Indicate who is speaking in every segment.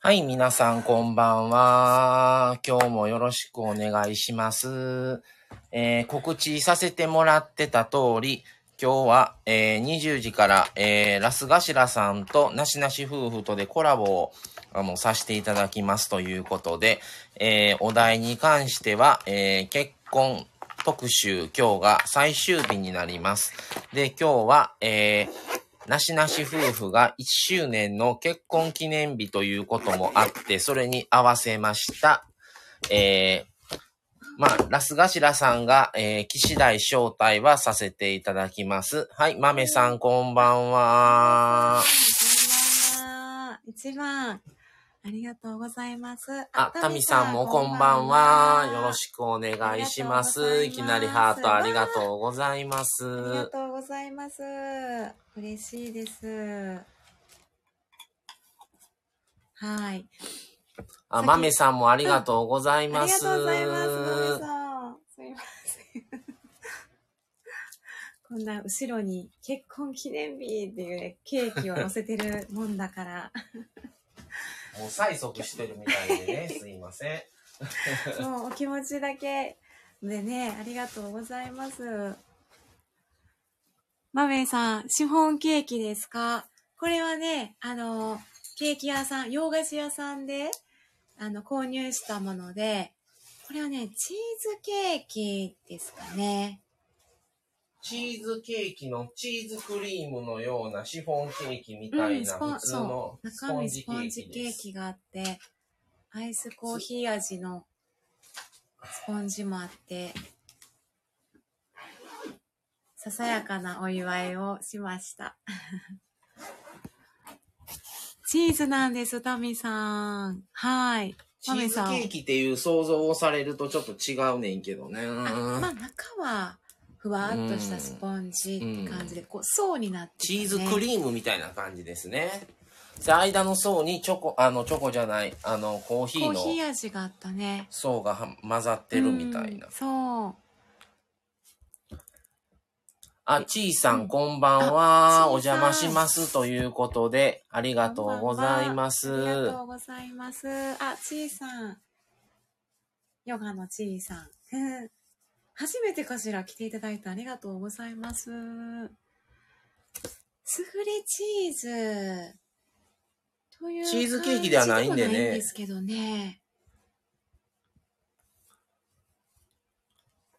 Speaker 1: はい、皆さんこんばんは。今日もよろしくお願いします。えー告知させてもらってた通り、今日は、えー20時から、えーラスガシラさんとなしなし夫婦とでコラボをあのさせていただきますということで、えーお題に関しては、えー結婚特集、今日が最終日になります。で、今日は、えーなしなし夫婦が1周年の結婚記念日ということもあって、それに合わせました。えーまあ、ラスガシラさんが、えー、岸大招待はさせていただきます。はい、マメさんこんばんは。
Speaker 2: こんばんは。一番。ありがとうございます。
Speaker 1: あ、タミさんもこんばんは。よろしくお願いします。いきなりハートありがとうございま
Speaker 2: ありが
Speaker 1: す。
Speaker 2: とうございます。嬉しいです。はい。
Speaker 1: あ、マメさんもありがとうござい
Speaker 2: あ
Speaker 1: ま
Speaker 2: りが
Speaker 1: す。
Speaker 2: とうございます。ごめんさん。すいません。こんな後ろに結婚記念日っていうケーキを載せてるもんだから。
Speaker 1: もう催促してるみたいでね、 すいません。
Speaker 2: もうお気持ちだけでね、ありがとうございます。マメイさん、シフォンケーキですかこれはね、あの、ケーキ屋さん、洋菓子屋さんで、あの、購入したもので、これはね、チーズケーキですかね。
Speaker 1: チーズケーキのチーズクリームのようなシフォンケーキみた
Speaker 2: う
Speaker 1: い
Speaker 2: ん、
Speaker 1: な
Speaker 2: スポ
Speaker 1: 普
Speaker 2: ン、
Speaker 1: 通
Speaker 2: そ
Speaker 1: の
Speaker 2: う。
Speaker 1: ス
Speaker 2: 中
Speaker 1: ポン
Speaker 2: 身
Speaker 1: ジ
Speaker 2: ス
Speaker 1: ケ
Speaker 2: ポン
Speaker 1: ー
Speaker 2: ジ
Speaker 1: キ
Speaker 2: ケ
Speaker 1: で
Speaker 2: ー
Speaker 1: す。
Speaker 2: キがあって、アイスコーヒー味のスポンジもあって、ささやかなお祝いをしました。 チーズなんです、タミさん。はい。
Speaker 1: チーズケーキっていう想像をされるとちょっと違うねんけどね。
Speaker 2: あ、まあ中は、ふわっとしたスポンジって感じで、こう、層になってて
Speaker 1: チーズクリームみたいな感じですね。で、間の層にチョコ、あの、チョコじゃない、あの、コーヒ
Speaker 2: コ
Speaker 1: ー
Speaker 2: ーヒ
Speaker 1: の
Speaker 2: ー味があったね。
Speaker 1: 層がは混ざってるみたいな
Speaker 2: うん。そう。
Speaker 1: あ、ちーさ、
Speaker 2: うんん
Speaker 1: こんばんは。お
Speaker 2: ちーさ
Speaker 1: 邪
Speaker 2: ん
Speaker 1: 魔します。ということで、あり
Speaker 2: あ
Speaker 1: がとうございます。
Speaker 2: ありがとうございます。あ、ちーさん。ヨガのちーさん。うん初めてかしら来ていただいてありがとうございます。スフレチーズ。という
Speaker 1: チーズケーキではないんでね
Speaker 2: 感じもないんですけどね。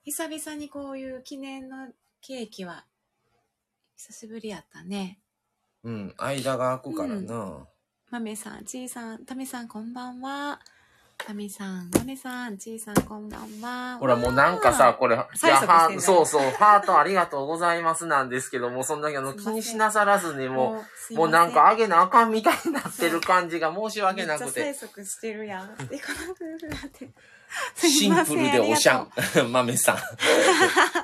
Speaker 2: 久々にこういう記念のケーキは久しぶりやったね。
Speaker 1: うん、間が空くからな。
Speaker 2: まめさん、ちいさん、たみさん、こんばんは。たみさん、まめさん、ちいさん、こんばんは。
Speaker 1: ほら、もうなんか
Speaker 2: わ
Speaker 1: さ、
Speaker 2: ー、
Speaker 1: これ、
Speaker 2: 促
Speaker 1: いや、
Speaker 2: してんだ
Speaker 1: ハート、そうそう、ハートありがとうございますなんですけども、そんだけあの、
Speaker 2: すいま
Speaker 1: 気
Speaker 2: せん
Speaker 1: にしなさらずに、も
Speaker 2: う す
Speaker 1: う、
Speaker 2: い
Speaker 1: も
Speaker 2: ま
Speaker 1: うなん
Speaker 2: せ
Speaker 1: かあげなあかんみたいになってる感じが申し
Speaker 2: め
Speaker 1: 訳
Speaker 2: っ
Speaker 1: な
Speaker 2: ちゃ
Speaker 1: くて
Speaker 2: 催、促してる やん。で、この夫婦だって。すい
Speaker 1: シン
Speaker 2: ま
Speaker 1: プ
Speaker 2: せ
Speaker 1: ル
Speaker 2: ん
Speaker 1: でおしゃ
Speaker 2: あり
Speaker 1: ん、 豆さん。
Speaker 2: が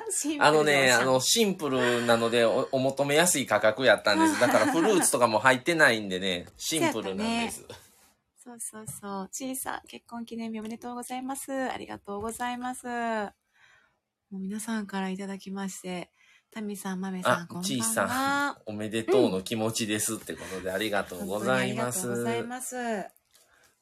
Speaker 2: とうシンプルでおしゃん。
Speaker 1: あのね、あの、シンプルなのでお、お求めやすい価格やったんです。だから、フルーツとかも入ってないんでね、シンプルなんです。
Speaker 2: そうそうそう。ちいさん、結婚記念日おめでとうございます。ありがとうございます。もう皆さんからいただきまして、たみさん、まめさん、
Speaker 1: あ
Speaker 2: こんばん、は。
Speaker 1: ちいさん、おめでとうの気持ちですってことで、ありがとうございま
Speaker 2: 本当にあ
Speaker 1: す
Speaker 2: りがとう。ございます。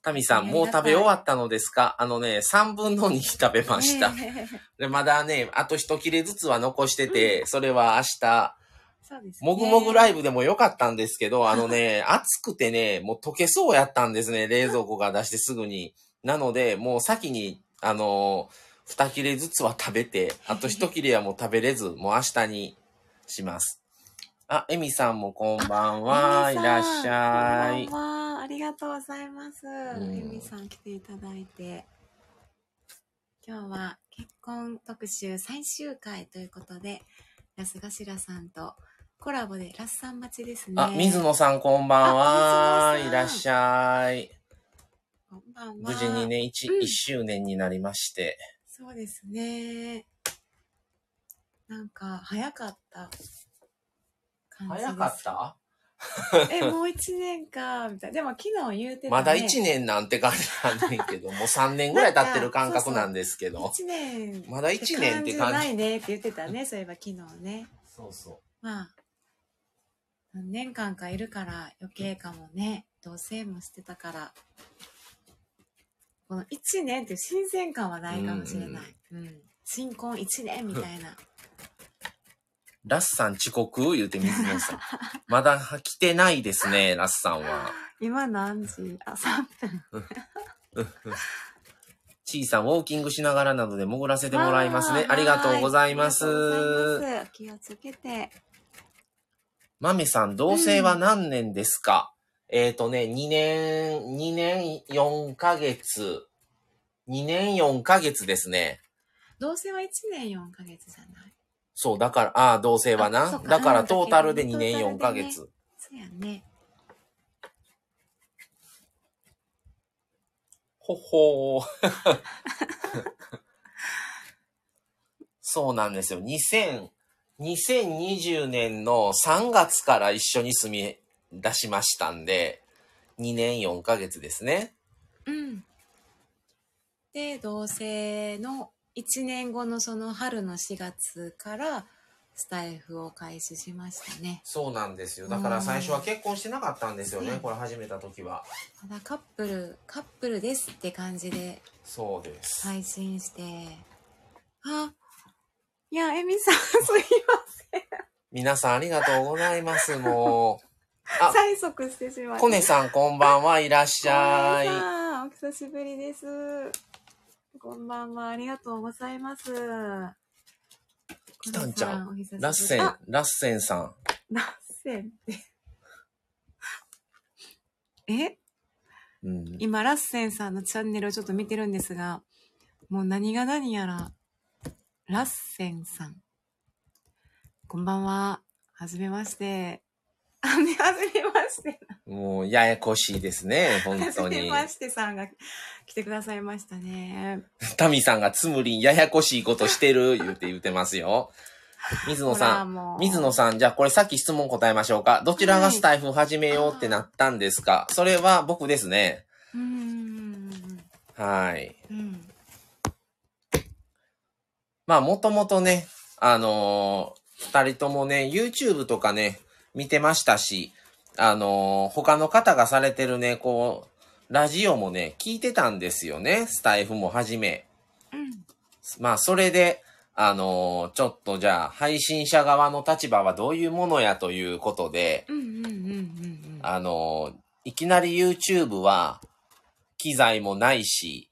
Speaker 1: タミさん、もう食べ終わったのですかあのね、3分の2食べました。
Speaker 2: ねえ
Speaker 1: でまだね、あと一切れずつは残してて、それは明日、
Speaker 2: そうですね。
Speaker 1: もぐもぐライブでもよかったんですけど、あのね、暑くてね、もう溶けそうやったんですね、冷蔵庫が出してすぐに。なので、もう先に、あのー二切れずつは食べて、あと一切れはもう食べれず、もう明日にします。あ、エミさんもこんばんは。いらっしゃい
Speaker 2: こん。ばんは。ありがとうございます。
Speaker 1: ん
Speaker 2: エミさん来ていただいて。今日は結婚特集最終回ということで、ラスガシラさんとコラボでラスさん待ちですね。
Speaker 1: あ、水野さんこんばんは。
Speaker 2: あ水野さん
Speaker 1: いらっしゃい。
Speaker 2: こんばんは。
Speaker 1: 無事にね、一
Speaker 2: うん
Speaker 1: 一周年になりまして。
Speaker 2: そうですね。なんか、早かった感じです。
Speaker 1: 早かった
Speaker 2: え、もう一年か、みたいな。でも昨日言うてた、ね。
Speaker 1: まだ1年なんて感じなんねん けど、もう3年ぐらい経ってる感覚なんですけど。
Speaker 2: 一年
Speaker 1: まだ1年って
Speaker 2: 感じ
Speaker 1: 感
Speaker 2: な
Speaker 1: じ。
Speaker 2: いねって言ってたねそういえば昨日ね
Speaker 1: そうそ
Speaker 2: まあ何年間かいるから余計かもね同棲もしてたから、この1年っていう新鮮感はないかもしれない。うん、新婚1年みたいな。
Speaker 1: ラッサン遅刻言うて水野さん。まだ来てないですね、ラッサンは。
Speaker 2: 今何時あ、3分。
Speaker 1: ちいさん、ウォーキングしながらなどで潜らせてもらいますね。ありがとうございます。
Speaker 2: ありがとうございます気をつけて。
Speaker 1: まめさん、同棲は何年ですか、えっ、とね、2年、2年4ヶ月。2年4ヶ月ですね。
Speaker 2: 同棲は1年4ヶ月じゃない
Speaker 1: そう、だから、ああ、同棲は
Speaker 2: あそ
Speaker 1: な。
Speaker 2: っか
Speaker 1: だか
Speaker 2: あ
Speaker 1: ら
Speaker 2: なた
Speaker 1: トータルで
Speaker 2: 結
Speaker 1: 2
Speaker 2: 婚
Speaker 1: 年4ヶ
Speaker 2: トータルで
Speaker 1: 月。
Speaker 2: そうやね。
Speaker 1: ほほ ー。そうなんですよ。2000、2020年の3月から一緒に住み出しましたんで、2年4ヶ月ですね。
Speaker 2: うん。で、同棲の1年後のその春の4月からスタイフを開始しましたね。
Speaker 1: そうなんですよ。
Speaker 2: だから最初は
Speaker 1: 結婚してなかったんです
Speaker 2: よね
Speaker 1: これ始めた時は。
Speaker 2: まだカップル、カップルですって感じで
Speaker 1: そうです。
Speaker 2: 配信して。あ、いや、エミさん、すいま
Speaker 1: 皆さんありがとうございます。もあ
Speaker 2: せん。催促してしま
Speaker 1: う、
Speaker 2: い
Speaker 1: コネさんこんばんはいらっしゃい。
Speaker 2: あお久しぶりです。こんばんは、ありがとうございます。
Speaker 1: 来たんちゃう
Speaker 2: コネさん
Speaker 1: ラッセン
Speaker 2: お久しぶりあ、
Speaker 1: ラッセンさん。
Speaker 2: ラッセンって。 え
Speaker 1: うん、
Speaker 2: 今、ラッセンさんのチャンネルをちょっと見てるんですが、もう何が何やら、ラッセンさん。こんばんは。はじめまして。あ、ね、はじめまして。
Speaker 1: もう、ややこしいですね、本
Speaker 2: は
Speaker 1: 当
Speaker 2: じめ
Speaker 1: に。
Speaker 2: ましてさんが来てくださいましたね。
Speaker 1: タミさんがつむりんややこしいことしてる、言うて言うてますよ。水野さん。
Speaker 2: ん
Speaker 1: 水野さん、じゃあこれさっき質問答えましょうか。どちらがスタイフ始めようってなったんですか、それは僕ですね。
Speaker 2: うーん。
Speaker 1: はい。
Speaker 2: うん。
Speaker 1: まあ、もともとね、あのー二人ともね、YouTube とかね、見てましたし、あのー他の方がされてるね、こう、ラジオもね、聞いてたんですよね。スタイフも始め。
Speaker 2: うん。
Speaker 1: まあ、それで、あのーちょっとじゃあ、配信者側の立場はどういうものやということで、
Speaker 2: うん。うん。うん。うん。
Speaker 1: あのーいきなり YouTube は、機材もないし、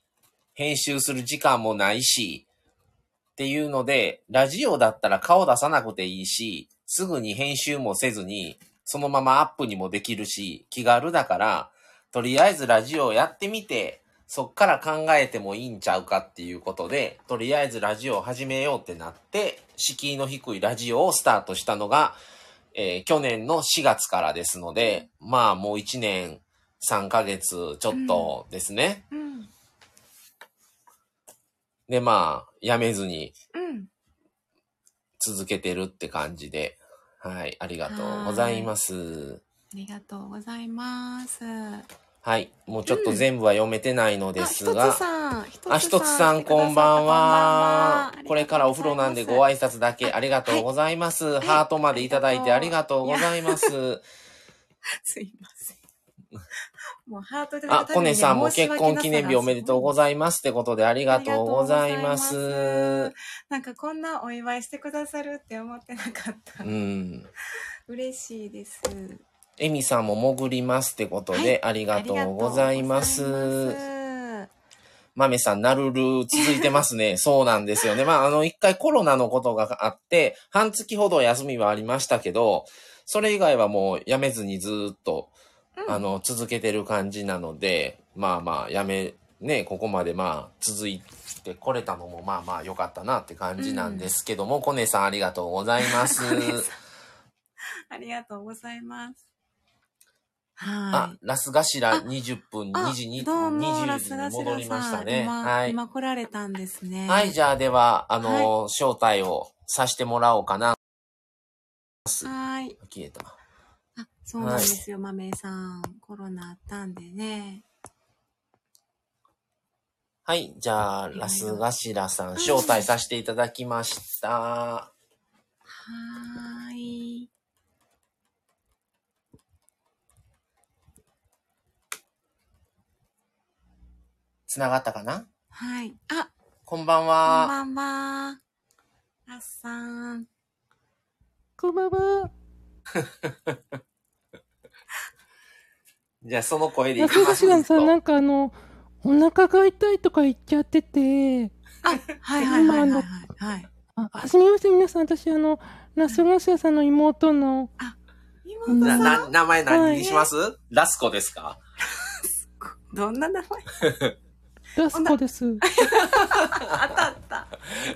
Speaker 1: 編集する時間もないし、っていうので、ラジオだったら顔出さなくていいし、すぐに編集もせずに、そのままアップにもできるし、気軽だから、とりあえずラジオやってみて、そっから考えてもいいんちゃうかっていうことで、とりあえずラジオを始めようってなって、敷居の低いラジオをスタートしたのが、えー去年の4月からですので、まあもう1年3ヶ月ちょっとですね。
Speaker 2: うん。
Speaker 1: で、まあ、やめずに
Speaker 2: うん。
Speaker 1: 続けてるって感じで、はい、ありがとうございます。
Speaker 2: ありがとうございます。あ、
Speaker 1: はい、もうちょっと全部は読めてないのです
Speaker 2: ひ
Speaker 1: が、
Speaker 2: とつさん。ひ
Speaker 1: あ、ひとつさん、こんばんは。これからお風呂なんでご
Speaker 2: 挨
Speaker 1: 挨拶だけありがとうございます。
Speaker 2: い
Speaker 1: ハートまでいただいてありがとうございます。
Speaker 2: 拶。すいません。もうハートで
Speaker 1: あ、コネさんも結婚記念日おめでとうご
Speaker 2: ざ
Speaker 1: ざ
Speaker 2: い
Speaker 1: いますってことであり
Speaker 2: ま
Speaker 1: がとうございま
Speaker 2: ありがとうござい
Speaker 1: す
Speaker 2: ま。なんかこんなお祝いしてくださるって思ってなかった
Speaker 1: う。ん。
Speaker 2: 嬉しいです。
Speaker 1: エミさんも潜りますってことであり
Speaker 2: あ
Speaker 1: がとうございます。
Speaker 2: りがとうございます
Speaker 1: マメさん、なるる続いてます ね。そうなんですよね。まあ、あの、一回コロナのことがあって、半月ほど休みはありましたけど、それ以外はもうやめずにずーっと、
Speaker 2: うん
Speaker 1: あの、続けてる感じなので、まあまあ、やめ、ね、ここまでまあ、続いてこれたのもまあまあ良かったなって感じなんですけども、コネさんありがとうございます。
Speaker 2: コネさんありがとうございます。は
Speaker 1: あ
Speaker 2: い。、
Speaker 1: ラス頭20分、
Speaker 2: あ
Speaker 1: 2時に、
Speaker 2: どうも、
Speaker 1: 20
Speaker 2: ラ
Speaker 1: 時
Speaker 2: ス
Speaker 1: に
Speaker 2: ガシ
Speaker 1: 戻
Speaker 2: ラ
Speaker 1: りまし
Speaker 2: さ
Speaker 1: た
Speaker 2: ん、
Speaker 1: ね。
Speaker 2: 今、
Speaker 1: はい。
Speaker 2: 今来られたんですね。
Speaker 1: はい、じゃあでは、あの、招待をさしてもらおうかな。
Speaker 2: はい。
Speaker 1: 消えた。
Speaker 2: あ、そうなんですよ、豆さん。コロナあったんでね。
Speaker 1: はい、じゃあ、ラスガシラさん、招待させていただきました。
Speaker 2: はーい。
Speaker 1: つながったかな
Speaker 2: はい。あ、
Speaker 1: こんばん
Speaker 2: こん
Speaker 1: は。
Speaker 2: ばんは。ラッさん。
Speaker 3: こんばんは。
Speaker 1: じゃあ、その声でいき
Speaker 3: 中
Speaker 1: ま
Speaker 3: 越
Speaker 1: す。
Speaker 3: さん、
Speaker 1: ず
Speaker 3: な
Speaker 1: っと
Speaker 3: んかあの、お腹が痛いとか言っちゃってて、
Speaker 2: あ、はいはいはいはいはいはい。
Speaker 3: あ、はじめまして皆さん、私あの、ラスガシアさんの妹の、
Speaker 2: 妹
Speaker 1: な、
Speaker 2: さん、
Speaker 1: な、名前何にします、ラスコですか
Speaker 2: どんな名前
Speaker 3: ラスコです。
Speaker 2: 当たった。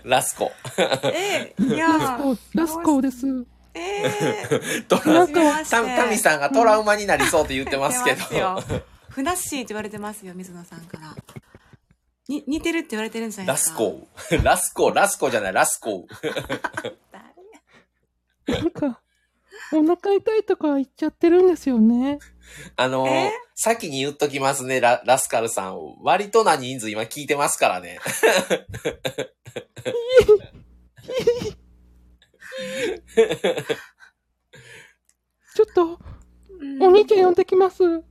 Speaker 1: ラスコ。
Speaker 2: え えいや、
Speaker 3: おラスコです。
Speaker 2: ええ
Speaker 1: トラ
Speaker 3: なん、か
Speaker 1: タミタミさんがトラウマになりそうって言ってますけど。
Speaker 2: 言ってますよふなっしーって言われてますよ、水野さんから。に、似てるって言われてるんじゃない
Speaker 1: ラ
Speaker 2: です
Speaker 1: ス
Speaker 2: か。
Speaker 1: コ。ラスコ、ラスコじゃない、ラスコ。
Speaker 2: 誰や。
Speaker 3: なんか、お腹痛いとか言っちゃってるんですよね。
Speaker 1: あのー
Speaker 2: え、
Speaker 1: 先に言っときますね、ララスカルさん。割とな人数今聞いてますからね。
Speaker 3: ちょっと、
Speaker 2: うん
Speaker 3: お兄ちゃん呼んできます。ちょっ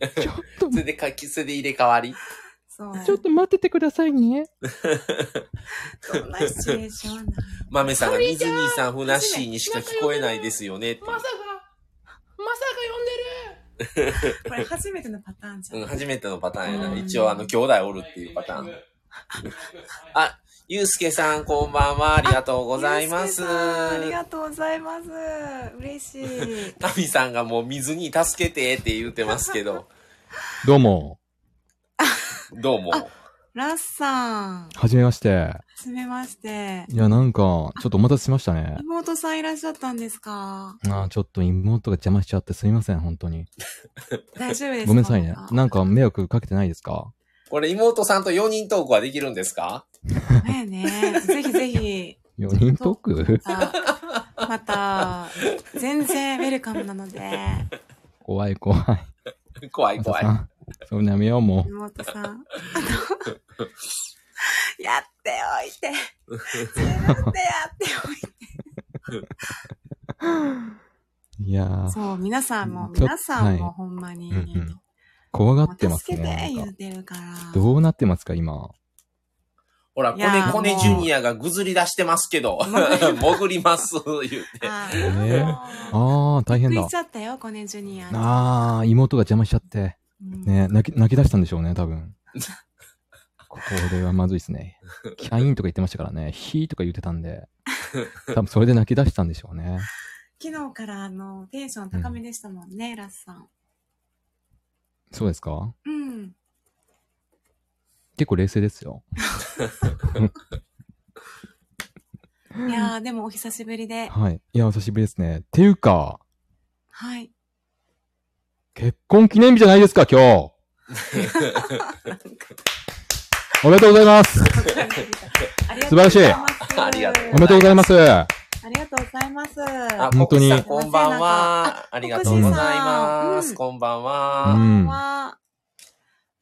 Speaker 3: と
Speaker 1: そ、れでか、それで入れ替わり。
Speaker 2: そう。
Speaker 3: ちょっと待っててくださいね。
Speaker 2: そんなシチュエーションはない。
Speaker 1: マメさんが水兄さん、ふなっしーにしか聞こえないですよねって。
Speaker 2: これ初めてのパターンじゃ。
Speaker 1: うんん、初めてのパターンや
Speaker 2: う
Speaker 1: な。
Speaker 2: ん
Speaker 1: 一応、あの、兄弟おるっていうパターン。 あ、ゆうすけさん、こんばんは。ありがとうございます
Speaker 2: ゆう。すけさんありがとうございます。嬉しい。
Speaker 1: タミさんがもう水に助けてって言ってますけ ど、
Speaker 4: どうも、
Speaker 1: どうも。
Speaker 2: ラッさん、は
Speaker 4: はじめまして。
Speaker 2: じめまして。
Speaker 4: いや、なんか、ちょっとお待たせしましたね。
Speaker 2: 妹さんいらっしゃったんですか
Speaker 4: あーちょっと妹が邪魔しちゃってすみません、本当に。
Speaker 2: 大丈夫ですか
Speaker 4: ごめんなさいね。なんか迷惑かけてないですか
Speaker 1: これ、妹さんと4人トークはできるんですか
Speaker 2: だよね。ぜひぜひ、
Speaker 4: ?4 人トーク
Speaker 2: さまた、全然ウェルカムなので、
Speaker 4: 怖い怖い。
Speaker 1: 怖い
Speaker 4: また
Speaker 1: 怖い
Speaker 4: さ。ん。そんなやめようも
Speaker 2: 妹さん。あの、やっておいて。自分でやっておいて。
Speaker 4: う。いやー、
Speaker 2: そう、皆さんも、
Speaker 4: ちょ
Speaker 2: 皆さん
Speaker 4: は
Speaker 2: も
Speaker 4: い
Speaker 2: ほんまに、
Speaker 4: うんうん怖がってます
Speaker 2: 助けて
Speaker 4: ね。
Speaker 2: 言
Speaker 4: なん
Speaker 2: う
Speaker 4: か
Speaker 2: てるから。
Speaker 4: どうなってますか、今。
Speaker 1: ほら、コ
Speaker 2: いやー
Speaker 1: ネコネジュニアがぐずり出してますけど、 潜ります、言うて。
Speaker 2: あ
Speaker 4: え
Speaker 2: ー
Speaker 4: ーあー、大変
Speaker 2: びっく
Speaker 4: だ
Speaker 2: りし。ちゃったよ、コネジュニアに。
Speaker 4: あー、妹が邪魔しちゃって。
Speaker 2: うん
Speaker 4: ね泣き、泣き出したんでしょうね、多分。これはまずいです ね。キャインとか言ってましたからね。ヒーとか言ってたんで。多分それで泣き出したんでしょうね。
Speaker 2: 昨日からあのテンション高めでしたもんね、ラスさん。
Speaker 4: そうですか
Speaker 2: うん。
Speaker 4: 結構冷静ですよ。
Speaker 2: いやー、でもお久しぶりで。
Speaker 4: はい。いや、お久しぶりですね。っていうか、
Speaker 2: はい。
Speaker 4: 結婚記念日じゃないですか、 今日。おめでとうございま
Speaker 2: 素
Speaker 4: す。素晴らしい
Speaker 1: ありがとう
Speaker 2: ござい
Speaker 4: お
Speaker 2: ま
Speaker 4: め
Speaker 2: す
Speaker 4: でとうございます。あ
Speaker 2: ありがとうございます。
Speaker 1: あ、
Speaker 4: 本当に
Speaker 1: 国士さんこんばんは。ありがとうございま
Speaker 2: 国士さんう
Speaker 1: す。
Speaker 2: ん
Speaker 1: こんばん
Speaker 2: こ
Speaker 1: は。
Speaker 2: んばんは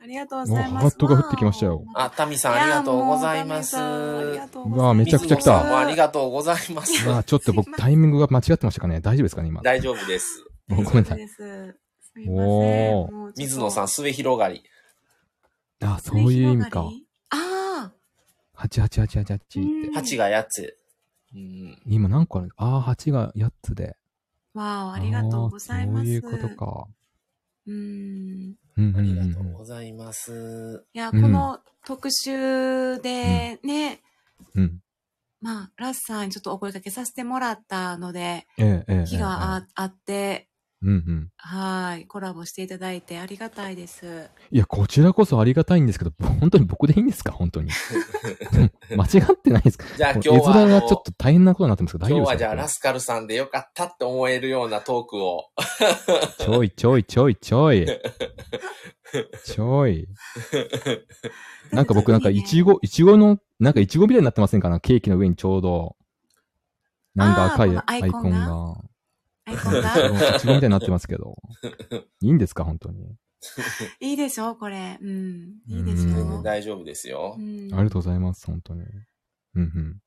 Speaker 2: ありがとうございます。
Speaker 4: おハートが降ってきましたよ
Speaker 1: あ、タミさんありがとうございます。
Speaker 4: うわめちゃくちゃ来た
Speaker 1: 水野さんもありがとうございます。
Speaker 4: ーちょっと僕タイミングが間違ってましたかね。大丈夫ですかね、今。
Speaker 1: 大丈夫です。
Speaker 4: ごめんなさい。
Speaker 2: い。すみません
Speaker 4: おー
Speaker 2: もうちょっと
Speaker 1: 水野さん、末広がり。
Speaker 4: あ、そういう意味
Speaker 2: あ
Speaker 4: か。
Speaker 2: あ
Speaker 4: 88888って。
Speaker 2: うん
Speaker 1: 8が8つ。うん。
Speaker 4: 今何個あるああ、8が8つで。
Speaker 2: ー、わお、ありがとうございます。
Speaker 4: あーそういうことか。
Speaker 2: うん。
Speaker 4: うん
Speaker 1: あ
Speaker 4: うん
Speaker 1: り
Speaker 4: うんう
Speaker 1: がとうんございます。
Speaker 2: いや、こ
Speaker 4: うん
Speaker 2: の特集でね、
Speaker 4: うん。
Speaker 2: まあ、ラッさんにちょっとお声掛けさせてもらったので、
Speaker 4: ええ、ええ。
Speaker 2: 日がああって、
Speaker 4: ええうんうん。
Speaker 2: はい、コラボしていただいてありがたいです。
Speaker 4: いや、こちらこそありがたいんですけど、本当に僕でいいんですか本 当に。間違ってないですか
Speaker 1: じゃあ
Speaker 4: こ
Speaker 1: 今
Speaker 4: の
Speaker 1: 日は
Speaker 4: 絵面
Speaker 1: あ
Speaker 4: が
Speaker 1: の
Speaker 4: ちょっと大変なことになってますけど、大
Speaker 1: 今日
Speaker 4: 丈夫
Speaker 1: は
Speaker 4: です
Speaker 1: じゃ
Speaker 4: か
Speaker 1: あラスカルさんでよかったって思えるようなトークを。
Speaker 4: ちょいちょいちょいちょい。ちょい。なんか僕なんかいちご、いちごの、なんかいちごみたいになってませんかなケーキの上にちょうど。なんか赤
Speaker 2: あー
Speaker 4: い
Speaker 2: この
Speaker 4: ア
Speaker 2: ア
Speaker 4: イ
Speaker 2: イ
Speaker 4: コ
Speaker 2: コ
Speaker 4: ン
Speaker 2: ン
Speaker 4: が
Speaker 2: が。アイコン が
Speaker 4: いちごみたいになってますけど。いいんですか本当に。
Speaker 2: いいでしょこれ。うん。いいでし
Speaker 4: う
Speaker 2: ょ
Speaker 4: ん
Speaker 1: 大丈夫ですよ。
Speaker 4: ありがとうございます、本当に。うん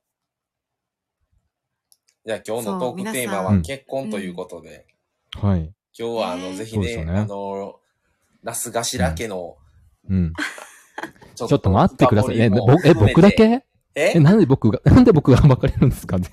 Speaker 1: じゃあ今日の
Speaker 2: そ
Speaker 1: ト
Speaker 2: う
Speaker 1: ークテーマ
Speaker 4: 皆さ
Speaker 1: は
Speaker 4: ん
Speaker 1: 結婚ということで。
Speaker 4: うん。はい。
Speaker 1: 今日はあの、
Speaker 2: ねえ
Speaker 1: ぜひ
Speaker 4: そうです
Speaker 1: ね、
Speaker 4: よね
Speaker 1: あの、ラス頭家の
Speaker 4: うん。
Speaker 1: ち
Speaker 4: ちょっと待ってください。え、ぼえ僕だけ
Speaker 1: え
Speaker 4: え、なんで僕が、なんで僕が暴かれるんですかね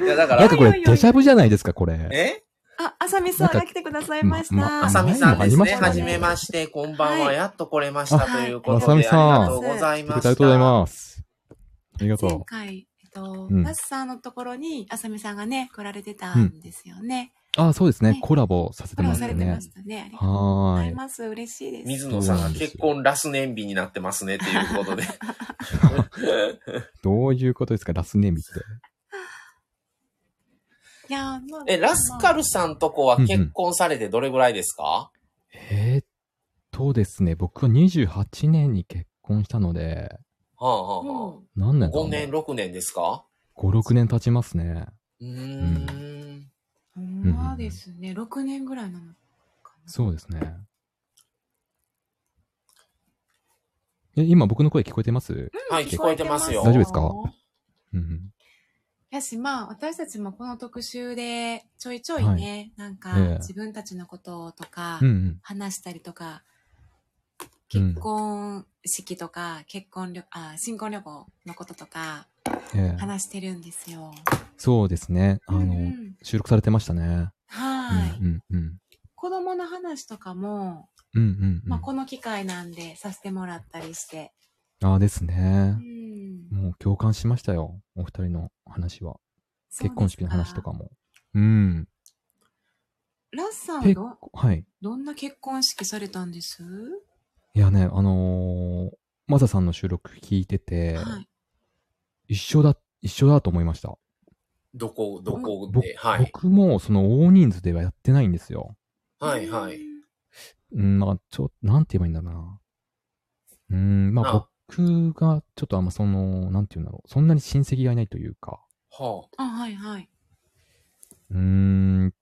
Speaker 1: いや、だか
Speaker 4: なん
Speaker 1: ら、
Speaker 4: かこれ、デジャブじゃないですか、これ。
Speaker 1: え
Speaker 2: あ、あさみさん
Speaker 4: なん
Speaker 2: が
Speaker 4: か
Speaker 2: 来てくださいました。
Speaker 4: まま
Speaker 1: あさみさんですね。
Speaker 4: あの
Speaker 1: は
Speaker 4: 前
Speaker 1: じ
Speaker 4: にもあ
Speaker 1: め
Speaker 4: りま
Speaker 1: まして、こんばんは。
Speaker 2: はい
Speaker 1: やっと来れましたということで。
Speaker 4: ああさみさん
Speaker 1: ありがとうござい
Speaker 4: あり
Speaker 1: ま
Speaker 4: が
Speaker 1: した。
Speaker 4: とうございます。ありがと
Speaker 2: 前
Speaker 4: う。
Speaker 2: 回、えっと、
Speaker 4: うん
Speaker 2: バスさんのところに、あさみさんがね、来られてたんですよね。
Speaker 4: あ、そうですね
Speaker 2: ね。
Speaker 4: コラボさせて
Speaker 2: フォロー
Speaker 4: ます
Speaker 2: さ
Speaker 4: よ
Speaker 2: れて
Speaker 4: ね
Speaker 2: ま。したね。ありがとうご
Speaker 4: は
Speaker 2: ざ
Speaker 4: ー
Speaker 2: い
Speaker 4: い。
Speaker 2: ます。嬉しいです。
Speaker 1: 水野さんが結婚ラス年日になってますね、ということで。
Speaker 4: どういうことですか、ラスネーミって。
Speaker 2: いや、もう
Speaker 1: え、ラスカルさんとこは結婚されてどれぐらいですか、
Speaker 4: えーっとですね、僕は28年に結婚したので、
Speaker 1: はあはあは
Speaker 2: も
Speaker 4: 何
Speaker 1: あ、
Speaker 4: 年だろ
Speaker 1: 5
Speaker 4: う
Speaker 1: 年、6年ですか
Speaker 4: 5、6年経ちますね。
Speaker 1: うーん。
Speaker 2: う、ほんまですね。6年ぐらいなのかな。
Speaker 4: そうですね。え、今僕の声聞こえてます
Speaker 1: はい、聞こえてますよ。
Speaker 4: 大丈夫ですかうん。
Speaker 2: やし、まあ、私たちもこの特集で、ちょいちょいね、なんか、
Speaker 4: ええ
Speaker 2: 自分たちのこととか
Speaker 4: うんう、ん。
Speaker 2: 話したりとか、
Speaker 4: うん
Speaker 2: 結婚式とか、結婚旅、あ、新婚旅行のこととか、
Speaker 4: ええ
Speaker 2: 話してるんですよ。
Speaker 4: そうですね。あ
Speaker 2: うんう
Speaker 4: の、
Speaker 2: ん
Speaker 4: 収録されてましたね。
Speaker 2: はい。
Speaker 4: うんうんうん。
Speaker 2: 子供の話とかも、
Speaker 4: うんうんうん。
Speaker 2: まあ、この機会なんでさせてもらったりして。
Speaker 4: ああですね
Speaker 2: う。ん
Speaker 4: もう共感しましたよ。お二人の話は。
Speaker 2: そうですか
Speaker 4: 結婚式の話とかも。うん。
Speaker 2: ラッサン
Speaker 4: 結
Speaker 2: ど、
Speaker 4: 構、はい。
Speaker 2: どんな結婚式されたんです
Speaker 4: いやね、あのー、マサさんの収録聞いてて、
Speaker 2: はい。
Speaker 4: 一緒だ、一緒だと思いました。
Speaker 1: どこ、どこ
Speaker 4: ぼ
Speaker 1: で、はい。
Speaker 4: 僕もその大人数ではやってないんですよ。
Speaker 1: はい、はい。
Speaker 4: うん、まあ、ちょ、なんて言えばいいんだろうな。うん、ま
Speaker 1: あ
Speaker 4: あ僕がちょっとあんまその、なんて言うんだろう。そんなに親戚がいないというか、
Speaker 1: は
Speaker 2: あ、はい、はい。
Speaker 4: うん、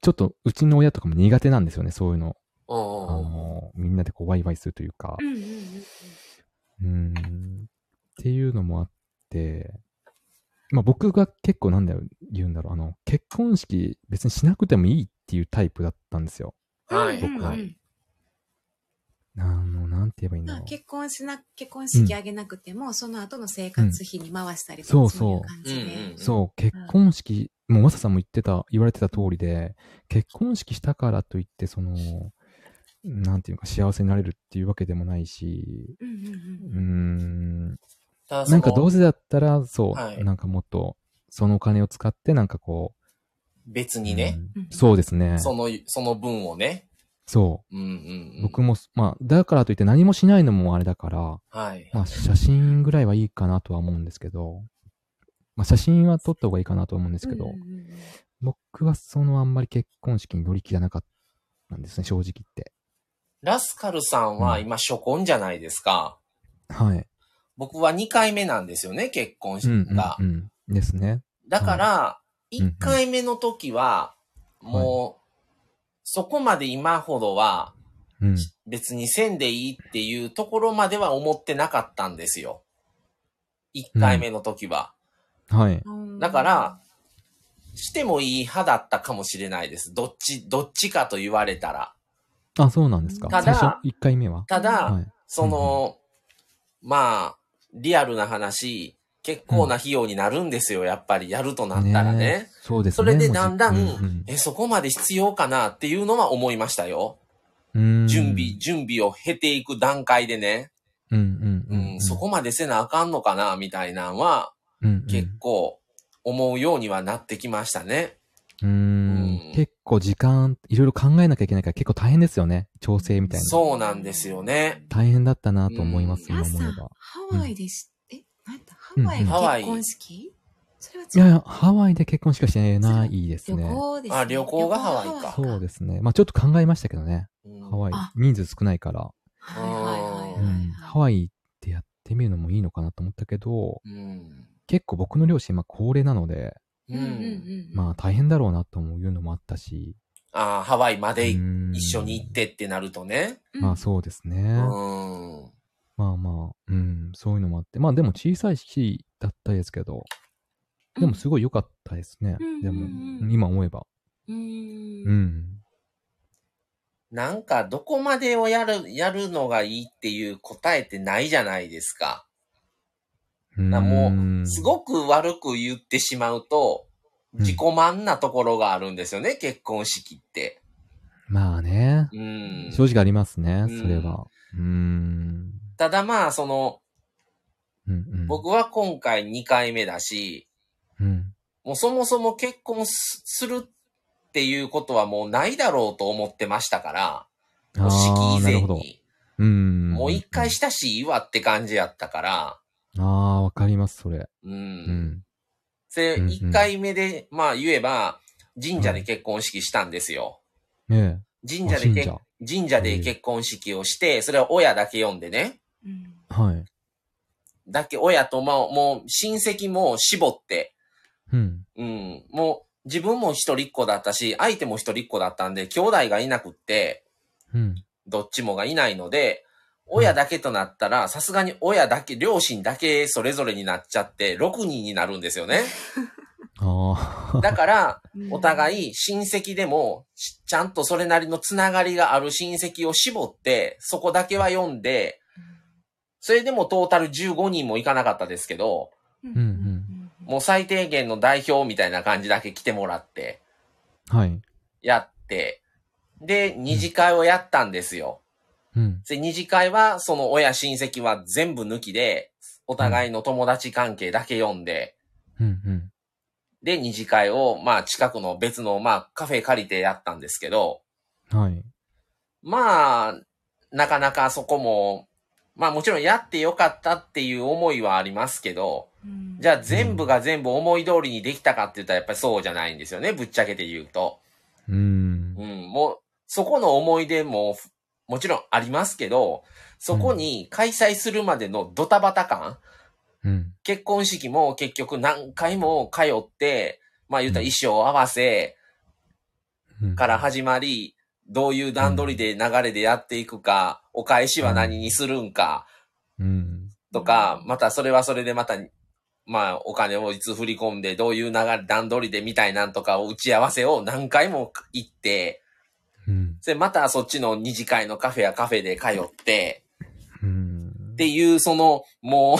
Speaker 4: ちょっとうちの親とかも苦手なんですよね、そういうの。
Speaker 1: あ。うん
Speaker 4: あ
Speaker 1: うんうん
Speaker 4: のー、みんなでこうワイワイするというか
Speaker 2: う。んうんうんうん。
Speaker 4: うん、っていうのもあって、まあ僕が結構なんだよ、言うんだろう。あの、結婚式別にしなくてもいいっていうタイプだったんですよ。
Speaker 1: はい。
Speaker 2: うんうんうん
Speaker 1: はい
Speaker 4: あの、なんて言えばいいんだ
Speaker 2: まあ
Speaker 4: ろう。
Speaker 2: 結婚しな、結婚式あげなくても、その後の生活費に回したりとか、
Speaker 4: うん
Speaker 2: そういう感
Speaker 1: そう
Speaker 2: じ
Speaker 1: そう
Speaker 2: で。
Speaker 1: うんうん
Speaker 4: そう、結婚式、もうマサさんも言ってた、言われてた通りで、結婚式したからといって、その、なんていうか幸せになれるっていうわけでもないし、
Speaker 2: うんうん
Speaker 4: うー
Speaker 2: うん。
Speaker 4: ん、
Speaker 1: ただその
Speaker 4: なんかどうせだったら、そう、
Speaker 1: はい
Speaker 4: なんかもっと、そのお金を使って、なんかこ
Speaker 1: 別
Speaker 4: う、
Speaker 1: にね、
Speaker 4: うんそうですね。
Speaker 1: その、その分をね。
Speaker 4: そ
Speaker 1: うんうんう
Speaker 4: う。
Speaker 1: ん。
Speaker 4: 僕も、まあ、だからといって何もしないのもあれだから、
Speaker 1: はい。
Speaker 4: まあ、写真ぐらいはいいかなとは思うんですけど、まあ、写真は撮った方がいいかなと思うんですけど、
Speaker 2: うんうんうん
Speaker 4: 僕はそのあんまり結婚式に乗り気じゃなかったんですね、正直言って。
Speaker 1: ラスカルさんは今初婚じゃないですか。
Speaker 4: はい。
Speaker 1: 僕は2回目なんですよね、結婚
Speaker 4: うん
Speaker 1: 式が。
Speaker 4: うんうん。ですね。
Speaker 1: だから、
Speaker 4: うんうん
Speaker 1: 1回目の時は、もう、そこまで今ほどは
Speaker 4: うん。
Speaker 1: 別にせんでいいっていうところまでは思ってなかったんですよ。1回目の時は。
Speaker 4: はい。
Speaker 2: うん
Speaker 1: だから、してもいい派だったかもしれないです。どっち、どっちかと言われたら。
Speaker 4: あ、そうなんですか。
Speaker 1: ただ
Speaker 4: 最初、1回目は。
Speaker 1: ただ、
Speaker 4: はい。
Speaker 1: その、まあ、リアルな話、結構な費用になるんですよ、やっぱりやるとなったらね。
Speaker 4: えそうですね。
Speaker 1: それでだんだん、
Speaker 4: もうじ
Speaker 1: え、そこまで必要かなっていうのは思いましたよ。
Speaker 4: うんうん
Speaker 1: 準備、準備を経ていく段階でね、
Speaker 4: うんう
Speaker 1: うんん
Speaker 4: うん。
Speaker 1: そこまでせなあかんのかな、みたいなんは、
Speaker 4: うんうん
Speaker 1: 結構思うようにはなってきましたね。
Speaker 4: うー
Speaker 1: うん
Speaker 4: ん結構時間、いろいろ考えなきゃいけないから結構大変ですよね。調整みたいな。
Speaker 1: そうなんですよね。
Speaker 4: 大変だったなと思います、
Speaker 2: ラ
Speaker 4: 今
Speaker 2: ッ
Speaker 4: 思
Speaker 2: サン
Speaker 4: えば。、
Speaker 2: ハワイでし、え、なんだ、ハワイ
Speaker 4: うん
Speaker 1: うんハワ
Speaker 2: の
Speaker 1: イ
Speaker 2: 結婚式それはい
Speaker 4: やいや、ハワイで結婚しかしてないです
Speaker 2: 旅
Speaker 4: ね。
Speaker 2: 行ですね。
Speaker 1: あ旅行がハワイか
Speaker 4: そうですね。まあちょっと考えましたけどね。
Speaker 1: うん
Speaker 4: ハワイ
Speaker 2: あ。
Speaker 4: 人数少ないから。
Speaker 2: はいはい
Speaker 1: う
Speaker 2: はいはいはい。
Speaker 1: ん
Speaker 4: ハワイってやってみるのもいいのかなと思ったけど、
Speaker 1: うん。
Speaker 4: 結構僕の両親、まあ高齢なので、
Speaker 1: う
Speaker 2: うんうん
Speaker 1: ん。
Speaker 2: うん。
Speaker 4: まあ大変だろうなともいうのもあったし。
Speaker 1: あーハワイまで
Speaker 4: うん
Speaker 1: 一緒に行ってってなるとね。
Speaker 2: うん
Speaker 4: まあそうです
Speaker 1: う
Speaker 4: ね。
Speaker 1: ん。
Speaker 4: まあまあ、うん、そういうのもあって。まあでも小さい式だったですけど、でもすごい良かったですね。
Speaker 2: うん
Speaker 4: でも
Speaker 2: うんうんう、ん
Speaker 4: 今思えば。
Speaker 2: うーん
Speaker 4: うん。
Speaker 1: なんかどこまでをやる、やるのがいいっていう答えってないじゃないですか。
Speaker 4: うん
Speaker 1: なもう、すごく悪く言ってしまうと、自己満なところがあるんですよね、結婚式って。
Speaker 4: まあね。
Speaker 1: うん。
Speaker 4: 正直ありますね、
Speaker 1: うん
Speaker 4: それは。うーん。
Speaker 1: ただまあ、その、
Speaker 4: うんうん、
Speaker 1: 僕は今回2回目だし、
Speaker 4: うん。
Speaker 1: もうそもそも結婚すするっていうことはもうないだろうと思ってましたから、もう
Speaker 4: あ
Speaker 1: 式以
Speaker 4: ーなる
Speaker 1: 前
Speaker 4: ほど。
Speaker 1: に、
Speaker 4: うん。
Speaker 1: もう一回したしいいわって感じやったから、
Speaker 4: ああ、わかります、それ。
Speaker 1: うん。
Speaker 4: うん。
Speaker 1: で、
Speaker 4: うんうん
Speaker 1: 1回目で、まあ言えば、神社で結婚式したんですよ。
Speaker 4: ねえ。
Speaker 1: 神社
Speaker 4: あ
Speaker 1: で
Speaker 4: 信
Speaker 1: 結
Speaker 4: 者。
Speaker 1: 神社で結婚式をして、それは親だけ呼んでね。
Speaker 2: うん。
Speaker 4: はい。
Speaker 1: だけ親とも、もう親戚も絞って、
Speaker 4: うん。
Speaker 1: うん、もう自分も一人っ子だったし、相手も一人っ子だったんで、兄弟がいなくって、
Speaker 4: うん。
Speaker 1: どっちもがいないので、親だけとなったら、さすがに親だけ、両親だけそれぞれになっちゃって、6人になるんですよね。
Speaker 4: ああ。
Speaker 1: だから、
Speaker 2: うん
Speaker 1: お互い親戚でも、しちゃんとそれなりのつながりがある親戚を絞って、そこだけは読んで、それでもトータル15人もいかなかったですけど、
Speaker 2: うん
Speaker 4: うんうん
Speaker 1: もう最低限の代表みたいな感じだけ来てもらって、
Speaker 4: はい。
Speaker 1: やって、で、二次会をやったんですよ。
Speaker 4: うん。
Speaker 1: で、二次会は、その親親戚は全部抜きで、お互いの友達関係だけ読んで、
Speaker 4: うん。うん。
Speaker 1: で、二次会を、まあ、近くの別の、まあ、カフェ借りてやったんですけど、
Speaker 4: はい。
Speaker 1: まあ、なかなかそこも、まあもちろんやってよかったっていう思いはありますけど、
Speaker 2: うん
Speaker 1: じゃあ全部が全部思い通りにできたかって言ったらやっぱりそうじゃないんですよね、ぶっちゃけて言うと。
Speaker 4: うーん
Speaker 1: う。ん、もう、そこの思い出も、もちろんありますけど、そこに開催するまでのドタバタ感、
Speaker 4: うん。
Speaker 1: 結婚式も結局何回も通って、まあ言ったら衣装合わせ、
Speaker 4: うん。
Speaker 1: から始まり、どういう段取りで流れでやっていくか、お返しは何にするんか、
Speaker 4: うん。
Speaker 1: とか、またそれはそれでまた、まあ、お金をいつ振り込んで、どういう流れ、段取りでみたいなんとかを打ち合わせを何回も行って、
Speaker 4: うん。
Speaker 1: で、またそっちの二次会のカフェやカフェで通って、
Speaker 4: うん。
Speaker 1: っていう、その、もう、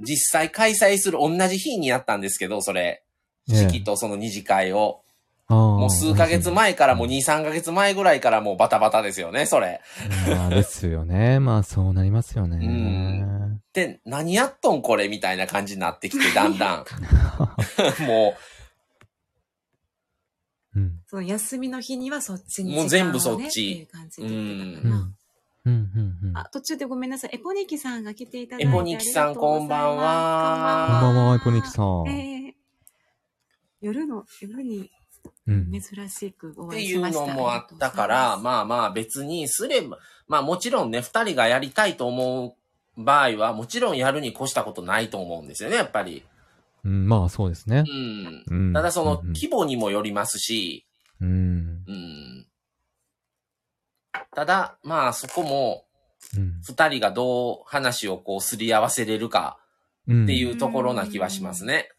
Speaker 1: 実際開催する同じ日にやったんですけど、それ。
Speaker 4: ええ
Speaker 1: 式とその二次会を。
Speaker 4: も
Speaker 1: もう数ヶ月前からもう2、3ヶ月前ぐらいからもうバタバタですよね、それ。
Speaker 4: まあですよね。まあそうなりますよね。
Speaker 1: で、何やっとんこれみたいな感じになってきて、だん だん。も
Speaker 4: うん。
Speaker 2: その休みの日にはそっちに、
Speaker 1: もう全部そっち
Speaker 2: っていう感じで言ってた
Speaker 4: う
Speaker 2: か
Speaker 4: ん。う
Speaker 2: な。
Speaker 4: ん。うん。うん。
Speaker 2: あ、途中でごめんなさい。エポニキさんが来ていただいて。
Speaker 1: エポニキさん
Speaker 2: ありがとうござ
Speaker 1: こ
Speaker 2: います
Speaker 1: んばんは
Speaker 4: こんばんは、イポニキさん。
Speaker 2: ええ夜の、夜に
Speaker 4: うん。
Speaker 2: 珍しく
Speaker 1: う、
Speaker 2: お
Speaker 1: って
Speaker 2: 会い
Speaker 1: い
Speaker 2: し
Speaker 1: う
Speaker 2: ました。
Speaker 1: のもあったから、まあまあ別にすれば、まあもちろんね、二人がやりたいと思う場合は、もちろんやるに越したことないと思うんですよね、やっぱり。
Speaker 4: うんまあそうですね
Speaker 1: う。ん。
Speaker 4: うん
Speaker 1: ただその
Speaker 4: うん
Speaker 1: 規模にもよりますし、
Speaker 4: うん。
Speaker 1: うん。ただ、まあそこも、
Speaker 4: うん
Speaker 1: 二人がどう話をこうすり合わせれるか
Speaker 4: うん。
Speaker 1: っていうところな気はしますね。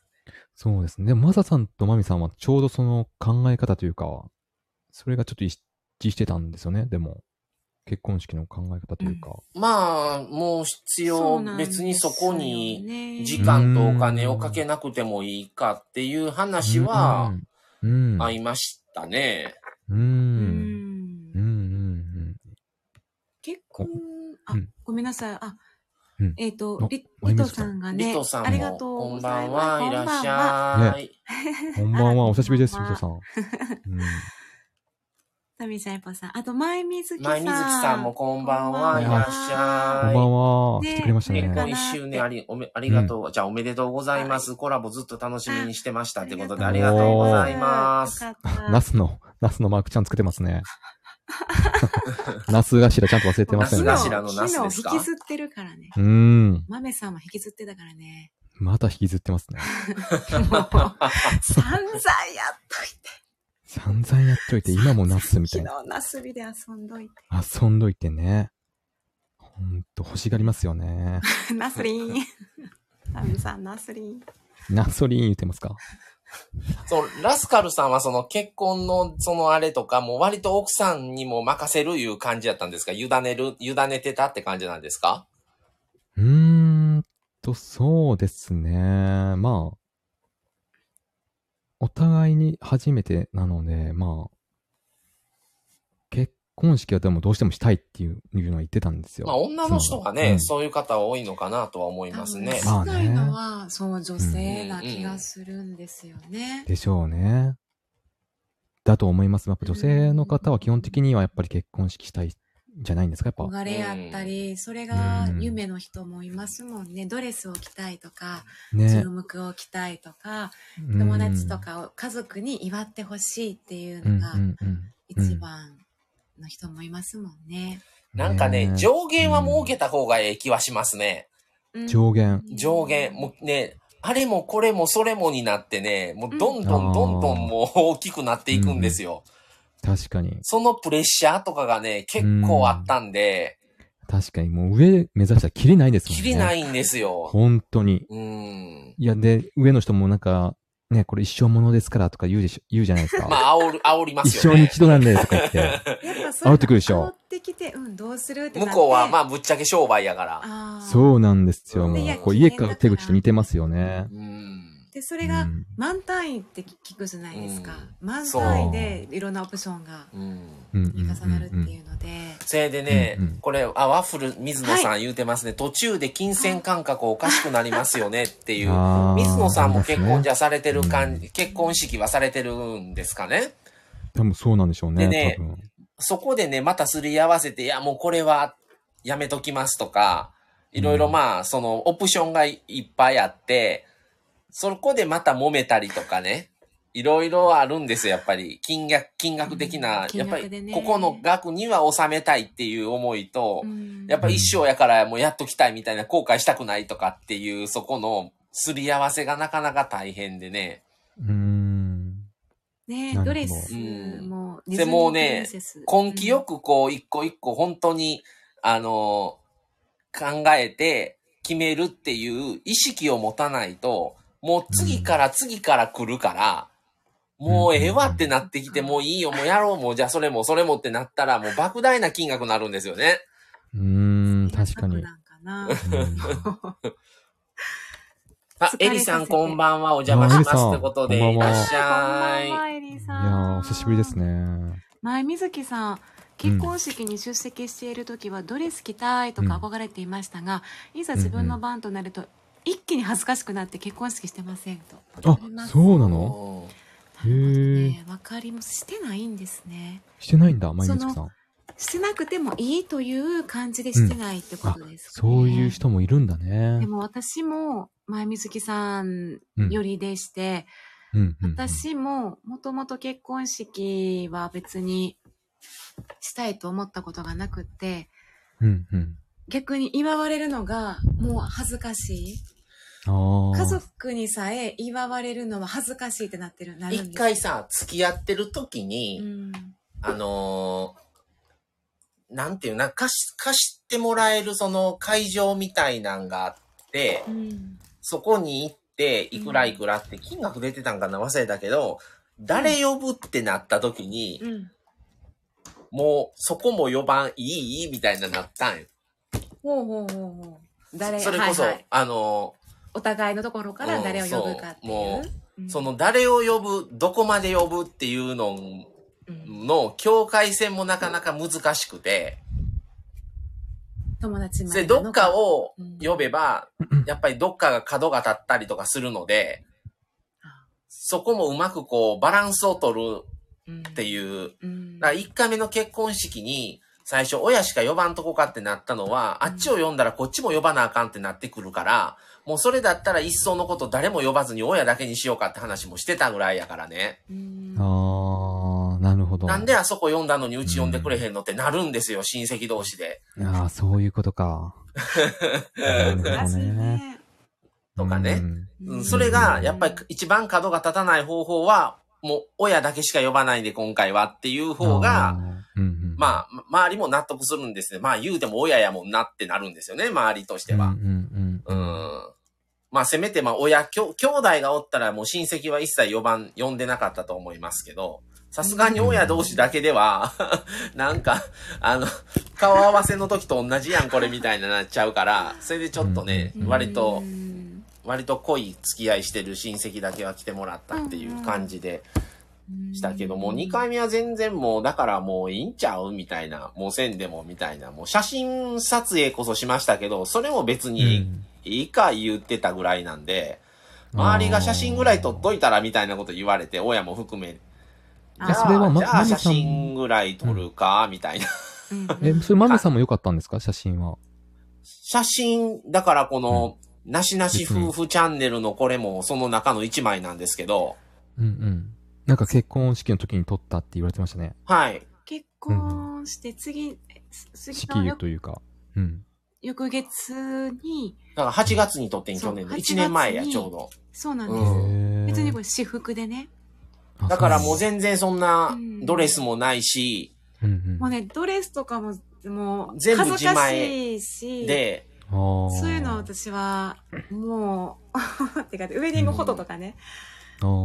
Speaker 4: そうですね。でも、マサさんとマミさんはちょうどその考え方というか、それがちょっと一致してたんですよね。でも、結婚式の考え方というか。
Speaker 1: まあ、もう必
Speaker 2: そ
Speaker 1: 要
Speaker 2: うな、んです
Speaker 1: 別
Speaker 2: よね
Speaker 1: にそこに、時間とお金をかけなくてもいいかっていう話は
Speaker 4: うん、うん。
Speaker 1: 合いましたね。
Speaker 4: う。
Speaker 2: うんん
Speaker 4: うん。うん。うん。
Speaker 2: 結婚、あ
Speaker 4: うん、
Speaker 2: ごめんなさい。あ
Speaker 4: うん、
Speaker 2: えっと
Speaker 4: あ、
Speaker 2: リ
Speaker 4: まゆ
Speaker 2: リ
Speaker 4: み
Speaker 2: トさ
Speaker 4: さん
Speaker 2: んが
Speaker 1: リ
Speaker 2: ね
Speaker 1: トさ、
Speaker 2: あ
Speaker 1: ん
Speaker 2: りが
Speaker 1: も、
Speaker 2: とう
Speaker 1: こ
Speaker 2: ご
Speaker 1: んば
Speaker 2: ざい
Speaker 1: ん
Speaker 2: ます。
Speaker 1: は、いらっし
Speaker 2: い。
Speaker 1: ゃい。
Speaker 4: こんばんは、お久しぶりです、
Speaker 2: こん
Speaker 4: ゆ
Speaker 2: ばんは
Speaker 4: とさん。うん。
Speaker 2: タミちゃん、エポさん。あと、前水木さん。
Speaker 1: 前水木さんもこんばん
Speaker 2: こ
Speaker 1: は、い
Speaker 4: んばんは
Speaker 1: らっし
Speaker 4: こ
Speaker 1: ゃ
Speaker 4: んばんは、来てくれました
Speaker 1: い。
Speaker 4: ね。
Speaker 1: 結
Speaker 2: ね
Speaker 1: 婚一周年あり、おめ、ありがとう。じゃあおめでとうございます。コラボずっと楽しみにしてましたってことでありがとうございます。
Speaker 2: よかった
Speaker 4: ナスの、ナスのマークちゃん作ってますね。 ナス頭ちゃんと忘れてませんね。
Speaker 1: ナス頭のナスですか
Speaker 2: 木の引きずってるからね。
Speaker 4: うーん。
Speaker 2: 豆さんも引きずってたからね。
Speaker 4: また引きずってますね。
Speaker 2: もう、散々やっといて。
Speaker 4: 散々やっといて、今もナスみたいな。
Speaker 2: 昨日、ナ スビで遊んどい
Speaker 4: 遊んどいてね。ほんと、欲しがりますよね。
Speaker 2: て。ナスリン。タミさん、ナスリン。
Speaker 4: なそりん言ってますか
Speaker 1: そう、ラスカルさんはその結婚のそのあれとか、もう割と奥さんにも任せるいう感じだったんですか委ねる、委ねてたって感じなんですか
Speaker 4: うーんと、そうですね。まあ、お互いに初めてなので、まあ、結婚式はでもどうしてもしたいっていういうのは言ってたんですよ。
Speaker 1: まあ女の人がね、
Speaker 4: うん
Speaker 1: そういう方多いのかなとは思いますね。
Speaker 4: まあ
Speaker 2: 少ないのは、そう、女性な気がするんですよね。
Speaker 4: でしょうね。だと思います。やっぱ女性の方は基本的にはやっぱり結婚式したいじゃないんですか、やっぱ。
Speaker 2: 憧れやったり、それが夢の人もいますもんね。ドレスを着たいとか、
Speaker 4: ね
Speaker 2: 注。目を着たいとか、
Speaker 4: うん
Speaker 2: 友達とかを家族に祝ってほしいっていう
Speaker 4: うん
Speaker 2: の
Speaker 4: う
Speaker 2: が
Speaker 4: んうん
Speaker 2: 一番の人もいますもんね。
Speaker 1: なんかね、
Speaker 4: ね
Speaker 1: 上限は設けた方がええ気はしますね。
Speaker 2: うん
Speaker 4: 上限。
Speaker 1: 上限。もうね、あれもこれもそれもになってね、もうどんど
Speaker 4: うんん
Speaker 1: どんどんもう大きくなっていくんですよ。
Speaker 4: 確かに。
Speaker 1: そのプレッシャーとかがね、結構あったんで、
Speaker 4: 確かに。もう上目指したらキリないですもん
Speaker 1: 切
Speaker 4: ね。。
Speaker 1: りないいんですよ。
Speaker 4: 本当に。
Speaker 1: うん。
Speaker 4: いや、で、上の人もなんか、ね、これ一生ものですからとか言うでしょ、言うじゃないですか。
Speaker 1: まあ、煽る、煽りま
Speaker 4: 一
Speaker 1: すよ
Speaker 4: 生に
Speaker 1: ね。
Speaker 4: 一度なんでとか 言って。
Speaker 2: やっぱそういう
Speaker 4: 煽ってくるでしょ
Speaker 2: の煽ってきて、うん、どうするってな
Speaker 1: 向
Speaker 2: って
Speaker 1: こうは、まあ、ぶっちゃけ商売やから。
Speaker 2: あー
Speaker 4: そうなんですよ。
Speaker 1: うん
Speaker 4: も
Speaker 1: いや
Speaker 4: う、こう家から手口と似てますよね。
Speaker 1: うん。
Speaker 2: で、それが
Speaker 4: うん
Speaker 2: 満単位って聞くじゃないですか。満
Speaker 1: そう
Speaker 2: 単位でいろんなオプションが
Speaker 1: うん。
Speaker 4: うん
Speaker 2: 積み重なるっていうので、
Speaker 1: それでね、
Speaker 4: うんうん
Speaker 1: これ、あ、ワッフル、水野さん言うてますね、途中で金銭感覚おかしくなりますよねっていう。
Speaker 4: あー
Speaker 1: 水野さんも結婚じゃされてる
Speaker 4: う
Speaker 1: 感
Speaker 4: ん
Speaker 1: じ、結婚式はされてるんですかね
Speaker 4: 多分そうなんでしょう
Speaker 1: で
Speaker 4: ね。
Speaker 1: ね
Speaker 4: 多分
Speaker 1: そこでね、またすり合わせて、いや、もうこれはやめときますとか、いろいろまあ、そのオプションがいっぱいあって、そこでまた揉めたりとかね、いろいろあるんですよ、やっぱり。金額、金額的な
Speaker 2: う、ん
Speaker 1: やっぱ
Speaker 2: 金額で
Speaker 1: り、
Speaker 2: ね
Speaker 1: ここの額には収めたいっていう思いと、
Speaker 2: うん
Speaker 1: やっぱ一生やからもうやっときたいみたいな後悔したくないとかっていう、そこのすり合わせがなかなか大変でね。
Speaker 4: うーん。
Speaker 2: ね
Speaker 4: なるほど
Speaker 2: ドレスも、ディズニー
Speaker 1: もうね
Speaker 2: プリンセス
Speaker 1: 根気よくこう一個一個本当に、あの考えて決めるっていう意識を持たないと、もう次から次から来るから、もうええわってなってきて、
Speaker 2: うん
Speaker 1: もういいよ、もうやろう、もうじゃあそれもそれもってなったら、もう莫大な金額になるんですよね。
Speaker 4: う
Speaker 2: う
Speaker 4: ー
Speaker 2: ん
Speaker 4: ん、確かに。
Speaker 2: なんか な
Speaker 4: うん
Speaker 1: あ、エ
Speaker 2: 疲れさせて
Speaker 1: リさんこんばんは、お邪魔しますってことで、
Speaker 4: あエ
Speaker 1: い
Speaker 4: リさんこんばんは
Speaker 1: らっしゃい。
Speaker 2: こんばんはエリー
Speaker 4: いや
Speaker 2: さん
Speaker 4: ー、お久しぶりですね。
Speaker 2: 前水木さん結婚式に出席している時はドレス着たいとか
Speaker 4: うん
Speaker 2: 憧れていましたが、いざ自分の番となると一気に恥ずかしくなって結婚式してませんと。
Speaker 4: あ
Speaker 2: りま、す
Speaker 4: そうなの
Speaker 1: うん
Speaker 4: へー。
Speaker 2: ね、分かりもしてないんですね。
Speaker 4: してないんだ、毎日さ
Speaker 2: そ
Speaker 4: ん。
Speaker 2: してなくてもいいという感じでしてないってことですかね、
Speaker 4: そういう人もいるんだ
Speaker 2: で
Speaker 4: ね。
Speaker 2: も私も前水木さん
Speaker 4: うん
Speaker 2: よりでして、
Speaker 4: うんうんうん
Speaker 2: 私ももともと結婚式は別にしたいと思ったことがなくって
Speaker 4: うんうん。
Speaker 2: 逆に祝われるのがもう恥ずかしい
Speaker 4: ああ。
Speaker 2: 家族にさえ祝われるのは恥ずかしいってなってるなるんです
Speaker 1: 一回、さ、付き合ってる時に、
Speaker 2: うん、
Speaker 1: あのーなんていうな、貸し、貸してもらえるその会場みたいなんがあって、
Speaker 2: うん
Speaker 1: そこに行って、いくらいくらって金額出てたんかな忘れたけど、誰呼ぶってなった時に、
Speaker 2: うん、
Speaker 1: もうそこも呼ばん、いいみたいななったんよ。
Speaker 2: ほうほうほうほう誰
Speaker 1: それこそ、
Speaker 2: はいはい、
Speaker 1: あの
Speaker 2: お互いのところから誰を呼ぶかっていう,
Speaker 1: うん
Speaker 2: うん、
Speaker 1: そーその誰を呼ぶ、どこまで呼ぶっていうの
Speaker 2: うん
Speaker 1: の境界線もなかなか難しくて、
Speaker 2: 友達ま
Speaker 1: で、
Speaker 2: でなの
Speaker 1: どっかを
Speaker 2: うん
Speaker 1: 呼べば、やっぱりどっかが角が立ったりとかするので、そこもうまくこう、バランスを取る
Speaker 2: うん
Speaker 1: っていう。
Speaker 2: うん
Speaker 1: だから1回目の結婚式に、最初親しか呼ばんとこかってなったのは、あっちを呼んだらこっちも呼ばなあかんってなってくるから、もうそれだったら一層のこと誰も呼ばずに親だけにしようかって話もしてたぐらいやからね。
Speaker 2: うん
Speaker 4: ああ、なるほど。
Speaker 1: なんであそこ呼んだのにうち呼んでくれへんのってなるんですよ、親戚同士で。
Speaker 4: ああ、そういうことか。なるほ
Speaker 2: 難し
Speaker 4: ど
Speaker 2: い
Speaker 4: ね。
Speaker 2: ね
Speaker 1: とかね
Speaker 4: う
Speaker 1: う
Speaker 4: ん
Speaker 1: ん、それが、やっぱり一番角が立たない方法は、もう親だけしか呼ばないで今回はっていう方が、、
Speaker 4: うんうん、あ、
Speaker 1: まあ、ま周りも納得するんですね。まあ言うても親やもんなってなるんですよね、周りとして
Speaker 4: うんう
Speaker 1: は。
Speaker 4: んうん
Speaker 1: うん。まあ、せめて、まあ、親、きょ兄弟がおったら、もう親戚は一切呼ばん、呼んでなかったと思いますけど、さすがに親同士だけでは、 なんか、あの、顔合わせの時と同じやん、これみたいになっちゃうから、それでちょっとね、
Speaker 4: うん
Speaker 1: 割と
Speaker 2: う、ん
Speaker 1: 割と濃い付き合いしてる親戚だけは来てもらったっていう感じでしたけども、2回目は全然もう、だからもういいんちゃうみたいな、もうせんでもみたいな、もう写真撮影こそしましたけど、それも別にいいか言ってたぐらいなんで、周りが写真ぐらい撮っといたらみたいなこと言われて、親も含め、
Speaker 4: あ
Speaker 1: じ
Speaker 4: ー
Speaker 1: ゃ
Speaker 4: それは
Speaker 1: あ、
Speaker 4: ま
Speaker 1: じゃあ
Speaker 4: マミさ
Speaker 1: 写
Speaker 4: ん
Speaker 1: 真ぐらい撮るか、みたいな。
Speaker 2: うん
Speaker 4: え、それマミさんも良かったんですか写真は。
Speaker 1: 写真、だからこの、なしなし夫婦チャンネルのこれもその中の一枚なんですけど、
Speaker 4: うんうん。なんか結婚式の時に撮ったって言われてましたね。
Speaker 1: はい。
Speaker 2: 結婚して次、えす次
Speaker 4: 式
Speaker 2: の
Speaker 4: 湯
Speaker 2: 翌
Speaker 4: というか。うん。
Speaker 2: 翌月に、
Speaker 1: だから8月に撮ってん、
Speaker 2: そう
Speaker 1: 去年の。
Speaker 2: 8
Speaker 1: 1年前や、
Speaker 2: 月に
Speaker 1: ちょうど。
Speaker 2: そうなん
Speaker 1: う
Speaker 2: で
Speaker 1: ん
Speaker 2: す。
Speaker 4: へー
Speaker 2: 別にこれ私服でね。
Speaker 4: あ
Speaker 1: だから
Speaker 4: そう
Speaker 1: もう全然そんな
Speaker 2: うん
Speaker 1: ドレスもないし、
Speaker 4: うん
Speaker 2: もうね、ドレスとかも、もう、
Speaker 1: 全部
Speaker 2: 恥ずかしいし、
Speaker 1: で、
Speaker 4: うん。
Speaker 2: そういうのは
Speaker 4: あー
Speaker 2: 私は、もう、 てか、ウェディングフォトとかね、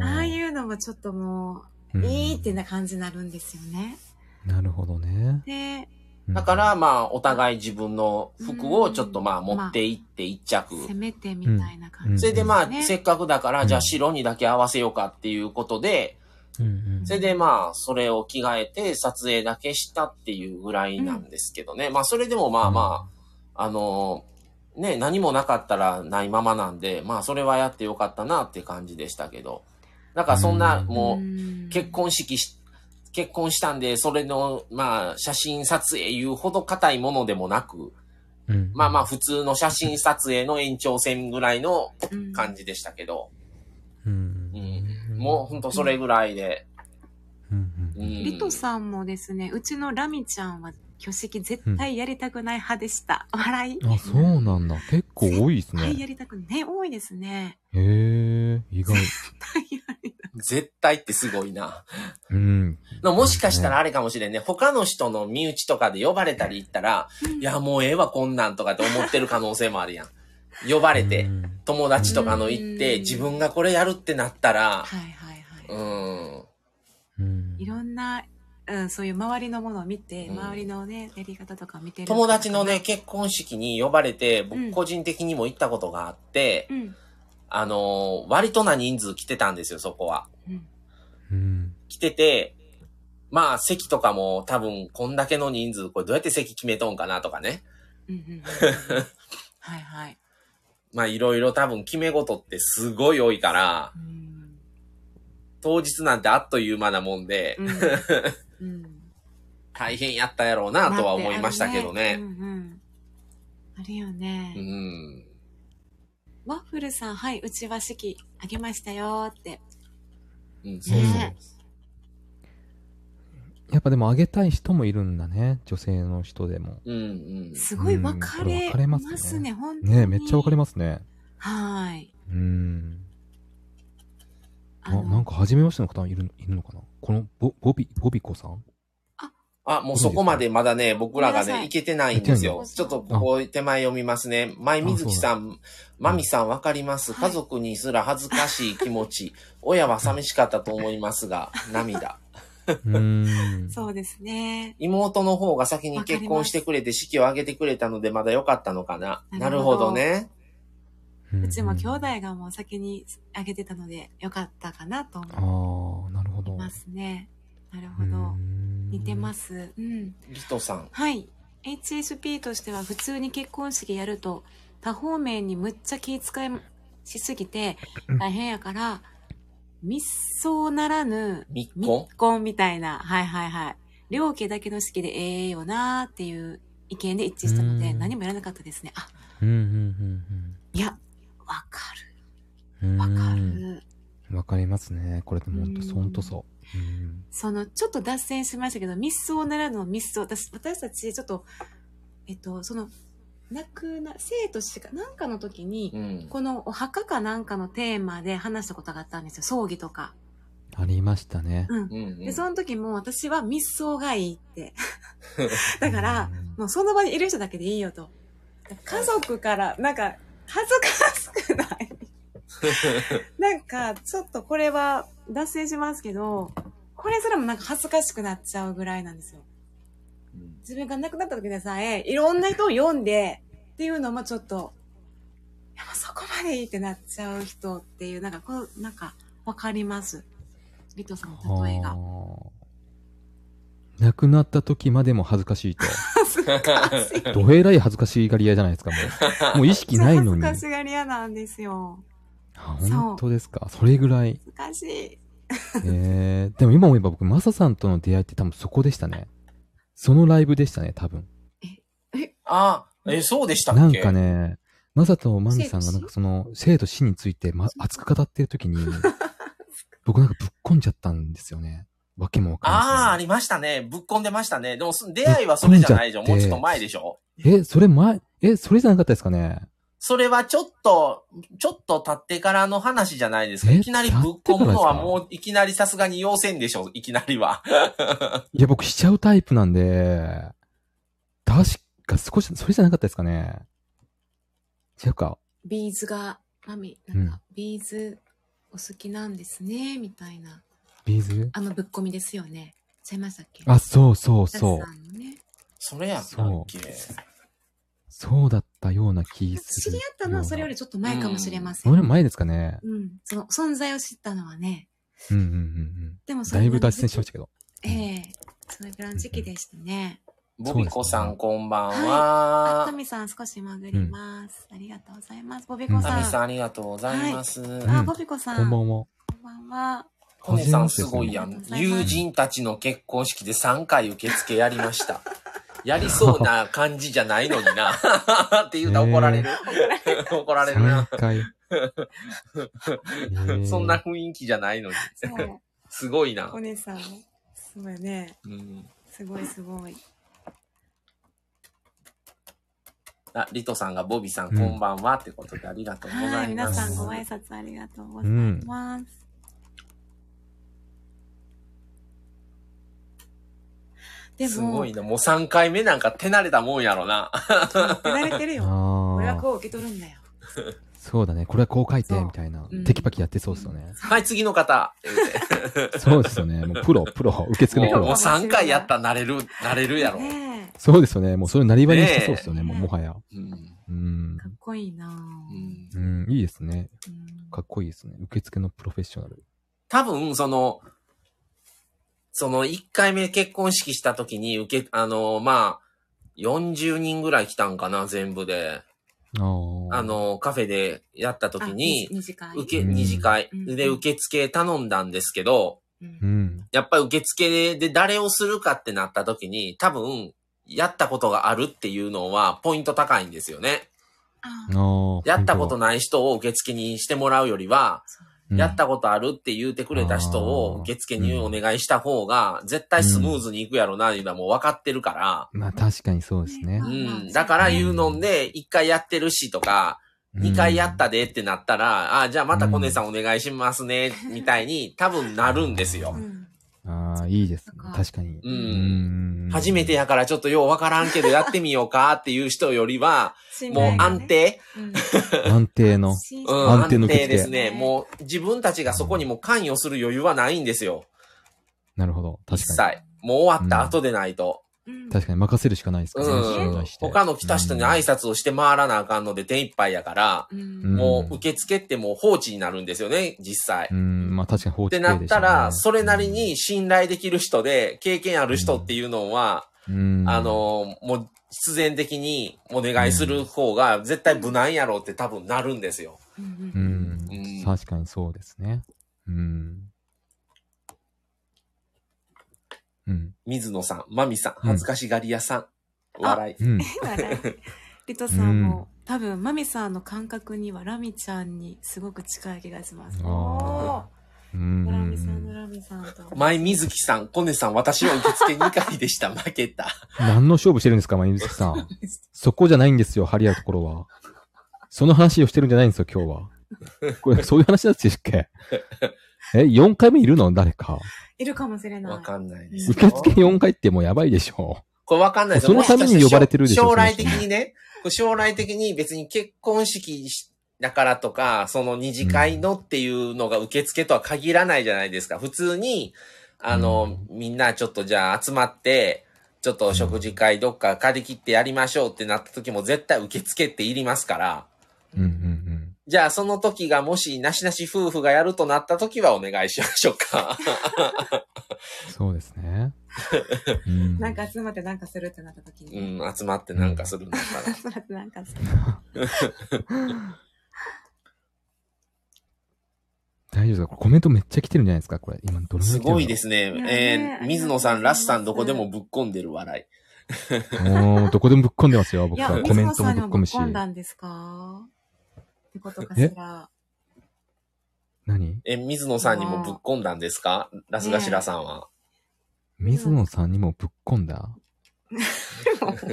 Speaker 2: ああいうのもちょっともう、
Speaker 4: うん
Speaker 2: いいってな感じになるんですよね。
Speaker 4: なるほどね。
Speaker 2: で、
Speaker 4: うん
Speaker 1: だから、まあお互い自分の服をちょっとまあ持っていって一着。
Speaker 2: せめてみたいな感
Speaker 1: そ
Speaker 2: じ
Speaker 1: れでまあ
Speaker 2: ね
Speaker 1: せっかくだから
Speaker 4: うん
Speaker 1: じゃあ白にだけ合わせようかっていうことで、
Speaker 4: うんうん
Speaker 1: それでまあそれを着替えて撮影だけしたっていうぐらいなんですけどね。まあそれでもまあまあ、あのーね、何もなかったらないままなんで、まあそれはやってよかったなって感じでしたけど。だからそんな
Speaker 4: うん
Speaker 1: もう、
Speaker 2: ん
Speaker 1: 結婚式し、結婚したんで、それの、まあ、写真撮影いうほど硬いものでもなく、
Speaker 4: うんうん
Speaker 1: まあまあ、普通の写真撮影の延長線ぐらいの
Speaker 2: うん
Speaker 1: 感じでしたけど、
Speaker 4: うん
Speaker 1: うんもうほんとそれぐらいで、
Speaker 4: うん
Speaker 1: う
Speaker 4: うん
Speaker 1: ん。
Speaker 2: リトさんもですね、うちのラミちゃんは挙式絶対やりたくない派でした。笑い。
Speaker 4: あ、そうなんだ。結構多いです
Speaker 2: はい、や
Speaker 4: ね。
Speaker 2: りたくね、多いで すね。
Speaker 4: へえ、意外。
Speaker 1: 絶対ってすごいな。
Speaker 4: うん。
Speaker 1: のもしかしたらあれかもしれんね。他の人の身内とかで呼ばれたり行ったら、いや、もうええわ、こんなんとかって思ってる可能性もあるやん。呼ばれ
Speaker 4: う
Speaker 1: て、
Speaker 4: ん。
Speaker 1: 友達とかの行っ
Speaker 2: う
Speaker 1: て、
Speaker 2: ん
Speaker 1: 自分がこれやるってなったら、
Speaker 2: はいはいは
Speaker 1: う
Speaker 2: い。
Speaker 1: ん。
Speaker 4: うん
Speaker 2: いろんな、うん、そういう周りのものを見て、
Speaker 1: うん
Speaker 2: 周りのね、やり方とか見てる。
Speaker 1: 友達のね、。結婚式に呼ばれて、
Speaker 2: う
Speaker 1: 僕
Speaker 2: ん
Speaker 1: 個人的にも行ったことがあって、
Speaker 2: うん。
Speaker 1: あのー割とな人数来てたんですよ、そこは。
Speaker 2: うん。
Speaker 4: うん。
Speaker 1: 来てて、まあ席とかも多分こんだけの人数、これどうやって席決めとんかなとかね。
Speaker 2: うんうん うん。はいはい。
Speaker 1: まあいろいろ多分決め事ってすごい多いから
Speaker 2: う、ん。
Speaker 1: 当日なんてあっという間なもんで、
Speaker 2: うん。うん。
Speaker 1: 大変やったやろうなとは思いましたけど
Speaker 2: ある
Speaker 1: ね。
Speaker 2: うんうん。あるよね。
Speaker 1: うん。
Speaker 2: ワッフルさん、はい、うちは式あげましたよーって。
Speaker 1: うん、そう
Speaker 2: ね
Speaker 4: やっぱでもあげたい人もいるんだね。女性の人でも。
Speaker 1: そう。うん、
Speaker 2: すごい分か
Speaker 4: うんこれ
Speaker 2: れ
Speaker 4: 分かれ
Speaker 2: ま
Speaker 4: ますす
Speaker 2: ね。
Speaker 4: ね
Speaker 2: 本当に。
Speaker 4: ねえ、めっちゃわかり
Speaker 2: ま
Speaker 4: ますね。
Speaker 2: す。はーい。
Speaker 4: うん。
Speaker 2: あ
Speaker 4: あ、
Speaker 2: の
Speaker 4: なんか初めましての方いるいるのかなこのボ、ボビ、ボビコさん
Speaker 1: あ、もうそこまでまだね、僕らが
Speaker 2: ごめんなさ
Speaker 1: ね、
Speaker 2: い
Speaker 1: いけてないんです
Speaker 2: いけてな
Speaker 1: よ
Speaker 2: い。
Speaker 1: ちょっとここ手前読みますね。前水木さん、まみさんわかります。
Speaker 2: はい
Speaker 1: 家族にすら恥ずかしい気持ち。親は寂しかったと思います が、涙。
Speaker 4: うん。
Speaker 2: そうですね。
Speaker 1: 妹の方が先に結婚してくれて式を挙げてくれたのでまだ良かったのかな。
Speaker 2: な
Speaker 1: な
Speaker 2: る
Speaker 1: る
Speaker 2: ほ
Speaker 1: ほ
Speaker 2: ど
Speaker 1: どね。
Speaker 4: うん。
Speaker 2: うちも兄弟がもう先にあげてたので、よかったかなと思
Speaker 4: ああ、なるほ
Speaker 2: い
Speaker 4: ど。。
Speaker 2: ますね。なるほど。似てますす。うん。
Speaker 1: リトさん。
Speaker 2: はい。HSP としては普通に結婚式やると多方面にむっちゃ気遣いしすぎ て大変やから、密相ならぬ
Speaker 1: みっこ
Speaker 2: 密婚みたいな、はいはいはい。両家だけの式でええよなーっていう意見で一致したので、
Speaker 4: うん
Speaker 2: 何もやらなかったですね。あ、
Speaker 4: うんうん
Speaker 2: いや、わか
Speaker 4: うんうん。
Speaker 2: る、わかる。
Speaker 4: うんわかりますね。これでも本当
Speaker 2: うん
Speaker 4: そう、本当そう。うん
Speaker 2: その、ちょっと脱線しましたけど、密相ならぬ密相。私、私たち、ちょっと、えっと、その、亡くな、生と死か、なんかの時に、
Speaker 1: うん。
Speaker 2: このお墓かなんかのテーマで話したことがあったんですよ。葬儀とか。
Speaker 4: ありましたね。
Speaker 2: うん。
Speaker 1: うんうん
Speaker 2: で、その時も私は密相がいいって。だから、
Speaker 4: うん、
Speaker 2: もうその場にいる人だけでいいよと。家族から、なんか、恥ずかしくない。なんか、ちょっとこれは脱線しますけど、これすらもなんか恥ずかしくなっちゃうぐらいなんですよ。
Speaker 4: うん
Speaker 2: 自分が亡くなった時でさえ、いろんな人を読んで、っていうのもちょっと、いや、もうそこまでいいってなっちゃう人っていう、なんか、この、なんか、わかります。リトさんの例えが。
Speaker 4: はあ亡くなった時までも恥ずかしい と。
Speaker 2: 恥ずかしい。
Speaker 4: どえらい恥ずかしがり屋じゃないですか、もう。もう意識ないの
Speaker 2: 恥
Speaker 4: に。
Speaker 2: ず
Speaker 4: あ
Speaker 2: かしがり屋なんですよ。そう
Speaker 4: 本当ですか。それぐらい。
Speaker 2: 恥ずかしい。
Speaker 4: えー、でも今思えば僕、マサさんとの出会いって多分そこでしたね。そのライブでしたね、多分。
Speaker 1: あ、え、そうでしたっけ
Speaker 4: なんかね、マサとマミさんがなんかその生と死について、ま、熱く語って る時に、僕なんかぶっこんじゃったんですよね。わけもわ
Speaker 1: ああ、
Speaker 4: か
Speaker 1: あ
Speaker 4: んない
Speaker 1: りましたね。ぶっこんでましたね。でも、す出会いはそれじゃないでしょ。
Speaker 4: ぶっ
Speaker 1: も
Speaker 4: こ
Speaker 1: うんち
Speaker 4: じ
Speaker 1: ょっ
Speaker 4: ゃって
Speaker 1: と前でしょ。。
Speaker 4: え、それ前、え、それじゃなかったですかね
Speaker 1: それはちょっと、ちょっと経ってからの話じゃないですか。
Speaker 4: え
Speaker 1: いきなりぶっこむのは
Speaker 4: 経ってからですか
Speaker 1: もういきなりさすがに要せんでしょ。いきなりは。
Speaker 4: いや、僕しちゃうタイプなんで、確か少し、それじゃなかったですかね違うか。
Speaker 2: ビーズが、マミ、なんか、ビーズお好きなんですね、みたいな。
Speaker 4: ビーズ
Speaker 2: あのぶっこみですよね。ちゃいましたっけ
Speaker 4: あ、そうそうそ
Speaker 2: ラ
Speaker 4: う
Speaker 2: ス。さんのね。
Speaker 1: それやったっけ
Speaker 4: そうだったような気す
Speaker 2: 知
Speaker 4: る。
Speaker 2: り合ったのはそれよりちょっと前かもしれませ
Speaker 4: そ
Speaker 2: ん。う
Speaker 4: れ
Speaker 2: ん、
Speaker 4: 前ですかね。
Speaker 2: その存在を知ったのはね。
Speaker 4: うんうんうんうん。
Speaker 2: でもそ
Speaker 4: だ
Speaker 2: れ
Speaker 4: い
Speaker 2: ぐら
Speaker 4: ぶ
Speaker 2: いの
Speaker 4: 脱
Speaker 2: 時
Speaker 4: 線しましたけど。
Speaker 2: ええそれぐらいの時期でしたね。
Speaker 1: ボビコさん、こんばん
Speaker 2: あ、
Speaker 1: は
Speaker 2: ト。ミさん少し潜ります。ありがとうございます。ボビコ
Speaker 1: タ
Speaker 2: さ
Speaker 1: ミ
Speaker 2: ん。
Speaker 1: さん、ありがとうございます。
Speaker 4: ん
Speaker 2: あ、ボビコさん。
Speaker 4: こんばんは。
Speaker 2: こんばんは。
Speaker 1: コネさんすごいや
Speaker 2: あり
Speaker 1: ん
Speaker 2: がとう。ございます
Speaker 1: 友人たちの結婚式で3回受付やりました。 やりそうな感じじゃないのにな。 って言うたら怒られる。 怒られるな。
Speaker 4: 3回。 えー
Speaker 1: そんな。雰囲気じゃないのに。
Speaker 2: そう、
Speaker 1: すごいな
Speaker 2: お。姉さん。すごいね。
Speaker 1: うん、
Speaker 2: すごいすごい。
Speaker 1: あ、リトさんがボビさ
Speaker 4: うんん
Speaker 1: こんばんはってことでありがとうご
Speaker 2: は
Speaker 1: ざ
Speaker 2: い、
Speaker 1: い
Speaker 2: 皆
Speaker 1: ます。
Speaker 2: さんご挨拶ありがとうございます。ですも
Speaker 1: ご、いな。もう3回目なんか手慣れたもんやろな。
Speaker 2: 手慣れてる よ。
Speaker 4: あ
Speaker 2: 俺は
Speaker 4: あ。
Speaker 2: こう受け取るんだよ。
Speaker 4: そうだね。これはこう書いて、
Speaker 2: そう
Speaker 4: みたいな
Speaker 2: うん。
Speaker 4: テキパキやってそうですよね。
Speaker 1: はい、次の方。
Speaker 4: そうですよね。もうプロ、プロ、受付
Speaker 1: も
Speaker 4: の
Speaker 1: う
Speaker 4: プ
Speaker 2: プロ
Speaker 1: もう
Speaker 4: ロ。
Speaker 1: 3回やったら慣れる、慣れるやろ。
Speaker 2: ね
Speaker 4: そうですよね。もうそれをなりわいにしてそうですよね。
Speaker 2: ねえ
Speaker 4: もうもはや。
Speaker 1: うん
Speaker 4: うん
Speaker 2: え、か。っこいいなぁ
Speaker 1: うん
Speaker 4: うん、いいですね。
Speaker 2: うん
Speaker 4: かっこいいですね。受付のプロフェッショナル。
Speaker 1: 多分、その、その1回目結婚式した時に受け、あの、まあ、40人ぐらい来たんかな、全部で。
Speaker 4: ああ。
Speaker 1: あ、の、カフェでやった時に
Speaker 2: あ、二次会
Speaker 1: 受け、
Speaker 4: うん
Speaker 1: 二次会
Speaker 2: うん
Speaker 1: で受付頼んだんですけど、
Speaker 2: う
Speaker 4: うんん。
Speaker 1: やっぱり受付で誰をするかってなった時に、多分、やったことがあるっていうのは、ポイント高いんですよね。
Speaker 2: あ
Speaker 4: ああ。
Speaker 1: やったこと
Speaker 4: な
Speaker 1: ない人を受付にしてもらうよりは、
Speaker 4: い
Speaker 1: やったことあるって言うてくれた人を
Speaker 4: あー
Speaker 1: 受付にお願いした方が、絶対スムーズにいくやろな、いうのはもう分かってるから、
Speaker 4: まあ確かにそうですね
Speaker 2: う
Speaker 1: う。
Speaker 2: ん
Speaker 1: ん。だから言うのんで、1回やってるしとか、
Speaker 4: うん
Speaker 1: 2回やったでってなったら、あ、じゃあまたコネさんお願いしますね、みたいに多分なるんですよ
Speaker 2: う。ん
Speaker 4: ああ、いいですね
Speaker 2: そっ。か
Speaker 4: 確かに。
Speaker 1: うん
Speaker 4: ん
Speaker 1: 初めて。やからちょっとようわからんけどやってみようかっていう人よりは、
Speaker 2: 信
Speaker 1: もう
Speaker 2: 頼がね
Speaker 1: 安定、
Speaker 2: うん
Speaker 4: 安定の。
Speaker 2: 信
Speaker 1: う
Speaker 2: 頼
Speaker 1: ん、
Speaker 4: 安定の受付
Speaker 1: ですね。もう自分たちがそこにもう関与する余裕はないんですよ。
Speaker 4: なるほど。
Speaker 1: 一
Speaker 4: 確か
Speaker 1: 切。もう終わった後でないと。
Speaker 2: うん
Speaker 4: に。確かに任せるしかないです
Speaker 1: う
Speaker 4: からね信
Speaker 1: ん
Speaker 4: 頼し。て
Speaker 1: 他の来た人に挨拶をして回らなあかんので手一杯やから、
Speaker 2: うん
Speaker 1: もう受付ってもう放置になるんですよね、実際。
Speaker 4: う
Speaker 1: っ
Speaker 4: ん、まあ確かに法
Speaker 1: て
Speaker 4: 定
Speaker 1: な
Speaker 4: で
Speaker 1: っ
Speaker 4: した
Speaker 1: た
Speaker 4: ね
Speaker 1: ら、それなりに、信頼できる人で、経験ある人っていうのは、
Speaker 4: うん
Speaker 1: あ、の、もう必然的にお願いする方が絶対無難やろうって多分なるんですよ。
Speaker 2: う
Speaker 4: うんん
Speaker 1: うん、
Speaker 4: 確かにそうですね。うん。うん。
Speaker 1: 水野さん、まみさん、
Speaker 4: うん
Speaker 1: 恥ずかしがり屋さん、笑い。
Speaker 4: うん。
Speaker 2: 笑いリトさんも、多分マミさんの感覚にはラミちゃんにすごく近い気がします。
Speaker 4: あー
Speaker 2: お
Speaker 4: う
Speaker 2: ー
Speaker 4: ん
Speaker 2: ラミさんのラミさんと。
Speaker 1: 前水木さん、コネさん、私は受付2回でした。負けた。
Speaker 4: 何の勝負してるんですか、まゆずきさ ん。そこじゃないんですよ、張り合うところは。その話をしてるんじゃないんですよ、今日は。これ、そういう話だっっけえ、4回目いるの誰か。
Speaker 2: いるかもしれない。
Speaker 1: わかんないですよ。
Speaker 4: 受付4回ってもうやばいでしょ。
Speaker 1: これわかんないです
Speaker 4: そのために呼ばれてるでしょ
Speaker 1: 将来的にね、これ将来的に別に結婚式しだからとか、その二次会のっていうのが受付とは限らないじゃないですか。普通に、あの、みんなちょっとじゃあ集まって、ちょっと食事会どっか借り切ってやりましょうってなった時も絶対受付っていりますから、
Speaker 4: うんうんうん。
Speaker 1: じゃあその時がもしなしなし夫婦がやるとなった時はお願いしましょう か。
Speaker 4: そうです ね。うん
Speaker 2: なんか集まってなんかするってなった時
Speaker 1: う
Speaker 2: に。
Speaker 1: ん、集まってなんかするんだったら。
Speaker 2: 集まってなんかする。
Speaker 4: 大丈夫ですかこれコメントめっちゃ来てるんじゃないですかこれ。今どれぐら
Speaker 1: す
Speaker 4: い来てるの
Speaker 1: ごいですね。
Speaker 2: いやね
Speaker 1: えー、水野さ
Speaker 2: あり
Speaker 1: ん、
Speaker 2: が
Speaker 1: ラ
Speaker 2: とうございます
Speaker 1: スさんどこでもぶっこんでる笑
Speaker 4: もう、どこでもぶっ込んでますよ、
Speaker 2: い
Speaker 4: 僕
Speaker 2: や、
Speaker 4: は。コ
Speaker 2: 水
Speaker 4: メン
Speaker 2: 野
Speaker 4: ト
Speaker 2: さん
Speaker 4: も
Speaker 2: に
Speaker 4: ぶっ
Speaker 2: も
Speaker 4: 込
Speaker 2: ぶっ
Speaker 4: むし。
Speaker 2: 込んだんですかってことかしら。
Speaker 4: 何
Speaker 1: い。え、水野さんにもぶっこんだんですかラス頭さんは。
Speaker 4: 水野さんにもぶっ込 んだ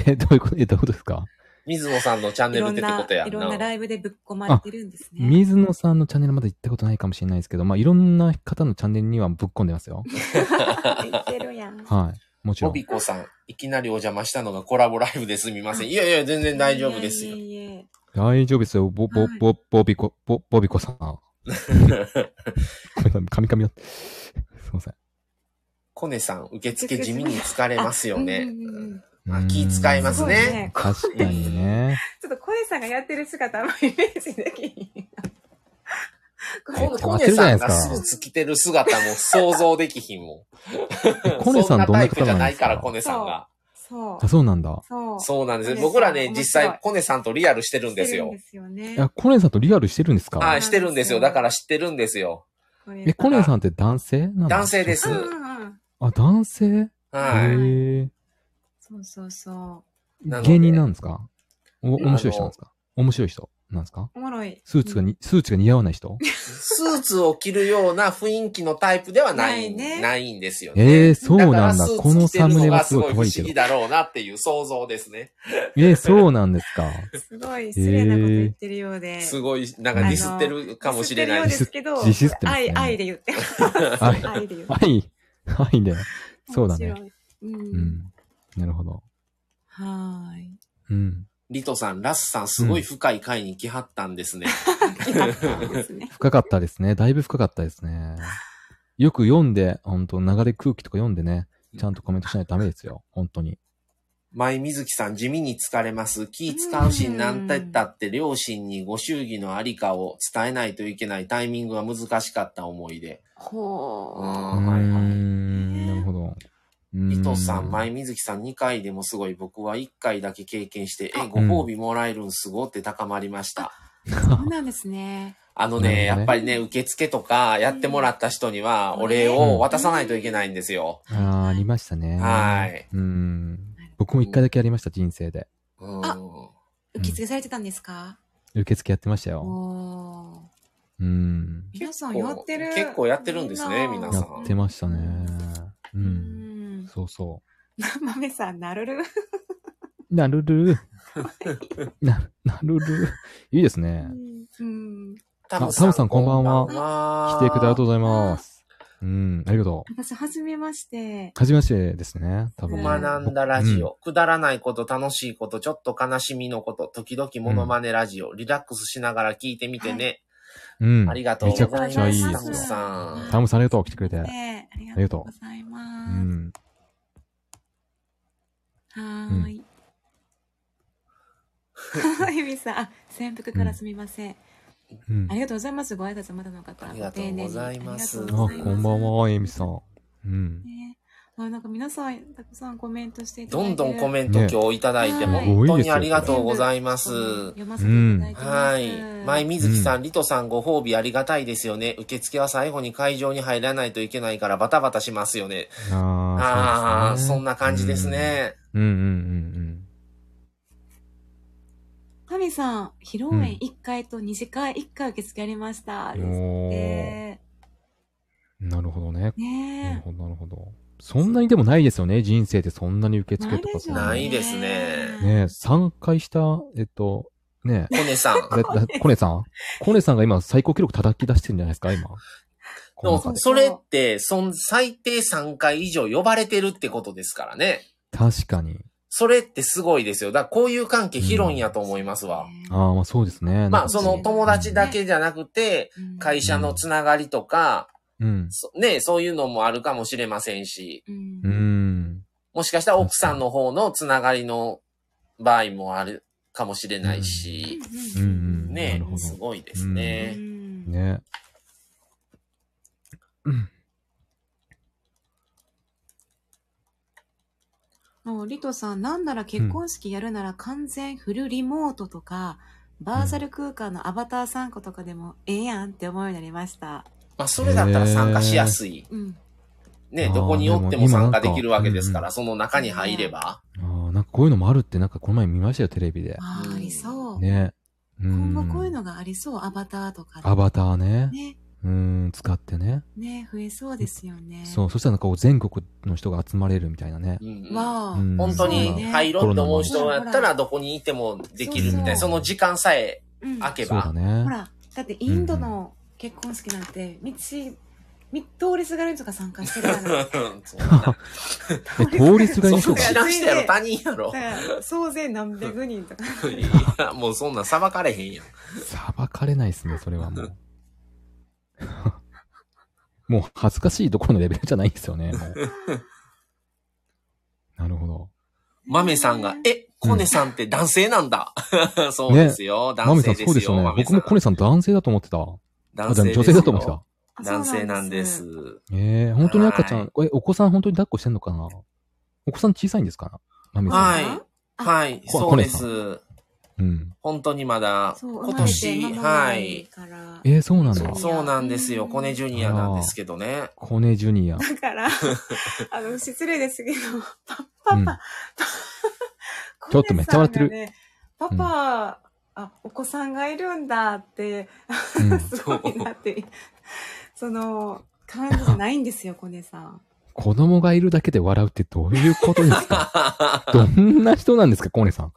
Speaker 4: え、どういうことえ、どういうことですか
Speaker 1: 水野さんのチャン
Speaker 2: い
Speaker 1: ネ
Speaker 2: ろ
Speaker 1: ル
Speaker 2: ん
Speaker 1: でってこ
Speaker 2: な
Speaker 1: とや、
Speaker 2: い
Speaker 1: ん
Speaker 2: ろんな
Speaker 1: な。
Speaker 2: ライブでぶっ込まれてるんですね。
Speaker 4: 水野さんのチャンネルまだ行ったことないかもしれないですけど、まあ、いろんな方のチャンネルにはぶっ込ん でますよ。
Speaker 2: 言ってるやん。
Speaker 4: はい。もちろ
Speaker 1: ボ
Speaker 4: ん。
Speaker 1: ビコさん、いきなりお邪魔したのがコラボライブですみません。いやいや、全然大丈夫ですよ
Speaker 2: い。やいやいやいや
Speaker 4: 大丈夫ですよ。ぼ、ぼ
Speaker 2: はい、
Speaker 4: ぼ、ボビコ、ぼ、ボビコさん。ごめんなさい、カミカミだって。 すいません。
Speaker 1: コネさん、受付地味に疲れますよね
Speaker 2: うん。うんうんうん
Speaker 1: あ気使います
Speaker 2: そう
Speaker 1: ね。
Speaker 2: ね
Speaker 4: 確か にね。
Speaker 2: ちょっとコネさんがやってる姿あんまりイメージできひん。
Speaker 4: すね
Speaker 1: コネコネさんが
Speaker 4: 変わってるじゃないですか
Speaker 1: スーツ着てる姿も想像できひんもん。
Speaker 4: コネさん
Speaker 1: そんな
Speaker 4: どん
Speaker 1: タ
Speaker 4: な
Speaker 1: イプ
Speaker 4: 方
Speaker 1: じゃ
Speaker 4: なん
Speaker 1: な
Speaker 4: で
Speaker 1: い
Speaker 4: す
Speaker 1: から、
Speaker 4: か
Speaker 1: コネさんが。
Speaker 2: そう
Speaker 4: あ、。そうなんだ。
Speaker 2: そう。
Speaker 1: そうなんです。
Speaker 2: コネさん
Speaker 1: 僕らね、
Speaker 2: 面白い
Speaker 1: 実際、コネさんとリアルしてるんです
Speaker 2: して
Speaker 1: よ
Speaker 2: るん。ですよね
Speaker 4: い。や、コネさんとリアルしてるんですか
Speaker 1: はい、してるんですよ。だから知ってるんですよ。
Speaker 2: コネ
Speaker 4: え、コネさんって男性なの
Speaker 1: 男性です
Speaker 2: さんうんうんうん。
Speaker 4: あ、男性
Speaker 1: はい。
Speaker 4: へえ。
Speaker 2: そうそうそ
Speaker 1: なので
Speaker 4: 芸人なんですかお、面白い人なんですか面白い人なんですか
Speaker 2: う。おもろい。
Speaker 4: スーツがに、スーツが似合わな い人
Speaker 1: スーツを着るような雰囲気のタイプではない、
Speaker 2: ないね
Speaker 1: ないんですよね。
Speaker 4: ええ、そうなん
Speaker 1: から
Speaker 4: だ
Speaker 1: ス。ーツ
Speaker 4: この
Speaker 1: 着てる
Speaker 4: サムネはす
Speaker 1: の
Speaker 4: ごい
Speaker 1: が
Speaker 4: 可愛い
Speaker 1: 不
Speaker 4: け
Speaker 1: 思議
Speaker 4: ど。
Speaker 1: だろうなっていう想像ですね。
Speaker 4: えー、そうなんですか。
Speaker 2: すごい失礼なこと言ってるようで。
Speaker 1: すごい、なんかディスってるかもしれない
Speaker 2: ディ
Speaker 1: です。
Speaker 2: スってるよう
Speaker 4: デ
Speaker 2: で
Speaker 4: ィス
Speaker 2: す
Speaker 4: っ
Speaker 2: け
Speaker 4: て
Speaker 2: ど、
Speaker 4: ますね
Speaker 2: 愛、愛で言って ます。
Speaker 4: はい。
Speaker 2: 愛で言ってま
Speaker 4: はい。はいね。
Speaker 2: す。
Speaker 4: そうだね。
Speaker 2: 面白い。
Speaker 4: う
Speaker 2: うん。
Speaker 4: ん。なるほど。
Speaker 2: はーい。
Speaker 4: うん。
Speaker 1: リトさん、ラスさん、すごい深い回に来はったんですね。
Speaker 2: ですね。
Speaker 4: 深かったですね。だいぶ深かったですね。よく読んで、本当流れ空気とか読んでね、ちゃんとコメントしないとダメですよ。本当に。
Speaker 1: 前水木さん、地味に疲れます。気使うし、
Speaker 2: うん
Speaker 1: なんてったって、両親にご祝儀のありかを伝えないといけないタイミングが難しかった思い出。う
Speaker 2: ほ
Speaker 1: んはいう
Speaker 4: ー
Speaker 1: はい
Speaker 4: んなるほど。
Speaker 1: 伊
Speaker 4: 伊
Speaker 1: 藤さん、前水木さん2回でもすごい、僕は1回だけ経験して、え、ご褒美もらえるんすごって高まりました。
Speaker 2: う。そうなんですね。
Speaker 1: あのね、
Speaker 4: なるほどね
Speaker 1: やっぱりね、受付とかやってもらった人には
Speaker 2: うん
Speaker 1: お礼を渡さないといけないんですよ。
Speaker 4: ああ、ありましたね。
Speaker 1: はい。
Speaker 4: うん。僕も一回だけやりました、人生で。
Speaker 1: うん
Speaker 2: あ受け継ぎされてたんですか、
Speaker 4: 受付やってました
Speaker 2: お
Speaker 4: よ。
Speaker 2: おー。
Speaker 4: うん。
Speaker 2: 皆さんやってる。
Speaker 1: 結構結構やってるんですね
Speaker 2: みんな
Speaker 1: 皆
Speaker 4: や
Speaker 1: さ
Speaker 4: ってましたね。う。
Speaker 2: うんん。
Speaker 4: そうそ
Speaker 2: 豆さん、なるる。
Speaker 4: う。なる るー。な、なるるー。いいですね。
Speaker 2: うん。
Speaker 1: タ
Speaker 4: あタムさんこんばんは
Speaker 1: は
Speaker 4: 来てくれてありがとうございます。うん、ありがとう。
Speaker 2: 私、初めまして。
Speaker 4: はじめましてですね、多分。
Speaker 1: 学んだラジオ、くだらないこと、楽しいこと、ちょっと悲しみのこと、時々モノマネラジオ、リラックスしながら聞いてみてね。
Speaker 4: うん。うん。
Speaker 1: ありがとう
Speaker 4: めちゃくちゃいいで
Speaker 1: タ
Speaker 4: す
Speaker 1: ム
Speaker 4: よ。
Speaker 1: さ
Speaker 4: タムさんありがとう、来てくれて。
Speaker 2: ねあ
Speaker 4: り
Speaker 2: り
Speaker 4: が
Speaker 2: が
Speaker 4: と
Speaker 2: と
Speaker 4: う
Speaker 2: うございうます。
Speaker 4: ん。
Speaker 2: はーい。 エミさん、あ潜伏からすみません。
Speaker 4: うん
Speaker 2: あ。りがとうございます。ご挨拶まだの方。
Speaker 1: ありがとうございます
Speaker 2: ご丁寧にあ
Speaker 4: あ
Speaker 2: りがとうござい、
Speaker 4: こんばんは、エミさん。うん。
Speaker 2: ねあ、なんか皆さん、たくさんコメントしてい
Speaker 1: ん。
Speaker 2: ただ
Speaker 1: ど
Speaker 2: いて
Speaker 1: ん
Speaker 2: る
Speaker 1: どんコメント今日いただいて、
Speaker 2: ね
Speaker 1: 本当にありがとうございます。
Speaker 2: 読ませていただいてます。
Speaker 1: はい。前、水木さん、リトさん、ご褒美ありがたいですよね。受付は最後に会場に入らないといけないからバタバタしますよね。あ
Speaker 4: あ
Speaker 1: あ、
Speaker 4: あ、
Speaker 1: そんな感じです。ね。
Speaker 4: うんうんうん
Speaker 2: タミさん、披露宴1回と2次会1回受付ありました。
Speaker 4: うん。おー。
Speaker 2: で
Speaker 4: なるほどね。なる
Speaker 2: ね
Speaker 4: ほど、なるほど。そんなにでもないですよね、人生ってそんなに受
Speaker 2: え。
Speaker 4: 付とかそん
Speaker 1: な
Speaker 4: に
Speaker 1: いですね
Speaker 4: ねえ、3回した、えっと、ねえ
Speaker 1: コネ さん。
Speaker 4: だだコネさんコネさんが今最高記録叩き出してるんじゃないですか今。こ
Speaker 1: で
Speaker 4: の
Speaker 1: も
Speaker 4: 中で
Speaker 1: それって、そん、最低3回以上呼ばれてるってことですからね。
Speaker 4: 確かに。
Speaker 1: それってすごいですよ。だからこういう関係広いんやと思いますわ。
Speaker 4: ああ、まあそうですね。
Speaker 1: ま
Speaker 4: なん
Speaker 1: あ、
Speaker 4: か
Speaker 1: その友達だけじゃなくて、
Speaker 2: うん
Speaker 1: 会社のつながりとか、
Speaker 4: うん。
Speaker 1: そね、そういうのもあるかもしれませんし、
Speaker 2: うん
Speaker 4: う。ん。
Speaker 1: もしかしたら奥さんの方のつながりの場合もあるかもしれないし、
Speaker 4: うんうん。な
Speaker 1: ね
Speaker 4: るほ、
Speaker 1: す
Speaker 4: ど。
Speaker 1: ごいですね。
Speaker 4: ね。
Speaker 2: もう、リトさん、なんなら結婚式やるなら完全フルリモートとか、バーチャル空間のアバター参加とかでもええやんって思うようになりました。
Speaker 1: まあ、それだったら参加しやすい。
Speaker 2: うん。
Speaker 1: ね
Speaker 4: あ、ー
Speaker 1: どこにおって
Speaker 4: で
Speaker 1: も
Speaker 4: も今な
Speaker 1: 参
Speaker 4: んか
Speaker 1: 加できるわけですか
Speaker 4: うんう
Speaker 1: ら、その中に入れば。
Speaker 4: ああ、なんかこういうのもあるって、なんかこの前見ましたよ、テレビで。
Speaker 2: あ
Speaker 1: う
Speaker 2: あ、
Speaker 1: ん
Speaker 2: ありそう。
Speaker 4: ね。うん
Speaker 2: 今後こういうのがありそう、アバターとかで。
Speaker 4: アバターね。
Speaker 2: ね、
Speaker 4: うん、使ってね。
Speaker 2: ね、増えそうですよね。
Speaker 4: そう、そしたらなんかこう全国の人が集まれるみたいなね。
Speaker 1: うんうん
Speaker 2: わあ。
Speaker 4: うん
Speaker 1: 本当
Speaker 2: そう
Speaker 1: に
Speaker 2: ね
Speaker 1: 入ろうと思う人
Speaker 2: コロナ
Speaker 1: や
Speaker 2: も
Speaker 1: ったら、どこにいてもできるみたいな、
Speaker 2: そ
Speaker 1: そう
Speaker 2: そう
Speaker 1: の時間さえ
Speaker 2: うん
Speaker 1: 空け
Speaker 4: そうだ
Speaker 1: ば。
Speaker 2: ほ
Speaker 4: ね。
Speaker 2: ら、だってインドの結婚式なんて、道、み通りすがる人が参加してるから。
Speaker 1: そんな
Speaker 4: え、通りすがりの人
Speaker 1: そん
Speaker 4: が
Speaker 1: な。知らん人やろ、他人や
Speaker 2: だ
Speaker 1: ろ
Speaker 2: か。ら、総勢何百人とか。
Speaker 1: いや、もうそんなん裁かれへんやん。
Speaker 4: 裁かれないですね、それはもう。 もう恥ずかしいどころのレベルじゃないんですよね。もうなるほど。
Speaker 1: 豆さんが、え、コネさんって男性なんだ。 そう
Speaker 4: ね
Speaker 1: ですよ、
Speaker 4: マ
Speaker 1: 男
Speaker 4: ミ
Speaker 1: 性
Speaker 4: さん
Speaker 1: で
Speaker 4: そうですすよ
Speaker 1: よ。
Speaker 4: ね。
Speaker 1: 豆
Speaker 4: 僕もコネさん男性だと思ってた。あ、
Speaker 1: 男
Speaker 4: じゃあ
Speaker 1: 性
Speaker 4: 女性だと思って
Speaker 1: よ
Speaker 4: た。
Speaker 1: 男性なんで
Speaker 2: そ
Speaker 1: す
Speaker 2: う。。
Speaker 4: ええ本当に赤ちゃ
Speaker 1: は
Speaker 4: ん、え、お子さん本当に抱っこしてんのかなお子さん小さいんですかマミさん。
Speaker 1: はい
Speaker 2: あ
Speaker 1: はい、
Speaker 4: こ
Speaker 1: そうで
Speaker 4: コ
Speaker 1: す。
Speaker 4: うん。
Speaker 1: 本当にまだ、
Speaker 2: そう、
Speaker 1: 今
Speaker 2: 今年、
Speaker 1: 年、
Speaker 2: は
Speaker 1: はい
Speaker 2: い。。から
Speaker 4: えー、そうなんだ
Speaker 1: そ。そうなんですよ。
Speaker 2: うん
Speaker 1: コネジュニアなんですけどね。
Speaker 4: コネ ジュニア。
Speaker 2: だから、あの、失礼ですけど、パッパ
Speaker 4: う
Speaker 2: パ
Speaker 4: ん、
Speaker 2: コ
Speaker 4: ちょっとめっちゃ笑ってる
Speaker 2: ネさんがねパパ、あ、お子さんがいるんだって、
Speaker 4: うん
Speaker 2: すごいなって、その、感じじゃないんですよ、コネさん。
Speaker 4: 子供がいるだけで笑うってどういうことですか どんな人なんですか、コネさん。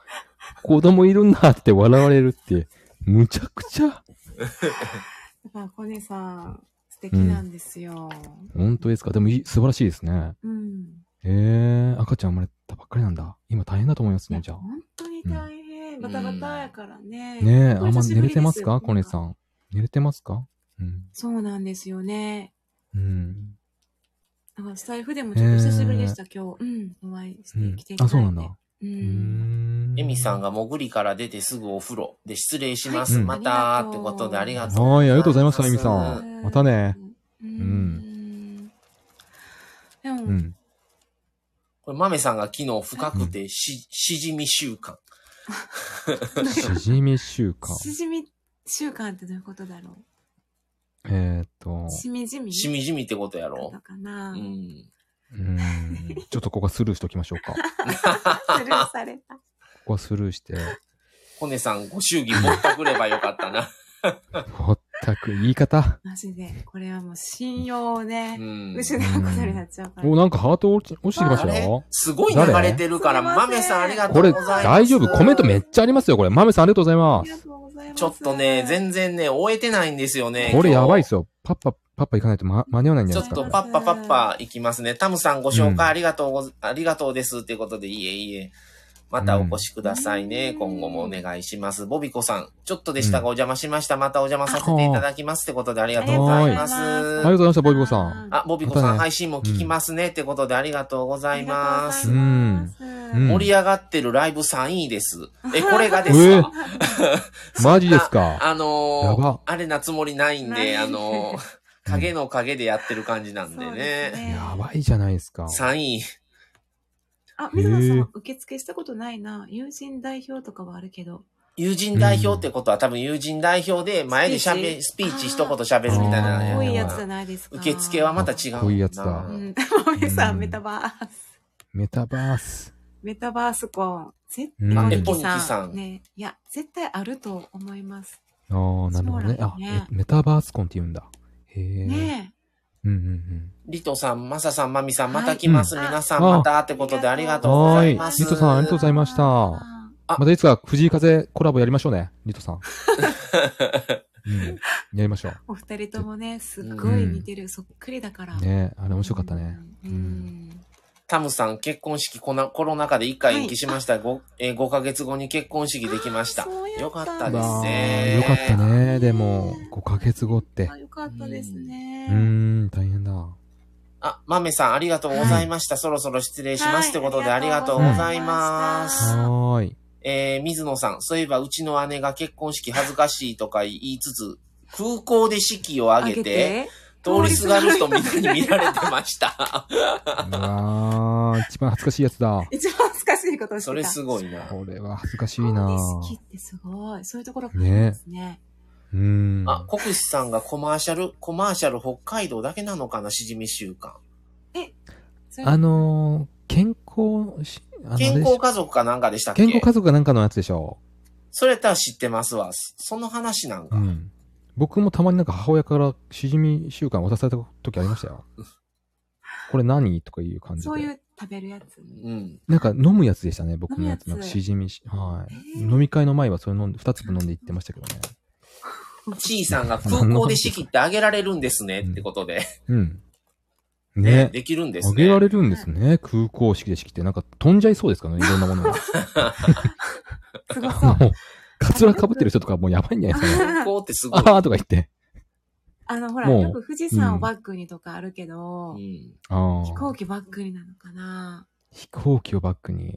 Speaker 4: 子供いるんだって笑われるって、むちゃくちゃ。
Speaker 2: だから、コネさん、素敵なんですよ。
Speaker 4: 本当ですかでもいい素晴らしいですね。
Speaker 2: うん。
Speaker 4: ええ赤ちゃん生まれたばっかりなんだ。今大変だと思いますね、じゃあ。
Speaker 2: 本当に大変。
Speaker 1: ん
Speaker 2: バタバタやからね。
Speaker 4: ねえ、あんま寝れてますか、コ
Speaker 2: こ
Speaker 4: ネ
Speaker 2: ね
Speaker 4: さ
Speaker 2: ん。
Speaker 4: ん。寝れてますかうん。
Speaker 2: そうなんですよね。
Speaker 4: うん。
Speaker 2: だからスタイフでもちょっと久しぶりでした、今日。うん。お会いして
Speaker 4: うん
Speaker 2: きていただいて。
Speaker 4: あ、そうなんだ。
Speaker 2: う。
Speaker 4: うんん。
Speaker 1: エミさん
Speaker 4: が。
Speaker 1: が潜りから出てすぐお風呂で失礼します。
Speaker 4: はい
Speaker 1: またってことでありがとう
Speaker 4: はい、ありがとうございました、エミさ。
Speaker 1: うん
Speaker 4: またね。
Speaker 2: うんん。でも、
Speaker 4: うん。
Speaker 1: これ、豆さんが昨日深くてし、しじみ習慣。
Speaker 4: しじみ習慣。
Speaker 2: しじみ習慣ってどういうことだろ
Speaker 4: えーっと
Speaker 2: う。しみじみ
Speaker 1: しみじみってことや
Speaker 2: だっ
Speaker 1: ろ
Speaker 2: たかな
Speaker 1: う。 ん。
Speaker 4: うーん。ちょっとここはスルーしときましょうか。こ
Speaker 2: スルーされた。
Speaker 4: こはスルーして。
Speaker 1: コネさん、ご祝儀持ってくればよかったな。
Speaker 4: ほったく、言い方。
Speaker 2: マジで。これはもう信用を
Speaker 1: う
Speaker 2: ね、
Speaker 1: ん。
Speaker 2: 失うことになっちゃうから。
Speaker 4: お、なんかハート落ち落ちてきま
Speaker 1: あ
Speaker 4: した
Speaker 1: れ
Speaker 4: よ。
Speaker 1: すごい流れてるから、
Speaker 2: 誰
Speaker 1: 豆
Speaker 2: すいません
Speaker 1: さんありがと
Speaker 4: こ
Speaker 1: うござ
Speaker 4: れ、
Speaker 1: います。
Speaker 4: 大丈夫コメントめっちゃありますよ、これ。マメさんありがとうござ
Speaker 2: あ
Speaker 4: いま
Speaker 2: りが
Speaker 4: す。
Speaker 2: とうございます。
Speaker 1: ちょっとね、全然ね、終えてないんですよね。
Speaker 4: これやば
Speaker 1: 今
Speaker 4: いっ
Speaker 1: 日
Speaker 4: すよ。パッパ、パッパ行かないと、ま、間に合わないんじ
Speaker 1: ち
Speaker 4: ゃ
Speaker 1: ょ
Speaker 4: な
Speaker 1: っ
Speaker 4: いですか。
Speaker 1: と
Speaker 4: これ
Speaker 1: パッパパッパ行きますね。タムさんご紹
Speaker 4: うん
Speaker 1: 介ありがとうござ、ありがとうですっていうことで、いえいえ。またお越しくださいね。
Speaker 2: うん
Speaker 1: 今後もお願いします。ボビコさん、ちょっとでしたがお邪魔しました。またお邪魔させていただきますってことでありがとうございます。
Speaker 4: ありがとうございました、ボイボさん。
Speaker 1: あ、ボビコさ
Speaker 4: また
Speaker 1: ん
Speaker 4: ね
Speaker 1: 配信も聞きますねってことでありがとうございます。
Speaker 4: ありがとうございうん
Speaker 1: 盛り上がってるライブ3位です。え、これがです
Speaker 4: え
Speaker 1: か、
Speaker 4: マジですか。
Speaker 1: あ
Speaker 4: や
Speaker 1: のー
Speaker 4: ば
Speaker 1: あれなつもりないん
Speaker 2: ない
Speaker 1: で、
Speaker 2: ね
Speaker 1: あのー
Speaker 4: うん
Speaker 1: 影の影でやってる感じなんで
Speaker 2: そう
Speaker 1: ね。
Speaker 2: ですね
Speaker 4: やばいじゃないですか。
Speaker 1: 3位。
Speaker 2: あ、水野さ
Speaker 4: へえ
Speaker 2: ん、受付したことないな。友人代表とかはあるけど。
Speaker 1: 友人代表ってことは多分友人代表で前で喋り、ス
Speaker 2: ス
Speaker 1: ピ
Speaker 2: ピ
Speaker 1: ー
Speaker 2: ーチ
Speaker 1: チ一言喋るみたいな
Speaker 4: あー
Speaker 1: や
Speaker 2: 濃いやつ
Speaker 1: つ
Speaker 2: じ
Speaker 1: や
Speaker 2: ゃ
Speaker 1: な。
Speaker 2: ないですか。
Speaker 1: 受付はまた違うもんな。
Speaker 4: かっこいいやつだ
Speaker 2: うん。マミさん、メタバース。
Speaker 4: メタバース。
Speaker 2: メタバース婚。絶
Speaker 4: うん
Speaker 2: 対、
Speaker 4: え
Speaker 2: ポニキ
Speaker 1: ポニキさん
Speaker 2: ね。いや、絶対あると思います。
Speaker 4: ああ、なるほどね。
Speaker 2: そう
Speaker 4: あ
Speaker 2: だね、
Speaker 4: メメタバースコンって言うんだ。へえ。
Speaker 2: ね
Speaker 4: うんうんうん。
Speaker 1: リトさん、マサさん、マミさん、
Speaker 2: はい
Speaker 1: また来ます。
Speaker 2: うん
Speaker 1: 皆さん、
Speaker 4: あ
Speaker 1: またってことであ
Speaker 2: あ
Speaker 1: り
Speaker 2: り
Speaker 1: が
Speaker 2: が
Speaker 1: とう
Speaker 2: とう
Speaker 1: ご
Speaker 2: ご
Speaker 1: ざ
Speaker 4: ざ
Speaker 1: い
Speaker 4: い
Speaker 1: ま。
Speaker 4: ますすリトさんありがとうございました
Speaker 2: あ
Speaker 1: あ
Speaker 4: またいつか藤井風コラボやりましょうね、リトさん。うん。やりましょ
Speaker 2: お二人ともね、すっごい似てる、そっくりだから。
Speaker 4: う。ねあれ面白かったね。
Speaker 2: うん。
Speaker 4: うん
Speaker 1: タムさん、結婚式こな、コロナ禍で1回延期しました。ごえー、5ヶ月後に結婚式できました
Speaker 2: あーそうやっ。た
Speaker 1: よかった
Speaker 4: あ
Speaker 1: で
Speaker 4: ら
Speaker 1: す
Speaker 4: ー
Speaker 1: ね。
Speaker 4: よかったね。でも、5ヶ月後って
Speaker 2: あ。よかったですね。
Speaker 4: うーん、大変だ。
Speaker 1: あ、まめさん、ありがとうございました。そろそろ失礼します。
Speaker 2: はい
Speaker 1: ってことで、あ
Speaker 2: あ
Speaker 1: り
Speaker 2: り
Speaker 1: が
Speaker 2: が
Speaker 1: と
Speaker 2: と
Speaker 1: う
Speaker 2: う
Speaker 1: ご
Speaker 4: ご
Speaker 1: ざ
Speaker 2: ざ
Speaker 1: い
Speaker 2: い
Speaker 1: ま
Speaker 2: ました
Speaker 1: す。
Speaker 4: はーい。
Speaker 1: えー、水野さん、そういえば、うちの姉が結婚式恥ずかしいとか言いつつ、空港で式を
Speaker 2: あ
Speaker 1: 挙げて、通りすがる人みんなに見られてました。
Speaker 4: うわー、一番恥ずかしいやつだ。
Speaker 2: 一番恥ずかしいことをしてた。
Speaker 1: それすごいな。
Speaker 4: これは恥ずかしいな
Speaker 2: 好きってすごい。そういうところがあるんですね。
Speaker 4: うーん。
Speaker 1: あ、国士さんがコマーシャル、コマーシャル北海道だけなのかな、しじみ習慣。
Speaker 2: それ
Speaker 4: あのー、健康し、あの
Speaker 1: 健康
Speaker 4: あ
Speaker 1: 家族かなんかでしたっけ
Speaker 4: れでしょ健康家族かなんかのやつでしょ
Speaker 1: それやったら知ってますわ。そその話なん
Speaker 4: う。
Speaker 1: か。
Speaker 4: うん。僕もたまになんか母親からしじみ習慣渡された時ありまし たよ。これ何とかいう感じで。
Speaker 2: そういう食べるやつ。
Speaker 1: うん。
Speaker 4: なんか飲むやつでしたね、僕のやつ。
Speaker 2: 飲
Speaker 4: な
Speaker 2: むやつ
Speaker 4: んかしじみし、は
Speaker 2: へ
Speaker 4: い。
Speaker 2: ー
Speaker 4: 飲み会の前はそれ飲んで、二粒飲んで行ってましたけどね。
Speaker 1: ちいさんが空港で式ってあげられるんですねってことで。
Speaker 4: うん。
Speaker 1: ね
Speaker 4: ね。
Speaker 1: できるんです
Speaker 4: あ
Speaker 1: ね。
Speaker 4: げられるんですね。空港式で式って。なんか飛んじゃいそうですからね、いろんな ものが。
Speaker 2: すご そう。
Speaker 4: もう、カツラ被ってる人とかもうやばいんじゃないですかね。
Speaker 1: 空港ってすごい。
Speaker 4: あーとか言って。
Speaker 2: あの、ほら、
Speaker 4: もう
Speaker 2: よく富士山をバックにとかあるけど、
Speaker 1: うん
Speaker 4: あ
Speaker 2: 飛
Speaker 4: あ
Speaker 2: 行。機バックになのかな。
Speaker 4: 飛行機をバックに。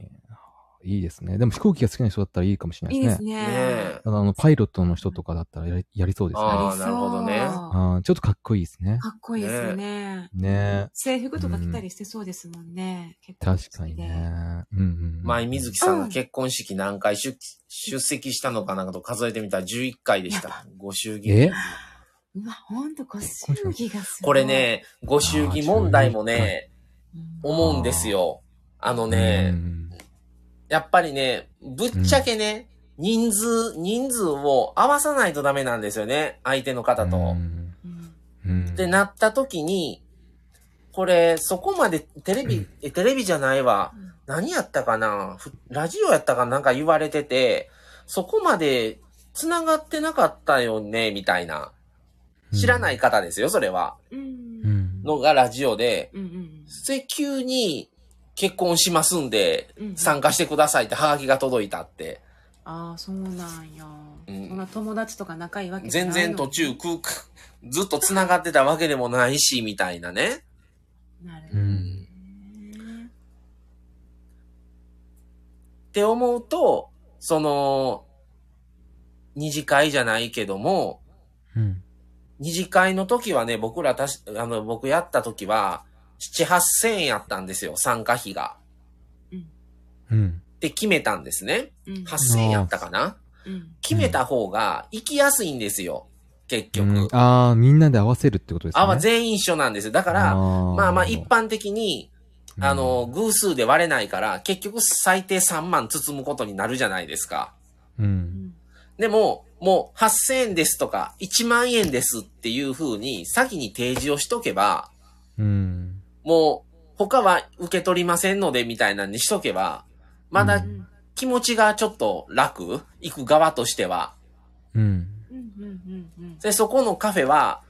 Speaker 4: いいですね。でも飛行機が好きな人だったらいいかもしれない
Speaker 2: いい
Speaker 4: です
Speaker 2: で
Speaker 4: ね。
Speaker 2: すね。
Speaker 1: ねえ。
Speaker 4: ただ、あの、パイロットの人とかだったらやりやりそうですね。
Speaker 1: あ
Speaker 4: あ
Speaker 1: ーなるほどね
Speaker 2: か
Speaker 4: あーちょっとかっこいいですね。
Speaker 2: っこいいですね。
Speaker 4: ね
Speaker 2: 制服とか着たりしてそうですもんね。結構
Speaker 4: 確かにね。うんうん。
Speaker 1: 前、水木さんが結婚式何回出出席したのかなんかと数えてみたら11回でした。ご祝儀。
Speaker 4: え
Speaker 2: うわ、ほんと、ご祝儀がすごい。
Speaker 1: これ、ね、ご祝儀問題もね、
Speaker 2: うん、
Speaker 1: 思うんですよ。あのね、
Speaker 4: うん
Speaker 1: やっぱりね、ぶっちゃけね、人数、人数を合わさないとダメなんですよね。相手の方と。
Speaker 4: うん
Speaker 2: うん
Speaker 4: うん
Speaker 1: ってなった時に、これ、そこまでテレビ、えテレビじゃないわ。何やったかなふラジオやったかなんか言われてて、そこまで繋がってなかったよね、みたいな。知らない。方ですよ、それは。
Speaker 2: うん。
Speaker 4: う
Speaker 2: うん
Speaker 4: ん。
Speaker 1: のがラジオで、
Speaker 2: うん
Speaker 1: それ急に結婚しますんで
Speaker 2: う、ん
Speaker 1: 参加してくださいってハガキが届いたって。
Speaker 2: ああ、そうなんや。
Speaker 1: うん
Speaker 2: そんな友達とか仲いいわけじゃな
Speaker 1: 全然
Speaker 2: い
Speaker 1: 途中空間、ずっと繋がってたわけでもないし、みたいなね。
Speaker 2: なるほ
Speaker 4: う
Speaker 2: どね
Speaker 4: ん。
Speaker 1: って思うと、その、二次会じゃないけども、
Speaker 4: うん。
Speaker 1: 二次会の時はね、僕らたし、あの、僕やった時は、七八千円やったんですよ、参加費が。
Speaker 4: うん。
Speaker 1: って決めたんですね。
Speaker 2: うん
Speaker 1: 八千円やったかな
Speaker 2: うん
Speaker 1: 決めた方が行きやすいんですよ、結局。
Speaker 4: うんああ、みんなで合わせるってことですね。
Speaker 1: あ、まあ全員一緒なんですよ。だから、まあまあ一般的に、
Speaker 4: うん
Speaker 1: あの、偶数で割れないから、結局最低3万包むことになるじゃないですか。
Speaker 4: う。
Speaker 2: うんん
Speaker 1: でも、もう8000円ですとか、1万円ですっていう風に先に提示をしとけば、
Speaker 4: うん。
Speaker 1: もう他は受け取りませんのでみたいなんにしとけば、ま
Speaker 4: う
Speaker 1: だ
Speaker 2: ん
Speaker 1: 気持ちがちょっと楽、行く側としては。
Speaker 4: うん。
Speaker 2: うんうんうんうん
Speaker 1: で、そこのカフェは、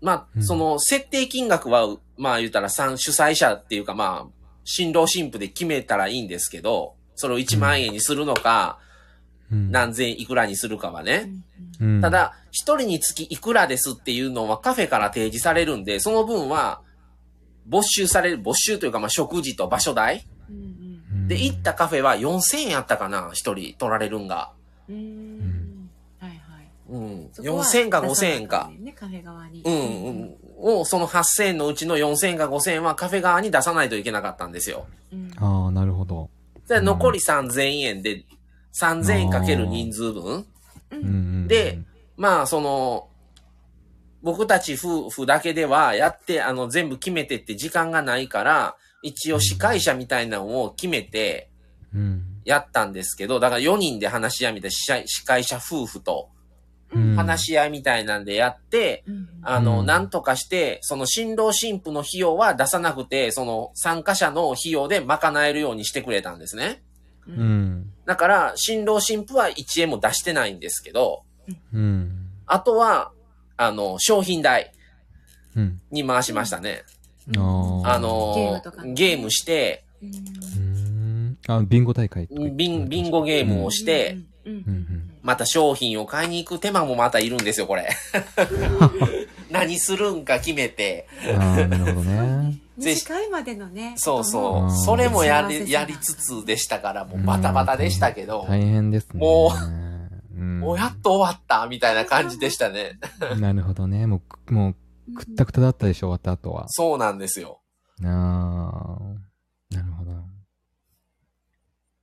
Speaker 1: ま
Speaker 4: う
Speaker 1: あ、
Speaker 4: ん
Speaker 1: その設定金額は、まあ言うたら三主催者っていうかまあ、新郎新婦で決めたらいいんですけど、それを1万円にするのか、
Speaker 4: うん。
Speaker 1: 何千いくらにするかはね。
Speaker 4: うん
Speaker 1: た、だ、一人につきいくらですっていうのはカフェから提示されるんで、その分は没収される、没収というか、まあ、食事と場所代。
Speaker 2: うんうん
Speaker 4: うん
Speaker 1: で、行った。カフェは4000円やったかな、一人取られるんが。
Speaker 2: うんうんはいはい
Speaker 1: うん。
Speaker 2: そこは
Speaker 1: 4000円か5000円か。
Speaker 2: 出さなあんねカフェ側に
Speaker 1: うん、うん。を、その8000円のうちの4000円か5000円はカフェ側に出さないといけなかったんですよ。
Speaker 2: うん
Speaker 4: ああ、なるほど。
Speaker 1: で、残り3000円で、3000円かける人数分。
Speaker 2: う
Speaker 4: うんうんん。
Speaker 1: で、まあ、その、僕たち夫婦だけではやって、あの、全部決めてって時間がないから、一応司会者みたいなのを決めて
Speaker 4: うん。
Speaker 1: やったんですけど、だから4人で話し合いみたいな、司会司会者夫婦と
Speaker 4: うん
Speaker 1: 話し合いみたいなんでやって、
Speaker 2: うん
Speaker 1: あの、
Speaker 4: うん
Speaker 1: なんとかして、その新郎新婦の費用は出さなくて、その参加者の費用で賄えるようにしてくれたんですね。
Speaker 2: う
Speaker 4: うんん。
Speaker 1: だから、新郎新婦は1円も出してないんですけど、
Speaker 4: うん。
Speaker 1: あとは、あの、商品代。
Speaker 4: うん。
Speaker 1: に回しましたね。
Speaker 4: あー
Speaker 1: あの
Speaker 2: ゲームとか
Speaker 1: ー
Speaker 2: ね
Speaker 1: ゲームして、
Speaker 2: うん
Speaker 4: うーん。あ、ビンゴ大会とか言って
Speaker 1: ビン、ビンゴゲームをして、、
Speaker 2: うんうん
Speaker 4: うん
Speaker 1: また商品を買いに行く手間もまたいるんですよ、こ れ。何するんか決めて。
Speaker 4: うん。ああ、なるほど ね。
Speaker 1: ぜ
Speaker 2: 二
Speaker 1: ひ
Speaker 2: 次会までのね。
Speaker 1: そう
Speaker 4: う
Speaker 1: そ
Speaker 4: ん
Speaker 1: う。それもや
Speaker 2: 幸せ
Speaker 1: り、
Speaker 2: そうな
Speaker 1: やりつつでしたから、もうバタバタでしたけど、
Speaker 4: 大変ですね。
Speaker 1: も
Speaker 4: う、ん、
Speaker 1: もうやっと終わった、みたいな感じでしたね。
Speaker 4: なるほどね。もう、も
Speaker 2: うん
Speaker 4: う、くったくただったでしょ、終わった後は。
Speaker 1: そうなんですよ。
Speaker 4: ああ、なるほど。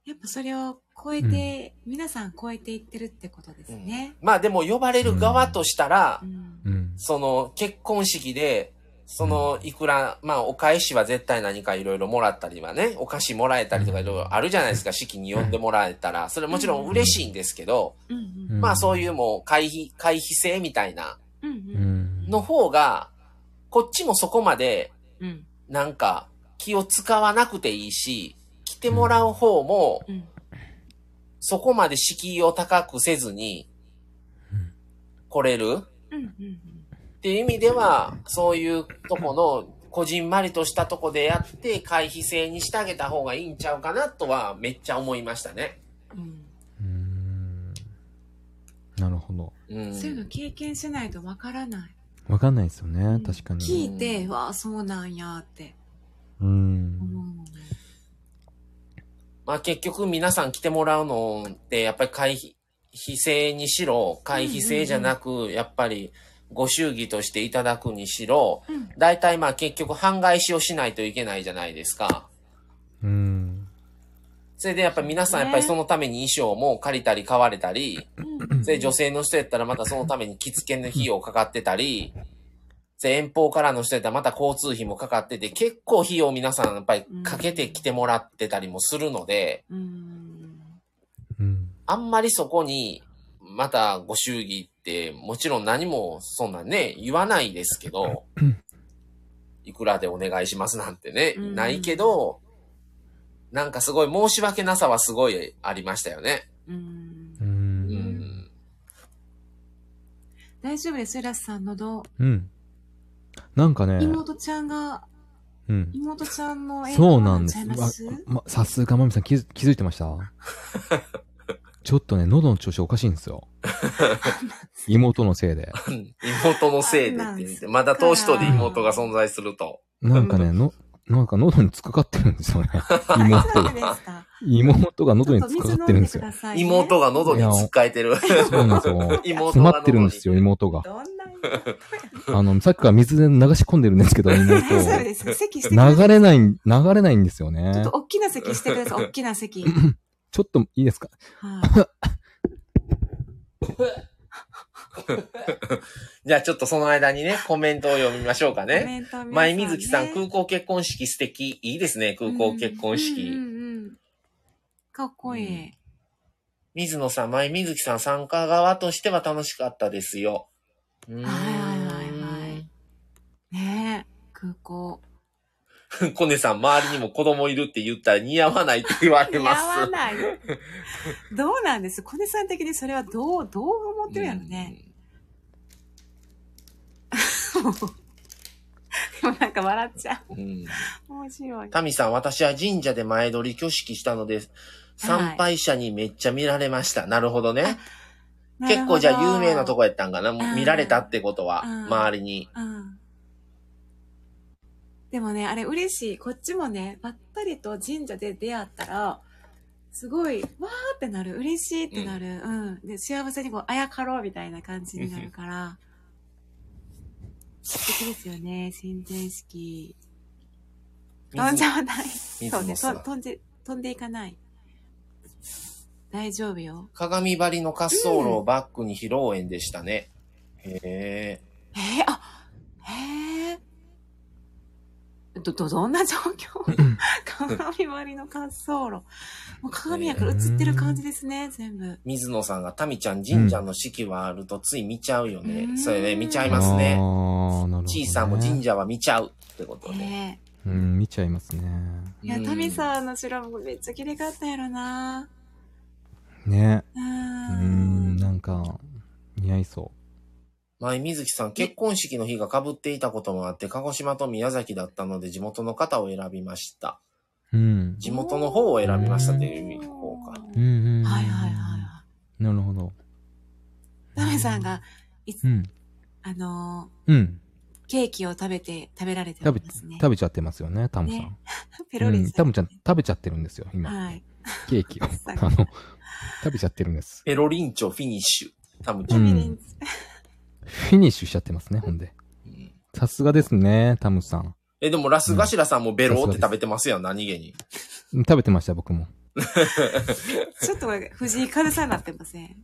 Speaker 2: やっぱそれを超えて、皆さん超えていってるってことですね。
Speaker 1: まあでも呼ばれる側としたら
Speaker 2: う、ん
Speaker 4: うん。
Speaker 1: その結婚式で、そのいくら、まあお返しは絶対何かいろいろもらったりはね、お菓子もらえたりとかいろいろあるじゃない ですか、式に呼んでもらえたら。それもちろん嬉しいんですけど、
Speaker 2: うん
Speaker 4: うん
Speaker 1: まあそういうもう回避、回避性みたいな
Speaker 2: うん
Speaker 4: う
Speaker 2: うん
Speaker 4: ん。
Speaker 1: の方が、こっちもそこまで
Speaker 2: うん
Speaker 1: なんか気を使わなくていいし、来てもらう方も
Speaker 2: うん
Speaker 1: そこまで敷居を高くせずに
Speaker 4: うん
Speaker 1: 来れる
Speaker 2: うんうん
Speaker 1: っていう意味では、そういうとこの、こじんまりとしたとこでやって、回避制にしてあげた方がいいんちゃうかなとは、めっちゃ思いましたね。
Speaker 2: うん
Speaker 4: うーん。なるほど。
Speaker 1: う
Speaker 2: うん
Speaker 1: ん。
Speaker 2: そういうの経験しないとわからない。
Speaker 4: わかんないですよね、確かに。
Speaker 2: 聞いて、わあ、そうなんやって
Speaker 4: うん
Speaker 2: 思う。もんね。
Speaker 1: まあ結局皆さん来てもらうのって、やっぱり回避、非制にしろ、回避制じゃなく、やっぱりご祝儀としていただくにしろ、
Speaker 2: うん
Speaker 1: 大体まあ結局半返しをしないといけないじゃないですか。
Speaker 4: うん。
Speaker 1: それでやっぱり皆さんやっぱりそのために衣装も借りたり買われたり、
Speaker 2: うん
Speaker 1: それ女性の人やったらまたそのために着付けの費用かかってたり、それ遠方からの人やったらまた交通費もかかってて、結構費用皆さんやっぱりかけてきてもらってたりもするので、
Speaker 2: うん
Speaker 4: うん。
Speaker 1: あんまりそこに、またご祝儀って、もちろん何もそんなね、言わないですけど、いくらでお願いしますなんてね、
Speaker 2: うん
Speaker 1: ないけど、なんかすごい申し訳なさはすごいありましたよね。
Speaker 2: うん
Speaker 4: う。
Speaker 1: うんん。
Speaker 2: 大丈夫です、エラスさん、喉。
Speaker 4: うん。なんかね、
Speaker 2: 妹ちゃんが、
Speaker 4: うん。
Speaker 2: 妹ちゃんの影
Speaker 4: そう
Speaker 2: 響
Speaker 4: な
Speaker 2: なんん
Speaker 4: で
Speaker 2: ちゃ
Speaker 4: す
Speaker 2: い。ます
Speaker 4: わま、さすがまみさん気づ気づいて ましたちょっとね、喉の調子おかしいんで すよ。妹のせいで。
Speaker 1: 妹のせいでって言って、まだ投資とで妹が存在する と。
Speaker 4: なんかね、の、なんか喉に突っかかってる んですよね。
Speaker 2: そ
Speaker 4: 妹
Speaker 2: う
Speaker 4: が
Speaker 2: で。すか。
Speaker 4: 妹が喉に
Speaker 2: ちょっと
Speaker 4: 突っ
Speaker 2: 水飲
Speaker 4: かかってる
Speaker 2: ん
Speaker 4: んで
Speaker 2: ですくだ
Speaker 4: よ。
Speaker 2: さい、ね。
Speaker 1: 妹が喉に突っかえて る。
Speaker 4: そうなんですよ。
Speaker 1: 妹
Speaker 4: 詰
Speaker 1: が
Speaker 4: まってるんですよ、妹が。
Speaker 2: どんなに。
Speaker 4: あの、さっきから水で流し込んでるんですけ ど、妹を
Speaker 2: 大丈夫です。席してくださ
Speaker 4: 流
Speaker 2: い。
Speaker 4: れない、流れないんですよ
Speaker 2: ちょ
Speaker 4: ね
Speaker 2: っと。大きな席してください。大きな席。
Speaker 4: ちょっといいですか
Speaker 2: はい
Speaker 1: じゃあちょっとその間にね、コメントを読みましょうか
Speaker 2: コ
Speaker 1: ね。
Speaker 2: メントは皆
Speaker 1: 前水木さん、
Speaker 2: ね
Speaker 1: 空港結婚式素敵。いいですね、空港結婚式。
Speaker 2: うんうんうんかっこいい。
Speaker 1: 水野さん、前水木さん、参加側としては楽しかったですよ。はい
Speaker 2: はいはいはいはい。ねえ、空港。
Speaker 1: い。コネさん、周りにも子供いるって言ったら似合わないって言われ
Speaker 2: 似合
Speaker 1: ます。
Speaker 2: わない。どうなんです小根さん的にそれはどう、どう思ってるやろね。でもなんか笑っちゃ
Speaker 1: うん。うん
Speaker 2: う。面白い。
Speaker 1: タミさん、私は神社で前撮り挙式したのです。参拝者にめっちゃ見られました。なるほどね。結構じゃあ有名なと
Speaker 2: こ。
Speaker 1: こやったんかな。
Speaker 2: ん
Speaker 1: 見られたってことは、
Speaker 2: うん
Speaker 1: 周りに。
Speaker 2: うん。でもね、あれ嬉しい。こっちもね、ばったりと神社で出会ったら、すごい、わーってなる。嬉しいってなる。うん。で、幸せにこう、あやかろうみたいな感じになるから。素敵ですよね、神前式。飛んじゃわない。
Speaker 1: 水
Speaker 2: そう
Speaker 1: 野
Speaker 2: ね、
Speaker 1: さ
Speaker 2: と
Speaker 1: ん
Speaker 2: 飛んで、飛んでいかない。大丈夫よ。
Speaker 1: 鏡張りの滑走路をバックに披露宴でしたね。へえ。
Speaker 2: えー、あ、へえ。ど、ど、どんな状況 鏡割りの滑走路。もう鏡やから映ってる感じですね、全部。
Speaker 1: 水野さんが、タミちゃん、神社の式はあるとつい見ちゃうよね。
Speaker 2: うん
Speaker 1: それね、見ちゃ
Speaker 4: あ
Speaker 1: います
Speaker 4: ーなる
Speaker 1: ね。
Speaker 4: ほどね。
Speaker 1: ちいさんも神社は見ちゃうってことね。
Speaker 2: え
Speaker 4: うん、見ちゃいますね。
Speaker 2: えいや、
Speaker 1: うん
Speaker 2: タミさんの白もめっちゃ綺麗かったやろな。
Speaker 4: ね。
Speaker 2: うー
Speaker 4: うー
Speaker 2: ん。
Speaker 4: ん、なんか、似合いそ
Speaker 1: 前水木さん、結婚式の日が被っていたこともあって、鹿児島と宮崎だったので、地元の方を選びました。
Speaker 4: うん。
Speaker 1: 地元の方を選びましたという意味の方か。
Speaker 4: うんうんうん。。
Speaker 2: はいはいはいはい
Speaker 4: なるほど。
Speaker 2: い。ダメさんが、いつ、
Speaker 4: うん。
Speaker 2: あの
Speaker 4: うん。
Speaker 2: ー、ケーキを食べて、食べられて
Speaker 4: 食べ、
Speaker 2: ますね。
Speaker 4: 食べちゃってますよね、タムさん。
Speaker 2: ねペロ
Speaker 4: う
Speaker 2: リ
Speaker 4: ん、
Speaker 2: さ
Speaker 4: タ
Speaker 2: ん。
Speaker 4: ムちゃん食べちゃってるんですよ、今。
Speaker 2: はい。
Speaker 4: ケーキを。
Speaker 2: さ
Speaker 4: あの、食べちゃってるんです。
Speaker 1: ペロリンチョフィニッシュ。タムち
Speaker 2: ペ
Speaker 1: ゃ
Speaker 2: ロ
Speaker 1: ん。
Speaker 4: うん
Speaker 2: リ
Speaker 4: フィニッシュしちゃってますね、ほんで。
Speaker 1: うん
Speaker 4: さすがですね、タムさん。
Speaker 1: え、でもラスガシラさんもベローって食べてますやん、何気に。
Speaker 4: うん食べてました、僕も。
Speaker 2: ちょっとこれ、藤井風さんになってません。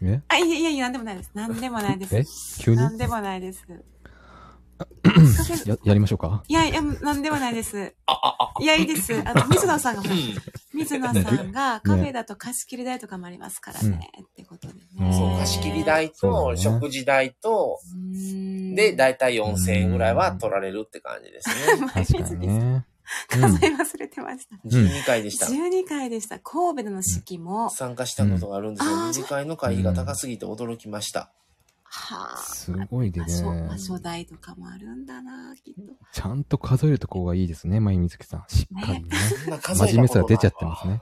Speaker 4: え
Speaker 2: あ、いやいやいや、なんでもないです。なんでもないです。
Speaker 4: え急に
Speaker 2: なんでもない です。
Speaker 4: や、やりましょうか
Speaker 2: いやいや、なんでもないです。いや、いいです。あの、水野さんが、水野さんがカフェだと貸し切り代とかもありますからね、ってことでね。
Speaker 1: そうう、
Speaker 4: ん
Speaker 1: 貸し切り代
Speaker 4: そう
Speaker 1: と、
Speaker 4: だね
Speaker 1: 食事代と、
Speaker 2: うん。
Speaker 1: で、だいたい4000円ぐらいは取られるって感じですね。
Speaker 4: 確か にね。うん
Speaker 2: 数え忘れてました。
Speaker 4: ん
Speaker 1: 12回でした。
Speaker 2: 12回でした。神戸での式も、
Speaker 1: 参加したことがあるんです
Speaker 2: うん
Speaker 1: が、
Speaker 2: あー
Speaker 1: 二次会の会費が高すぎて驚きました。
Speaker 2: はあ。
Speaker 4: すごいで
Speaker 2: 場所、
Speaker 4: ね
Speaker 2: 場。所代とかもあるんだな、きっと。
Speaker 4: ちゃんと数えるとこがいいですね、まゆみずきさん。しっかりね。
Speaker 1: そんな数えたこと
Speaker 4: 真
Speaker 1: ない
Speaker 4: 面目さが出ちゃってますね。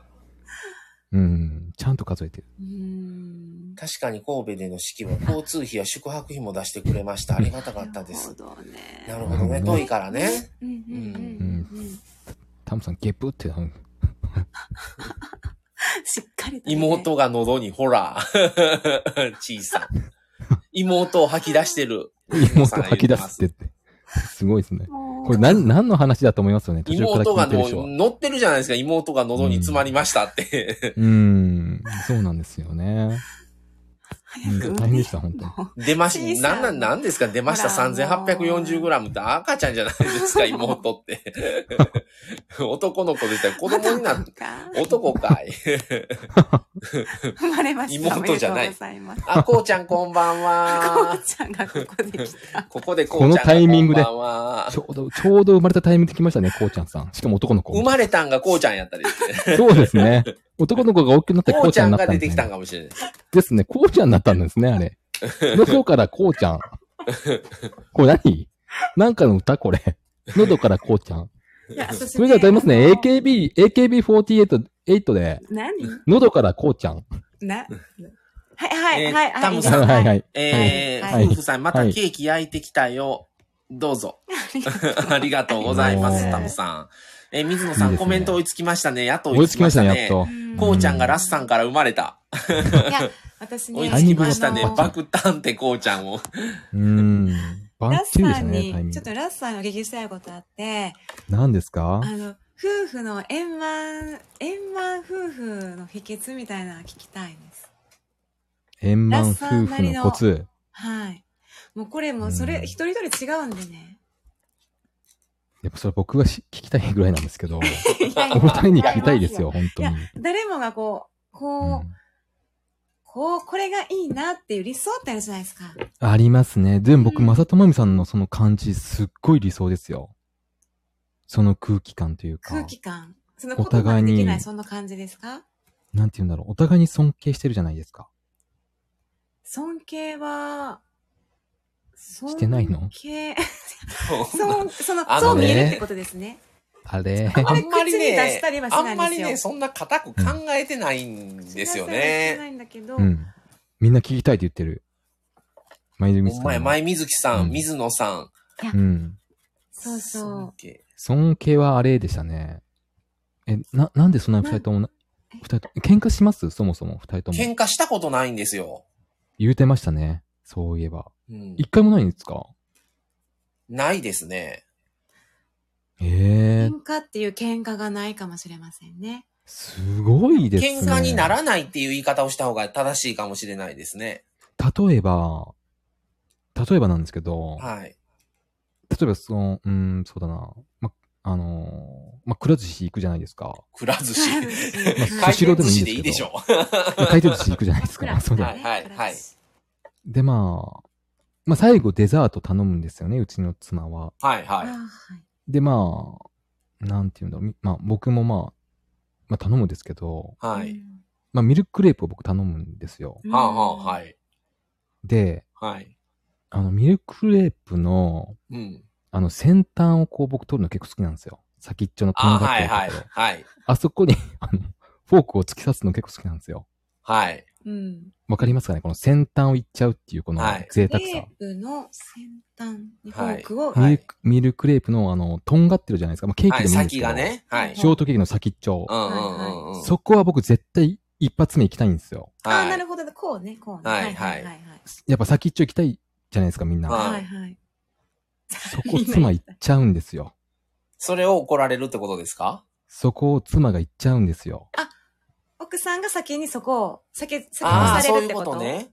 Speaker 4: うん。ちゃんと数えてる。
Speaker 2: うーん。
Speaker 1: 確かに神戸での式は交通費や宿泊費も出してくれました。ありがたかったです。
Speaker 2: なるほどね。
Speaker 1: なるほどね。遠いからね。
Speaker 2: うんうんうんうんうん。
Speaker 4: タムさん、ゲップって、うん
Speaker 2: しっかりとね。
Speaker 1: 妹が喉にほら、 小さん。妹を吐き出してる。
Speaker 4: 妹吐き出すって言って。すごいですね。
Speaker 2: もう。
Speaker 4: これ何、何の話だと思いますよね、途中から
Speaker 1: 妹
Speaker 4: 聞
Speaker 1: が
Speaker 4: いてる
Speaker 1: の
Speaker 4: 人は。
Speaker 1: 乗ってるじゃないですか。妹が喉に詰まりましたって。
Speaker 4: うん。そうなんですよね。
Speaker 2: 早く
Speaker 4: う
Speaker 2: 運
Speaker 4: ん
Speaker 2: 転。
Speaker 4: 大変でした本当に
Speaker 2: もう
Speaker 1: 出ま
Speaker 2: 小
Speaker 1: し、
Speaker 2: さ
Speaker 1: ないんなん、なんですか出ました。
Speaker 2: ほらもう
Speaker 1: 3840g って赤ちゃんじゃないですか、妹って。 男の子でしたら子供になって。男かい。
Speaker 2: 生まれました。
Speaker 1: 妹じゃない
Speaker 2: おめでとうございます。
Speaker 1: あ、こうちゃんこんばん
Speaker 2: こ
Speaker 1: は
Speaker 2: う。ちゃんがここで来た。
Speaker 1: ここでこうちゃんが
Speaker 4: このタイミングで
Speaker 1: こんばんは
Speaker 4: ちょうど、ちょうど生まれたタイミングで来ましたね、こうちゃんさん。しかも男の子。
Speaker 1: 生まれたんがこうちゃんやったりして。
Speaker 4: そうですね。男の子が大きくなって
Speaker 1: こ
Speaker 4: こ
Speaker 1: う
Speaker 4: う
Speaker 1: ち
Speaker 4: ち
Speaker 1: ゃ
Speaker 4: ゃん
Speaker 1: ん
Speaker 4: に
Speaker 1: が
Speaker 4: なっ
Speaker 1: 出
Speaker 4: たん
Speaker 1: て
Speaker 4: で
Speaker 1: き
Speaker 4: す
Speaker 1: たん
Speaker 4: ね。
Speaker 1: かもしれない。
Speaker 4: ですね、こうちゃんになったんですね、あれ。喉からこうちゃん。これ何なんかの歌これ。喉からこうちゃん。
Speaker 2: いや、私
Speaker 4: それでは歌いますね。
Speaker 2: あの
Speaker 4: AKB、AKB48、8で、
Speaker 2: 何
Speaker 4: 喉からこうちゃん。
Speaker 2: な、はいはい
Speaker 1: えー
Speaker 2: はい。
Speaker 1: タ
Speaker 2: はい
Speaker 1: ム
Speaker 4: はいはいはい。
Speaker 1: え
Speaker 2: は
Speaker 1: ー
Speaker 2: いはい
Speaker 1: 夫婦さん、またケーキ焼いてきたよ。どうぞ。 ありがとうございま
Speaker 2: あ
Speaker 1: す、
Speaker 2: りが
Speaker 1: タ
Speaker 2: とう
Speaker 1: ム
Speaker 2: ご
Speaker 1: さん。えー水野
Speaker 4: い
Speaker 1: さ
Speaker 4: い
Speaker 1: ん、
Speaker 4: ですね
Speaker 1: コメント追いつきましたね。やっと
Speaker 4: 追
Speaker 1: 追
Speaker 4: い
Speaker 1: い
Speaker 4: つ
Speaker 1: つ
Speaker 4: き
Speaker 1: き
Speaker 4: ま
Speaker 1: ま
Speaker 4: し
Speaker 1: したた
Speaker 4: ね、やっ
Speaker 1: ね。
Speaker 4: と。
Speaker 2: うん
Speaker 1: こうちゃんがラスさんから生まれた。
Speaker 2: いや、私ね、
Speaker 1: 追い
Speaker 4: タ
Speaker 1: つ
Speaker 4: イミ
Speaker 1: き
Speaker 4: ング
Speaker 1: ま
Speaker 4: で
Speaker 1: したね
Speaker 2: あ。の
Speaker 1: バクタンってこうちゃんを。
Speaker 4: うーん。バッ
Speaker 2: ラス
Speaker 4: チリで
Speaker 2: さ
Speaker 4: す
Speaker 2: ん
Speaker 4: ね、
Speaker 2: に
Speaker 4: タイ、ミン
Speaker 2: ちょ
Speaker 4: グ
Speaker 2: っ。とラスさんにお聞きしたいことあって、
Speaker 4: 何ですか
Speaker 2: あの、夫婦の円満、円満夫婦の秘訣みたいなの聞きたいです。
Speaker 4: 円満
Speaker 2: ラ
Speaker 4: 夫
Speaker 2: スさんな
Speaker 4: 婦
Speaker 2: り
Speaker 4: の
Speaker 2: の
Speaker 4: コツ。
Speaker 2: はい。もうこれもうそれ、
Speaker 4: うん
Speaker 2: 一人一人違うんで ね。
Speaker 4: やっぱそれ僕がし聞きたいぐらいなんです けど、
Speaker 2: いやいや
Speaker 4: お二人に聞きたいですよ、本当に。
Speaker 2: 誰もがこう、
Speaker 4: う
Speaker 2: こう、
Speaker 4: ん
Speaker 2: こう、これがいいなっていう理想ってあるじゃないですか。
Speaker 4: ありますね。でも僕、
Speaker 2: うん
Speaker 4: まさともみさんのその感じ、すっごい理想ですよ。その空気感というか、
Speaker 2: 空気感。その
Speaker 4: お互いに
Speaker 2: 言葉できない、そんな感じですか
Speaker 4: なんて言うんだろう。お互いに尊敬してるじゃないですか。
Speaker 2: 尊敬は、して
Speaker 4: ない の
Speaker 2: 尊敬、そう、その、
Speaker 1: あ
Speaker 2: そ
Speaker 1: の
Speaker 2: う
Speaker 4: ね
Speaker 2: 見えるってことですね。
Speaker 4: あれ
Speaker 2: こ
Speaker 1: あ
Speaker 2: れ
Speaker 1: んまり
Speaker 2: 口に出
Speaker 1: ね
Speaker 2: したりは、しないんですよ
Speaker 1: あんまりね、そんな固く考えてないんですよ
Speaker 2: 知らせはしてな
Speaker 1: ね。
Speaker 2: いんだけど、
Speaker 4: うん。みんな聞きたいって言ってる。前泉
Speaker 1: お
Speaker 4: さん。
Speaker 1: 前、前水木さ、
Speaker 4: うんん
Speaker 1: 水野さん。
Speaker 4: うん。
Speaker 2: そうそう。
Speaker 1: う。
Speaker 4: 尊敬はあれでしたね。え、な、なんでそんなに二人ともな、
Speaker 2: え
Speaker 4: 二人とも、喧嘩しますそもそも二人とも。
Speaker 1: 喧嘩したことないんですよ。
Speaker 4: 言うてましたね。そういえば。
Speaker 1: うん
Speaker 4: 一回もないんですか
Speaker 1: ないですね。
Speaker 4: ええ
Speaker 2: 喧嘩っていう喧嘩がないかもしれませんね。
Speaker 4: すごいですね。
Speaker 1: 喧嘩にならないっていう言い方をした方が正しいかもしれないですね。
Speaker 4: 例えば、例えばなんですけど、
Speaker 1: はい。
Speaker 4: 例えばその、うーん、そうだな、ま、あのー、ま、くら寿司行くじゃないで すか。
Speaker 1: くら寿 司。
Speaker 4: まあ
Speaker 1: 回
Speaker 4: スシロー
Speaker 1: 転
Speaker 4: でも
Speaker 1: 寿司で
Speaker 4: いいんですけど
Speaker 1: いいでしょ
Speaker 4: いや回転寿司行くじゃないですか。そう
Speaker 1: は
Speaker 4: だ
Speaker 1: い。はいはい
Speaker 4: で、まあ、まあ、最後デザート頼むんですよね、うちの妻は。
Speaker 1: う。はい
Speaker 2: あー
Speaker 1: は
Speaker 2: はい。
Speaker 4: で、まあ、なんていうんだろう、みまあ、僕もまあ、まあ、頼むんですけど、
Speaker 1: い。はい。
Speaker 2: う
Speaker 4: まあ、ミルククレープを僕頼むんですよ。
Speaker 2: ん
Speaker 1: はあはあ、はい。
Speaker 4: で、
Speaker 1: はい。
Speaker 4: あの、ミルクレープの、
Speaker 1: うん。
Speaker 4: あの、先端をこう僕取るの結構好きなんですよ。先っちょの
Speaker 1: あ、
Speaker 4: とんがっ
Speaker 1: は
Speaker 4: て
Speaker 1: い
Speaker 4: るところ。
Speaker 1: はい。はい。
Speaker 4: あそこに、あの、フォークを突き刺すの結構好きなんですよ。
Speaker 1: はい。
Speaker 2: うん。
Speaker 4: わかりますかねこの先端をいっちゃうっていう、この
Speaker 1: はい
Speaker 4: 贅沢
Speaker 2: テ
Speaker 4: さ
Speaker 2: ー。プの先端にフォークを、
Speaker 1: はい
Speaker 4: ミルクミルクレープの、あの、とんがってるじゃないですか。まあ、ケーキ
Speaker 1: はい、
Speaker 4: でもいいんです
Speaker 1: 先
Speaker 4: けど、
Speaker 1: がね。はい。
Speaker 4: ショートケーキの先っちょ
Speaker 1: う。んうんうんうん。
Speaker 4: そこは僕絶対一発目行きたいんですよ。
Speaker 2: あ
Speaker 1: は
Speaker 2: あ、
Speaker 1: い
Speaker 2: なるほど。こうね、こうね。
Speaker 1: はいはい
Speaker 2: はい
Speaker 4: やっぱ先っちょ行きたいじゃないですか、みん
Speaker 1: は
Speaker 4: な。
Speaker 2: はい。はいはい。
Speaker 4: そこ妻行っちゃうんですよ。
Speaker 1: それを怒られるってことですか
Speaker 4: そこを妻が行っちゃうんですよ。
Speaker 2: 奥さんが先にそこを、先、先
Speaker 1: あ
Speaker 2: に
Speaker 1: あ、
Speaker 2: さ
Speaker 1: そ
Speaker 2: れ
Speaker 1: ういう
Speaker 2: るって
Speaker 1: こ
Speaker 2: ことと
Speaker 1: ね。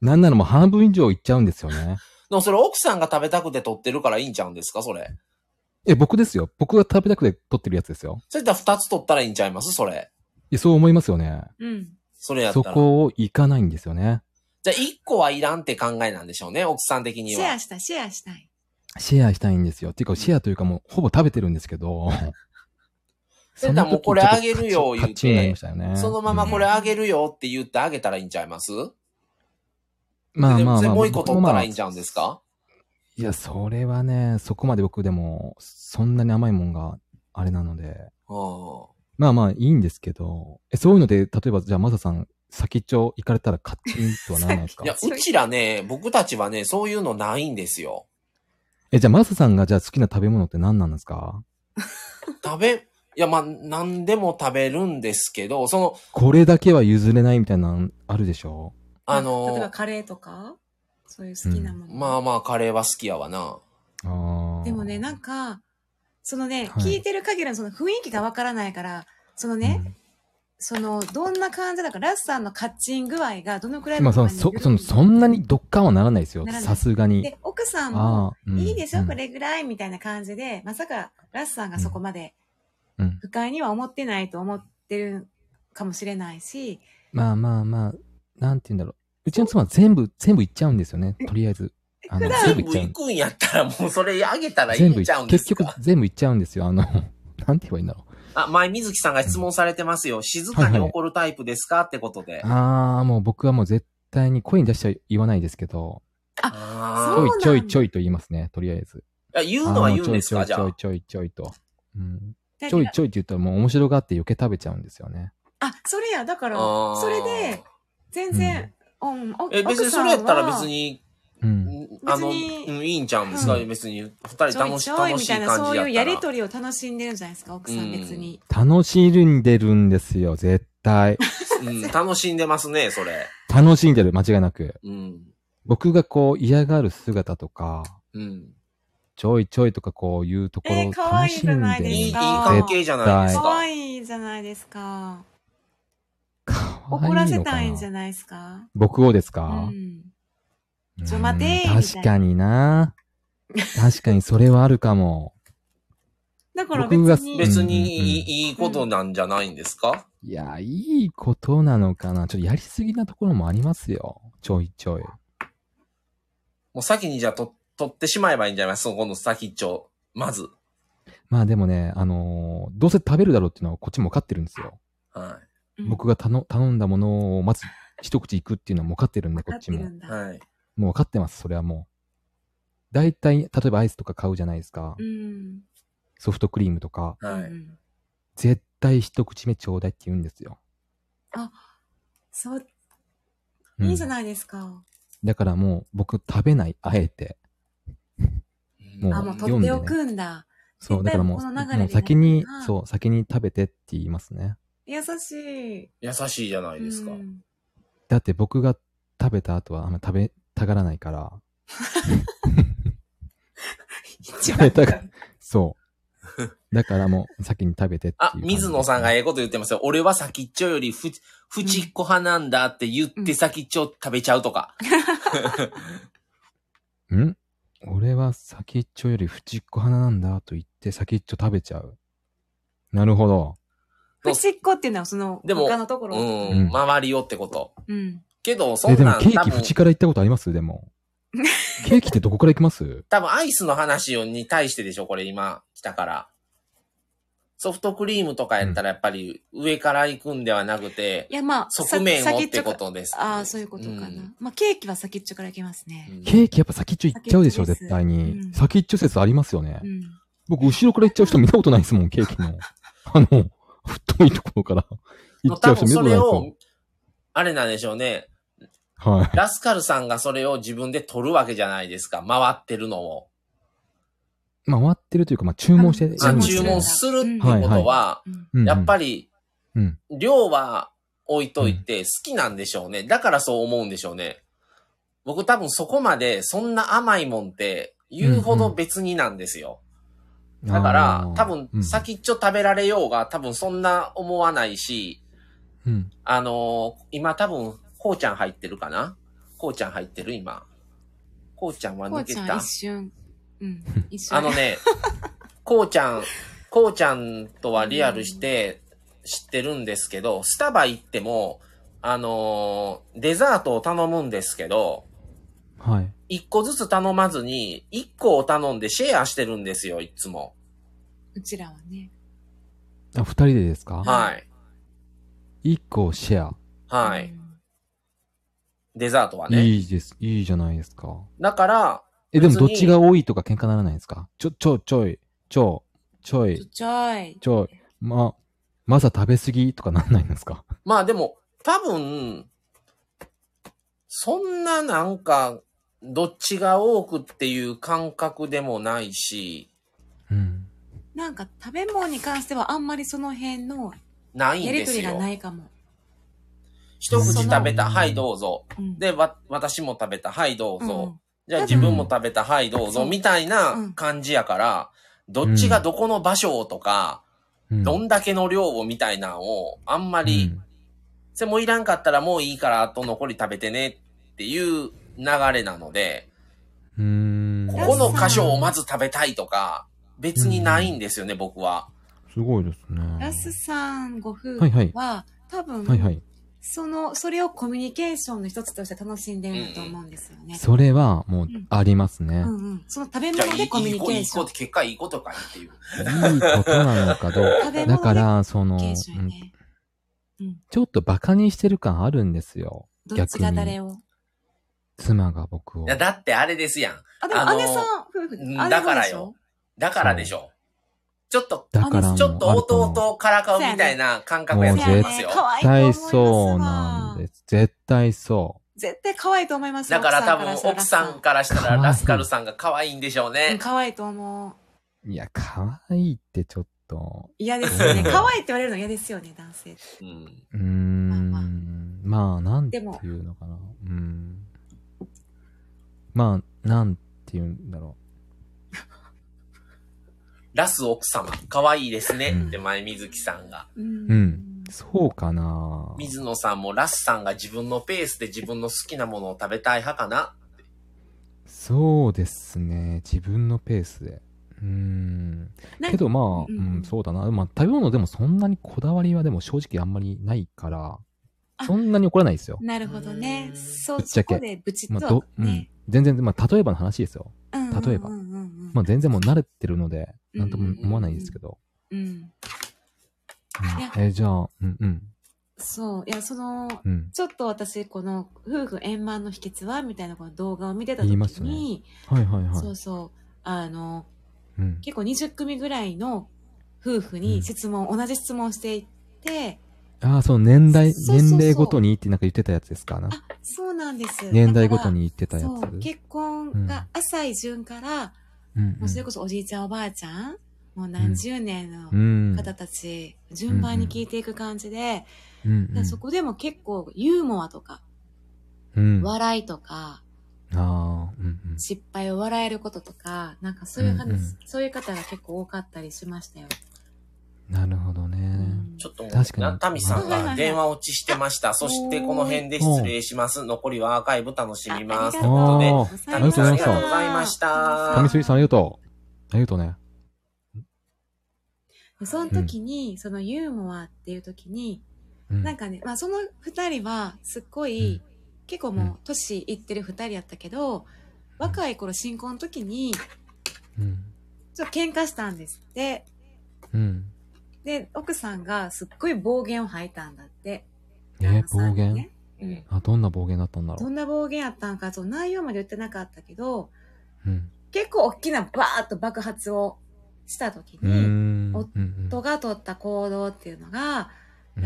Speaker 4: なんならもう半分以上行っちゃうんです よね。
Speaker 1: でもそれ奥さんが食べたくて取ってるからいいんちゃうんですかそれ。
Speaker 4: え、僕ですよ。僕が食べたくて取ってるやつですよ。
Speaker 1: それだったら二つ取ったらいいんちゃいますそれ。
Speaker 4: いやそう思いますよね。
Speaker 2: うん。
Speaker 1: それやった
Speaker 4: そ
Speaker 1: ら。
Speaker 4: こを行かないんですよね。
Speaker 1: じゃあ一個はいらんって考えなんでしょうね、奥さん的に
Speaker 2: シェ
Speaker 1: は
Speaker 2: ア。したい、シェアしたい。
Speaker 4: シェアしたいんですよ。っていうか、シェアというかもうほぼ食べてるんですけ ど。
Speaker 1: それだもうこれあげるよ
Speaker 4: その時ちょっと
Speaker 1: 言うて
Speaker 4: カチカチンになりましたよね。
Speaker 1: そのままこれ
Speaker 4: うん
Speaker 1: あげるよって言ってあげたらいいんちゃいます
Speaker 4: まあまあ
Speaker 1: で
Speaker 4: まあ。
Speaker 1: もう一個取ったらいいん
Speaker 4: じゃ
Speaker 1: ちゃうんですか
Speaker 4: いや、それはね、そこまで僕でも、そんなに甘いもんがあれなので。
Speaker 1: うん。
Speaker 4: まあまあいいんですけど、えそういうので、例えばじゃあマサさん、先っちょ行かれたらカチンとはならないですか
Speaker 1: いや、うちらね、僕たちはね、そういうのないんですよ。
Speaker 4: え、じゃあマサさんがじゃあ好きな食べ物って何なんですか
Speaker 1: 食べ、いや、まあ、何でも食べるんですけど、その、
Speaker 4: これだけは譲れないみたいなのあるでしょ
Speaker 1: あ
Speaker 2: 例えば
Speaker 1: の、
Speaker 2: カレーとか、そういう好きなもの。
Speaker 1: まあまあ、カレーは好きやわな。
Speaker 4: ああ。
Speaker 2: でもね、なんか、そのね、
Speaker 4: はい
Speaker 2: 聞いてる限りのその雰囲気がわからないから、そのね、その、どんな感じだから、ラスさんのカッチン具合がどのくら
Speaker 4: う
Speaker 2: い
Speaker 4: ん、まあその
Speaker 2: 感じ
Speaker 4: そその、そんなにドッカンはならないですよ
Speaker 2: な。らない
Speaker 4: さすがに。
Speaker 2: で、奥さんも、
Speaker 4: ああ、うん
Speaker 2: いいでし
Speaker 4: う
Speaker 2: ょ、
Speaker 4: ん
Speaker 2: これぐらいみたいな感じで、まさか、ラスさんがそこまで
Speaker 4: うん。
Speaker 2: 不快には思ってないと思ってるかもしれないし、
Speaker 4: まあまあまあ、なんて言うんだろう。うちの妻は全部、全部行っちゃうんですよね。とりあえず。あの、
Speaker 1: 全
Speaker 4: 全部行っ
Speaker 1: 部
Speaker 4: ちゃう
Speaker 1: 行。くんやったら、もうそれあげたらいい
Speaker 4: 全部
Speaker 1: んちゃ
Speaker 4: 行
Speaker 1: う
Speaker 4: っ
Speaker 1: んで
Speaker 4: 結
Speaker 1: すか
Speaker 4: 局全部行っちゃうんですよ。あの、 なんて言えばいいんだろう。
Speaker 1: あ、前水木さんが質問されてますよ。静かに怒るタイプですかってことで。
Speaker 4: ああ、もう僕はもう絶対に声に出しては言わないですけど、
Speaker 2: そ
Speaker 1: あ
Speaker 2: う
Speaker 4: ち
Speaker 2: な
Speaker 4: ょ
Speaker 2: ん
Speaker 4: い
Speaker 2: だ
Speaker 4: ちょいちょいと言いますね、とりあえず。
Speaker 1: あ。いや、言うのは
Speaker 4: あー
Speaker 1: 言うんですかじゃ
Speaker 4: ちょい
Speaker 1: あ。
Speaker 4: ちょいちょいちょいと。うん、ちょいちょいって言ったらもう面白がって余計食べちゃうんですよね。
Speaker 2: あ、それや、だから、
Speaker 1: あー
Speaker 2: それで、全然、うん、お
Speaker 1: え、別にそ
Speaker 2: 奥さん
Speaker 1: れ
Speaker 2: は
Speaker 1: やったら別に、
Speaker 4: うん。
Speaker 1: あの、うん
Speaker 2: 別に
Speaker 1: いいんちゃうんですか、
Speaker 4: うん
Speaker 1: 別に、二
Speaker 2: ち
Speaker 1: 人
Speaker 2: ょ
Speaker 1: 楽
Speaker 2: い
Speaker 1: し、
Speaker 2: ちょい
Speaker 1: 楽し
Speaker 2: み
Speaker 1: い感じやった
Speaker 2: たいな、
Speaker 1: ら。
Speaker 2: そういうやりとりを楽しんでるんじゃないですか、奥さん別に。
Speaker 4: 楽しんでるんですよ、絶対。
Speaker 1: うん、 楽しんでますね、それ。
Speaker 4: 楽しんでる、間違いなく。
Speaker 1: うん。
Speaker 4: 僕がこう嫌がる姿とか、
Speaker 1: うん。
Speaker 4: ちょいちょいとかこういうところ
Speaker 2: えー
Speaker 4: を
Speaker 2: 可
Speaker 4: 楽
Speaker 2: 愛い
Speaker 4: しん
Speaker 2: じゃない
Speaker 4: で
Speaker 2: で
Speaker 1: いい、いい
Speaker 2: す
Speaker 4: る。
Speaker 2: か
Speaker 1: 関係じゃないです
Speaker 2: 可
Speaker 1: か。
Speaker 2: 愛いじゃないですか。
Speaker 4: 可愛
Speaker 2: 怒らせ
Speaker 4: のか
Speaker 2: たいんじゃ
Speaker 4: な
Speaker 2: ないですか。
Speaker 4: 僕をですか、
Speaker 2: うん。ちょ
Speaker 4: うん
Speaker 2: 待てーみたいな
Speaker 4: 確かにな。確かにそれはあるかも。
Speaker 2: だから別
Speaker 4: 僕が
Speaker 2: に、
Speaker 1: 別にいい,、
Speaker 4: うん
Speaker 1: いいことなんじゃないんですか、
Speaker 4: いや、いいことなのかな。ちょっとやりすぎなところもありますよ。ちょいちょい。
Speaker 1: もう先にじゃあと取ってしまえばいいんじゃないですかそこの先っちょ。まず。
Speaker 4: まあでもね、あのーどうせ食べるだろうっていうのはこっちも分かってるんですよ。
Speaker 1: は
Speaker 2: うん
Speaker 4: 僕が頼頼んだものをまず一口いくっていうのはもう分かってるんで、こ
Speaker 2: な
Speaker 4: っ
Speaker 2: っ
Speaker 4: ち
Speaker 2: て
Speaker 4: も。
Speaker 2: る
Speaker 4: も
Speaker 2: ん
Speaker 1: い。
Speaker 2: だ。
Speaker 1: はい。
Speaker 4: う分かってます、それはもう。大体、例えばアイスとか買うじゃないですか
Speaker 2: う。ん。
Speaker 4: ソフトクリームとか。
Speaker 1: は
Speaker 2: う
Speaker 1: い。
Speaker 2: ん
Speaker 4: 絶対一口目ちょうだいって言うんですよ。
Speaker 2: そう、
Speaker 4: うん
Speaker 2: いいじゃないですか。
Speaker 4: だからもう僕食べない、あえて。もう
Speaker 2: あ、もう取っておくんだ。
Speaker 4: そう、だからもう、
Speaker 2: 絶対この流れで
Speaker 4: もう先に
Speaker 2: なるな、
Speaker 4: そう、先に食べてって言いますね。
Speaker 2: 優しい。
Speaker 1: 優しいじゃないですか。
Speaker 2: うん
Speaker 4: だって僕が食べた後はあんま食べたがらないから、
Speaker 2: 一
Speaker 4: 食
Speaker 2: 番
Speaker 4: べたが、 そう。だからもう先に食べてっていう
Speaker 1: あ、
Speaker 4: 感じ
Speaker 1: 水野さんがええこと言ってますよ。俺は先っちょよりふ、ふちっこ派なんだって言っ
Speaker 2: う
Speaker 1: て
Speaker 2: ん
Speaker 1: 先っちょ食べちゃうとか。
Speaker 4: ん俺は先っちょより縁っこ派なんだと言って先っちょ食べちゃう。なるほど。
Speaker 1: そう
Speaker 2: 端っこっていうのはその、
Speaker 1: でも
Speaker 2: 他のとこ
Speaker 1: う
Speaker 2: ろ。
Speaker 1: ん、
Speaker 4: うん
Speaker 1: 周りよってこと。
Speaker 2: うん。
Speaker 1: けど、そ
Speaker 4: え、
Speaker 1: ん
Speaker 4: でも
Speaker 1: なん
Speaker 4: ケー
Speaker 1: 多
Speaker 4: キ
Speaker 1: 分、
Speaker 4: 縁から行ったことあります でも。ケーキってどこから行きます
Speaker 1: 多分アイスの話に対してでしょ、これ今来たから。ソフトクリームとかやったらやっぱり上から行くんではなくて、
Speaker 2: いや、まあ、さ
Speaker 1: 側面を
Speaker 2: 先
Speaker 1: っ
Speaker 2: っち
Speaker 1: て
Speaker 2: ょか
Speaker 1: ことです、
Speaker 2: ああ、そういうことかな。
Speaker 1: うん
Speaker 2: まあ、ケーキは先っちょからいきますね。
Speaker 1: うん
Speaker 4: ケーキやっぱ先っちょ行っちゃうでしょ、
Speaker 2: 先っちょです
Speaker 4: 絶対に。
Speaker 2: うん
Speaker 4: 先っちょ説ありますよね。
Speaker 2: うん。
Speaker 4: 僕、後ろから行っちゃう人見たことないですもん、ケー キの。あの、太いところから行っち
Speaker 1: 多
Speaker 4: ゃう人
Speaker 1: 分
Speaker 4: 見た
Speaker 1: そ
Speaker 4: ことな
Speaker 1: れ
Speaker 4: いです
Speaker 1: を、あれなんでしょうね。
Speaker 4: よ。はい。
Speaker 1: ラスカルさんがそれを自分で取るわけじゃないですか。回ってるのを。
Speaker 4: まあ、回ってるというか、まあ、注文してやるんで
Speaker 1: あ
Speaker 4: すね。
Speaker 1: 注文するってこと
Speaker 4: はい
Speaker 1: は、
Speaker 2: うん
Speaker 4: うんうん
Speaker 1: やっぱり
Speaker 4: うん。
Speaker 1: 量は置いといて好きなんでしょうね。だからそう思うんでしょうね。僕多分そこまでそんな甘いもんって言うほど別になんですよ。だから
Speaker 4: あー
Speaker 1: 多分先っちょ食べられようが多分そんな思わないし、
Speaker 4: うん。うん
Speaker 1: あのー今多分こうちゃん入ってるかなこうちゃん入ってる今。こうちゃんは
Speaker 2: こ
Speaker 1: 抜
Speaker 2: う
Speaker 1: け
Speaker 2: ち
Speaker 1: た
Speaker 2: ゃん一瞬。うん。 一瞬。
Speaker 1: あのね、こうちゃん、こうちゃんとはリアルして知ってるんですけど、スタバ行っても、あのーデザートを頼むんですけど、
Speaker 4: はい。
Speaker 1: 一個ずつ頼まずに、一個を頼んでシェアしてるんですよ、いつも。
Speaker 2: うちらはね。
Speaker 4: あ、二人でですか
Speaker 1: はい。
Speaker 4: 一個をシェ
Speaker 1: は
Speaker 2: う
Speaker 1: い。
Speaker 2: ん
Speaker 1: デザートは
Speaker 4: ア。
Speaker 1: ね。
Speaker 4: いいです。いいじゃないですか。
Speaker 1: だから、
Speaker 4: え、でも
Speaker 1: 別
Speaker 4: ど
Speaker 1: に
Speaker 4: っちが多いとか喧嘩ならないんですかちょ、ちょ、ちょい、ちょ、ち
Speaker 2: ち
Speaker 4: ょ
Speaker 2: ょ
Speaker 4: い、
Speaker 2: ちょい。
Speaker 4: ちょい、ま、まさ食べ過ぎとかなんないんですか
Speaker 1: まあでも、多分、そんななんか、どっちが多くっていう感覚でもないし、
Speaker 4: うん。
Speaker 2: なんか食べ物に関してはあんまりその辺の
Speaker 1: ない
Speaker 2: や
Speaker 1: ん
Speaker 2: り
Speaker 1: で
Speaker 2: と
Speaker 1: す
Speaker 2: り
Speaker 1: よ。
Speaker 2: がないかも。
Speaker 1: 一口食べた、
Speaker 4: その
Speaker 1: はい、どうぞ。
Speaker 2: うん、
Speaker 1: で、わ、私も食べた、はい、どうぞ。じゃあ
Speaker 2: うん
Speaker 1: 自分も食べた、はい、どう
Speaker 2: そ
Speaker 1: ぞ、
Speaker 2: う
Speaker 1: みたいな感じやから、どっちがどこの場所をとか、
Speaker 4: うん。
Speaker 1: どんだけの量をみたいなのを、あんま
Speaker 4: な
Speaker 1: り、それもいらんかったらもういいから、あと残り食べてねっていう流れなので、
Speaker 4: うーん。
Speaker 1: ここの
Speaker 2: カ
Speaker 1: 箇所をまず食べたいとか、別にないんですよね、僕は。
Speaker 4: すごいですね。
Speaker 2: うんラスさんご夫婦は、
Speaker 4: はいはい
Speaker 2: 多分、
Speaker 4: はいはい。
Speaker 2: その、それをコミュニケーションの一つとして楽しんでるんだと思うんですよね。
Speaker 4: それはもう
Speaker 2: うん
Speaker 4: ありますね。
Speaker 2: うんうん。その食べ
Speaker 1: じゃあ、
Speaker 2: 物
Speaker 1: いい、い
Speaker 2: で
Speaker 1: い
Speaker 2: コ
Speaker 1: 子、
Speaker 2: ミュ
Speaker 1: い
Speaker 2: ニ
Speaker 1: い
Speaker 2: ケ
Speaker 1: 子、い
Speaker 2: ー
Speaker 1: い
Speaker 2: ショ
Speaker 1: 子
Speaker 2: ン。
Speaker 1: って結果いい子とかっていう。
Speaker 4: いいことなのかど
Speaker 2: 食べ物
Speaker 4: う。
Speaker 2: で
Speaker 4: だから、そ
Speaker 2: コ
Speaker 4: の、
Speaker 2: ミュニケーショ
Speaker 4: う
Speaker 2: ン
Speaker 4: ん
Speaker 2: よね。
Speaker 4: ちょっとバカにしてる感あるんですよ。
Speaker 2: どっちが誰を。
Speaker 4: 妻が僕を
Speaker 1: いや。だってあれですやん。
Speaker 2: あ、でも、
Speaker 1: あのー
Speaker 2: 姉さん夫婦、
Speaker 1: うん
Speaker 2: 姉さん
Speaker 1: だからよだからでしょ。ちょっと、
Speaker 4: だからもう
Speaker 1: ちょっと
Speaker 4: あるかな
Speaker 1: 弟をからかうみたいな感覚や
Speaker 4: も
Speaker 1: っ
Speaker 4: う
Speaker 2: で
Speaker 1: て
Speaker 2: しょ。
Speaker 1: ま
Speaker 4: 絶
Speaker 1: す
Speaker 2: そう
Speaker 1: よ
Speaker 2: やね。可愛いと思いますわ
Speaker 4: 絶対そうなんです。絶対そ
Speaker 2: 絶対可愛いと思います
Speaker 1: だから多分
Speaker 2: したら
Speaker 1: 奥さんからしたら
Speaker 4: 可愛い
Speaker 1: ラスカルさんが可愛いんでしょう
Speaker 2: うん
Speaker 1: ね。
Speaker 2: 可愛いと思う。
Speaker 4: う。いや、可愛いってちょっと。
Speaker 2: 嫌ですよね。
Speaker 4: うん
Speaker 2: 可愛いって言われるの嫌ですよね、男性って。
Speaker 1: うん。
Speaker 4: うー
Speaker 2: まあ
Speaker 4: ん。まあ、なんていうのかな。うん。まあ、なんていうんだろ
Speaker 1: ラス奥様、可愛いですね。
Speaker 4: うん
Speaker 1: って前水木さんが。
Speaker 2: う
Speaker 4: う。うん。そうかな。
Speaker 1: 水野さんもラスさんが自分のペースで自分の好きなものを食べたい派かな。
Speaker 4: そうですね。自分のペースで。うーん。
Speaker 2: なん
Speaker 4: けどまあ、
Speaker 2: う
Speaker 4: うんん、そうだな。まあ、食べ物でもそんなにこだわりはでも正直あんまりないから、
Speaker 2: あ
Speaker 4: そんなに怒らないですよ。
Speaker 2: なるほど
Speaker 1: う。
Speaker 2: ね
Speaker 1: ん
Speaker 2: そう、
Speaker 4: ぶっち
Speaker 2: そ
Speaker 4: ゃけ
Speaker 2: こでブチ
Speaker 4: ま
Speaker 2: ッ
Speaker 4: あ、
Speaker 2: と
Speaker 4: ど
Speaker 2: は、
Speaker 4: う
Speaker 2: ね
Speaker 4: ん。。全然、まあ、例えばの話ですよ。
Speaker 2: うん
Speaker 4: 例えば
Speaker 2: うんうんうんうん
Speaker 4: まあ、全然もう慣れてるので、
Speaker 2: うん
Speaker 4: なんとも思わないですけど。
Speaker 2: うん。
Speaker 4: うん
Speaker 2: いや
Speaker 4: えーじゃあ、うんうん、
Speaker 2: そう。いや、その、
Speaker 4: うん。
Speaker 2: ちょっと私、この、夫婦円満の秘訣はみたいなこの動画を見てた
Speaker 4: 言
Speaker 2: 時
Speaker 4: います
Speaker 2: に
Speaker 4: ね、はいはいはい。
Speaker 2: そうそう、あの、
Speaker 4: うん。
Speaker 2: 結構20組ぐらいの夫婦に質問、同じ質問していって、
Speaker 4: ああ、その年代、
Speaker 2: そうそうそう
Speaker 4: 年齢ごとにってなんか言ってたやつですかな
Speaker 2: あ、そうなんです。
Speaker 4: 年代ごとに言ってた
Speaker 2: だ
Speaker 4: やつ。
Speaker 2: か
Speaker 4: う
Speaker 2: ら。そう、
Speaker 4: ん
Speaker 2: 結婚が浅い順から、
Speaker 4: うん
Speaker 2: もうそれこそおじいちゃんおばあちゃん、もう何十年の
Speaker 4: うん。
Speaker 2: 方たち、順番に聞いていく感じで、
Speaker 4: うんうん
Speaker 2: だからそこでも結構ユーモアとか、
Speaker 4: うん。あ
Speaker 2: 笑いとか、
Speaker 4: あー、うんうん。
Speaker 2: 失敗を笑えることとか、なんかそういう話、
Speaker 4: うんうん
Speaker 2: そういう方が結構多かったりしましたよ。
Speaker 4: なるほど
Speaker 2: う
Speaker 4: ね。
Speaker 2: ん
Speaker 1: ちょっと、
Speaker 4: 確かに
Speaker 1: なタミさん
Speaker 2: はいはいは
Speaker 1: が
Speaker 2: い
Speaker 1: 電話落ちしてました。そしてこの辺で失礼します。残りはアーカイブ楽しみます。
Speaker 2: あ
Speaker 1: ということで、
Speaker 4: ありがとうございました
Speaker 1: ありがとうございました
Speaker 2: ありがとうござい
Speaker 4: 上
Speaker 2: まし
Speaker 4: 杉さんありがとう。ありがとうね。
Speaker 2: たその時に、そのユーモアっていう時に、
Speaker 4: うん
Speaker 2: なんかね、まあその二人はすっごい、結構もう年いってる二人やったけど、若い頃新婚の時に、
Speaker 4: うん。
Speaker 2: ちょっと喧嘩したんですって。
Speaker 4: うん。
Speaker 2: で、奥さんがすっごい暴言を吐いたんだって。
Speaker 4: え
Speaker 2: 旦那
Speaker 4: ー、
Speaker 2: さ
Speaker 4: 暴
Speaker 2: んに
Speaker 4: 言、
Speaker 2: ね
Speaker 1: うん。
Speaker 4: あ、どんな暴言だったんだろ
Speaker 2: ど
Speaker 4: う。
Speaker 2: んな暴言やったんか、そう内容まで言ってなかったけど、
Speaker 4: うん。
Speaker 2: 結構大きなバーッと爆発をした時
Speaker 4: うーん。
Speaker 2: に、
Speaker 4: うんうん
Speaker 2: 夫が取った行動っていうのが、
Speaker 4: うん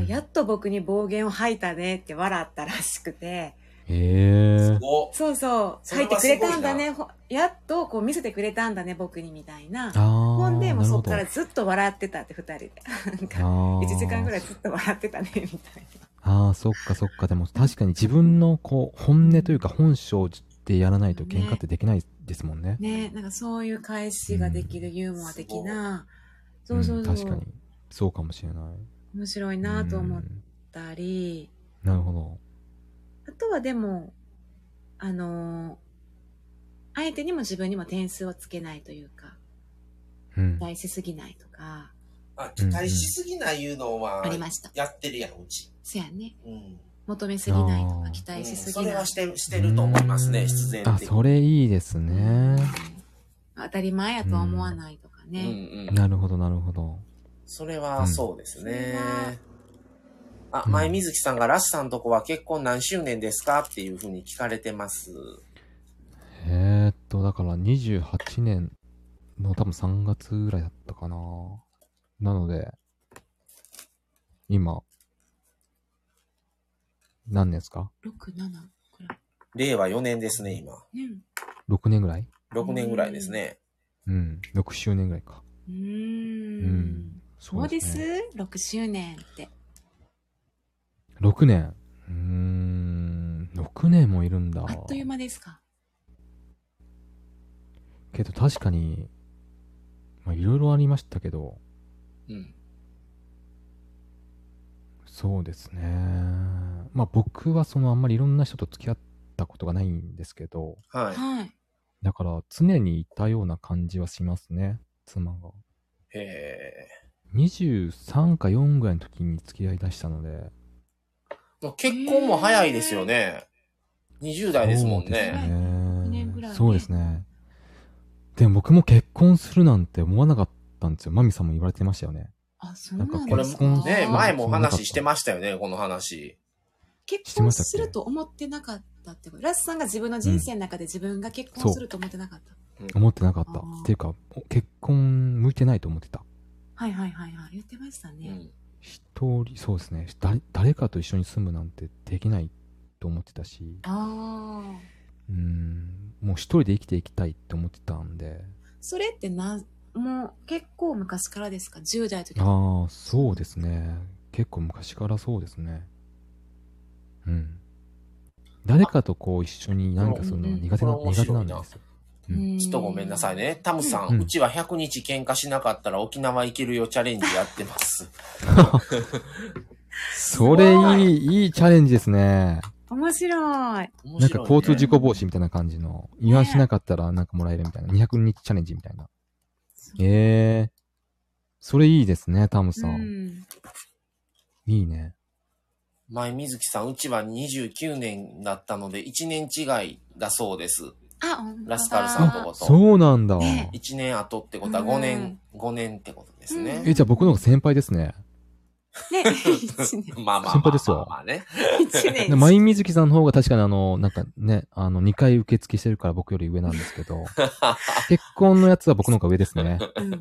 Speaker 2: やっと僕に暴言を吐いたねって笑ったらしくて、
Speaker 4: えー。
Speaker 1: お
Speaker 2: そうそう、
Speaker 1: それ
Speaker 2: 吐い
Speaker 1: は
Speaker 2: てくれたんだ
Speaker 1: す
Speaker 2: ね、ほやっとこう見せてくれたんだね、僕にみたいな。
Speaker 4: あ
Speaker 2: ほ
Speaker 4: あ。
Speaker 2: んで、もうそっか
Speaker 4: な
Speaker 2: ら
Speaker 4: る
Speaker 2: ずっと笑ってたって、二人で。なん
Speaker 4: ほど
Speaker 2: か、
Speaker 4: あー
Speaker 2: 1時間ぐらいずっと笑ってたね、みたいな。
Speaker 4: ああ、そっかそっか。でも確かに自分のこう、本音というか本性でやらないと喧嘩ってできないですもんね。
Speaker 2: ね、なんかそういう返しができるユーモア的な、
Speaker 4: う
Speaker 2: そ
Speaker 4: ん
Speaker 2: うそう
Speaker 4: 確
Speaker 2: そ
Speaker 4: かに
Speaker 2: う、。
Speaker 4: そうかもしれない。
Speaker 2: 面白いなと思っ
Speaker 4: うん
Speaker 2: たり、
Speaker 4: なるほど。
Speaker 2: あとはでも、あのー相手にも自分にも点数をつけないというか、
Speaker 4: うん。
Speaker 2: 大しすぎないとか、
Speaker 1: あ、期待しすぎないいうのは
Speaker 2: あ、りました。
Speaker 1: やってるやん、うち。
Speaker 2: そやね。
Speaker 1: うん。
Speaker 2: 求めすぎないと
Speaker 4: あ
Speaker 2: か、
Speaker 4: ー
Speaker 2: 期待しす
Speaker 1: そ
Speaker 2: ぎ
Speaker 1: れ
Speaker 2: ない
Speaker 1: は。してしてると思います
Speaker 4: う
Speaker 1: ね、
Speaker 4: ん
Speaker 1: 必然的
Speaker 4: あ、
Speaker 1: に。
Speaker 4: それいいです
Speaker 2: うん
Speaker 4: ね。
Speaker 2: 当たり前やとは思わないとか
Speaker 1: うん
Speaker 2: ね。
Speaker 1: うん。
Speaker 4: なるほど、なるほど。
Speaker 1: それはそうですね。あ、
Speaker 4: うん
Speaker 1: 前水木さんがラスさんとこは結婚何周年ですかっていうふうに聞かれてます。
Speaker 4: えー、っと、だから28年の多分3月ぐらいだったかな。なので、今、何年ですか
Speaker 2: 6、7くらい。
Speaker 1: 令和4年ですね、今。
Speaker 2: ね
Speaker 4: ?6 年ぐらい
Speaker 1: 6年ぐらいですね。
Speaker 4: うん。6周年ぐらいか。
Speaker 2: う
Speaker 4: う
Speaker 2: ーん
Speaker 4: ん。。
Speaker 2: そうで
Speaker 4: ね
Speaker 2: す ?6 周年って。
Speaker 4: 6年。うーん。6年もいるんだ。
Speaker 2: あっという間ですか
Speaker 4: けど確かに、まあいろいろありましたけど、
Speaker 1: うん。
Speaker 4: そうですね。まあ僕はそのあんまりいろんな人と付き合ったことがないんですけど、
Speaker 1: はい。
Speaker 2: はい。
Speaker 4: だから常にいたような感じはしますね、妻が。
Speaker 1: へ
Speaker 4: 23か4ぐらいの時に付き合い出したので、
Speaker 1: え。もう結婚も早いですよね。20代ですもん
Speaker 4: そうです
Speaker 1: ね。
Speaker 2: 二年ぐらいね
Speaker 4: そうですね。でも僕も結婚するなんて思わなかったんですよ。マミさんも言われてましたよね。
Speaker 2: あ、そうなん
Speaker 1: これ
Speaker 2: です
Speaker 4: も
Speaker 2: か。
Speaker 1: ねえ、
Speaker 4: うん
Speaker 1: 前もお話ししてましたよね、この話。
Speaker 2: 結
Speaker 4: してま
Speaker 2: 婚
Speaker 4: したっけ
Speaker 2: すると思ってなかったってこと。ラスさんが自分の人生の中で自分が結
Speaker 4: そ
Speaker 2: 婚
Speaker 4: う
Speaker 2: すると思ってなかった。
Speaker 4: 思ってなかっ
Speaker 2: あ
Speaker 4: た。っ
Speaker 2: ー
Speaker 4: ていうか、お結婚向いてないと思ってた。
Speaker 2: はいはいはいはい。言ってました
Speaker 1: う
Speaker 2: ね。
Speaker 1: ん。
Speaker 4: 一人、そうですね。誰誰かと一緒に住むなんてできないと思ってたし、
Speaker 2: あ
Speaker 4: うん、もう一人で生きていきたいって思ってたんで、
Speaker 2: あ。それってな、もう結構昔からですか ?10 代の時
Speaker 4: ああ、そうですね。結構昔からそうですね。うん。誰かとこう一緒に何かするのは苦手な、
Speaker 1: あうんうん
Speaker 4: 苦手なんですよ。うん
Speaker 2: うん
Speaker 1: ちょっとごめんなさい。ね。タムさん、う
Speaker 4: うん
Speaker 1: ちは100日喧嘩しなかったら沖縄行けるよチャレンジやってます。
Speaker 4: それいい、いいチャレンジですね。
Speaker 2: 面白い。
Speaker 1: 面
Speaker 4: な
Speaker 1: 白
Speaker 4: ん
Speaker 1: い
Speaker 4: か
Speaker 1: ね
Speaker 4: 交通事故防止みたいな感じの、違反しなかったらなんかもらえるみたいな、200日チャレンジみたいな。ええそれいいですね、タムさ。
Speaker 2: うんん。
Speaker 4: いいね。
Speaker 1: 前水木さん、うちは29年だったので、1年違いだそうです。
Speaker 2: あ、ほんとだ
Speaker 1: ラスカルさんと
Speaker 4: あ
Speaker 1: こ、と。
Speaker 4: そうなんだ。
Speaker 2: ね
Speaker 1: 1年後ってことは
Speaker 2: うん
Speaker 1: 5年、5年ってことです
Speaker 2: う
Speaker 1: ね
Speaker 4: え、。じゃあ僕の方が先輩ですね。
Speaker 2: ね、一年。
Speaker 1: まあまあまあまあ。
Speaker 4: 先輩ですよ
Speaker 1: まあね。
Speaker 2: 一年。
Speaker 4: で、舞水木さんの方が確かにあの、なんかね、あの、2回受付してるから僕より上なんです けど、結婚のやつは僕の方が上ですね。
Speaker 2: うん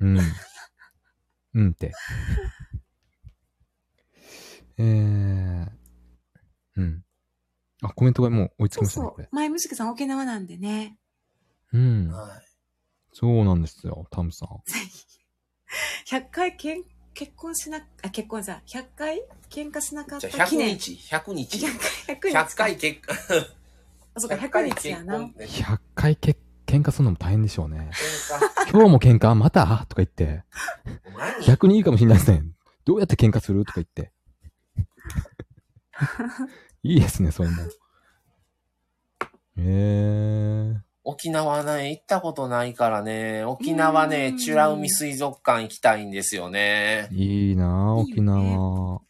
Speaker 4: うん。うんって。えー、うん。あ、コメントがもう追いつき
Speaker 2: そう
Speaker 4: ましたね、
Speaker 2: そ
Speaker 4: こ
Speaker 2: う
Speaker 4: れ。。
Speaker 2: 前、むしくさん沖縄なんでね。
Speaker 4: うん。
Speaker 1: はい
Speaker 4: そうなんですよ、タム さん。
Speaker 2: 100回けん結婚しな、あ、結婚じゃ、100回喧嘩しなかっ
Speaker 1: じ
Speaker 2: た
Speaker 1: ゃあ
Speaker 2: 記
Speaker 1: 100
Speaker 2: 念。
Speaker 1: 日、100日。
Speaker 2: 100
Speaker 1: 100
Speaker 2: 回、100
Speaker 1: 回
Speaker 2: 回。
Speaker 1: 結婚。
Speaker 2: あ、そうか、100日やな。
Speaker 1: 結婚
Speaker 4: 100回け喧嘩するのも大変でしょうね。
Speaker 1: 喧
Speaker 4: 今日も喧嘩またとか言って。
Speaker 1: 嘩 何
Speaker 4: 逆にいいかもしれないですね。どうやって喧嘩するとか 言って。いいですね、そういうの。えー。
Speaker 1: 沖縄ね、行ったことないからね、沖縄
Speaker 2: う
Speaker 1: ね
Speaker 2: ん、
Speaker 1: 美ら海水族館行きたいんですよね。
Speaker 4: いいなあ
Speaker 2: いい
Speaker 4: 沖
Speaker 2: よね
Speaker 4: 縄。
Speaker 1: う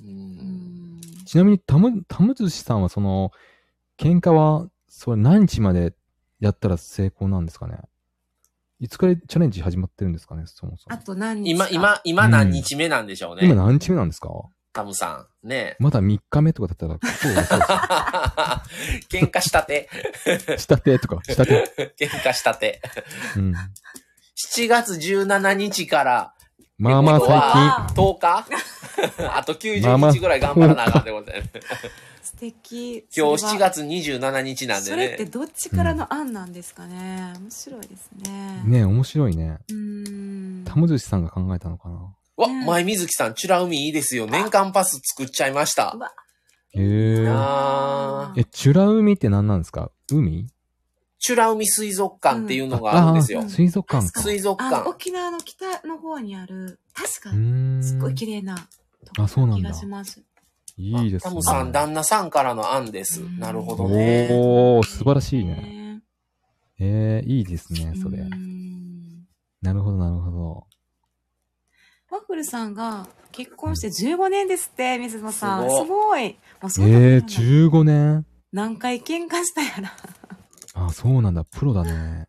Speaker 2: うんん。
Speaker 4: ちなみに、タム、タム寿司さんはその、喧嘩は、それ何日までやったら成功なんですかねいつからチャレンジ始まってるんですかね、そもそ
Speaker 2: あ
Speaker 4: も。
Speaker 2: と何日
Speaker 1: 今、
Speaker 2: か。
Speaker 1: 今、今何日目なんでしょうね。
Speaker 4: 今何日目なんですか
Speaker 1: タムさん。ね
Speaker 4: まだ3日目とかだったら、そうだそうだ
Speaker 1: 喧嘩したて。
Speaker 4: 下手とか、下手。
Speaker 1: 喧嘩したて。
Speaker 4: うん。
Speaker 1: 7月17日から
Speaker 4: まあまあ
Speaker 1: ってこと
Speaker 2: は
Speaker 4: 最
Speaker 1: 10日 あと
Speaker 4: まあま
Speaker 1: 90
Speaker 4: あ
Speaker 1: 日ぐらい頑張らなあかんってことだよね。
Speaker 2: 素敵。
Speaker 1: 今日
Speaker 2: それ
Speaker 1: 7
Speaker 2: は
Speaker 1: 月27日なんで
Speaker 2: それって
Speaker 1: ね。
Speaker 2: どっちからの案なんですかね。面白いですね。
Speaker 4: 近。ねえ、面白いね。
Speaker 2: うーん。
Speaker 4: タムズシさんが考えたのかな。
Speaker 1: わ、
Speaker 2: ね
Speaker 1: 前水木さん、チュラ海いいですよ。年間パス作っちゃいました
Speaker 2: う。わ
Speaker 4: へえ。
Speaker 1: あー
Speaker 4: え、チュラ海って何なんですか海
Speaker 1: チュラ海水族館っていうのがあるんですよ。
Speaker 4: あー水族館か。
Speaker 1: 水族
Speaker 2: あの
Speaker 1: 館。
Speaker 2: 沖縄の北の方にある、確
Speaker 4: う
Speaker 2: か、
Speaker 4: ーん。
Speaker 2: すっごい綺麗なと
Speaker 4: あそう
Speaker 2: こな
Speaker 4: な
Speaker 2: ん気
Speaker 4: だ
Speaker 2: がします。
Speaker 4: いいですね。
Speaker 1: タムさん、旦那さんからの案です。
Speaker 2: うん
Speaker 1: なるほどね。
Speaker 4: おー、素晴らしいね。
Speaker 2: ね
Speaker 4: えー、いいですね、それ
Speaker 2: う。ん
Speaker 4: なるほど、なるほど。
Speaker 2: ワッフルさんが結婚して15年ですって、水野さ
Speaker 1: す
Speaker 2: ん。
Speaker 1: ご
Speaker 2: すごい。もうそんなこと
Speaker 4: え
Speaker 2: な
Speaker 4: ー、
Speaker 2: んだ
Speaker 4: 15年
Speaker 2: 何回喧嘩したやら。
Speaker 4: あ、そうなんだ、プロだね。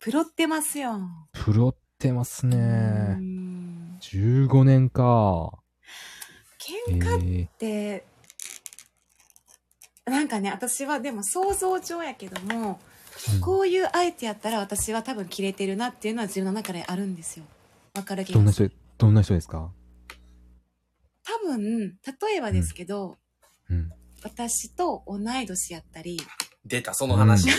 Speaker 2: プロってますよ。
Speaker 4: プロってます
Speaker 2: う
Speaker 4: ね。
Speaker 2: ん
Speaker 4: 15年か。え
Speaker 2: 喧嘩っ
Speaker 4: ー、
Speaker 2: て、なんかね、私はでも想像上やけども、
Speaker 4: うん
Speaker 2: こういう相手やったら私は多分キレてるなっていうのは自分の中であるんですよ。わかる気
Speaker 4: どん
Speaker 2: が
Speaker 4: な
Speaker 2: する
Speaker 4: 人、どんな人ですか
Speaker 2: 多分、例えばですけど、
Speaker 4: うん。
Speaker 2: 私と同い年やったり、
Speaker 1: 出た、その話。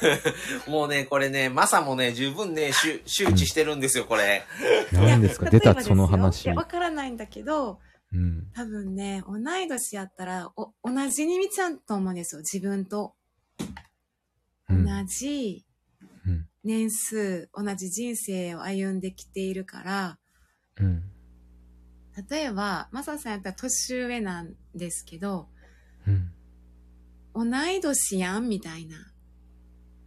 Speaker 1: もうね、これね、マサもね、十分ね、周周知してるんですよ、これ。
Speaker 4: 何で すか
Speaker 2: いや例
Speaker 4: 出
Speaker 2: えば
Speaker 4: た、
Speaker 2: です
Speaker 4: その
Speaker 2: よい
Speaker 4: 話
Speaker 2: や、。わからないんだけど、
Speaker 4: うん。
Speaker 2: 多分ね、同い年やったら、お、同じに見ちゃうと思うんですよ、自分と。
Speaker 4: う
Speaker 2: 同
Speaker 4: ん。
Speaker 2: じ
Speaker 4: うん
Speaker 2: 年数、同じ人生を歩んできているから、
Speaker 4: うん。
Speaker 2: 例えば、マサさんやったら年上なんですけど、
Speaker 4: うん。
Speaker 2: 同い年やんみたいな。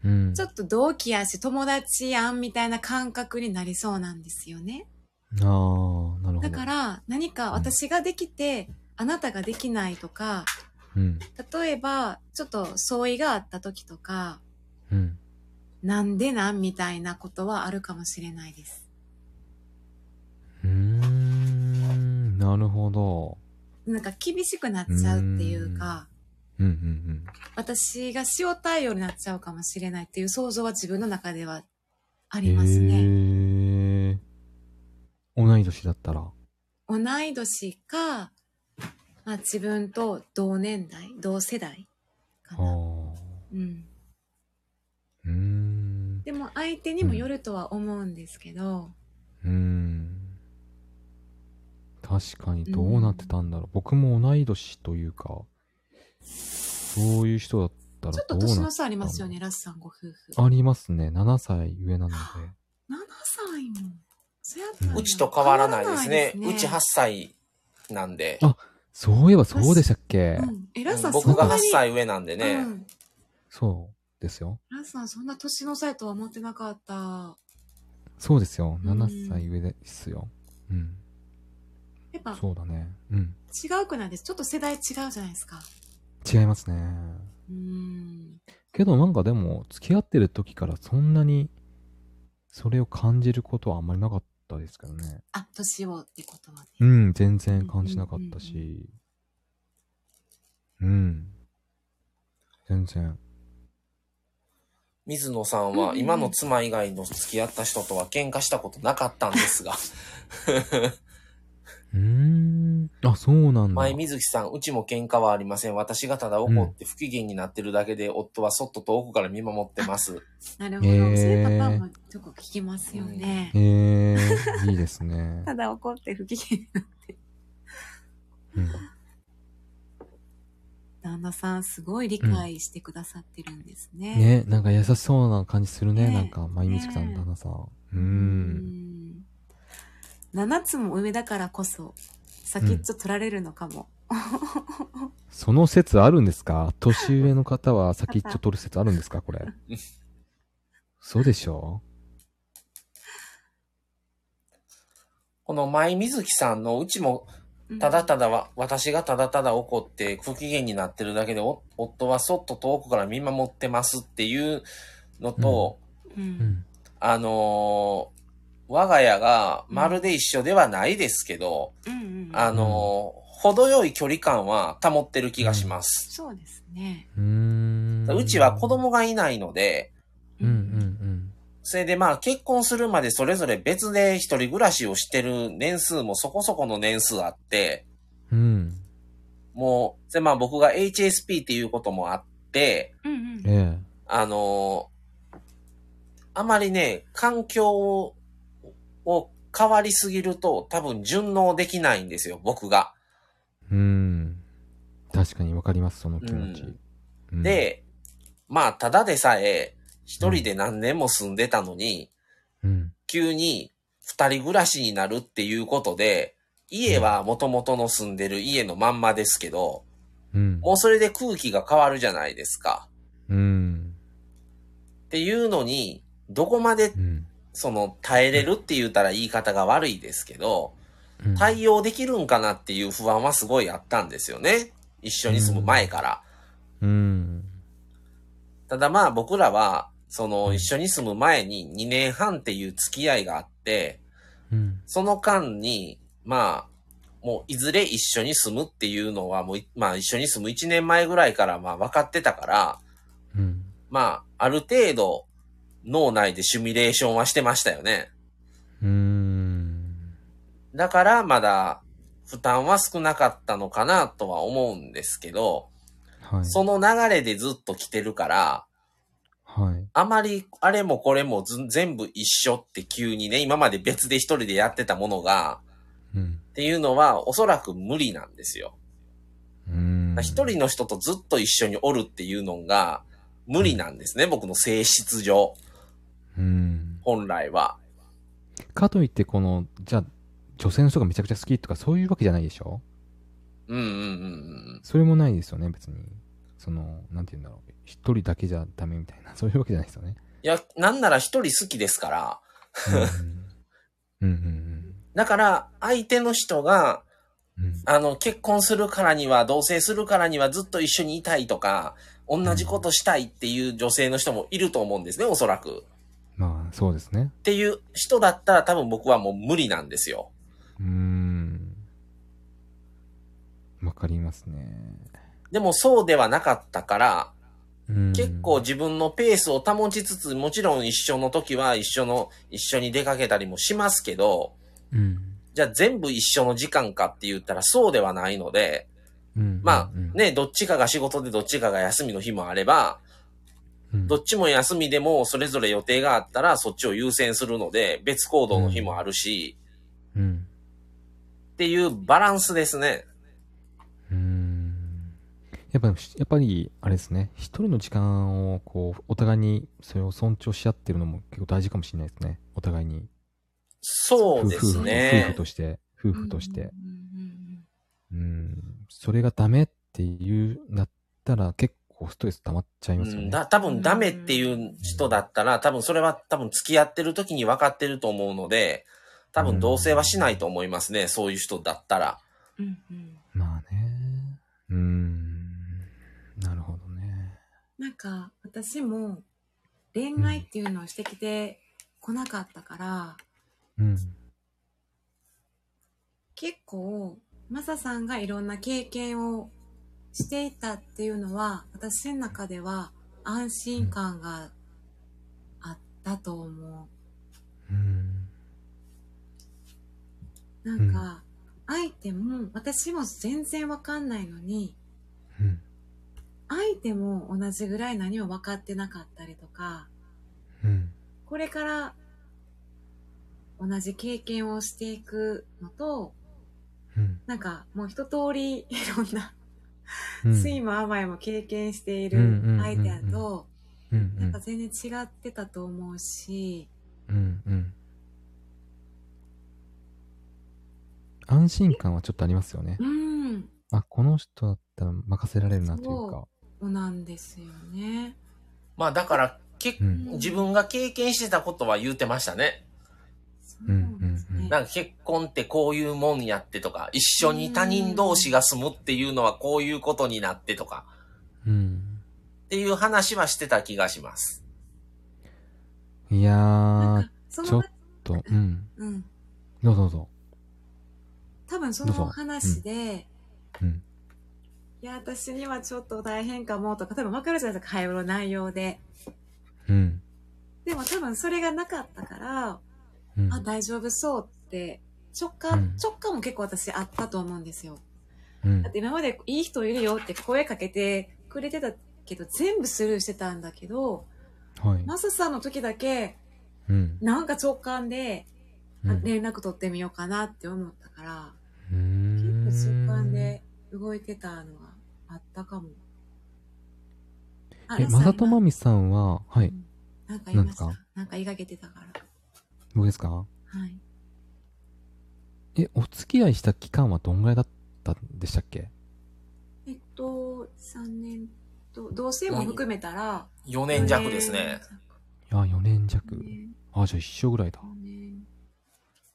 Speaker 4: うん。
Speaker 2: ちょっと同期やし、友達やんみたいな感覚になりそうなんですよね。
Speaker 4: あー、なるほ
Speaker 2: だ
Speaker 4: ど。
Speaker 2: か、ら、何か私ができて、あなたができないとか、
Speaker 4: うん。
Speaker 2: 例えば、ちょっと相違があった時とか、
Speaker 4: うん。
Speaker 2: なんでなんみたいなことはあるかもしれないです。
Speaker 4: うーん。なるほど。
Speaker 2: なんか厳しくなっちゃうっていうか、
Speaker 4: うんうんうん。
Speaker 2: 私が塩対応になっちゃうかもしれないっていう想像は自分の中ではあ
Speaker 4: あ
Speaker 2: りますね。
Speaker 4: ね。同い年だったら。
Speaker 2: 同い年か、まあ自分と同年代、同世代か
Speaker 4: ああ。
Speaker 2: な。
Speaker 4: う
Speaker 2: うん。
Speaker 4: ーん。
Speaker 2: でも相手にもよるとは思うんですけど、
Speaker 4: うーん。確かに、どうなってたんだろう。僕も同い年というか、そういう人だったら
Speaker 2: ちょっと
Speaker 4: どうな
Speaker 2: 年の差ありますよね、
Speaker 4: ど
Speaker 2: ラスさんご夫婦。7
Speaker 4: ありますね。7歳上なので。
Speaker 2: 歳も。そやったら
Speaker 1: うちと変わらないですね。
Speaker 2: 変わらないう
Speaker 1: ち8歳なんで。
Speaker 4: あそういえばそうでしたっけ、
Speaker 2: うん、え、ラスさん、そ
Speaker 1: 僕
Speaker 2: んな
Speaker 1: が
Speaker 2: に
Speaker 1: 8歳上なんで
Speaker 2: う
Speaker 1: ね。
Speaker 2: ん。
Speaker 4: そうですよ。
Speaker 2: ラスさん、そんな年の差やとは思ってなかった。
Speaker 4: そうですよ。
Speaker 2: うん
Speaker 4: 7歳上ですよ。うん。
Speaker 2: やっぱ、
Speaker 4: そうだね。うん。
Speaker 2: 違うくないです。ちょっと世代違うじゃないですか。
Speaker 4: 違いますね。
Speaker 2: うーん。
Speaker 4: けどなんかでも付き合ってる時からそんなにそれを感じることはあんまりなかったですけどね
Speaker 2: あ、年をってことはね。
Speaker 4: うん全然感じなかったしうん全然
Speaker 1: 水野さん
Speaker 2: うんう
Speaker 1: は
Speaker 2: ん
Speaker 1: 今の妻以外の付き合った人とは喧嘩したことなかったんですが。
Speaker 4: うーんあそうなんだ
Speaker 1: 前水木さん、うちも喧嘩はありません。私がただ怒って不機嫌になってるだけで、夫はそっと遠くから見守ってます。
Speaker 2: なるほど。
Speaker 4: へー
Speaker 2: そういうパターンもよく聞きますよね。
Speaker 4: えー、いいです ね、
Speaker 2: ただ怒って不機嫌な
Speaker 4: うん、
Speaker 2: 旦那さん、すごい理解してくださってるんですね。
Speaker 4: ねなんか優しそうな感じするね
Speaker 2: ね
Speaker 4: なんかまゆみつきさんの旦那さんう
Speaker 2: うー
Speaker 4: ん
Speaker 2: ん。7つも上だからこそ、先っちょ取られるのかも。
Speaker 4: その説あるんですか年上の 方は先っちょ取る説あるんですかこれ。そうでしょ
Speaker 1: この前水木さんの、うちも
Speaker 2: うん
Speaker 1: ただただわ、私がただただ怒って不機嫌になってるだけで、お夫はそっと遠くから見守ってますっていうのと、
Speaker 2: う。
Speaker 4: うんん。
Speaker 1: あのー我が家がまるで一緒ではないですけど、
Speaker 2: うんうん。
Speaker 1: あのー程よい距離感は保ってる気がします。
Speaker 2: そうですね。
Speaker 4: うーん。
Speaker 1: うちは子供がいないので、
Speaker 4: うんうん
Speaker 1: それでまあ結婚するまでそれぞれ別で一人暮らしをしてる年数もそこそこの年数あって、
Speaker 4: うん。うん。
Speaker 1: もう、それまあ僕が HSP っていうこともあって、
Speaker 2: うんうん。
Speaker 4: え
Speaker 1: あのーあまりね、環境をを変わりすぎると多分順応できないんですよ、僕が。
Speaker 4: え。うん。確かにわかります、その気持ち。うん、
Speaker 1: で、まあただでさえ一人で何年も住んでたのに、
Speaker 4: うん。
Speaker 1: 急に二人暮らしになるっていうことで、家は元々の住んでる家のまんまですけど、
Speaker 4: うん。
Speaker 1: もうそれで空気が変わるじゃないですか。
Speaker 4: うん。
Speaker 1: っていうのに、どこまで
Speaker 4: う、ん。
Speaker 1: その、耐えれるって言ったら言い方が悪いですけど、
Speaker 4: うん
Speaker 1: 対応できるんかなっていう不安はすごいあったんですよね。一緒に住む前から。
Speaker 4: うん。
Speaker 1: ただまあ僕らは、その、
Speaker 4: うん
Speaker 1: 一緒に住む前に2年半っていう付き合いがあって、
Speaker 4: うん。
Speaker 1: その間に、まあ、もういずれ一緒に住むっていうのはもうい、まあ一緒に住む1年前ぐらいからまあ分かってたから、
Speaker 4: うん。
Speaker 1: まあある程度脳内でシミュレーションはしてましたよね。
Speaker 4: うん。
Speaker 1: だからまだ負担は少なかったのかなとは思うんですけど、
Speaker 4: はい。
Speaker 1: その流れでずっと来てるから、
Speaker 4: はい。
Speaker 1: あまりあれもこれもず全部一緒って急にね、今まで別で一人でやってたものが、
Speaker 4: うん。
Speaker 1: っていうのはおそらく無理なんですよ。
Speaker 4: うん。
Speaker 1: 一人の人とずっと一緒におるっていうのが無理なんですね、僕の性質上、
Speaker 4: うん。
Speaker 1: 本来は。
Speaker 4: かといって、この、じゃあ、女性の人がめちゃくちゃ好きとか、そういうわけじゃないでしょ
Speaker 1: うんうんうん
Speaker 4: それもないですよね、別に。その、なんて言うんだろう。一人だけじゃダメみたいな、 そういうわけじゃないですよね。
Speaker 1: うん。いや、なんなら一人好きですから、
Speaker 4: うん。うん
Speaker 1: だから相手の人が、
Speaker 4: うんうん。
Speaker 1: あの、結婚するからには、同棲するからにはずっと一緒にいたいとか、同じことしたいっていう女性の人もいると思うんですね、おそらく。
Speaker 4: まあ、そうですね。
Speaker 1: っていう人だったら多分僕はもう無理なんですよ。
Speaker 4: うーん。わかりますね。
Speaker 1: でもそうではなかったから、
Speaker 4: うん
Speaker 1: 結構、自分のペースを保ちつつ、もちろん一緒の時は一緒の、一緒に出かけたりもしますけど、
Speaker 4: うん。
Speaker 1: じゃあ全部一緒の時間かって言ったらそうではないので、
Speaker 4: うん。
Speaker 1: ま
Speaker 4: うん
Speaker 1: あ、ね、どっちかが仕事でどっちかが休みの日もあれば、
Speaker 4: うん
Speaker 1: どっちも休みでもそれぞれ予定があったらそっちを優先するので、別行動の日もあるし、
Speaker 4: うん。
Speaker 1: っていうバランスですね。
Speaker 4: うーん。やっぱ、やっぱり、あれですね。一人の時間を、こう、お互いに、それを尊重し合ってるのも結構大事かもしれないですね。お互いに。
Speaker 1: そうで
Speaker 4: 夫
Speaker 1: す
Speaker 4: 婦、夫婦
Speaker 1: ね。
Speaker 4: として、夫婦として。
Speaker 2: うんうん
Speaker 4: うん。それがダメっていう、なったら、結構ストレス溜まっちゃいますよ
Speaker 1: うん
Speaker 4: ね。
Speaker 1: だ、多分ダメっていう人だったら、多分それは多分付き合ってる時に分かってると思うので、多分同棲はしないと思いますね、そういう人だったら。
Speaker 2: うんうんうん
Speaker 4: まあね。うーん。なるほどね。
Speaker 2: なんか私も恋愛っていうのをしてきてこなかったから、
Speaker 4: うん。
Speaker 2: 結構マサさんがいろんな経験をしていたっていうのは私の中では安心感があったと思
Speaker 4: うん。
Speaker 2: うなんか相手も私も全然わかんないのに
Speaker 4: うん。
Speaker 2: 相手も同じぐらい何も分かってなかったりとか
Speaker 4: うん。
Speaker 2: これから同じ経験をしていくのと
Speaker 4: うん
Speaker 2: なんかもう一通りいろんな
Speaker 4: うん。
Speaker 2: 酸いも甘いも経験してい
Speaker 4: うんうんうんう
Speaker 2: る
Speaker 4: ん
Speaker 2: 相手だと、
Speaker 4: うん
Speaker 2: なんか全然違ってたと思うし、
Speaker 4: うんうん安心感はちょっとありますよね
Speaker 2: う。ん、
Speaker 4: あ、この人だったら任せられるなというか。
Speaker 2: そうなんですよね。
Speaker 1: まあだから、結
Speaker 4: うん
Speaker 1: 自分が経験してたことは言うてましたね。
Speaker 2: そうなんです
Speaker 4: うんうんう
Speaker 2: ね。
Speaker 1: なんか結婚ってこういうもんやってとか、一緒に他人同士が住むっていうのはこういうことになってとか、
Speaker 4: うん。
Speaker 1: っていう話はしてた気がします。
Speaker 4: いや
Speaker 2: なん
Speaker 4: ー
Speaker 2: か、そ
Speaker 4: ちょ
Speaker 2: の
Speaker 4: っ、と、うん。
Speaker 2: うん。
Speaker 4: どうぞどうぞ。
Speaker 2: 多分そ
Speaker 4: どう
Speaker 2: の
Speaker 4: ぞ
Speaker 2: 話で、
Speaker 4: うん。
Speaker 2: いや、私にはちょっと大変かもとか、多分わかるじゃないですか、会話の内容で。
Speaker 4: うん。
Speaker 2: でも多分それがなかったから、
Speaker 4: うん。
Speaker 2: あ、大丈夫そうって、直
Speaker 4: うん
Speaker 2: 感、直感も結構私あったと思うんですよ。
Speaker 4: うん
Speaker 2: だっ。て今までいい人いるよって声かけてくれてたけど、全部スルーしてたんだけど、
Speaker 4: はい。
Speaker 2: マサさんの時だけ、
Speaker 4: うん。
Speaker 2: なんか直感で、
Speaker 4: う
Speaker 2: あ
Speaker 4: ん
Speaker 2: 連絡取ってみようかなって思ったから、
Speaker 4: うーん
Speaker 2: 結構直感で動いてたのがあったかも。あ
Speaker 4: え、まさとま
Speaker 2: み、
Speaker 4: みさんは、はい。
Speaker 2: なんか言いました。
Speaker 4: な
Speaker 2: なんんか
Speaker 4: か
Speaker 2: 言いかけてたから。
Speaker 4: どうですか
Speaker 2: はい。
Speaker 4: え、お付き合いした期間はどんぐらいだったんでしたっけ
Speaker 2: えっと、3年と、同棲も含めたら、
Speaker 1: 4年弱ですね。
Speaker 4: あ、4年
Speaker 2: 四
Speaker 4: 弱。
Speaker 2: 年
Speaker 4: あ、じゃあ一緒ぐらいだ
Speaker 2: 四。年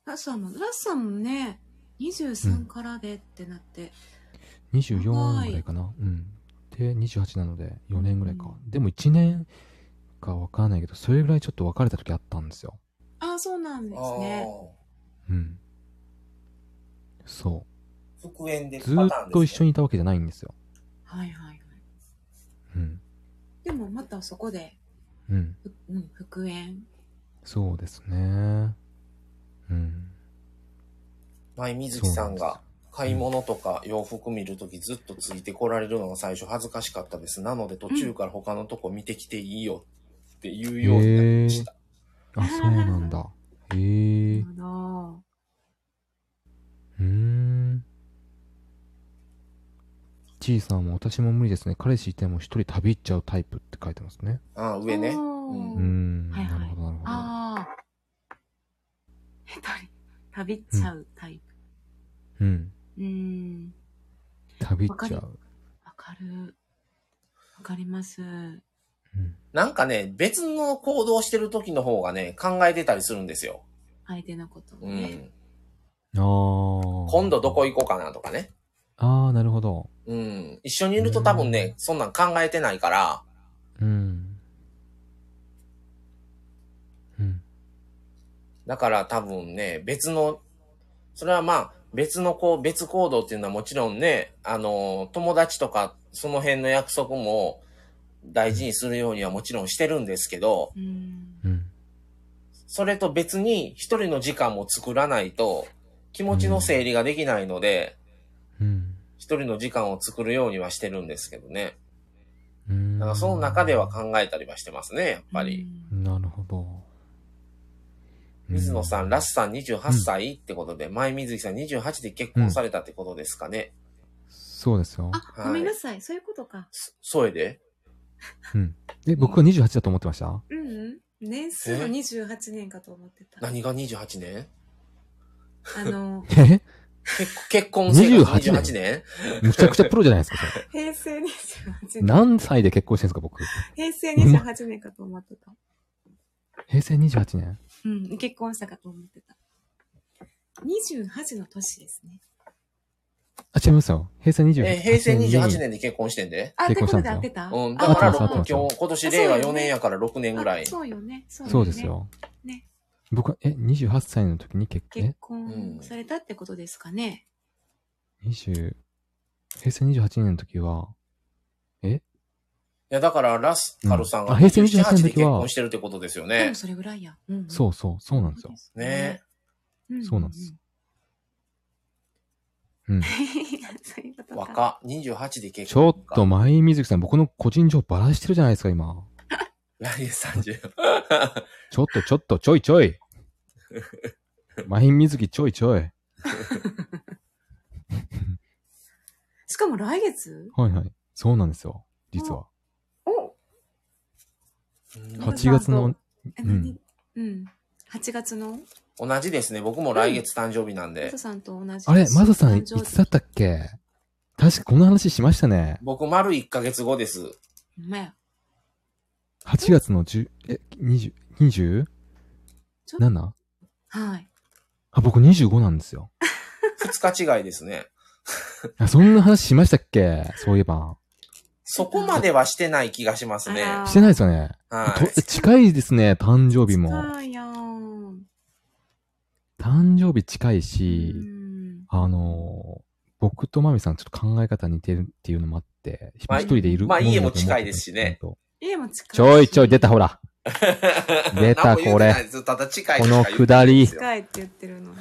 Speaker 2: ラッサンも、ラッサンもね、23からでってなって、
Speaker 4: 24ぐらいかな。うん。で、28なので、4年ぐらいか。
Speaker 2: う
Speaker 4: でも1年かわからないけど、それぐらいちょっと別れた時あったんですよ。
Speaker 2: ああ、そうなんですね。
Speaker 4: うん。そ
Speaker 1: あー復縁で
Speaker 4: う。ずーっと一緒
Speaker 1: に。
Speaker 4: にいたわけじゃないんですよ。
Speaker 2: はいはいはい。
Speaker 4: うん。
Speaker 2: でもまたそこで、
Speaker 4: うん。
Speaker 2: ふうん、復縁。
Speaker 4: そうですね。うん。
Speaker 1: 前、水木さん
Speaker 4: そうなん
Speaker 1: が買い物とか洋服見るときずっとついてこられるのが最初恥ずかしかったです。なので途中から他のとこ見てきていいよっていうようになりました。
Speaker 4: あ、そうな んだ。へえ。
Speaker 2: なる
Speaker 4: う
Speaker 2: ほど
Speaker 4: ーん。ちいさんも私も無理ですね。彼氏いても一人旅行っちゃうタイプって書いてますね。
Speaker 1: ああ、上ね。
Speaker 4: うー。
Speaker 1: うん
Speaker 2: はいはい
Speaker 4: なるほど、なるほど。
Speaker 2: ああ。一人、旅っちゃうタイプ。
Speaker 4: うん。
Speaker 2: うーん。
Speaker 4: 旅行っちゃ
Speaker 2: わ
Speaker 4: う。
Speaker 2: わかる。わかります。
Speaker 4: うん。
Speaker 1: なんかね、別の行動してる時の方がね、考えてたりするんですよ。
Speaker 2: 相手のことを
Speaker 1: う
Speaker 2: ね。
Speaker 1: ん。
Speaker 4: ああ。
Speaker 1: 今度どこ行こうかなとかね。
Speaker 4: ああ、なるほど。
Speaker 1: うん。一緒にいると多分ね、そんなん考えてないから、
Speaker 4: うん。うん。
Speaker 1: だから多分ね、別の、それはまあ、別のこう、別行動っていうのはもちろんね、あの、友達とか、その辺の約束も大事にするようにはもちろんしてるんですけど、
Speaker 2: うん。
Speaker 4: うん。
Speaker 1: それと別に一人の時間も作らないと、気持ちの整理ができないので、
Speaker 4: うん。
Speaker 1: 一人の時間を作るようにはしてるんですけどね。
Speaker 4: うーん。
Speaker 1: だからその中では考えたりはしてますね、やっぱり。
Speaker 2: うん。
Speaker 4: なるほど。
Speaker 1: 水野さん、
Speaker 4: う
Speaker 1: ラスさん28歳ってことで、前水木さん28で結婚されたってことですかね。
Speaker 4: そうですよ。
Speaker 2: あ、ごめんなさい。そういうことか。
Speaker 1: そそれで
Speaker 4: うん。え、僕は28だと思ってました
Speaker 2: うんうん。年数の28年かと思ってた。
Speaker 1: 何が28年
Speaker 2: あ の、
Speaker 4: え
Speaker 1: 結結婚生活28
Speaker 4: 28
Speaker 1: 年
Speaker 4: むちゃくちゃプロじゃないですか、それ。
Speaker 2: 平成28年。
Speaker 4: 何歳で結婚してるんですか、僕。
Speaker 2: 平成28年かと思ってた。
Speaker 4: 平成28年。
Speaker 2: うん。結婚したかと思ってた。28の年ですね。
Speaker 4: あ、違いますよ。平成28年
Speaker 1: え
Speaker 4: に。
Speaker 1: ー平成28年で結婚してんで。
Speaker 2: あ、ってこ
Speaker 4: 結婚した
Speaker 2: と
Speaker 4: んで
Speaker 2: です
Speaker 4: よ
Speaker 2: 合ってた
Speaker 1: うん。だ
Speaker 2: あ
Speaker 1: から、
Speaker 4: 合って
Speaker 1: 今
Speaker 4: ます
Speaker 1: 日、
Speaker 4: 合ってま
Speaker 1: 今年
Speaker 2: あ
Speaker 1: 令和
Speaker 2: そうよね
Speaker 1: 4年やから6年ぐらい。
Speaker 2: そうよね。そ
Speaker 4: そうです。よ。
Speaker 2: ね
Speaker 4: 僕は、え、28歳の時に結婚、
Speaker 2: 結
Speaker 4: え
Speaker 2: 婚されたってことですかね。
Speaker 4: 20、平成28年の時は、
Speaker 1: いや、だから、ラスカルさん
Speaker 4: うん
Speaker 1: が
Speaker 4: あ平成28
Speaker 1: 28で
Speaker 4: の
Speaker 1: 結
Speaker 4: 時は
Speaker 1: 婚してるってことですよ
Speaker 2: で
Speaker 1: ね
Speaker 2: も。それぐらいや。うん。
Speaker 4: そうそう、そうなんですよ。
Speaker 2: す
Speaker 1: ね。
Speaker 2: うん
Speaker 4: そうなんです。う ん。
Speaker 2: そういうことか。
Speaker 1: 若、28で結
Speaker 4: ちょ
Speaker 1: 婚。
Speaker 4: っと、前井水木さん、僕の個人情報バラしてるじゃないですか、今。
Speaker 1: 来月30。
Speaker 4: ちょっと、ちょっと、ちょい ちょい。前井水木、ちょいちょい。はい
Speaker 2: しかも来月
Speaker 4: はい。そうなんですよ。実は。
Speaker 2: お
Speaker 1: うん
Speaker 4: 8月の、
Speaker 2: え、
Speaker 4: うん
Speaker 2: 何うん。8月の
Speaker 1: 同じですね。僕も来月誕生日なん
Speaker 2: マ
Speaker 1: で
Speaker 2: サ。さんと同じ。
Speaker 4: あれ、マサさん、い
Speaker 2: 誕生日
Speaker 4: つだったっけ確かこの話しましたね。
Speaker 1: 僕、丸1ヶ月後です。
Speaker 2: ほんまや。
Speaker 4: 8月の10、え、20、20?
Speaker 2: ちょっ
Speaker 4: 7?
Speaker 2: と、はい。
Speaker 4: あ、僕25なんですよ。
Speaker 1: 2日違いですね。
Speaker 4: あ、そんな話しましたっけそういえば。
Speaker 1: そこまではしてない気がしますね。
Speaker 2: あ
Speaker 4: してないですかね。
Speaker 1: はい。
Speaker 4: と近いですね、誕生日も。
Speaker 2: そうよー。
Speaker 4: 誕生日近いうし、
Speaker 2: ん
Speaker 4: あのー僕とマミさんちょっと考え方似てるっていうのもあって、
Speaker 1: まあ
Speaker 4: 一人でいる
Speaker 1: まあ
Speaker 4: んだと思
Speaker 1: 家も
Speaker 4: ってた
Speaker 1: 近いですしね。
Speaker 4: 本
Speaker 2: 家も近い
Speaker 4: 当ちょいちょい出た ほら。出た
Speaker 1: 何も言うてない
Speaker 4: こ
Speaker 1: ですただ近い
Speaker 4: こ
Speaker 1: とし
Speaker 4: の
Speaker 1: か言ってな
Speaker 4: くだ
Speaker 1: いで
Speaker 4: り
Speaker 1: すよ。
Speaker 2: 近いって言ってるの。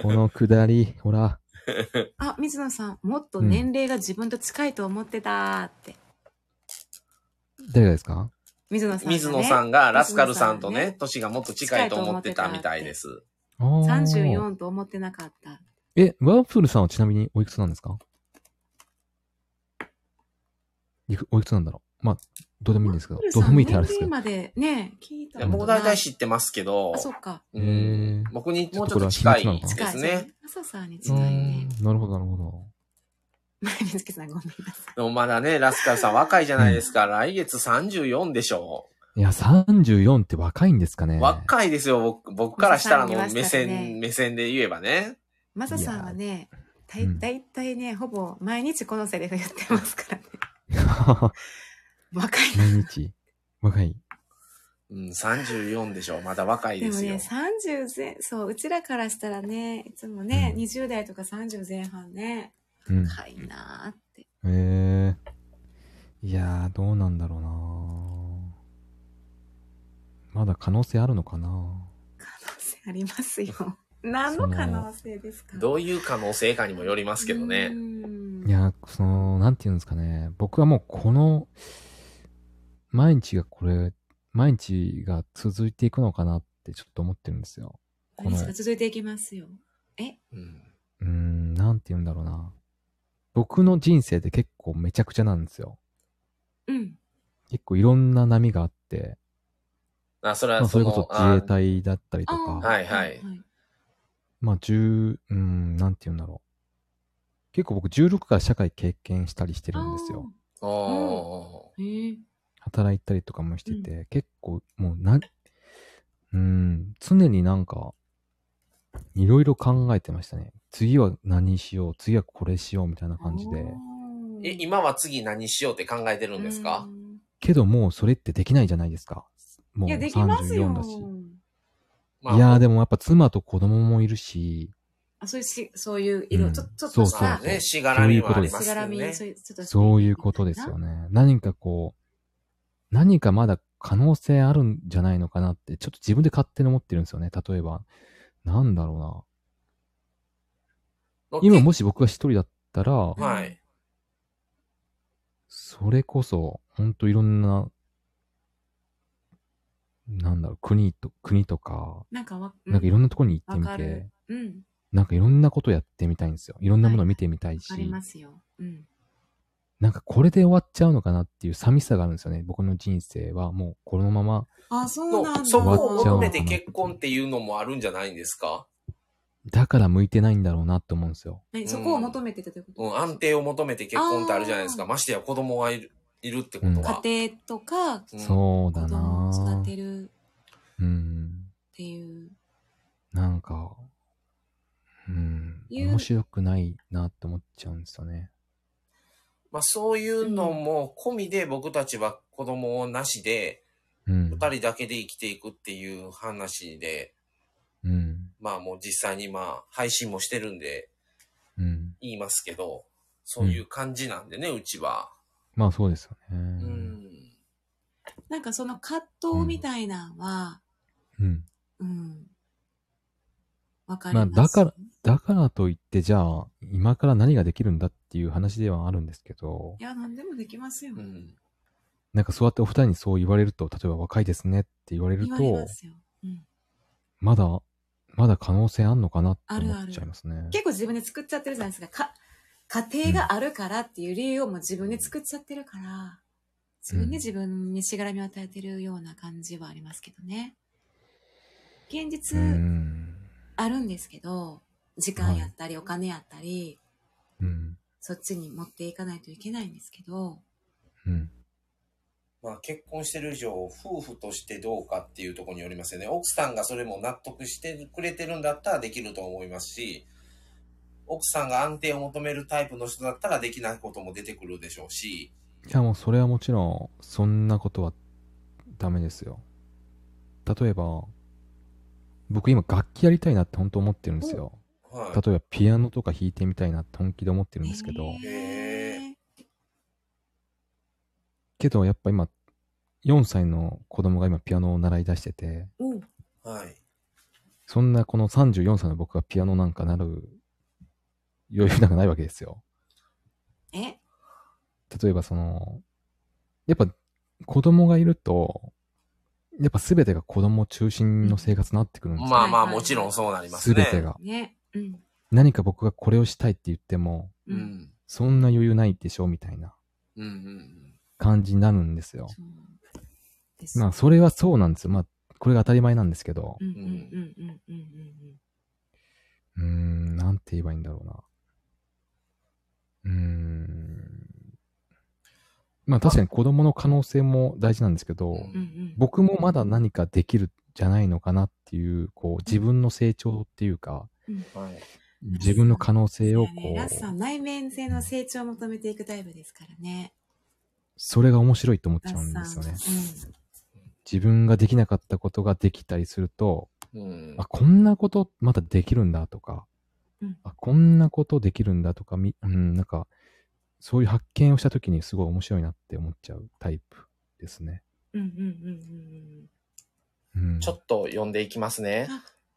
Speaker 4: このくだり、ほら。
Speaker 2: あ、水野さん、もっと年齢が自分と近いと思ってたって。
Speaker 4: 誰がですか
Speaker 2: 水野さん、ね。
Speaker 1: 水野さんがラスカルさんと
Speaker 2: 水野さん
Speaker 1: ね、年がもっと近いと思ってたみたいです。
Speaker 4: あー
Speaker 2: 34と思ってなかった。
Speaker 4: え、ワープールさんはちなみにおいくつなんですかいくおいくつなんだろうまあ、どうでもいいんですけど、どうでもいいってあれですけ
Speaker 2: 年齢
Speaker 4: ど。
Speaker 2: までね、聞いた
Speaker 1: いや
Speaker 2: ことない。
Speaker 1: 僕大体知ってますけど
Speaker 2: あ、、そっか。
Speaker 1: う
Speaker 4: へ
Speaker 1: ん
Speaker 4: ー
Speaker 1: 僕にもうちょっと近い
Speaker 4: ちょっとこれ
Speaker 1: で
Speaker 2: 近
Speaker 4: は秘密なのかな
Speaker 2: い
Speaker 1: すね。。
Speaker 2: 朝さんに
Speaker 4: う
Speaker 2: 近いね。
Speaker 4: ーんなるほど、なるほど。
Speaker 2: 水木さんごめんなさい。
Speaker 1: でもまだね、ラスカルさん若いじゃないですか。来月34でしょ
Speaker 4: いや、34って若いんですかね。
Speaker 1: 若いですよ、僕僕からしたらの
Speaker 2: 水
Speaker 1: 目
Speaker 2: 野さんに言わせたらね
Speaker 1: 線、目線で言えばね。
Speaker 2: マサさんはね、だ
Speaker 4: う
Speaker 2: い
Speaker 4: ん
Speaker 2: だいたいね、ほぼ毎日このセリフ言ってますからね。若いな。
Speaker 4: 毎日。若い。
Speaker 1: うん、34でしょ。まだ若い
Speaker 2: で
Speaker 1: で
Speaker 2: も
Speaker 1: すよ。
Speaker 2: ね、30前、そう、うちらからしたらね、いつもね、
Speaker 4: うん
Speaker 2: 20代とか30前半ね、
Speaker 4: うん。
Speaker 2: 若いなーって。
Speaker 4: ええいやー、どうなんだろうなまだ可能性あるのかな
Speaker 2: 可能性ありますよ。 何の可能性ですか
Speaker 1: ど
Speaker 2: う
Speaker 1: ういう可能性かにもよりますけどね。
Speaker 2: ん
Speaker 4: いや、その、なんていうんですかね。僕はもうこの、毎日がこれ、毎日が続いていくのかなってちょっと思ってるんですよ。この
Speaker 2: 毎日が続いていきますよ。え
Speaker 1: うん
Speaker 4: うーん、なんて言うんだろうな。僕の人生って結構めちゃくちゃなんですよ。
Speaker 2: うん。
Speaker 4: 結構いろんな波があって、
Speaker 1: あ、それ
Speaker 4: ま
Speaker 1: は
Speaker 4: あ、それ
Speaker 1: の
Speaker 4: こそ自衛
Speaker 1: あ
Speaker 4: 隊だったりと
Speaker 2: あー
Speaker 4: か、
Speaker 1: はいはい
Speaker 4: まあ、十、うん、なんて言うんだろう。結構僕16から社会経験したりしてるんですよ。。
Speaker 1: お
Speaker 2: あーへえ。
Speaker 4: 働いたりとかもしてて、結構もうな、うん、常になんか、いろいろ考えてましたね。次は何しよう、次はこれしようみたいな感じで。
Speaker 1: ーえ、今は次何しようって考えてるんですか
Speaker 2: うん
Speaker 4: けどもうそれってできないじゃないですか。もう
Speaker 2: いや、できますよ
Speaker 4: 34だし。。
Speaker 1: まあ
Speaker 4: いやーでもやっぱ妻と子供もいるし、
Speaker 2: あ、そういうし、そういう色、
Speaker 4: うん
Speaker 2: ちょちょっと
Speaker 4: そうそう
Speaker 2: さ
Speaker 1: まあ、ね、しがらみもありま
Speaker 2: し
Speaker 1: す
Speaker 2: が
Speaker 1: よ
Speaker 2: らみ、
Speaker 1: ね。
Speaker 2: そういう、ちょっと。
Speaker 4: そういうことですよね。何かこう、何かまだ可能性あるんじゃないのかなって、ちょっと自分で勝手に思ってるんですよね。例えば、なんだろうな。今もし僕が一人だったら、
Speaker 1: はい。
Speaker 4: それこそ、ほんといろんな、なんだろう、国と、国とか、
Speaker 2: なんかわ、
Speaker 4: なんかいろん
Speaker 2: な、
Speaker 4: なとこに行ってみ
Speaker 2: わか
Speaker 4: て
Speaker 2: る、うん、
Speaker 4: なんかいろんなことやってみたいんですよ。いろんなものを見てみたいし、
Speaker 2: ありますよ。うん。
Speaker 4: なんかこれで終わっちゃうのかなっていう寂しさがあるんですよね。僕の人生はもうこのまま
Speaker 2: あ、そうな
Speaker 1: の
Speaker 2: んだ。
Speaker 1: そこ
Speaker 4: 終わ
Speaker 1: を
Speaker 4: っち
Speaker 1: 求
Speaker 4: ゃうのか
Speaker 1: め
Speaker 4: な
Speaker 1: て結婚っていうのもあるんじゃないんですか
Speaker 4: だから向いてないんだろうなって思うんですよ。
Speaker 2: 何そこを求めてたということ、
Speaker 1: うん、安定を求めて結婚ってあるじゃないですか。
Speaker 2: あー
Speaker 1: ましてや子供がいる、いるってことは。
Speaker 2: 家庭とか、
Speaker 1: うん
Speaker 4: そ
Speaker 2: 子
Speaker 4: うだ
Speaker 2: 供
Speaker 4: な
Speaker 2: を育
Speaker 4: ぁ
Speaker 2: てる
Speaker 4: うん。
Speaker 2: っていう。
Speaker 4: なんか、うん。
Speaker 2: いう
Speaker 4: 面白くないなって思っちゃうんですよね。
Speaker 1: まあそういうのも込みで僕たちは子供をなしで、
Speaker 4: うん。
Speaker 1: 二人だけで生きていくっていう話で、
Speaker 4: うん。
Speaker 1: まあもう実際にまあ配信もしてるんで
Speaker 4: うん。
Speaker 1: 言いますけど、そういう感じなんでね、うちは。
Speaker 4: まあそうですよね。
Speaker 1: う
Speaker 4: うん。
Speaker 1: ん。
Speaker 2: なんかその葛藤みたいなのは、うん。わかります。
Speaker 4: まあだから、だからといって、じゃあ、今から何ができるんだっていう話ではあるんですけど
Speaker 2: い、や、何でもできますよ。
Speaker 1: うん。
Speaker 4: なんかそうやってお二人にそう言われると、例えば若いですねって言われる
Speaker 2: 言われ
Speaker 4: と
Speaker 2: ま、すよ。うん。
Speaker 4: まだ、まだ可能性あんのかなって思っちゃいますね。
Speaker 2: 結構自分で作っちゃってるじゃないですか。か、家庭があるからっていう理由をもう自分で作っちゃってるから、自分で自分にしがらみを与えてるような感じはありますけどね。現実
Speaker 4: うん。
Speaker 2: あるんですけど、時間やったりお金やったり、
Speaker 4: うん。
Speaker 2: そっちに持っていかないといけないんですけど、
Speaker 4: うん。
Speaker 1: まあ結婚してる以上、夫婦としてどうかっていうところによりますよね。奥さんがそれも納得してくれてるんだったらできると思いますし、奥さんが安定を求めるタイプの人だったらできないことも出てくるでしょうし、
Speaker 4: いやもうそれはもちろんそんなことはダメですよ例えば僕今楽器やりたいなって本当思ってるんですよ
Speaker 1: は
Speaker 4: 例えばピアノとか弾いてみたいなって本気で思ってるんですけど、
Speaker 2: へー
Speaker 4: けどやっぱ今4歳の子供が今ピアノを習い出してて
Speaker 2: おう
Speaker 1: い。はい。
Speaker 4: そんなこの34歳の僕がピアノなんかなる余裕なんかないわけですよ
Speaker 2: え
Speaker 4: 例えばそのやっぱ子供がいるとやっぱ全てが子供中心の生活になってくるんですよ、
Speaker 1: まあまあ、もちろんそうなりますね。
Speaker 4: 全て。が
Speaker 2: ね。うん。
Speaker 4: 何か僕がこれをしたいって言っても
Speaker 1: う
Speaker 2: うん。
Speaker 1: ん。
Speaker 4: そんな余裕ないでしょみたいな
Speaker 1: うんうん
Speaker 4: 感じになるんですよ
Speaker 2: そうです。
Speaker 4: まあそれはそうなんですよまあこれが当たり前なんですけど
Speaker 2: うんうんうんうんうんうん
Speaker 4: うーん、なんて言えばいいんだろうな。うーん。まあ確かに子供の可能性も大事なんですけど、
Speaker 1: うん
Speaker 2: うんうん。
Speaker 4: 僕もまだ何かできるんじゃないのかなっていう、こう自分の成長っていうか、
Speaker 1: うん。はい。
Speaker 4: 自分の可能性をこ
Speaker 2: そうやねラスさん、
Speaker 4: う、
Speaker 2: 内面性の成長を求めていくタイプですからね。
Speaker 4: それが面白いと思っ
Speaker 2: ラ
Speaker 4: ちゃうん
Speaker 2: ス
Speaker 4: です
Speaker 2: さ
Speaker 4: よ
Speaker 2: ん。
Speaker 4: ね。自分ができなかったことができたりすると、
Speaker 1: うん
Speaker 4: あ、。こんなことまだできるんだとか、
Speaker 2: うん
Speaker 4: あ、こんなことできるんだとか、みうん、なんか、そういう発見をしたときにすごい面白いなって思っちゃうタイプですね。
Speaker 2: うんうんうんうん
Speaker 4: うん、
Speaker 1: ちょっと読んでいきますね。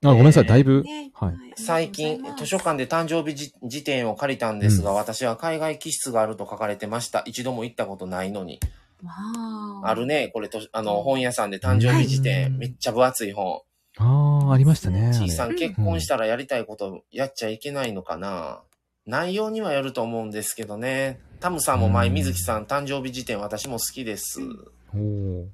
Speaker 4: あ、ごめんなさい、
Speaker 1: えー
Speaker 4: だい
Speaker 2: うん。
Speaker 4: ぶ、
Speaker 2: ね
Speaker 4: はい。
Speaker 1: 最近、図書。館で誕生日じ辞典を借りたんですが、
Speaker 4: うん
Speaker 1: 私は海外気質があると書かれてました。一度も行ったことないのに。
Speaker 2: わあ。
Speaker 1: ある。ね、これと、あの、本屋さんで誕
Speaker 4: うん
Speaker 1: 生
Speaker 2: は
Speaker 1: 日
Speaker 2: い
Speaker 1: 辞典、めっちゃ分厚い本。
Speaker 4: ああ、ありましたね。あ
Speaker 1: ちい
Speaker 4: れ
Speaker 1: さん、結婚したらやりたいことやっちゃいけないのかな、内容にはよると思うんですけどね。タムさんも前、
Speaker 4: うん
Speaker 1: 水木さん、誕生日辞典私も好きです。
Speaker 4: おー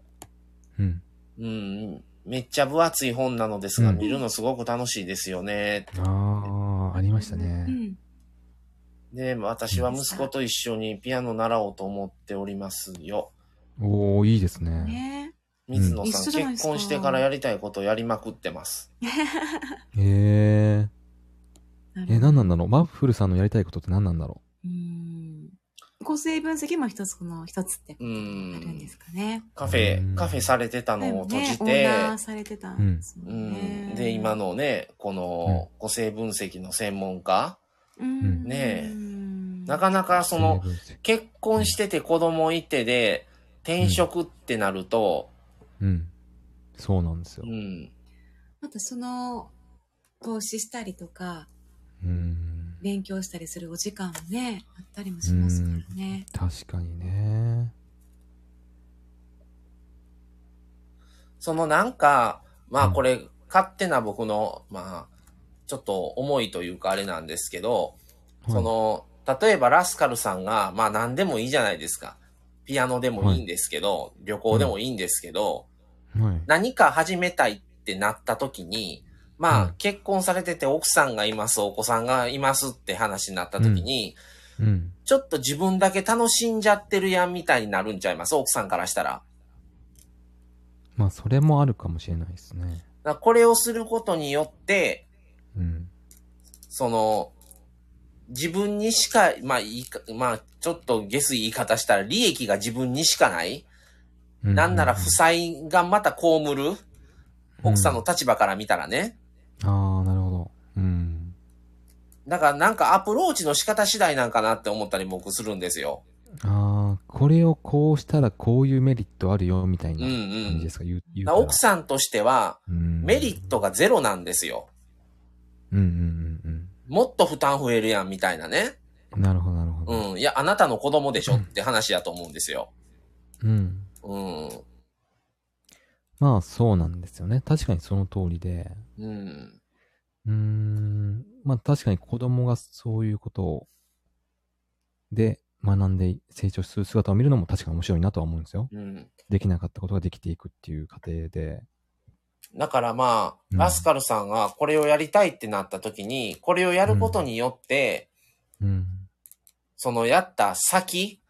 Speaker 4: うん。
Speaker 1: うん、めっちゃ分厚い本なのですが、
Speaker 4: うん
Speaker 1: 見るのすごく楽しいですよね。
Speaker 4: ああ、ありましたね。
Speaker 2: うん。
Speaker 1: で、私は息子と一緒にピアノ習おうと思っておりますよ。
Speaker 4: おおいいですね。
Speaker 2: ね
Speaker 1: 水野
Speaker 2: 一緒
Speaker 1: さ
Speaker 2: じゃない
Speaker 1: ん、
Speaker 2: です
Speaker 1: 結
Speaker 2: か
Speaker 1: 婚してからやりたいことやりまくってます。
Speaker 4: へえ
Speaker 2: なるほど
Speaker 4: え、何なんだろうマッフルさんのやりたいことって何なんだろ
Speaker 2: うん。個性分析も一つ、この一つってことになるんですかね。
Speaker 1: カフ
Speaker 4: うん
Speaker 1: ェ、カフェされてた
Speaker 2: あ
Speaker 1: のを閉じ
Speaker 2: オ
Speaker 1: て、
Speaker 2: ーナーされてたんですも
Speaker 1: うん
Speaker 2: ね
Speaker 1: ん、で、今。のね、この個性分析の専門家、
Speaker 2: うん
Speaker 1: ねえ
Speaker 2: うん
Speaker 1: なかなか
Speaker 4: う
Speaker 1: その
Speaker 4: 成分析
Speaker 1: 結婚してて子供いてで転職ってなると、
Speaker 4: うん。そうなんですよ
Speaker 1: う。ん、
Speaker 2: またその、投資したりとか、
Speaker 4: うん。
Speaker 2: 勉強したりするお時間もね、あったりもしますからね。
Speaker 4: 確かにね。
Speaker 1: そのなんか、まあ
Speaker 4: うん
Speaker 1: これ勝手な僕の、まあ、ちょっと思いというかあれなんですけど、
Speaker 4: はい
Speaker 1: その、例えばラスカルさんが、まあ何でもいいじゃないですか。ピアノでもいいんですけど、旅行でもいいんですけど、
Speaker 4: はい。
Speaker 1: 何か始めたいってなった時に、まあ、
Speaker 4: うん
Speaker 1: 結婚されてて奥さんがいます、お子さんがいますって話になった時に、
Speaker 4: うん。
Speaker 1: ちょっと自分だけ楽しんじゃってるやんみたいになるんちゃいます奥さんからしたら。だか
Speaker 4: まあ、それもあるかもしれないですね。
Speaker 1: らこれをすることによって、
Speaker 4: うん。
Speaker 1: その、自分にしか、まあ、いいか、まあ、ちょっとゲスい言い方したら利益が自分にしかない。なんなら負債がまた被る。
Speaker 4: うん
Speaker 1: 奥さんの立場から見たらね。
Speaker 4: ああ、なるほど。うん。
Speaker 1: だからなんかアプローチの仕方次第なんかなって思ったり僕するんですよ。
Speaker 4: ああ、これをこうしたらこういうメリットあるよ、みたい
Speaker 1: うん
Speaker 4: な
Speaker 1: うん。
Speaker 4: 感じ
Speaker 1: だ
Speaker 4: で
Speaker 1: か
Speaker 4: すか、言う言う
Speaker 1: ら奥さんとしては
Speaker 4: ん
Speaker 1: メリットがゼロなんですよ。
Speaker 4: うんうんうん
Speaker 1: もっと負担増えるやんみたいなね。
Speaker 4: うん。なるほど、なるほ
Speaker 1: う
Speaker 4: ど。
Speaker 1: ん。いや、あなたの子供でしょって話だと思うんですよ。
Speaker 4: うん。
Speaker 1: うん。
Speaker 4: まあ、そうなんですよね。確かにその通りで。
Speaker 1: うん。
Speaker 4: うーん。まあ、確かに子供がそういうことを、で、学んで成長する姿を見るのも確かに面白いなとは思うんですよ。
Speaker 1: うん。
Speaker 4: できなかったことができていくっていう過程で。
Speaker 1: だからまあ、
Speaker 4: うん
Speaker 1: ラスカルさんがこれをやりたいってなった時に、これをやることによって、
Speaker 4: うん。
Speaker 1: そのやった先、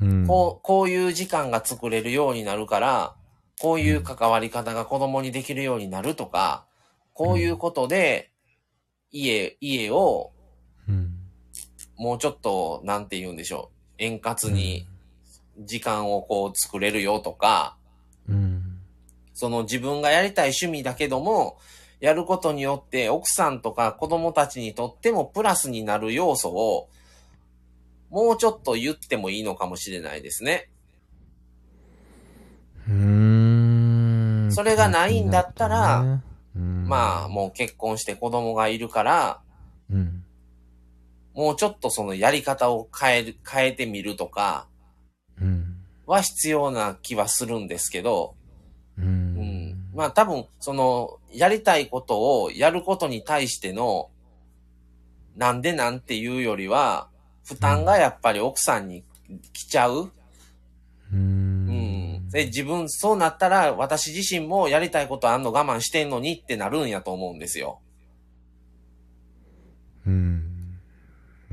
Speaker 4: うん。
Speaker 1: こう、こういう時間が作れるようになるから、こういう関わり方が子供にできるようになるとか、こういうことで、家、家を
Speaker 4: うん。
Speaker 1: もうちょっと、なんて言うんでしょう、円滑に時間をこう作れるよとか、
Speaker 4: うん。
Speaker 1: その自分がやりたい趣味だけども、やることによって奥さんとか子供たちにとってもプラスになる要素を、もうちょっと言ってもいいのかもしれないですね。
Speaker 4: うーん。
Speaker 1: それがないんだったら
Speaker 4: ね、うん
Speaker 1: まあ、もう結婚して子供がいるから、
Speaker 4: うん。
Speaker 1: もうちょっとそのやり方を変える、変えてみるとか
Speaker 4: うん。
Speaker 1: は必要な気はするんですけど、
Speaker 4: う
Speaker 1: うんん。。まあ多分、その、やりたいことをやることに対しての、なんでなんていうよりは、負担がやっぱり奥さんに来ちゃう。
Speaker 4: う
Speaker 1: うんん。。で、自分、そうなったら、私自身もやりたいことあんの我慢してんのにってなるんやと思うんですよ。
Speaker 4: うん。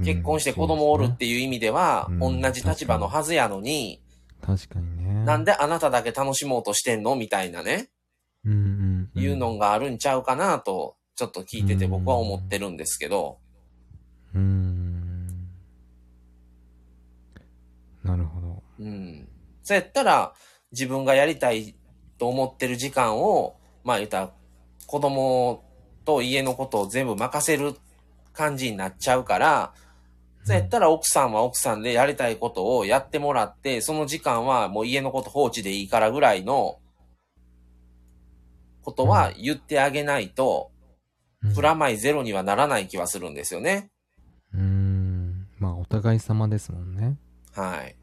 Speaker 1: 結婚して子供おるっていう意味では、
Speaker 4: うん
Speaker 1: 同じ立場のはずやのに、
Speaker 4: そうですね。確かにね。
Speaker 1: なんであなただけ楽しもうとしてんのみたいなね、
Speaker 4: うんうんうん。
Speaker 1: いうのがあるんちゃうかなと、ちょっと聞いてて僕は思ってるんですけど、
Speaker 4: うーん。なるほど。
Speaker 1: うん。そうやったら、自分がやりたいと思ってる時間を、まあ言ったら、子供と家のことを全部任せる感じになっちゃうから、そうやったら奥さんは奥さんでやりたいことをやってもらって、その時間はもう家のこと放置でいいからぐらいのことは言ってあげないと、プラマイゼロにはならない気はするんですよね。
Speaker 4: うーん。まあ、お互い様ですもんね。
Speaker 1: はい。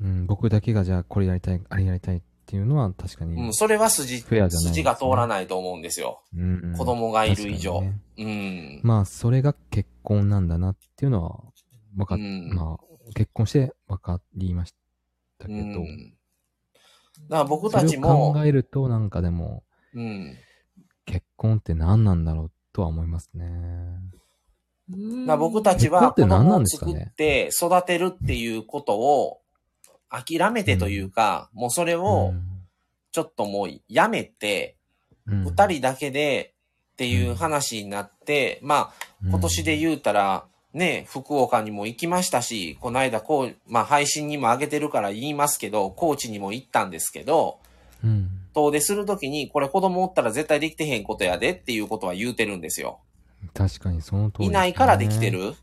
Speaker 4: うん、僕だけがじゃあ、これやりたい、あれやりたいっていうのは確かに。
Speaker 1: うん、それは筋、
Speaker 4: フェアじゃないですね
Speaker 1: 筋が通らないと思うんですよ。
Speaker 4: うんうん
Speaker 1: 子供がいる以上
Speaker 4: 確かにね
Speaker 1: うん。
Speaker 4: まあ、それが結婚なんだなっていうのは、分かっ、
Speaker 1: うん
Speaker 4: まあ、結婚して分かりましたけど、
Speaker 1: うん、だから僕
Speaker 4: そ
Speaker 1: た
Speaker 4: れ
Speaker 1: ち
Speaker 4: を考
Speaker 1: も、
Speaker 4: えると、なんかでも、
Speaker 1: うん、
Speaker 4: 結婚って何なんだろうとは思いますね。
Speaker 1: だから僕たちは子
Speaker 4: 結婚って何
Speaker 1: 供
Speaker 4: な
Speaker 1: を
Speaker 4: んですか
Speaker 1: 作
Speaker 4: ね
Speaker 1: って育てるっていうことを諦めてというか、もうそれをちょっともうやめて、
Speaker 4: うん、
Speaker 1: 二、
Speaker 4: 二
Speaker 1: 人だけでっていう話になって、まあ今年で言うたら、ね、福岡にも行きましたし、この間こう、まあ配信にも上げてるから言いますけど、高知にも行ったんですけど、
Speaker 4: うん、うん
Speaker 1: 遠出するときに、これ子供おったら絶対できてへんことやでっていうことは言うてるんですよ。
Speaker 4: 確かにその通り、
Speaker 1: いないからできて。る。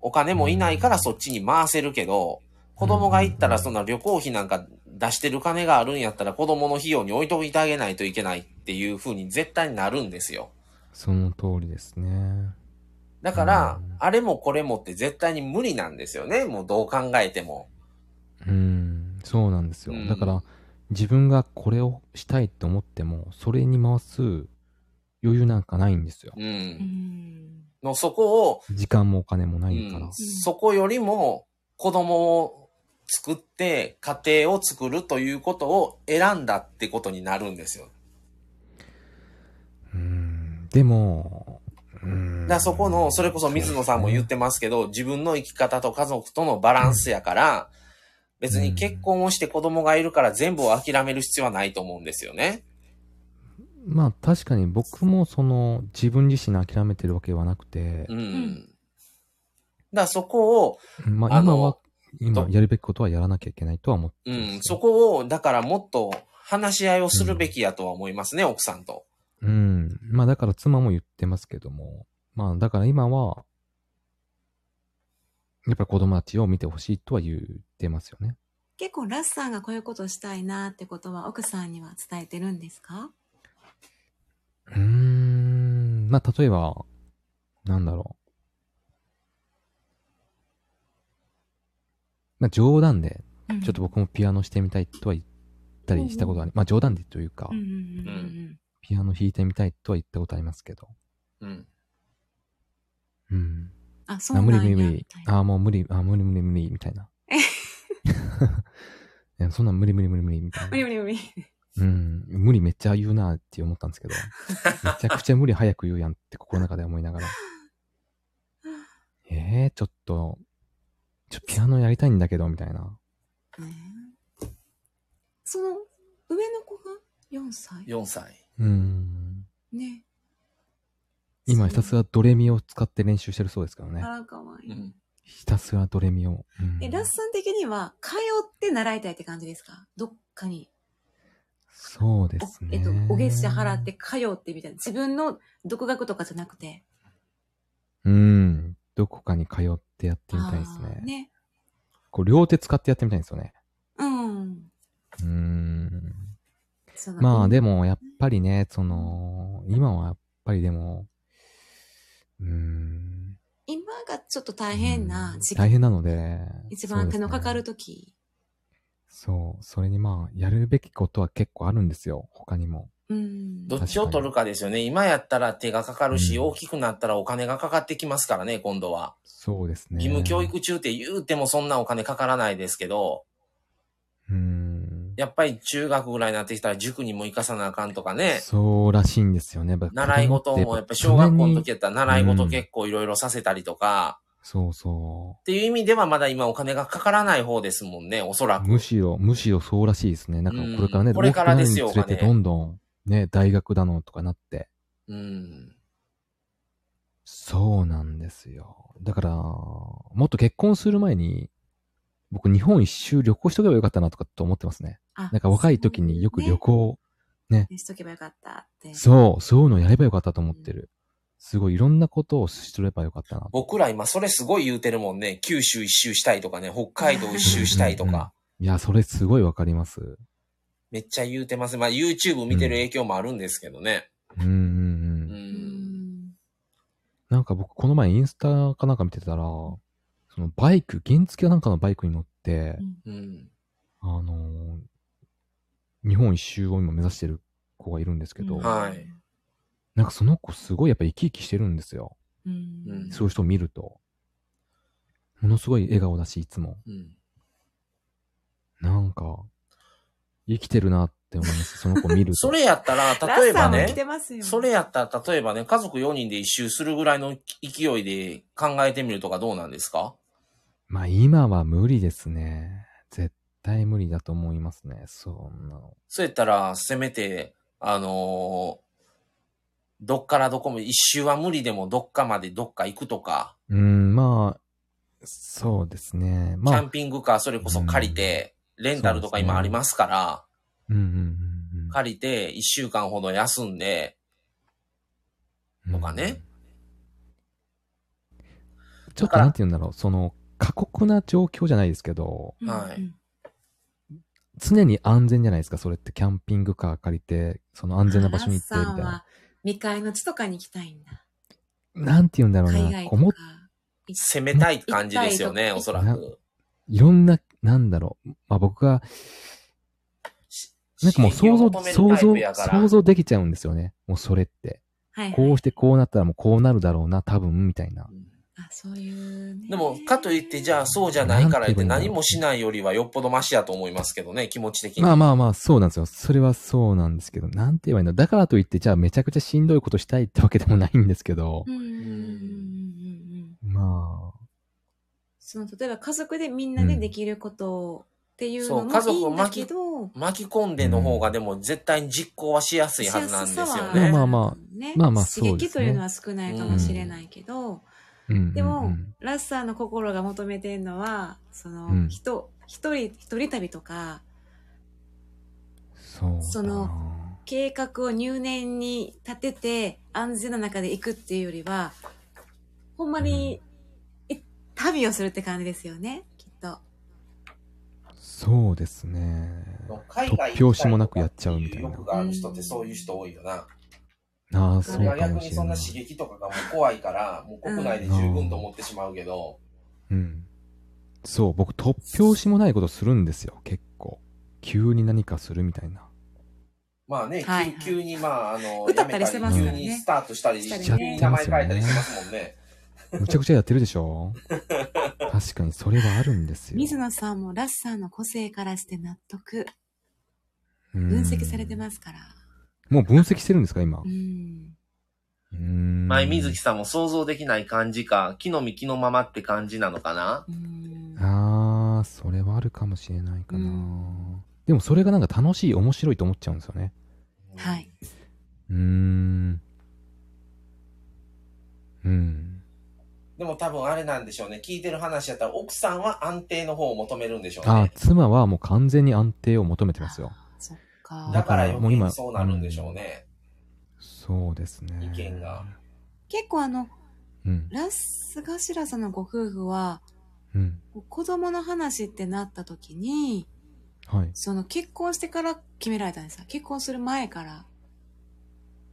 Speaker 1: お金もいないからそっちに回せるけど、子供が行ったらそんな旅行費なんか出してる金があるんやったら子供の費用に置いといてあげないといけないっていう風に絶対になるんですよ。
Speaker 4: その通りですね。
Speaker 1: だから
Speaker 4: うん、
Speaker 1: あれもこれもって絶対に無理なんですよね。もうどう考えても。
Speaker 4: うん、そうなんですよ。
Speaker 1: うん
Speaker 4: だから、自分がこれをしたいと思っても、それに回す余裕なんかないんですよ。
Speaker 1: う。
Speaker 2: うんん
Speaker 1: の、そこを、
Speaker 4: 時間もお金もないから。
Speaker 1: うんそこよりも子供を作って家庭を作るということを選んだってことになるんですよ。
Speaker 4: うんでも、うん
Speaker 1: だからそこの、それこそ水野さんも言ってますけど、自分の生き方と家族とのバランスやから、別に結婚をして子供がいるから全部を諦める必要はないと思うんですよね。
Speaker 4: まあ確かに僕もその自分自身諦めてるわけはなくて
Speaker 1: う、ん。
Speaker 2: ん
Speaker 1: だからそこを、
Speaker 4: まあ
Speaker 1: あの
Speaker 4: 今は、今
Speaker 1: と
Speaker 4: やるべきことはやらなきゃいけないとは思って
Speaker 1: う
Speaker 4: ますよ
Speaker 1: ん、そこを、だからもっと話し合いをするべきやとは思いますね、奥さんと。
Speaker 4: うん。まあだから妻も言ってますけども、まあだから今は、やっぱり子供たちを見てほしいとは言ってますよね。
Speaker 2: 結構ラスさんがこういうことしたいなってことは奥さんには伝えてるんですか
Speaker 4: うーん。まあ例えば、なんだろう。まあ冗談で、ちょっと、僕もピアノしてみたいとは言ったりしたことはあり、まあ冗談でというか
Speaker 2: う、んうんうんうん
Speaker 4: ピアノ弾いてみたいとは言ったことありますけど。
Speaker 1: うん。
Speaker 4: うん。
Speaker 2: あ、そう
Speaker 4: あ、
Speaker 2: なん
Speaker 4: 無
Speaker 2: や
Speaker 4: 理無理無理
Speaker 2: みた。いな
Speaker 4: あーもう無理、あー無理無理無理、みたいな。いやそんなん無理無理無理無理、みたい
Speaker 2: 無理
Speaker 4: な。
Speaker 2: 無理無理。
Speaker 4: うん。無理めっちゃ言うなって思ったんです けど、めちゃくちゃ無理早く言うやんって心の中で思いながら。えー、ちょっと、ちょ、ピアノやりたいんだけど、みたいな。
Speaker 2: ねえその、上の子が4歳
Speaker 1: 4歳。
Speaker 4: うん。
Speaker 2: ね。
Speaker 4: 今ひたすらドレミを使って練習してるそうですからね。
Speaker 2: あら、かわいい。
Speaker 4: ひたすらドレミを。うん
Speaker 2: え、ラスさん的には、通って習いたいって感じですかどっかに。
Speaker 4: そうで
Speaker 2: お
Speaker 4: すね。
Speaker 2: えっと、お月謝払って通ってみたいな。自分の独学とかじゃなくて。
Speaker 4: うん。どこかに通ってやってみたいです
Speaker 2: あ
Speaker 4: ね
Speaker 2: ー。ね。
Speaker 4: こう両手使ってやってみたいんですよね。
Speaker 2: うん。
Speaker 4: うーん。
Speaker 2: その
Speaker 4: まあでも、やっぱりね、その、今はやっぱりでも、うーん。
Speaker 2: 今がちょっと大変な時期。
Speaker 4: 大変なので。
Speaker 2: 一番手のかかる
Speaker 4: と。
Speaker 2: 時。
Speaker 4: そう。それにまあ、やるべきことは結構あるんですよ。他にも。
Speaker 2: うん。
Speaker 1: どっちを取るかですよね。今やったら手がかかるし、
Speaker 4: うん
Speaker 1: 大きくなったらお金がかかってきますからね、今度は。
Speaker 4: そうですね。
Speaker 1: 義務教。育中って言うてもそんなお金かからないですけど、
Speaker 4: うーん。
Speaker 1: やっぱり中学ぐらいになってきたら塾にも行かさなあかんとかね。
Speaker 4: そうらしいんですよね。やっぱ
Speaker 1: 習い事もやっぱり小学校の時。やったら習い事
Speaker 4: うん
Speaker 1: 結構いろいろさせたりとか、
Speaker 4: そうそ
Speaker 1: っていう意味ではまだ今お金がかからない方ですもんね、おそら
Speaker 4: う。
Speaker 1: く。
Speaker 4: むしろ、むしろそうらしいですね。なんかこれからね、
Speaker 1: うんこれからですよ
Speaker 4: 大きくなるにつれて
Speaker 1: お金
Speaker 4: どんどん、ね、大学だのとかなって。
Speaker 1: うん。
Speaker 4: そうなんですよ。だから、もっと結婚する前に、僕日本一周旅行しとけばよかったなとかと思ってますね。
Speaker 2: あ
Speaker 4: なんか若い時によく旅。
Speaker 2: そ
Speaker 4: 行、
Speaker 2: うねしとけばよかったって。
Speaker 4: そう、そういうのやればよかったと思ってる。すごいいろんなことをしとればよかったな。
Speaker 1: 僕ら今それすごい言うてるもんね。九州一周したいとかね、北海道一周したいと
Speaker 4: うんうんうん
Speaker 1: か。
Speaker 4: いや、それすごいわかります。
Speaker 1: めっちゃ言うてます。まあ YouTube 見てる影響もあるんですけどね。
Speaker 4: うんうん
Speaker 1: う。
Speaker 4: うん。
Speaker 2: うんん。
Speaker 4: なんか僕この前インスタかなんか見てたら、そのバイク、原付かなんかのバイクに乗って、
Speaker 1: うん。
Speaker 4: あのー日本一周を今目指してる子がいるんですけど、
Speaker 2: うん
Speaker 1: はい。
Speaker 4: なんかその子すごいやっぱ生き生きしてるんですよ。
Speaker 2: うん。
Speaker 1: うん
Speaker 4: そういう人を見ると。ものすごい笑顔だし、いつも。
Speaker 1: うん。
Speaker 4: なんか、生きてるなって思います。その子見ると。
Speaker 1: それやったら、
Speaker 2: ラ
Speaker 1: 例
Speaker 2: ス
Speaker 1: え
Speaker 2: さ
Speaker 1: ば
Speaker 2: んも来て
Speaker 1: ね、
Speaker 2: ますよ。
Speaker 1: それやったら、例えばね、家族4人で一周するぐらいの勢いで考えてみるとかどうなんですか
Speaker 4: まあ今は無理ですね。絶対無理だと思いますね。そんなの。
Speaker 1: そうやったら、せめて、あのーどっからどこも一周は無理でもどっかまでどっか行くとか、
Speaker 4: うん、まあ、そうですね。ま
Speaker 1: キ
Speaker 4: あ、
Speaker 1: ャンピングカーそれこそ借りて、レンタルとか今ありますから、
Speaker 4: うんうんうん
Speaker 1: 借りて一週間ほど休んで、
Speaker 4: うん。
Speaker 1: とかね
Speaker 4: うん。ちょっとなんて言うんだろう。その、過酷な状況じゃないですけど、
Speaker 2: うん
Speaker 1: はい
Speaker 2: うん
Speaker 4: 常に安全じゃないですか。それってキャンピングカー借りて、その安全な場所に行ってみ
Speaker 2: ラ
Speaker 4: た
Speaker 2: ス
Speaker 4: い
Speaker 2: さん
Speaker 4: な。
Speaker 2: は未開の地とかに行きたいんだ。
Speaker 4: なんて言うんだろう
Speaker 2: 海
Speaker 4: な。
Speaker 2: 外
Speaker 4: ことも
Speaker 2: か。
Speaker 1: 攻めたい感じですよね、おそらく。
Speaker 4: いろんな、なんだろう。まあ僕が、なんかもう想像、
Speaker 1: 刺激を求めるタ
Speaker 4: 想
Speaker 1: イ
Speaker 4: 像
Speaker 1: プや、から
Speaker 4: 想像できちゃうんですよね。もうそれって。
Speaker 2: はいはい。
Speaker 4: こうしてこうなったらもうこうなるだろうな、多分、みたいな。
Speaker 2: あ、そういうね。
Speaker 1: でも、かといって、じゃあそうじゃないから言って何もしないよりはよっぽどマシだと思いますけどね、気持ち的に。
Speaker 4: まあまあまあ、そうなんですよ。それはそうなんですけど、なんて言えばいいんだ。だからといって、じゃあめちゃくちゃしんどいことしたいってわけでもないんですけど
Speaker 2: う、んうんうんうんうんうん。
Speaker 4: まあ、
Speaker 2: その、例えば家族でみんなで
Speaker 4: うん
Speaker 2: できることっていうのも
Speaker 1: そう
Speaker 2: い
Speaker 1: 家族
Speaker 2: い
Speaker 1: を
Speaker 2: んだ
Speaker 1: 巻き
Speaker 2: けど、
Speaker 1: 巻き込んでの方がでも絶対に実行はしやすいはずなんですよね。
Speaker 4: まあま
Speaker 2: あ、ね
Speaker 4: まあまあ
Speaker 2: 刺
Speaker 4: そうで
Speaker 2: 激
Speaker 4: す
Speaker 2: と
Speaker 4: ね
Speaker 2: いうのは少ないかもしれないけど、
Speaker 4: うんうんうん。
Speaker 2: でも、ラッサーの心が求めてるのは、その、
Speaker 4: うん
Speaker 2: 人、一人、一人旅とか、
Speaker 4: そうだな。
Speaker 2: その計画を入念に立てて、安全な中で行くっていうよりは、ほんまに、え旅をするって感じですよね、きっと。
Speaker 4: そうですね。
Speaker 1: 海外行きた
Speaker 4: 突
Speaker 1: いとか
Speaker 4: 拍子もなくやっちゃうみたいな
Speaker 1: 欲。がある人ってそういう人多いよな。
Speaker 4: ああ、そ
Speaker 1: そうれは
Speaker 4: か
Speaker 1: 逆
Speaker 4: もし
Speaker 1: に
Speaker 4: れ
Speaker 1: そん
Speaker 4: な。
Speaker 1: ない刺激とかがもう怖いから、もう国内で十分と思ってしまうけど、
Speaker 4: うん。そう、僕、突拍子もないことするんですよ、結構。急に何かするみたいな。
Speaker 1: まあね、急
Speaker 2: はいはい
Speaker 1: 急にまあ、あの、
Speaker 2: 歌ったりしてます
Speaker 4: か
Speaker 1: や
Speaker 4: ら
Speaker 1: めた
Speaker 2: ね
Speaker 1: り急にスタートしたり、
Speaker 2: したりね
Speaker 1: 急に名前変えたりしてますもんね。
Speaker 4: むちゃくちゃやってるでしょ 確かに、それはあるんですよ。
Speaker 2: 水野さんもラッサーの個性からして納得。
Speaker 4: 分
Speaker 2: 分析されてますから。
Speaker 4: す。もう分析してるんですか、今
Speaker 2: う。ん。
Speaker 4: うーん。
Speaker 1: 前水木さんも想像できない感じか、木の幹のままって感じなのかな
Speaker 2: うん。
Speaker 4: あー、それはあるかもしれないかな。
Speaker 2: うん
Speaker 4: でも、それがなんか楽しい、面白いと思っちゃうんですよね。
Speaker 2: はい。
Speaker 4: うーん。うん。
Speaker 1: でも多分あれなんでしょうね。聞いてる話やったら、奥さんは安定の方を求めるんでしょう
Speaker 4: あ
Speaker 1: ね
Speaker 4: ー。妻はもう完全に安定を求めてますよ。
Speaker 2: そっ
Speaker 1: だ
Speaker 2: か。
Speaker 1: から
Speaker 4: もう
Speaker 1: 余計
Speaker 4: 今
Speaker 1: にそうなるんでしょうね。
Speaker 4: そうですね。
Speaker 1: 意見が。
Speaker 2: 結構あの、
Speaker 4: うん。
Speaker 2: ラスガシラさんのご夫婦は、
Speaker 4: うん。
Speaker 2: 子供の話ってなった時に、
Speaker 4: はい。
Speaker 2: その結婚してから決められたんですか結婚する前から。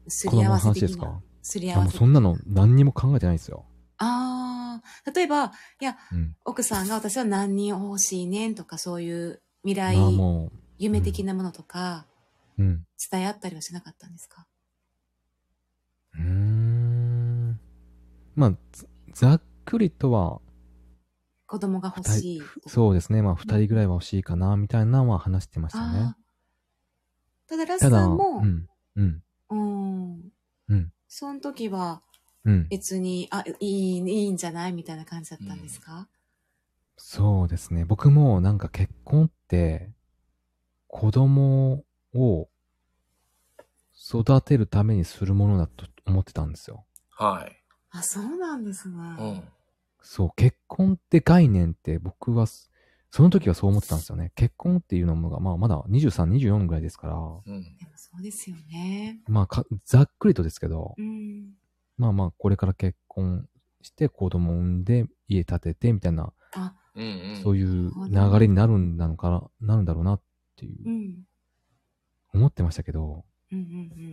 Speaker 2: すり合わせ的な。
Speaker 4: 子供の話
Speaker 2: すり
Speaker 4: い
Speaker 2: 合
Speaker 4: や
Speaker 2: わ
Speaker 4: もう
Speaker 2: せ。
Speaker 4: そんなの何にも考えてないですよ。
Speaker 2: ああ。例えば、
Speaker 4: うん。
Speaker 2: 奥さんが私は何人欲しいねんとか、そういう未
Speaker 4: あ
Speaker 2: 来、
Speaker 4: ーも
Speaker 2: 夢的なものとか、
Speaker 4: う、うん。
Speaker 2: 伝え合ったりはしなかったんですか
Speaker 4: うーん。まあ、ざざっくりとは、
Speaker 2: 子供が欲しいとか。
Speaker 4: そうですね。まあ、二人ぐらいは欲しいかな、みたいなのは話してましたね
Speaker 2: あ。ーただ、ラス
Speaker 4: ただ、
Speaker 2: さん
Speaker 4: う
Speaker 2: も、
Speaker 4: ん、うん、
Speaker 2: うん。
Speaker 4: うん
Speaker 2: その時は
Speaker 4: うん。
Speaker 2: 別に、あ、いい、いいんじゃないみたいな感じだったんですか、
Speaker 4: そうですね。僕もなんか結婚って、子供を育てるためにするものだと思ってたんですよ。
Speaker 1: はい。
Speaker 2: あ、そうなんですね。
Speaker 1: うん。
Speaker 4: そう、結婚って概念って僕はす、その時はそう思ってたんですよね。結婚っていうのが、まあまだ23、24ぐらいですから、
Speaker 1: うん。
Speaker 2: でもそうですよね。
Speaker 4: まあかざっくりとですけど
Speaker 2: う、ん。
Speaker 4: まあまあこれから結婚して子供を産んで家建ててみたいな、
Speaker 2: あ、
Speaker 1: うんうん。
Speaker 4: そういう流れになるんだのかな、なるんだろうなっていうう、
Speaker 2: ん。
Speaker 4: 思ってましたけど、
Speaker 2: うんうんう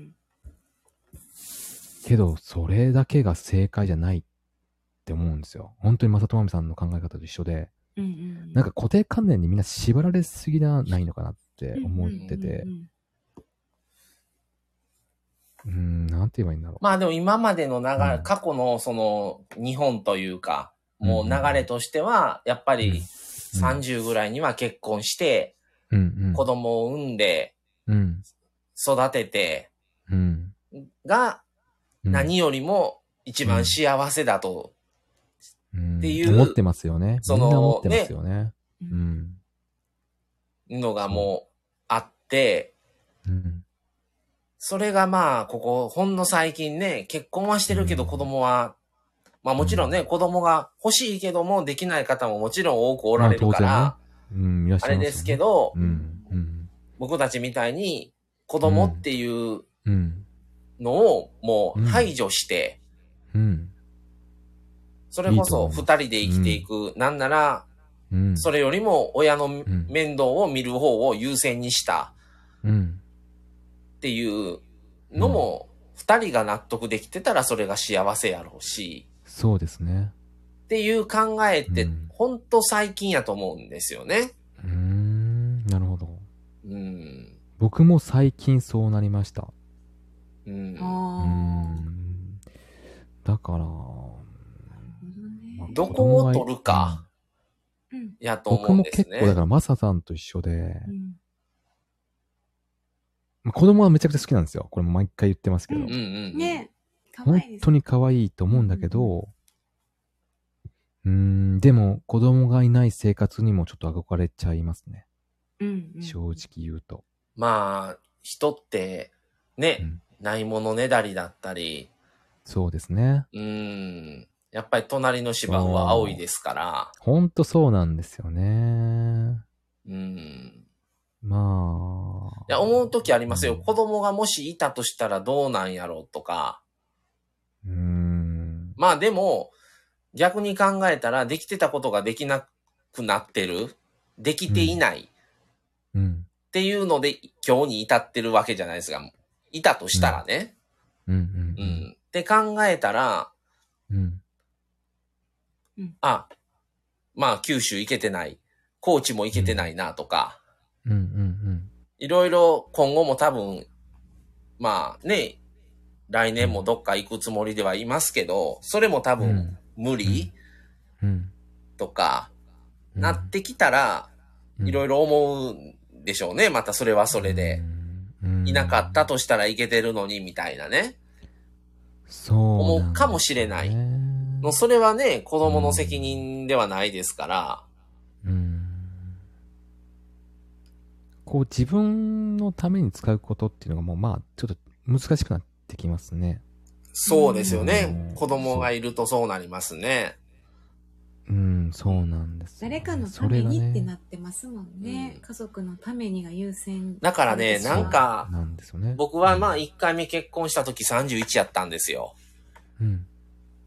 Speaker 2: ん。
Speaker 4: けど、それだけが正解じゃないって思うんですよ。本当に正智美さんの考え方と一緒で、
Speaker 2: うんうん。
Speaker 4: なんか固定観念にみんな縛られすぎなないのかなって思ってて
Speaker 2: うんう、ん
Speaker 4: うーん、なんて言えばいいんだろ
Speaker 1: まあでも今までの流
Speaker 4: う
Speaker 1: れ
Speaker 4: ん、
Speaker 1: 過去のその日本というか、
Speaker 4: うん
Speaker 1: もう流れとしては、やっぱ
Speaker 4: うん
Speaker 1: り30ぐらいには結婚して、
Speaker 4: う。うん、うん。
Speaker 1: 子供を産んで、
Speaker 4: うん、
Speaker 1: 育てて、
Speaker 4: うん。
Speaker 1: が
Speaker 4: うん
Speaker 1: 何よりも一番幸せだと。
Speaker 4: うん
Speaker 1: っていう
Speaker 4: 思ってますよね。
Speaker 1: そ
Speaker 4: みん
Speaker 1: の
Speaker 4: な思ってますよね。
Speaker 2: う。
Speaker 4: うんん。
Speaker 1: のがもうあって、
Speaker 4: うん。
Speaker 1: それがまあ、ここ、ほんの最近ね、結婚はしてるけど
Speaker 4: うん
Speaker 1: 子供は、まあもちろんね、
Speaker 4: うん
Speaker 1: 子供が欲しいけどもできない方ももちろん多くおられるから、
Speaker 4: ま
Speaker 1: あ
Speaker 4: あうん、いらっしゃい
Speaker 1: れ
Speaker 4: ますよね
Speaker 1: ですけ。ど、
Speaker 4: うん、うん、
Speaker 1: 僕たちみたいに子供っていう
Speaker 4: うん、
Speaker 1: のをもう
Speaker 4: うん
Speaker 1: 排除して、
Speaker 4: うん、
Speaker 1: それこ
Speaker 4: いいと
Speaker 1: そ
Speaker 4: 思い
Speaker 1: 二
Speaker 4: ま
Speaker 1: 人で生きていく、なんなら、
Speaker 4: うん。
Speaker 1: それよりも親の
Speaker 4: ん
Speaker 1: 面倒を見る方を優先にした
Speaker 4: うん。
Speaker 1: っていうのも、二人が納得できてたらそれが幸せやろうし、
Speaker 4: そうですね。
Speaker 1: っていう考えって
Speaker 4: うん、
Speaker 1: ほんと最近やと思うんですよね。
Speaker 4: うーん、なるほど。
Speaker 1: うん。
Speaker 4: 僕も最近そうなりました。
Speaker 1: うん。
Speaker 4: うー
Speaker 2: ああ。
Speaker 4: ん。だから、まあ
Speaker 1: どこを取るか、
Speaker 2: うん。
Speaker 1: やと
Speaker 4: 僕
Speaker 1: 思うん
Speaker 4: も
Speaker 1: です
Speaker 4: 結
Speaker 1: ね。
Speaker 4: 構、だから、マサさんと一緒で
Speaker 2: う、ん。
Speaker 4: まあ子供はめちゃくちゃ好きなんですよ。これも毎回言ってますけど。
Speaker 2: う
Speaker 1: うんうん。
Speaker 2: ねえ。かわ
Speaker 4: 本
Speaker 2: いいです
Speaker 4: 当。に可愛いと思うんだけど、うーん、でも子供がいない生活にもちょっと憧れちゃいますね。
Speaker 2: うんうん。
Speaker 4: 正直言うと。
Speaker 1: まあ、人って、ね、
Speaker 4: うん
Speaker 1: ないものねだりだったり、
Speaker 4: そうですね。
Speaker 1: うん。やっぱり隣の芝生は青いですから、
Speaker 4: ほんとそうなんですよね。
Speaker 1: うん。
Speaker 4: まあ。
Speaker 1: いや、思うときありますよ。
Speaker 4: うん
Speaker 1: 子供がもしいたとしたらどうなんやろうとか。
Speaker 4: うーん。
Speaker 1: まあでも、逆に考えたら、できてたことができなくなってる。できていない。
Speaker 4: うん。
Speaker 1: っていうので、今日に至ってるわけじゃないですが、いたとしたらね。
Speaker 4: うん。
Speaker 1: う
Speaker 4: う
Speaker 1: ん。
Speaker 4: ん。
Speaker 1: って考えたら、
Speaker 4: うん。
Speaker 1: あ、まあ九州行けてない。高知も行けてないなとか、
Speaker 4: うん。うん。うん。
Speaker 1: いろいろ今後も多分、まあね、来年もどっか行くつもりではいますけど、それも多分無理
Speaker 4: うん。
Speaker 1: とか、なってきたら、いろい
Speaker 4: ろ
Speaker 1: ろ思うんでしょうね。またそれはそれで。、いなかった。としたらいけてるのに、みたいなね。
Speaker 4: そう。
Speaker 1: 思うかもしれないもう
Speaker 4: の
Speaker 1: それはね、子供の責任ではないですから。
Speaker 4: うんこう自分のために使うことっていうのがもうまあちょっと難しくなってきますね。
Speaker 1: そうですよね
Speaker 4: う。ん
Speaker 1: 子供がいるとそうなりますね。
Speaker 4: うん、そうなんですよ
Speaker 2: 誰
Speaker 4: ね、
Speaker 2: かの
Speaker 4: そ
Speaker 2: た
Speaker 4: れ
Speaker 2: め
Speaker 4: が
Speaker 2: にってな
Speaker 4: ね、
Speaker 2: ってますもんね。
Speaker 1: うん
Speaker 2: 家族のためにが優先。
Speaker 1: だからね、
Speaker 2: そうですよ
Speaker 1: なんか、
Speaker 4: なんですよね。
Speaker 1: 僕はまあ
Speaker 4: うん、
Speaker 1: 1回目結婚した時31やったんですよ。
Speaker 4: うん。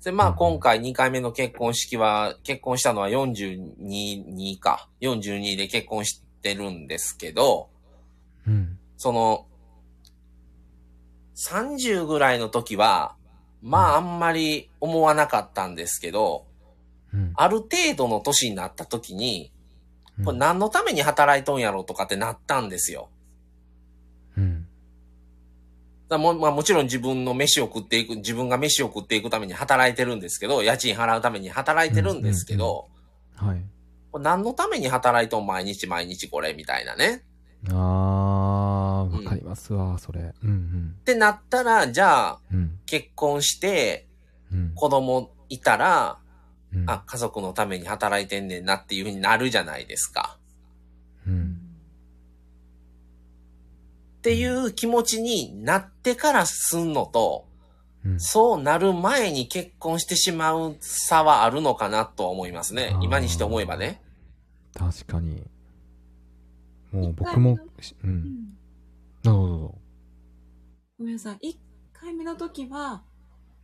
Speaker 1: で、まあ
Speaker 4: うん
Speaker 1: 今回2回目の結婚式は、結婚したのは42、2か、42で結婚してるんですけど、
Speaker 4: うん。
Speaker 1: その、30ぐらいの時は、まああんまり思わなかったんですけど、
Speaker 4: うん。
Speaker 1: ある程度の年になった時に、
Speaker 4: うん
Speaker 1: これ何のために働いとんやろうとかってなったんですよ。
Speaker 4: うん。
Speaker 1: だも,、まあ、もちろん自分の飯を食っていく、自分が飯を食っていくために働いてるんですけど、家賃払うために働いてるんですけど、
Speaker 4: はい。
Speaker 1: これ何のために働いとん毎日毎日これみたいなね。
Speaker 4: あー、わかりますわ、それ。うん
Speaker 1: ってなったら、じゃあ
Speaker 4: うん。うん。
Speaker 1: 結婚して
Speaker 4: うん。
Speaker 1: 子供いたら、
Speaker 4: うん
Speaker 1: あ、、家族のために働いてんねんなっていうふうになるじゃないですか。
Speaker 4: うん。
Speaker 1: っていう気持ちになってからすんのと、
Speaker 4: うん。
Speaker 1: そうなる前に結婚してしまう差はあるのかなとは思いますね
Speaker 4: あ。ー
Speaker 1: 今にして思えばね。
Speaker 4: 確かに。もう僕も、う。
Speaker 2: うんん
Speaker 4: なるほど。
Speaker 2: ごめんなさい。一回目の時は、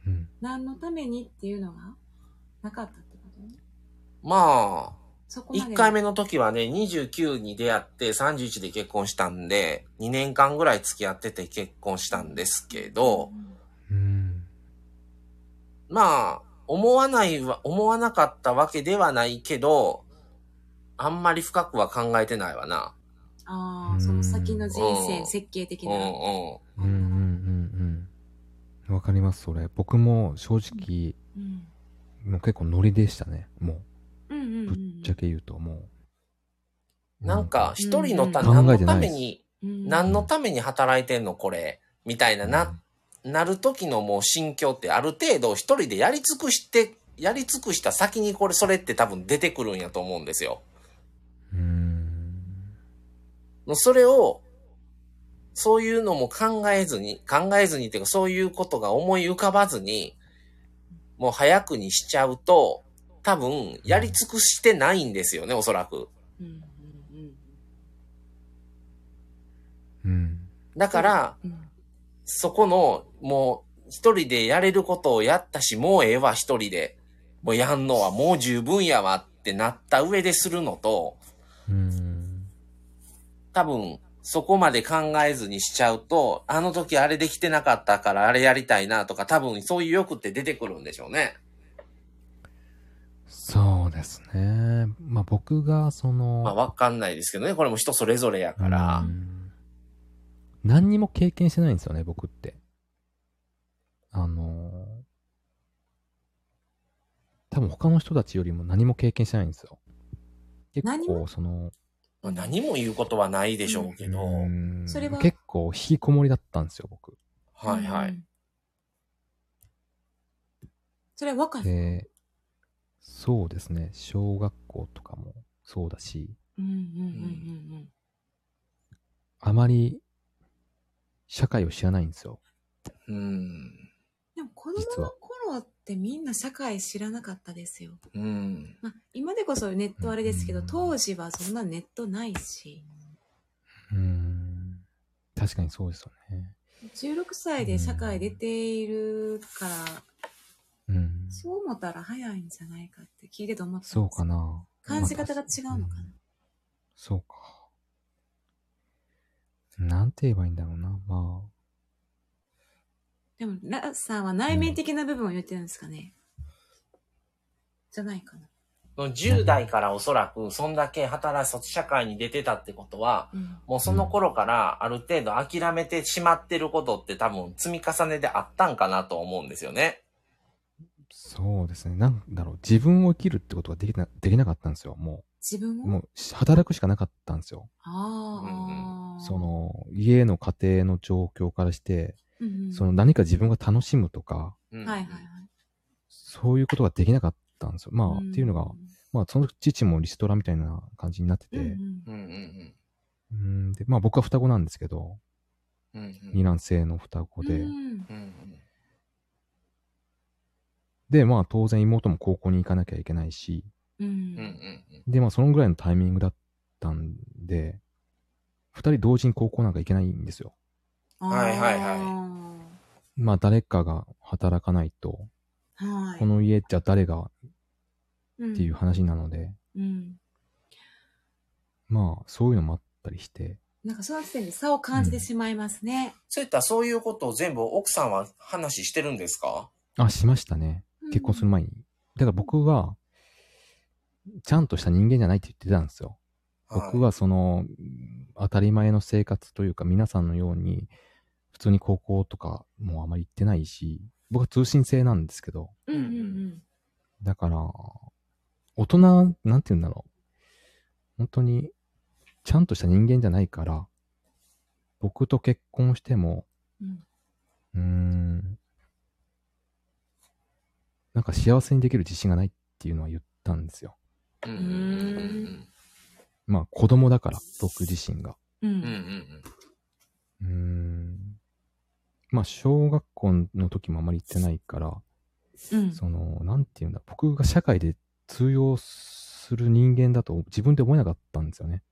Speaker 4: うん。
Speaker 2: 何のためにっていうのがなかったってことね。
Speaker 1: まあ、
Speaker 2: そこまで。
Speaker 1: 1回目の時はね、29に出会って31で結婚したんで、2年間ぐらい付き合ってて結婚したんですけど、
Speaker 4: うん。
Speaker 1: まあ、思わないは、思わなかったわけではないけど、あんまり深くは考えてないわな。
Speaker 2: ああ、その先の人
Speaker 1: う
Speaker 2: 生
Speaker 1: ん
Speaker 2: 設計的
Speaker 1: うんうん。
Speaker 2: な。
Speaker 4: うんうんうんうん。わかります、それ。僕も正直、
Speaker 2: うん。
Speaker 4: もう結構ノリでしたね。も
Speaker 2: うんうん
Speaker 4: う、
Speaker 2: う
Speaker 4: ぶ
Speaker 2: ん
Speaker 4: っちゃけ言うと、もう。
Speaker 1: なんか、、一人のた、
Speaker 4: うん
Speaker 1: 何
Speaker 4: 考
Speaker 1: の
Speaker 4: えて
Speaker 1: た
Speaker 4: ない
Speaker 1: め
Speaker 4: です
Speaker 1: に、
Speaker 2: うん。
Speaker 1: 何のために働いてんのこれ。みたいな、な、なる時のもう心境ってある程度一人でやり尽くして、やり尽くした先にこれ、それって多分出てくるんやと思うんですよ。
Speaker 4: うん。
Speaker 1: それを、そういうのも考えずに、考えずにっていうか、そういうことが思い浮かばずに、もう早くにしちゃうと、多分、やり尽くしてないんですよね、おそらく。
Speaker 2: うんうんうん
Speaker 4: うん。
Speaker 1: だから、
Speaker 2: うん
Speaker 1: そこの、もう、一人でやれることをやったし、もうええわ、一人で。もうやんのはもう十分やわってなった上でするのと、
Speaker 4: うん。
Speaker 1: 多分、そこまで考えずにしちゃうと、あの時あれできてなかったからあれやりたいなとか、多分そういう欲って出てくるんでしょうね。
Speaker 4: そうですね。まあ僕が、その、
Speaker 1: まあわかんないですけどね、これも人それぞれやから
Speaker 4: う。ん何にも経験してないんですよね、僕って。あのー多分他の人たちよりも何も経験してないんですよ。結
Speaker 2: 何
Speaker 4: 構、
Speaker 2: も
Speaker 4: その、
Speaker 1: まあ何も言うことはないでしょうけど、
Speaker 4: うん
Speaker 2: それは
Speaker 4: 結構引きこもりだったんですよ、僕。
Speaker 1: はいは
Speaker 2: う
Speaker 1: い。
Speaker 2: ん。それは若い。
Speaker 4: で、そうですね、小学校とかもそうだし、
Speaker 2: うんうんうんうんうん。
Speaker 4: あまり社会を知らないんですよ。
Speaker 1: うん。
Speaker 2: でも子供
Speaker 4: 実
Speaker 2: の
Speaker 4: は
Speaker 2: 頃ってみんな社会知らなかったですよ。
Speaker 1: うん。
Speaker 2: まあ、今でこそネットあれですけど、
Speaker 4: うん
Speaker 2: 当時はそんなネットないし、
Speaker 4: うん。確かにそうですよね。
Speaker 2: 16歳で社会出ているから、
Speaker 4: うん。
Speaker 2: そう思ったら早いんじゃないかって聞いてて思ってた
Speaker 4: そうかな。
Speaker 2: 感じ方が違うのか
Speaker 4: ま
Speaker 2: な
Speaker 4: あ。そうか。なんて言えばいいんだろうな。まあ。
Speaker 2: でも、ラスさんは内面的な部分を言ってるんですかね。じゃないかな。
Speaker 1: 10代からおそらく、そんだけ働く社会に出てたってことは、
Speaker 2: うん。
Speaker 1: もうその頃からある程度諦めてしまってることって多分積み重ねであったんかなと思うんですよね。
Speaker 4: そうですね。なんだろう。自分を生きるってことができな、できなかったんですよ。も
Speaker 2: 自分
Speaker 4: う、
Speaker 2: を
Speaker 4: もう、し働くしかなかったんですよ。
Speaker 2: ああ、
Speaker 4: そ、の、家の家庭の状況からして、
Speaker 2: うんうん、
Speaker 4: その何か自分が楽しむとか、
Speaker 1: うん
Speaker 2: はいはいはい。
Speaker 4: そういうことができなかったんですよ。まあ、っていうのが、まあ、その父もリストラみたいな感じになってて、
Speaker 2: うんう
Speaker 4: うん
Speaker 2: ん
Speaker 1: うんうん
Speaker 4: で、まあ僕は双子なんですけど、
Speaker 1: うん。うんうん
Speaker 4: 二卵性の双子で、
Speaker 2: うん
Speaker 1: うん
Speaker 4: で、まあ当然妹も高校に行かなきゃいけないし、
Speaker 2: う
Speaker 1: うんうん
Speaker 2: ん。
Speaker 1: うん。
Speaker 4: で、まあそのぐらいのタイミングだったんで、二人同時に高校なんか行けないんですよ。
Speaker 1: はいはいはい
Speaker 2: い。
Speaker 4: まあ誰かが働かないと、
Speaker 2: はい。
Speaker 4: この家じゃ誰がっ
Speaker 2: って
Speaker 4: いう。話なので、
Speaker 2: うん。
Speaker 4: まあそういうのもあったりして、
Speaker 2: なんかその時点で差を感じてしまいますね。
Speaker 1: そういったそういうことを全部奥さんは話してるんですか
Speaker 4: あ、しましたね。結婚する前に。だから僕は、ちゃんとした人間じゃないって言ってたんですよ。僕
Speaker 1: は
Speaker 4: はその、当たり前の生活というか、皆さんのように、普通に高校とかもあまり行ってないし、僕は通信制なんですけど、
Speaker 2: うんうん
Speaker 4: だから、大人、なんて言うんだろう。本当に、ちゃんとした人間じゃないから、僕と結婚しても、
Speaker 2: うん
Speaker 4: うーん、なんか幸せにできる自信がないっていうのは言ったんですよ。
Speaker 1: い。うんん
Speaker 2: うんうん
Speaker 4: まあ子供だから、僕自身が。
Speaker 2: うん。
Speaker 1: う
Speaker 2: う。
Speaker 1: んうんん。
Speaker 4: うーん。まあ、小学校の時もあまり行ってないから、
Speaker 2: うん。
Speaker 4: その、なんていうんだ、僕が社会で通用する人間だと自分で思えなかったんですよね。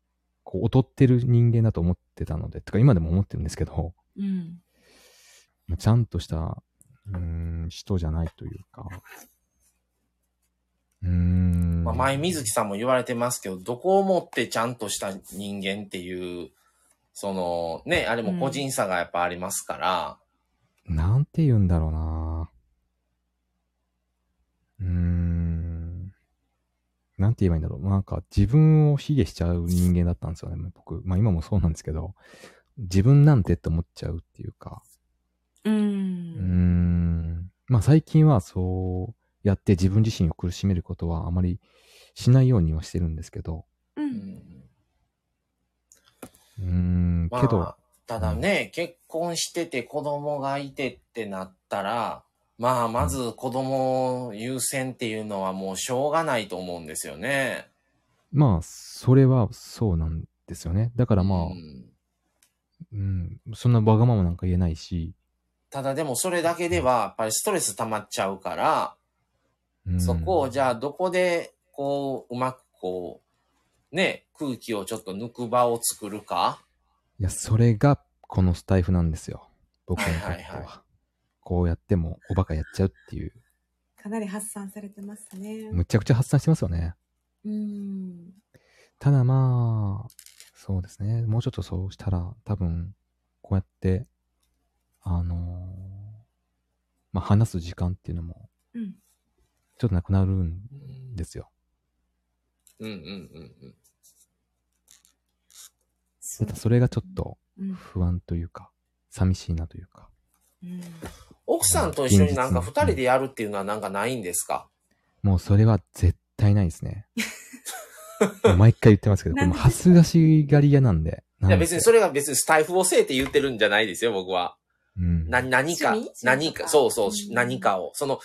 Speaker 4: こう、劣ってる人間だと思ってたので、とか今でも思ってるんですけど、
Speaker 2: うん。
Speaker 4: まあちゃんとした、うーん、人じゃないというか、うーん。
Speaker 1: まあ、前水木さんも言われてますけど、どこをもってちゃんとした人間っていう、そのね、あれも個人差がやっぱありますから、
Speaker 4: なんて言うんだろうなうーん。なんて言えばいいんだろう。なんか自分を卑下しちゃう人間だったんですよね、僕。まあ今もそうなんですけど、自分なんてって思っちゃうっていうか。
Speaker 2: う
Speaker 4: うー
Speaker 2: ん。
Speaker 4: ん。まあ最近はそうやって自分自身を苦しめることはあまりしないようにはしてるんですけど。
Speaker 2: う。
Speaker 1: うんん
Speaker 4: うーん。
Speaker 1: ま
Speaker 4: けど、
Speaker 1: あ、ただね、結婚してて子供がいてってなったら、まあ、まず子供優先っていうのはもうしょうがないと思うんですよね。
Speaker 4: まあそれはそうなんですよね。だからまあ、
Speaker 1: うん
Speaker 4: うん、そんなわがままなんか言えないし、
Speaker 1: ただでもそれだけではやっぱりストレス溜まっちゃうから、
Speaker 4: うん
Speaker 1: そこをじゃあどこでこううまくこうね空気をちょっと抜く場を作るか。
Speaker 4: いや、それがこのスタイフなんですよ。僕にとっては。
Speaker 1: はいはいはい
Speaker 4: こうやってもおバカやっちゃうっていう、
Speaker 2: かなり発散されてますね。
Speaker 4: むちゃくちゃ発散してますよね。
Speaker 2: うん。
Speaker 4: ただまあ、そうですね。もうちょっとそうしたら、多分、こうやって、あのーまあ話す時間っていうのも、
Speaker 2: うん。
Speaker 4: ちょっとなくなるん
Speaker 1: うん
Speaker 4: ですよ。
Speaker 1: うんうんうん。
Speaker 4: ただそれがちょっと
Speaker 2: うん。
Speaker 4: 不安というか、寂しいなというか。
Speaker 2: うん。
Speaker 1: 奥さんと一緒になんか二人でやるっていうのはなんかないんですか
Speaker 4: もうそれは絶対ないで すね。もう毎回言ってますけど、これもう恥ずかしがり屋なんで。
Speaker 1: いや別
Speaker 4: なん
Speaker 1: に
Speaker 4: せ
Speaker 1: それが別にスタイフをせえって言ってるんじゃないですよ、僕は。
Speaker 4: うん、
Speaker 1: な、何か
Speaker 2: 趣味、
Speaker 1: 何
Speaker 2: 趣味と
Speaker 1: か、
Speaker 2: か
Speaker 1: そうそう
Speaker 2: う、ん
Speaker 1: 何かを。その、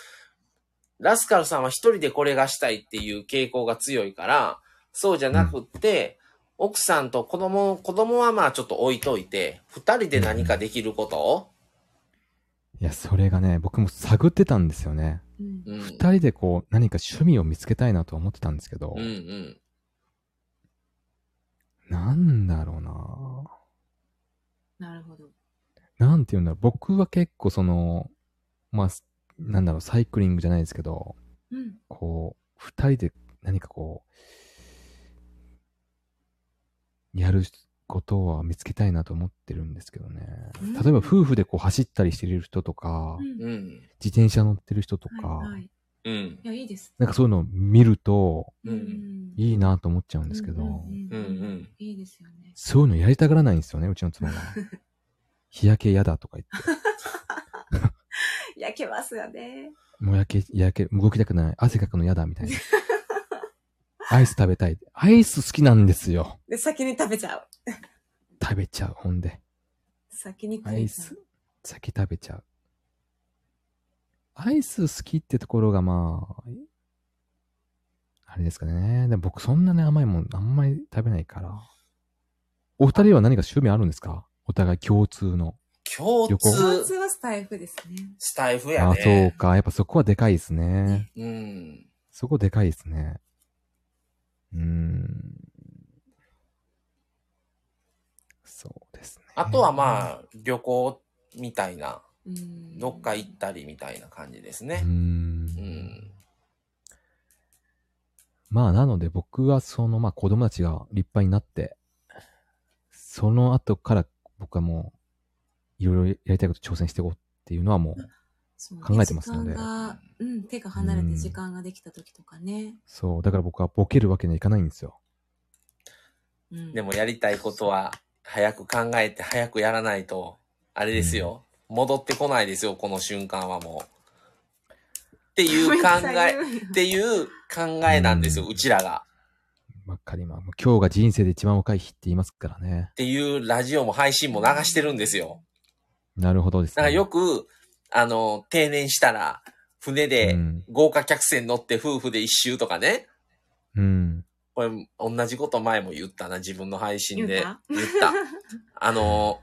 Speaker 1: ラスカルさんは一人でこれがしたいっていう傾向が強いから、そうじゃなくって、奥さんと子供、子供はまあちょっと置いといて、二人で何かできることを、
Speaker 4: いや、それがね、僕も探ってたんですよね。
Speaker 2: うん。
Speaker 1: うん
Speaker 4: 二、人でこう、何か趣味を見つけたいなとは思ってたんですけど、
Speaker 1: うんうん。
Speaker 4: なんだろうな
Speaker 2: なるほど。
Speaker 4: なんていうんだろう。僕は結構その、まあ、すなんだろう、サイクリングじゃないですけど、
Speaker 2: うん。
Speaker 4: こう、二人で何かこう、やることは見つけたいなと思ってるんですけどね。
Speaker 2: うん
Speaker 4: 例えば夫婦でこう走ったりしてる人とか、
Speaker 2: うん。
Speaker 1: うん。
Speaker 4: 自転車乗ってる人とか、
Speaker 2: はいはい。
Speaker 1: うん
Speaker 2: い。や、いいです。
Speaker 4: なんかそういうのを見ると、
Speaker 1: うん
Speaker 2: うん
Speaker 4: いいなと思っちゃうんですけど、
Speaker 2: う
Speaker 1: う
Speaker 2: ん
Speaker 1: んうん。
Speaker 2: いいですよね。
Speaker 4: そういうのやりたがらないんですよね、うちの 妻は。日焼け嫌だとか言って。
Speaker 2: 焼けますよね。
Speaker 4: もう焼け、焼け、動きたくない。汗かくの嫌だみたいな。アイス食べたい。アイス好きなんですよ。
Speaker 2: で、先に食べちゃう。
Speaker 4: 食べちゃう、ほんで。
Speaker 2: 先に食べ
Speaker 4: ア
Speaker 2: ちゃう。
Speaker 4: イス、先食べちゃう。アイス好きってところがまあ、あれですかね。でも僕そんなね甘いもんあんまり食べないから。お二人は何か趣味あるんですかお互い共通の。
Speaker 1: 共
Speaker 4: 旅行
Speaker 2: 共
Speaker 1: 通
Speaker 2: 通はスタイフですね。
Speaker 1: スタイフや
Speaker 4: あ、そう
Speaker 1: ね。
Speaker 4: か。やっぱそこはでかいですね。
Speaker 1: うん。
Speaker 4: そこでかいですね。うーん。そうですね。
Speaker 1: あとはまあ、旅行みたいな、
Speaker 2: うん
Speaker 1: どっか行ったりみたいな感じです
Speaker 4: うー。
Speaker 1: ね。うんん。
Speaker 4: まあ、なので僕はその、まあ子供たちが立派になって、その後から僕はもう、いろいろやりたいこと挑戦していこうっていうのはもう、
Speaker 2: そうね
Speaker 4: 考えてますので
Speaker 2: 時間が、うん、手が離れて時間ができた時とかね。
Speaker 4: そう。だから僕はボケるわけにはいかないんですよ。
Speaker 2: うん
Speaker 1: でもやりたいことは、早く考えて、早くやらないと、あれですよ。戻ってこないですよ、この瞬間はもう。っていう考 え、っ。ていう考えなんですよ、
Speaker 4: うん
Speaker 1: うちらが。
Speaker 4: ばっかり今。もう今日が人生で一番若い日って言いますからね
Speaker 1: っ。ていうラジオも配信も流してるんですよ。
Speaker 4: なるほどです
Speaker 1: だ
Speaker 4: ね。
Speaker 1: からよく、あの、定年したら、船で
Speaker 4: うん
Speaker 1: 豪華客船乗って夫婦で一周とかね。
Speaker 4: うん。
Speaker 1: これ、同じこと前も言ったな、自分の配信で。
Speaker 2: 言
Speaker 1: 言
Speaker 2: っ
Speaker 1: った
Speaker 2: た。
Speaker 1: あの、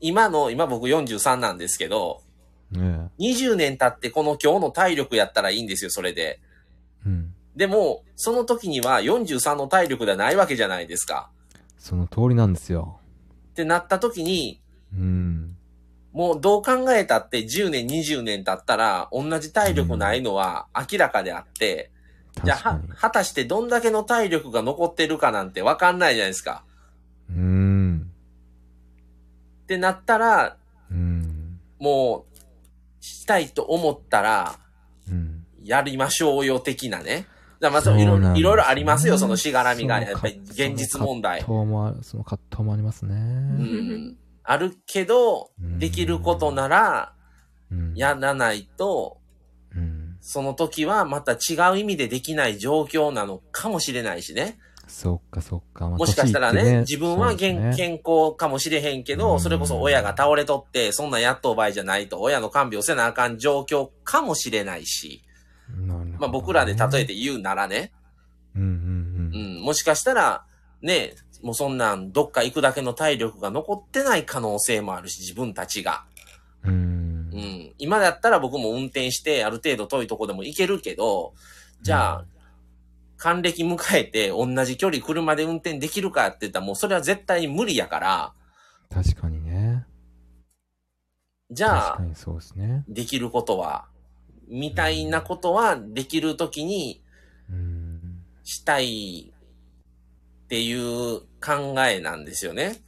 Speaker 1: 今の、今僕43なんですけど、
Speaker 4: ね
Speaker 1: 20年経ってこの今日の体力やったらいいんですよ、それで。
Speaker 4: え。うん。
Speaker 1: でも、その時には43の体力ではないわけじゃないですか。
Speaker 4: その通りなんですよ。
Speaker 1: ってなった時に、
Speaker 4: うん。
Speaker 1: もうどう考えたって10年、20年経ったら同じ体力ないのは明らかであって、じゃあ
Speaker 4: 確か
Speaker 1: は
Speaker 4: に。、
Speaker 1: 果たしてどんだけの体力が残ってるかなんてわかんないじゃないですか。
Speaker 4: うん。
Speaker 1: ってなったら、
Speaker 4: うん。
Speaker 1: もう、したいと思ったら、
Speaker 4: うん。
Speaker 1: やりましょうよ的なね。だからまあ
Speaker 4: そ
Speaker 1: そうういろい
Speaker 4: なん
Speaker 1: ろ
Speaker 4: ですね
Speaker 1: いろいろありますよ、そのしがらみが。
Speaker 4: その
Speaker 1: やっぱり
Speaker 4: 葛
Speaker 1: 現実問題
Speaker 4: そ。の葛藤もある、その葛藤もあります
Speaker 1: う
Speaker 4: ね。
Speaker 1: ん。あるけど、
Speaker 4: うん
Speaker 1: できることなら、
Speaker 4: うん。
Speaker 1: やらないと、
Speaker 4: うん。
Speaker 1: その時はまた違う意味でできない状況なのかもしれないしね。
Speaker 4: そっかそっか。まあ
Speaker 1: もしかしたら
Speaker 4: 年いって
Speaker 1: ね、自分は
Speaker 4: そうです
Speaker 1: 健,、
Speaker 4: ね
Speaker 1: 健康かもしれへんけ
Speaker 4: う
Speaker 1: ど、
Speaker 4: ん
Speaker 1: それこそ親が倒れとって、そんなんやっとう場合じゃないと、親の看病せなあかん状況かもしれないし、
Speaker 4: なるほどね
Speaker 1: まあ僕らで例え。て言うならね、
Speaker 4: うんう
Speaker 1: うんん、もしかしたら、ね、もうそんなんどっか行くだけの体力が残ってない可能性もあるし、自分たちが。
Speaker 4: うん。うん
Speaker 1: う。ん、今だったら僕も運転してある程度遠いとこでも行けるけど、じゃあ、還暦迎えて同じ距離車で運転できるかって言ったらもうそれは絶対に無理やから、
Speaker 4: 確かにね。
Speaker 1: じゃ
Speaker 4: 確
Speaker 1: あ
Speaker 4: か、にそうですね。
Speaker 1: できることは、みたいなことはできるときに
Speaker 4: うん。
Speaker 1: したいっていう考えなんですよね。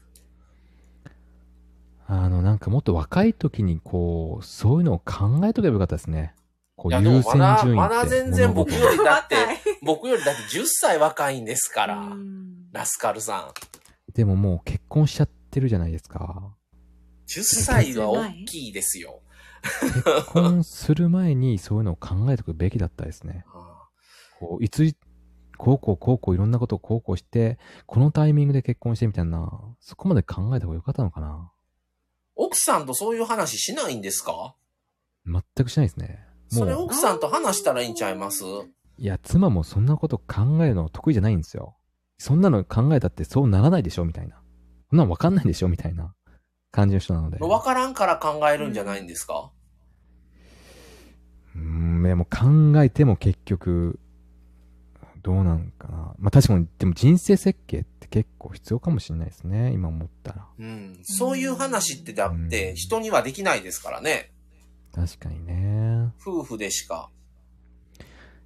Speaker 4: あの、なんかもっと若い時に、こう、そういうのを考えとけばよかったですね。こ、
Speaker 1: いうやで
Speaker 4: 優
Speaker 1: も
Speaker 4: 先順位って。
Speaker 1: まだまだ全然僕
Speaker 4: 物
Speaker 1: よりだって
Speaker 2: 若い
Speaker 1: 僕よりだって10歳若いんですか
Speaker 2: う
Speaker 1: ら、
Speaker 2: ん
Speaker 1: ラスカルさん。
Speaker 4: 事でももう結婚しちゃってるじゃないで すか。
Speaker 1: 10歳は大きいですよ。
Speaker 4: 結婚する前にそういうのを考えておくべきだったですね。こういつ、こうこうこうこういろんなことをこうこうして、このタイミングで結婚してみたいな、そこまで考えた方がよかったのかな。
Speaker 1: 奥さんとそういう話しないんですか
Speaker 4: 全くしないですね。も
Speaker 1: それ
Speaker 4: う、
Speaker 1: 奥さんと話したらいいんちゃいます
Speaker 4: いや、妻もそんなこと考えるの得意じゃないんですよ。そんなの考えたってそうならないでしょみたいな。そんなんわかんないでしょみたいな感じの人なので。
Speaker 1: わからんから考えるんじゃないんですか
Speaker 4: うーん、でも考えても結局、どうなんかな。まあ確かに、でも人生設計って結構必要かもしれないですね。今思ったら。
Speaker 1: うん。そういう話ってだって人にはできないですからね。
Speaker 4: 確かにね。
Speaker 1: 夫婦でしか。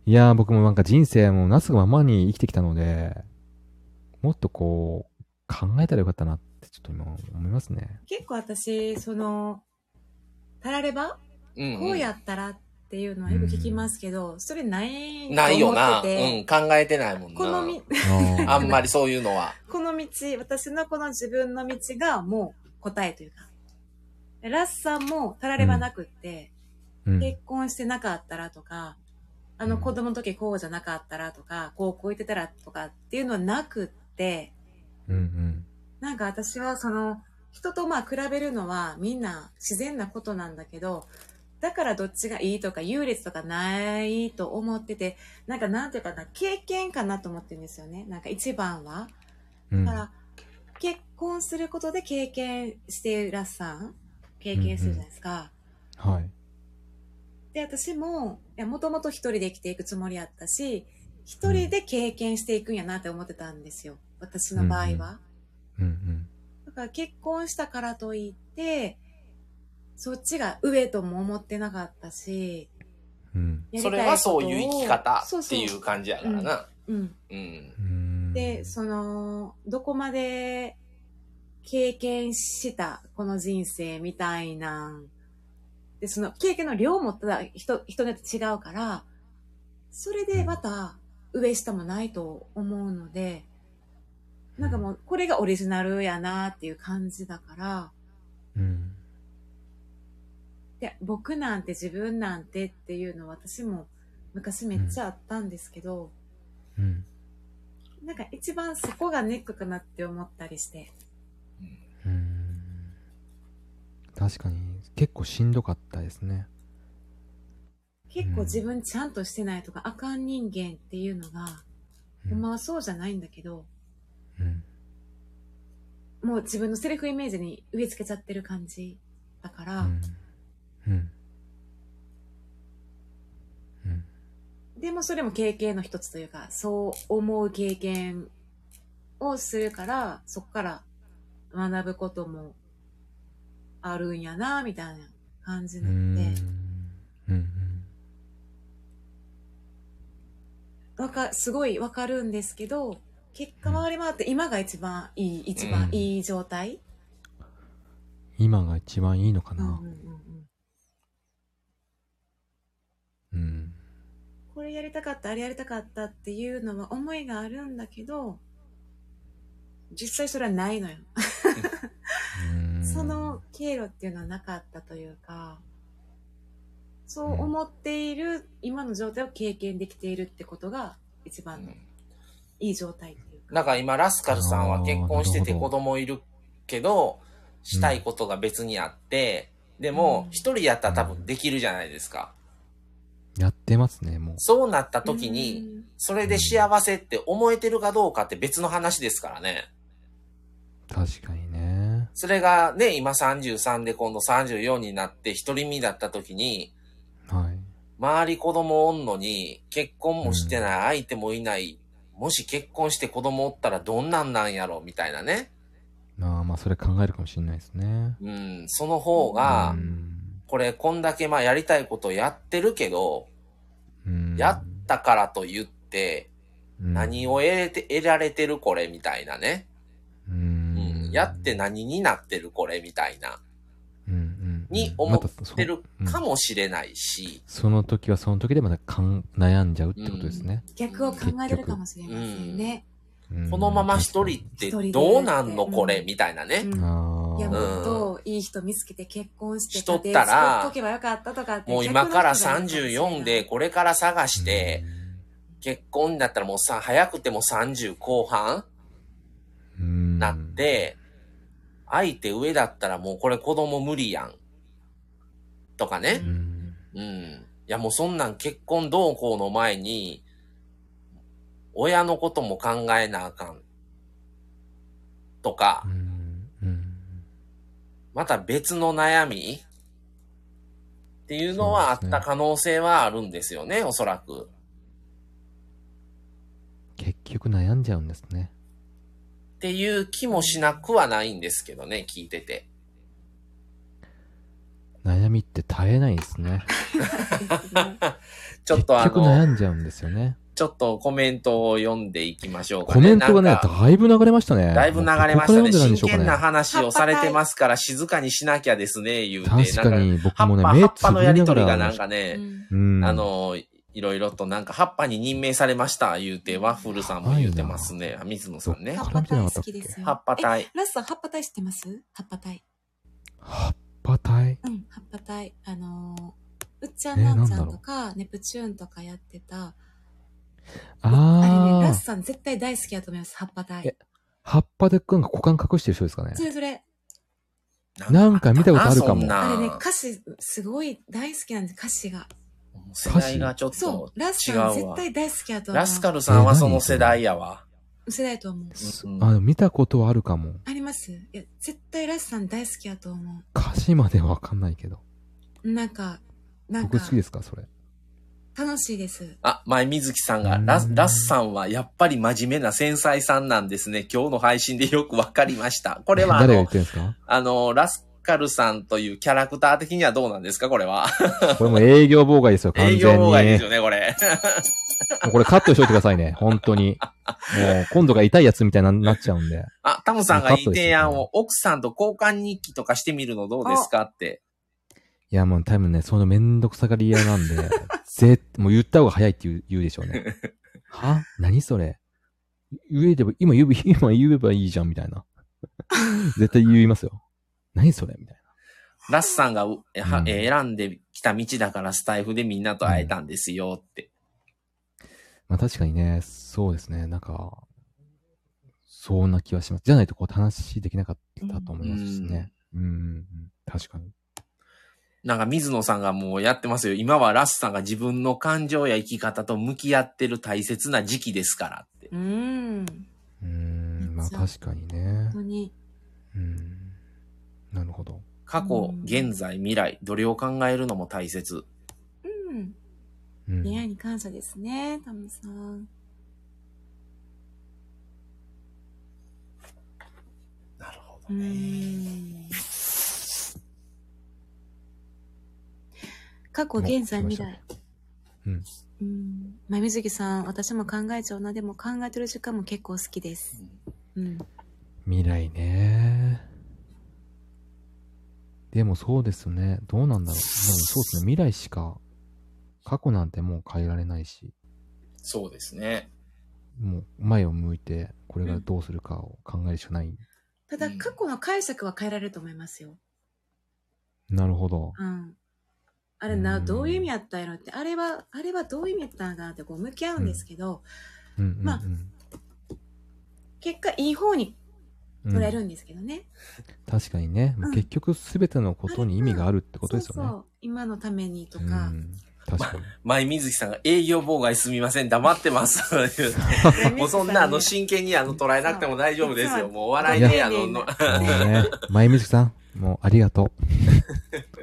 Speaker 4: いやー僕もなんか人生もなすがままに生きてきたので、もっとこう、考えたらよかったなってちょっと今思います ね。
Speaker 2: 結構私、その、たられば
Speaker 1: うん、うん。
Speaker 2: こうやったらっていうのはよく聞きますけど、それない
Speaker 1: ないよな。
Speaker 2: と思っ
Speaker 1: う
Speaker 2: てて
Speaker 1: ん。考えてないもんな。
Speaker 2: このみ、
Speaker 4: ー
Speaker 1: あんまり。そういうのは。
Speaker 2: この道、私のこの自分の道がもう答えというか。ラッサンもたらればなくって、
Speaker 4: うん
Speaker 2: 結婚してなかったらとか、あの
Speaker 4: うん
Speaker 2: 子供の時こうじゃなかったらとか、高校行ってたらとかっていうのはなくって、
Speaker 4: うん
Speaker 2: なんか私はその、人とまあ比べるのはみんな自然なことなんだけど、だからどっちがいいとか優劣とかないと思ってて、なんかなんていうかな、経験かなと思ってるんですよね。なんか一番は。
Speaker 4: うん。うん
Speaker 2: だから、結婚することで経験しているラスさん経験するじゃないですか。
Speaker 4: はい。
Speaker 2: で、私も、いや、もともと一人で生きていくつもりやったし、一人で経験していくんやなって思ってたんですよ。私の場合は。
Speaker 4: うんうん
Speaker 2: だから結婚したからといって、そっちが上とも思ってなかったし、
Speaker 4: うん。うん
Speaker 2: やり
Speaker 1: そ
Speaker 2: たいことを
Speaker 1: れはそういう生き方ってい
Speaker 2: そう
Speaker 1: 感じやからな。
Speaker 2: う。うん。
Speaker 1: うん。
Speaker 4: うーん。
Speaker 2: で、その、どこまで経験した、この人生みたいなん。で、その経験の量もただ人、人によって違うから、それでまた上下もないと思うので、なんかもう、これがオリジナルやなっていう感じだから、
Speaker 4: うん。
Speaker 2: で、僕なんて自分なんてっていうのは私も昔めっちゃあったんですけど、
Speaker 4: うん。
Speaker 2: なんか一番そこがネックかなって思ったりして。
Speaker 4: うん。確かに、結構しんどかったですね。
Speaker 2: 結構自分ちゃんとしてないとか、あかん人間っていうのが、
Speaker 4: う
Speaker 2: ほん
Speaker 4: ん
Speaker 2: まはそうじゃないんだけど、
Speaker 4: うん。
Speaker 2: もう自分のセルフイメージに植え付けちゃってる感じだか
Speaker 4: う
Speaker 2: ら、
Speaker 4: ん。うん。うん。
Speaker 2: でもそれも経験の一つというか、そう思う経験をするから、そこから学ぶこともあるんやな、みたいな感じ
Speaker 4: う
Speaker 2: に
Speaker 4: ー
Speaker 2: なっ
Speaker 4: ん
Speaker 2: て、
Speaker 4: うん
Speaker 2: わか、すごいわかるんですけど、結果回り回って今が一番いい、一番いい状態、
Speaker 4: 今が一番いいのか
Speaker 2: うんうん
Speaker 4: な
Speaker 2: うんうん
Speaker 4: うん
Speaker 2: これやりたかった、あれやりたかったっていうのは思いがあるんだけど、実際それはないのよ。
Speaker 4: うーん
Speaker 2: その経路っていうのはなかったというか、そう思っている今の状態を経験できているってことが一番のいい状態っていうか。
Speaker 1: なんか今、ラスカルさんは結婚してて
Speaker 4: あーなる
Speaker 1: 子
Speaker 4: ほど
Speaker 1: 供いるけど、したいことが別にあって、で
Speaker 2: う
Speaker 1: も
Speaker 2: ん、
Speaker 1: 一人やったら多分できるじゃないですか。
Speaker 4: やってますねもう
Speaker 1: そうなった時に、それで幸せって思えてるかどうかって別の話ですからね。
Speaker 4: 確かにね
Speaker 1: それがね、今33で今度34になって独り身だった時に、
Speaker 4: はい
Speaker 1: 周り子供おんのに、結婚もしてない、相手もいない、もし結婚して子供おったらどんなんなんやろ、みたいなね。
Speaker 4: まあまあそれ考えるかもしれないですね
Speaker 1: うん、その方が
Speaker 4: う、ん
Speaker 1: これ、こんだけまあやりたいことやってるけど、
Speaker 4: うん
Speaker 1: やったからと言って、
Speaker 4: うん
Speaker 1: 何を得れて得られてるこれみたいなね。う
Speaker 4: う
Speaker 1: ん
Speaker 4: ん、
Speaker 1: やって何になってるこれみたいな、
Speaker 4: うんうん
Speaker 1: に思
Speaker 4: またそ
Speaker 1: ってるか
Speaker 4: うん
Speaker 1: もしれないし、
Speaker 4: その時はその時でまたかん悩んじゃうってことですね
Speaker 2: 逆を考えてるかもしれませんね。
Speaker 4: うん
Speaker 1: このまま一人ってどうなんの
Speaker 2: うん
Speaker 1: これみたいなね
Speaker 2: う。
Speaker 4: うん
Speaker 2: ん
Speaker 4: あ
Speaker 2: いや、
Speaker 4: ー
Speaker 2: もっといい人見つけて結婚して
Speaker 1: しとったら
Speaker 2: 家庭作っとけばよかったとかって
Speaker 1: もう今から
Speaker 2: 逆の人がいるかもし
Speaker 1: 34
Speaker 2: れない
Speaker 1: で これから探して、結婚だったらもうさ、早くても30後半
Speaker 4: うん
Speaker 1: なって、相手上だったらもうこれ子供無理やん。とかね
Speaker 4: う。ん
Speaker 1: うん。いやもうそんなん結婚どうこうの前に、親のことも考えなあかん。とか
Speaker 4: う、んうん
Speaker 1: また別の悩みっていうのはあ
Speaker 4: そうで
Speaker 1: っ
Speaker 4: すね
Speaker 1: た可能性はあるんですよね、おそらく。
Speaker 4: 結局悩んじゃうんですね
Speaker 1: っていう気もしなくはないんですけどね、聞いてて。
Speaker 4: 悩みって絶えないですね。
Speaker 1: ちょっとあ
Speaker 4: 結局悩
Speaker 1: の、
Speaker 4: んじゃうんですよね。
Speaker 1: ちょっとコメントを読んでいきましょうか、
Speaker 4: コメントがね、
Speaker 1: なんか
Speaker 4: だいぶ流れましたね。
Speaker 1: だいぶ流れました
Speaker 4: もう
Speaker 1: ね。
Speaker 4: ここから読んでないんでしょ
Speaker 1: 真
Speaker 4: うか
Speaker 1: 剣な
Speaker 4: ね。
Speaker 1: 話をされてますから、静かにしなきゃですね、言うて。
Speaker 4: 確か
Speaker 1: なん
Speaker 4: に、僕
Speaker 1: 葉
Speaker 4: も
Speaker 1: っ
Speaker 4: ね、
Speaker 1: ぱ、葉
Speaker 4: 目
Speaker 1: っ
Speaker 4: つ
Speaker 1: ぱ
Speaker 4: ぶ
Speaker 1: の
Speaker 4: り
Speaker 1: や
Speaker 4: な
Speaker 1: りと
Speaker 4: が
Speaker 1: り
Speaker 4: ら。
Speaker 1: がなんかね、
Speaker 4: うん。
Speaker 1: あ、の、いろいろとなんか葉っぱに任命されました、言うて、ワッフルさんも言うてますね。あ水野さんね
Speaker 2: 葉
Speaker 4: そ。
Speaker 2: っぱ大好きですよ。
Speaker 1: 葉っぱ
Speaker 2: え。
Speaker 1: 体。
Speaker 2: ラスさん、葉っぱ体知ってます葉っぱ体。
Speaker 4: 葉っぱ体。
Speaker 2: うん、葉っぱ隊、あのー、うっちゃ
Speaker 4: え
Speaker 2: ん
Speaker 4: ー
Speaker 2: なんち
Speaker 4: なん
Speaker 2: ゃ
Speaker 4: だ
Speaker 2: ん
Speaker 4: ろう
Speaker 2: とか、ネプチューンとかやってた、あれね、ラ
Speaker 4: あ
Speaker 2: ス
Speaker 4: ー。
Speaker 2: さん絶対大好きやと思います、葉っぱ隊
Speaker 4: え。葉っぱでなんか股間隠してる人ですかね
Speaker 2: そ。れそれ、
Speaker 4: なんか見たことあるかも
Speaker 1: そん
Speaker 2: あれね、
Speaker 1: な
Speaker 2: 歌詞、すごい大好きなんです、歌詞が。
Speaker 1: 世代がちょっ
Speaker 2: そ
Speaker 1: と
Speaker 2: う、ラス
Speaker 1: 違
Speaker 2: さん
Speaker 1: う
Speaker 2: 絶
Speaker 1: わ。
Speaker 2: 対大好きやと思う。
Speaker 1: ラスカルさんはその世代やわ。
Speaker 2: 世代と思う。
Speaker 4: す
Speaker 1: うん
Speaker 4: あ、でも見たことはあるかも。
Speaker 2: ありますいや、絶対ラスさん大好きやと思
Speaker 4: 歌詞まではわかんないけど。
Speaker 2: う。なんか、なんか
Speaker 4: 僕好、きですかそれ。
Speaker 2: 楽しいです。
Speaker 1: あ、前水木さんが、
Speaker 4: うん
Speaker 1: ラス、ラスさんはやっぱり真面目な繊細さんなんですね。今日の配信でよくわかりました。これはあ
Speaker 4: 誰が言
Speaker 1: の
Speaker 4: っ、てるんですか
Speaker 1: あの、ラスカルさんというキャラクター的にはどうなんですかこれは。
Speaker 4: これもう営業妨害ですよ、完 全
Speaker 1: 営
Speaker 4: に。
Speaker 1: 業妨害ですよね、これ。
Speaker 4: もうこれカットしといてくださいね、本当に。もう今度が痛いやつみたいになっちゃうんで。
Speaker 1: あ、タムさんがいい提案
Speaker 4: カットですよ
Speaker 1: を、奥さんと交換日記とかしてみるのどうですかって。
Speaker 4: いや、もう多分ね、そのめんどくさがり屋なんで、 ぜ、もう言った方が早いって言う言うでしょうね。 は何それ言えれば、今言えば、今言えばいいじゃん、みたいな。 絶対言いますよ。何それみたい
Speaker 1: ラスさんが、うえは
Speaker 4: うん
Speaker 1: えー選んできた道だからスタイフでみんなと会えたんですよって。
Speaker 4: な。まあ確かにね、そうですね、なんか、そんな気はします。じゃないとこう話できなかったと思いますしね。うん、うんうん、確かに。
Speaker 1: なんか水野さんがもうやってますよ。今はラスさんが自分の感情や生き方と向き合ってる大切な時期ですからって。
Speaker 2: うーん。本
Speaker 4: うーん、まあ
Speaker 2: そう
Speaker 4: 確かにね。
Speaker 2: 当に。
Speaker 4: うん。なるほど。
Speaker 1: 過去
Speaker 2: う、ん
Speaker 1: 現在、未来、どれを考えるのも大切。
Speaker 2: うん。
Speaker 4: うん、
Speaker 2: 出会いに感謝ですね、タムさん。
Speaker 1: なるほ
Speaker 2: うーん。過去、
Speaker 4: もう
Speaker 2: 現在、
Speaker 4: 来ま
Speaker 2: 未
Speaker 4: した
Speaker 2: 来。
Speaker 4: うん。
Speaker 2: うん。まあ水木さん、私も考えちゃうな。でも考えてる時間も結構好きです。うん。
Speaker 4: 未来ね。でもそうですね。どうなんだろう。でもそうですね。未来しか、過去なんてもう変えられないし、
Speaker 1: そうですね。
Speaker 4: もう前を向いて、これからどうするかを考えるしかない。
Speaker 2: ただ、
Speaker 1: うん
Speaker 2: 過去の解釈は変えられると思いますよ。
Speaker 4: なるほど。
Speaker 2: うん。あれな、
Speaker 4: うん
Speaker 2: どういう意味やったんやろって、あれは、あれはどういう意味やったんかなってこう向き合うんですけど、
Speaker 4: うんうんうん。
Speaker 2: まあ結果、いい方に
Speaker 4: うん
Speaker 2: 捉えるんですけどね。
Speaker 4: 確かにね。もう結局すべてのことに意味があるってことですよ
Speaker 2: そ
Speaker 4: ね。
Speaker 2: うそう。今のためにと
Speaker 4: う
Speaker 2: か。
Speaker 4: ん。確かに。
Speaker 1: 前水木さんが営業妨害すみません、黙ってます。 言うてもうそんなあの真剣にあの捉えなくても大丈夫ですよ。もうお笑い であの、の
Speaker 4: もうね、前水木さん、もうありが と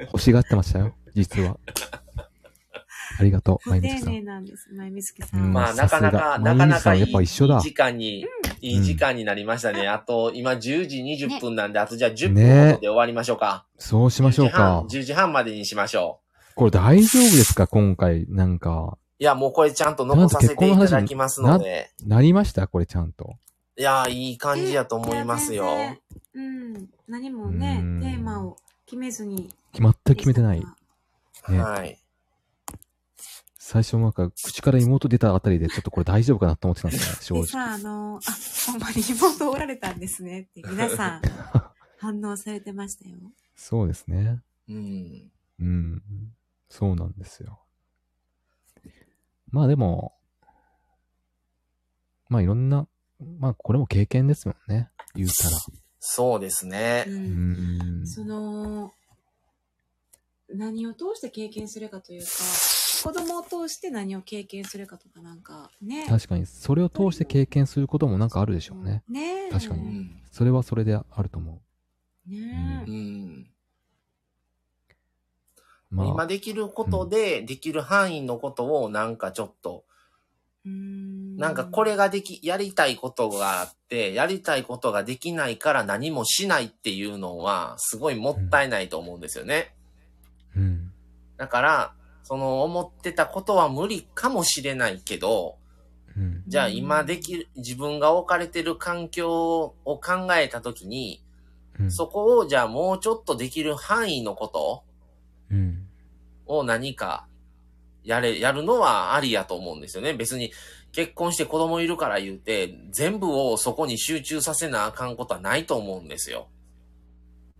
Speaker 4: う。欲しがってましたよ、実は。ありがとう、
Speaker 2: ご
Speaker 4: 前
Speaker 2: 丁
Speaker 4: 水木さん
Speaker 2: 寧。なんです、前水木さ
Speaker 4: うん
Speaker 2: ん。
Speaker 1: まあ
Speaker 4: さ
Speaker 1: な
Speaker 4: すが
Speaker 1: かなか、な
Speaker 4: 前
Speaker 1: か
Speaker 4: 水
Speaker 1: な
Speaker 4: さ
Speaker 1: かい
Speaker 4: ん
Speaker 1: い
Speaker 4: やっぱ一緒だ
Speaker 1: 時間に、いい時間になりましたね。あと、今10時20分なんで、あとじゃあ10分ほどで終わりましょうか。
Speaker 4: そうしましょうか
Speaker 1: 10時半。10時半までにしましょう。
Speaker 4: これ大丈夫ですか今回、なんか、
Speaker 1: いや、もうこれちゃんと残させていただきますので。
Speaker 4: なりましたこれちゃんと。
Speaker 1: いやー、いい感じやと思いますよ。
Speaker 2: や。全然うん。何もね
Speaker 4: うん、
Speaker 2: テーマを決めずに。
Speaker 4: 全く決めてない。ね
Speaker 1: はい。
Speaker 4: 最初なんか、口から妹出たあたりで、ちょっとこれ大丈夫かなと思ってたんですよ、
Speaker 2: で
Speaker 4: 正
Speaker 2: さ、あの、あ、ほんまに妹おられたんですねって、皆 さん
Speaker 4: 直。
Speaker 2: 反応されてましたよ。
Speaker 4: そうですね。
Speaker 1: うん。
Speaker 4: うん。そうなんですよ。まあでも、まあいろんな、まあこれも経験ですもんね。言うたら。
Speaker 1: そうですね
Speaker 2: う。。
Speaker 4: うんん。
Speaker 2: その、何を通して経験するかというか、子供を通して何を経験するかとかなんかね。
Speaker 4: 確かに、それを通して経験することもなんかあるでしょうね。
Speaker 2: ねえ
Speaker 4: 確か
Speaker 1: う
Speaker 4: に
Speaker 1: ん。
Speaker 4: それはそれであると思
Speaker 2: ね
Speaker 1: う
Speaker 2: え
Speaker 1: ん。
Speaker 4: う。ま
Speaker 1: 今
Speaker 4: あ、
Speaker 1: できることで、できる範囲のことをなんかちょっと、
Speaker 2: うん
Speaker 1: なんかこれができ、やりたいことがあって、やりたいことができないから何もしないっていうのは、すごいもったいないと思うんですよね。
Speaker 4: うん。
Speaker 1: だから、その思ってたことは無理かもしれないけど、
Speaker 4: うん。
Speaker 1: じゃあ今できる、自分が置かれてる環境を考えたときに、
Speaker 4: うん。
Speaker 1: そこをじゃあもうちょっとできる範囲のこと
Speaker 4: うん。
Speaker 1: を何かやれ、やるのはありやと思うんですよね。別に結婚して子供いるから言うて、全部をそこに集中させなあかんことはないと思うんですよ。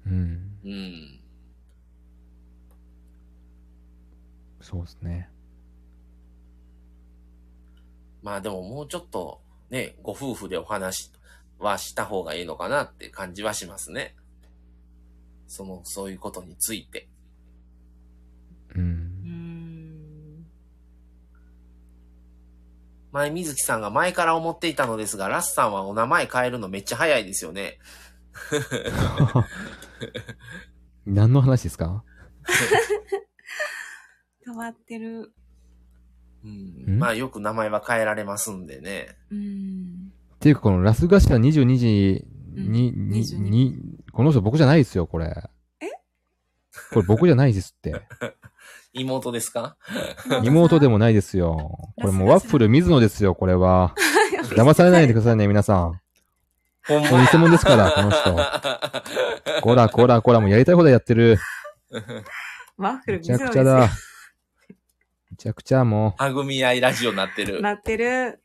Speaker 4: うん。
Speaker 1: うん。
Speaker 4: そうですね。
Speaker 1: まあでももうちょっとね、ご夫婦でお話はした方がいいのかなって感じはしますね。その、そういうことについて。
Speaker 4: う。
Speaker 2: うんん
Speaker 1: 前水木さんが前から思っていたのですが、ラスさんはお名前変えるのめっちゃ早いですよね。
Speaker 4: 何の話ですか
Speaker 2: 変わってる。
Speaker 1: うん、まあよく名前は変えられますんでね。
Speaker 2: うん。
Speaker 4: っていうか、このラスガシラ22時に、
Speaker 2: うん
Speaker 4: に、
Speaker 2: 22
Speaker 4: に、この人僕じゃないですよ、これ。これ僕じゃないですって。
Speaker 1: 妹ですか
Speaker 4: 妹でもないですよ。これもうワッフル水野ですよ、これは。騙されないでくださいね、皆さん。
Speaker 1: ほん
Speaker 4: もう偽物ですから、この 人。こらこらこら、もうやりたい放題やってる。
Speaker 2: ワッフル
Speaker 4: め
Speaker 2: 見せ
Speaker 4: ちゃ
Speaker 2: ろです
Speaker 4: くちゃ
Speaker 2: よ
Speaker 4: だ。めちゃくちゃもう。め
Speaker 1: はぐみ合いラジオになってる。
Speaker 2: なってる。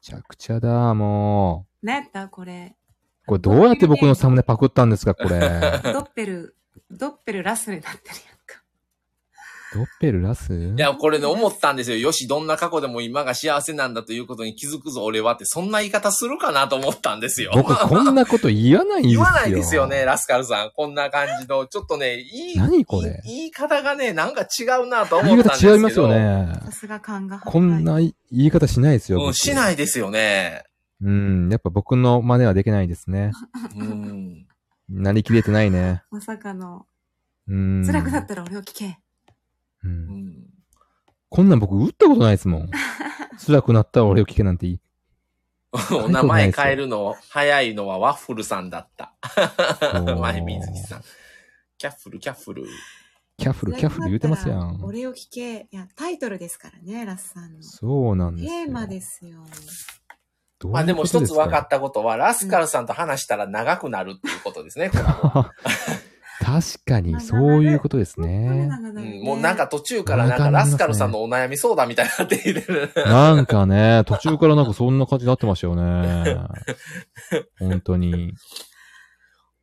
Speaker 4: ちゃくちゃだ、も
Speaker 2: 何やったこれ。
Speaker 4: う。これどうやって僕のサムネパクったんですか、こ
Speaker 2: ド
Speaker 4: れ。
Speaker 2: ッペル、ドッペルラスになってるやんか。
Speaker 4: ドッペルラス
Speaker 1: いや、これね、思ったんですよ。よし、どんな過去でも今が幸せなんだということに気づくぞ、俺はって、そんな言い方するかなと思ったんですよ。
Speaker 4: 僕こんなこと言わないです
Speaker 1: 言
Speaker 4: よ。
Speaker 1: わないですよね、ラスカルさん。こんな感じの、ちょっとね、いい、
Speaker 4: 何これ
Speaker 1: いい言い方がね、なんか違うなと思
Speaker 4: 言
Speaker 1: っ
Speaker 4: い
Speaker 1: たんですけ
Speaker 4: 方
Speaker 1: ど。
Speaker 4: 違いますよ。ね。
Speaker 2: さすが感が深い。
Speaker 4: こんな言い方しないですよ。
Speaker 1: うん、し
Speaker 4: い。
Speaker 1: ないですよね。
Speaker 4: うん、やっぱ僕の真似はできないですね。
Speaker 1: うん。
Speaker 4: なりきれてないね。
Speaker 2: まさかの。
Speaker 4: うん。
Speaker 2: 辛くなったら俺を聞け。
Speaker 4: う。
Speaker 1: うんん
Speaker 4: こんなん僕打ったことないですもん。辛くなったら俺を聞けなんていい。
Speaker 1: お名前変えるの、早いのはワッフルさんだった。
Speaker 4: ー
Speaker 1: 前水木さん。キャッフル、キャッフル。
Speaker 4: キャッフルキャッフル言うてますや
Speaker 2: 辛くなったら
Speaker 4: ん。
Speaker 2: 俺を聞け。いや、タイトルですからね、ラスさんの。
Speaker 4: そうなんですよ。
Speaker 2: テーマですよ。
Speaker 4: どういうことすか。。
Speaker 1: まあでも一つ分かったたことは、ラスカルさんと話したら長くなるっていうことですね。これ は
Speaker 4: 確かに、そういうことですね。
Speaker 2: 長
Speaker 1: う
Speaker 2: 々ね
Speaker 1: んもうなんか、途中からなんかラスカルさんのお悩み相談みたいになってきて る。
Speaker 4: なんかね、途中からなんかそんな感じになってましたよね。本当に。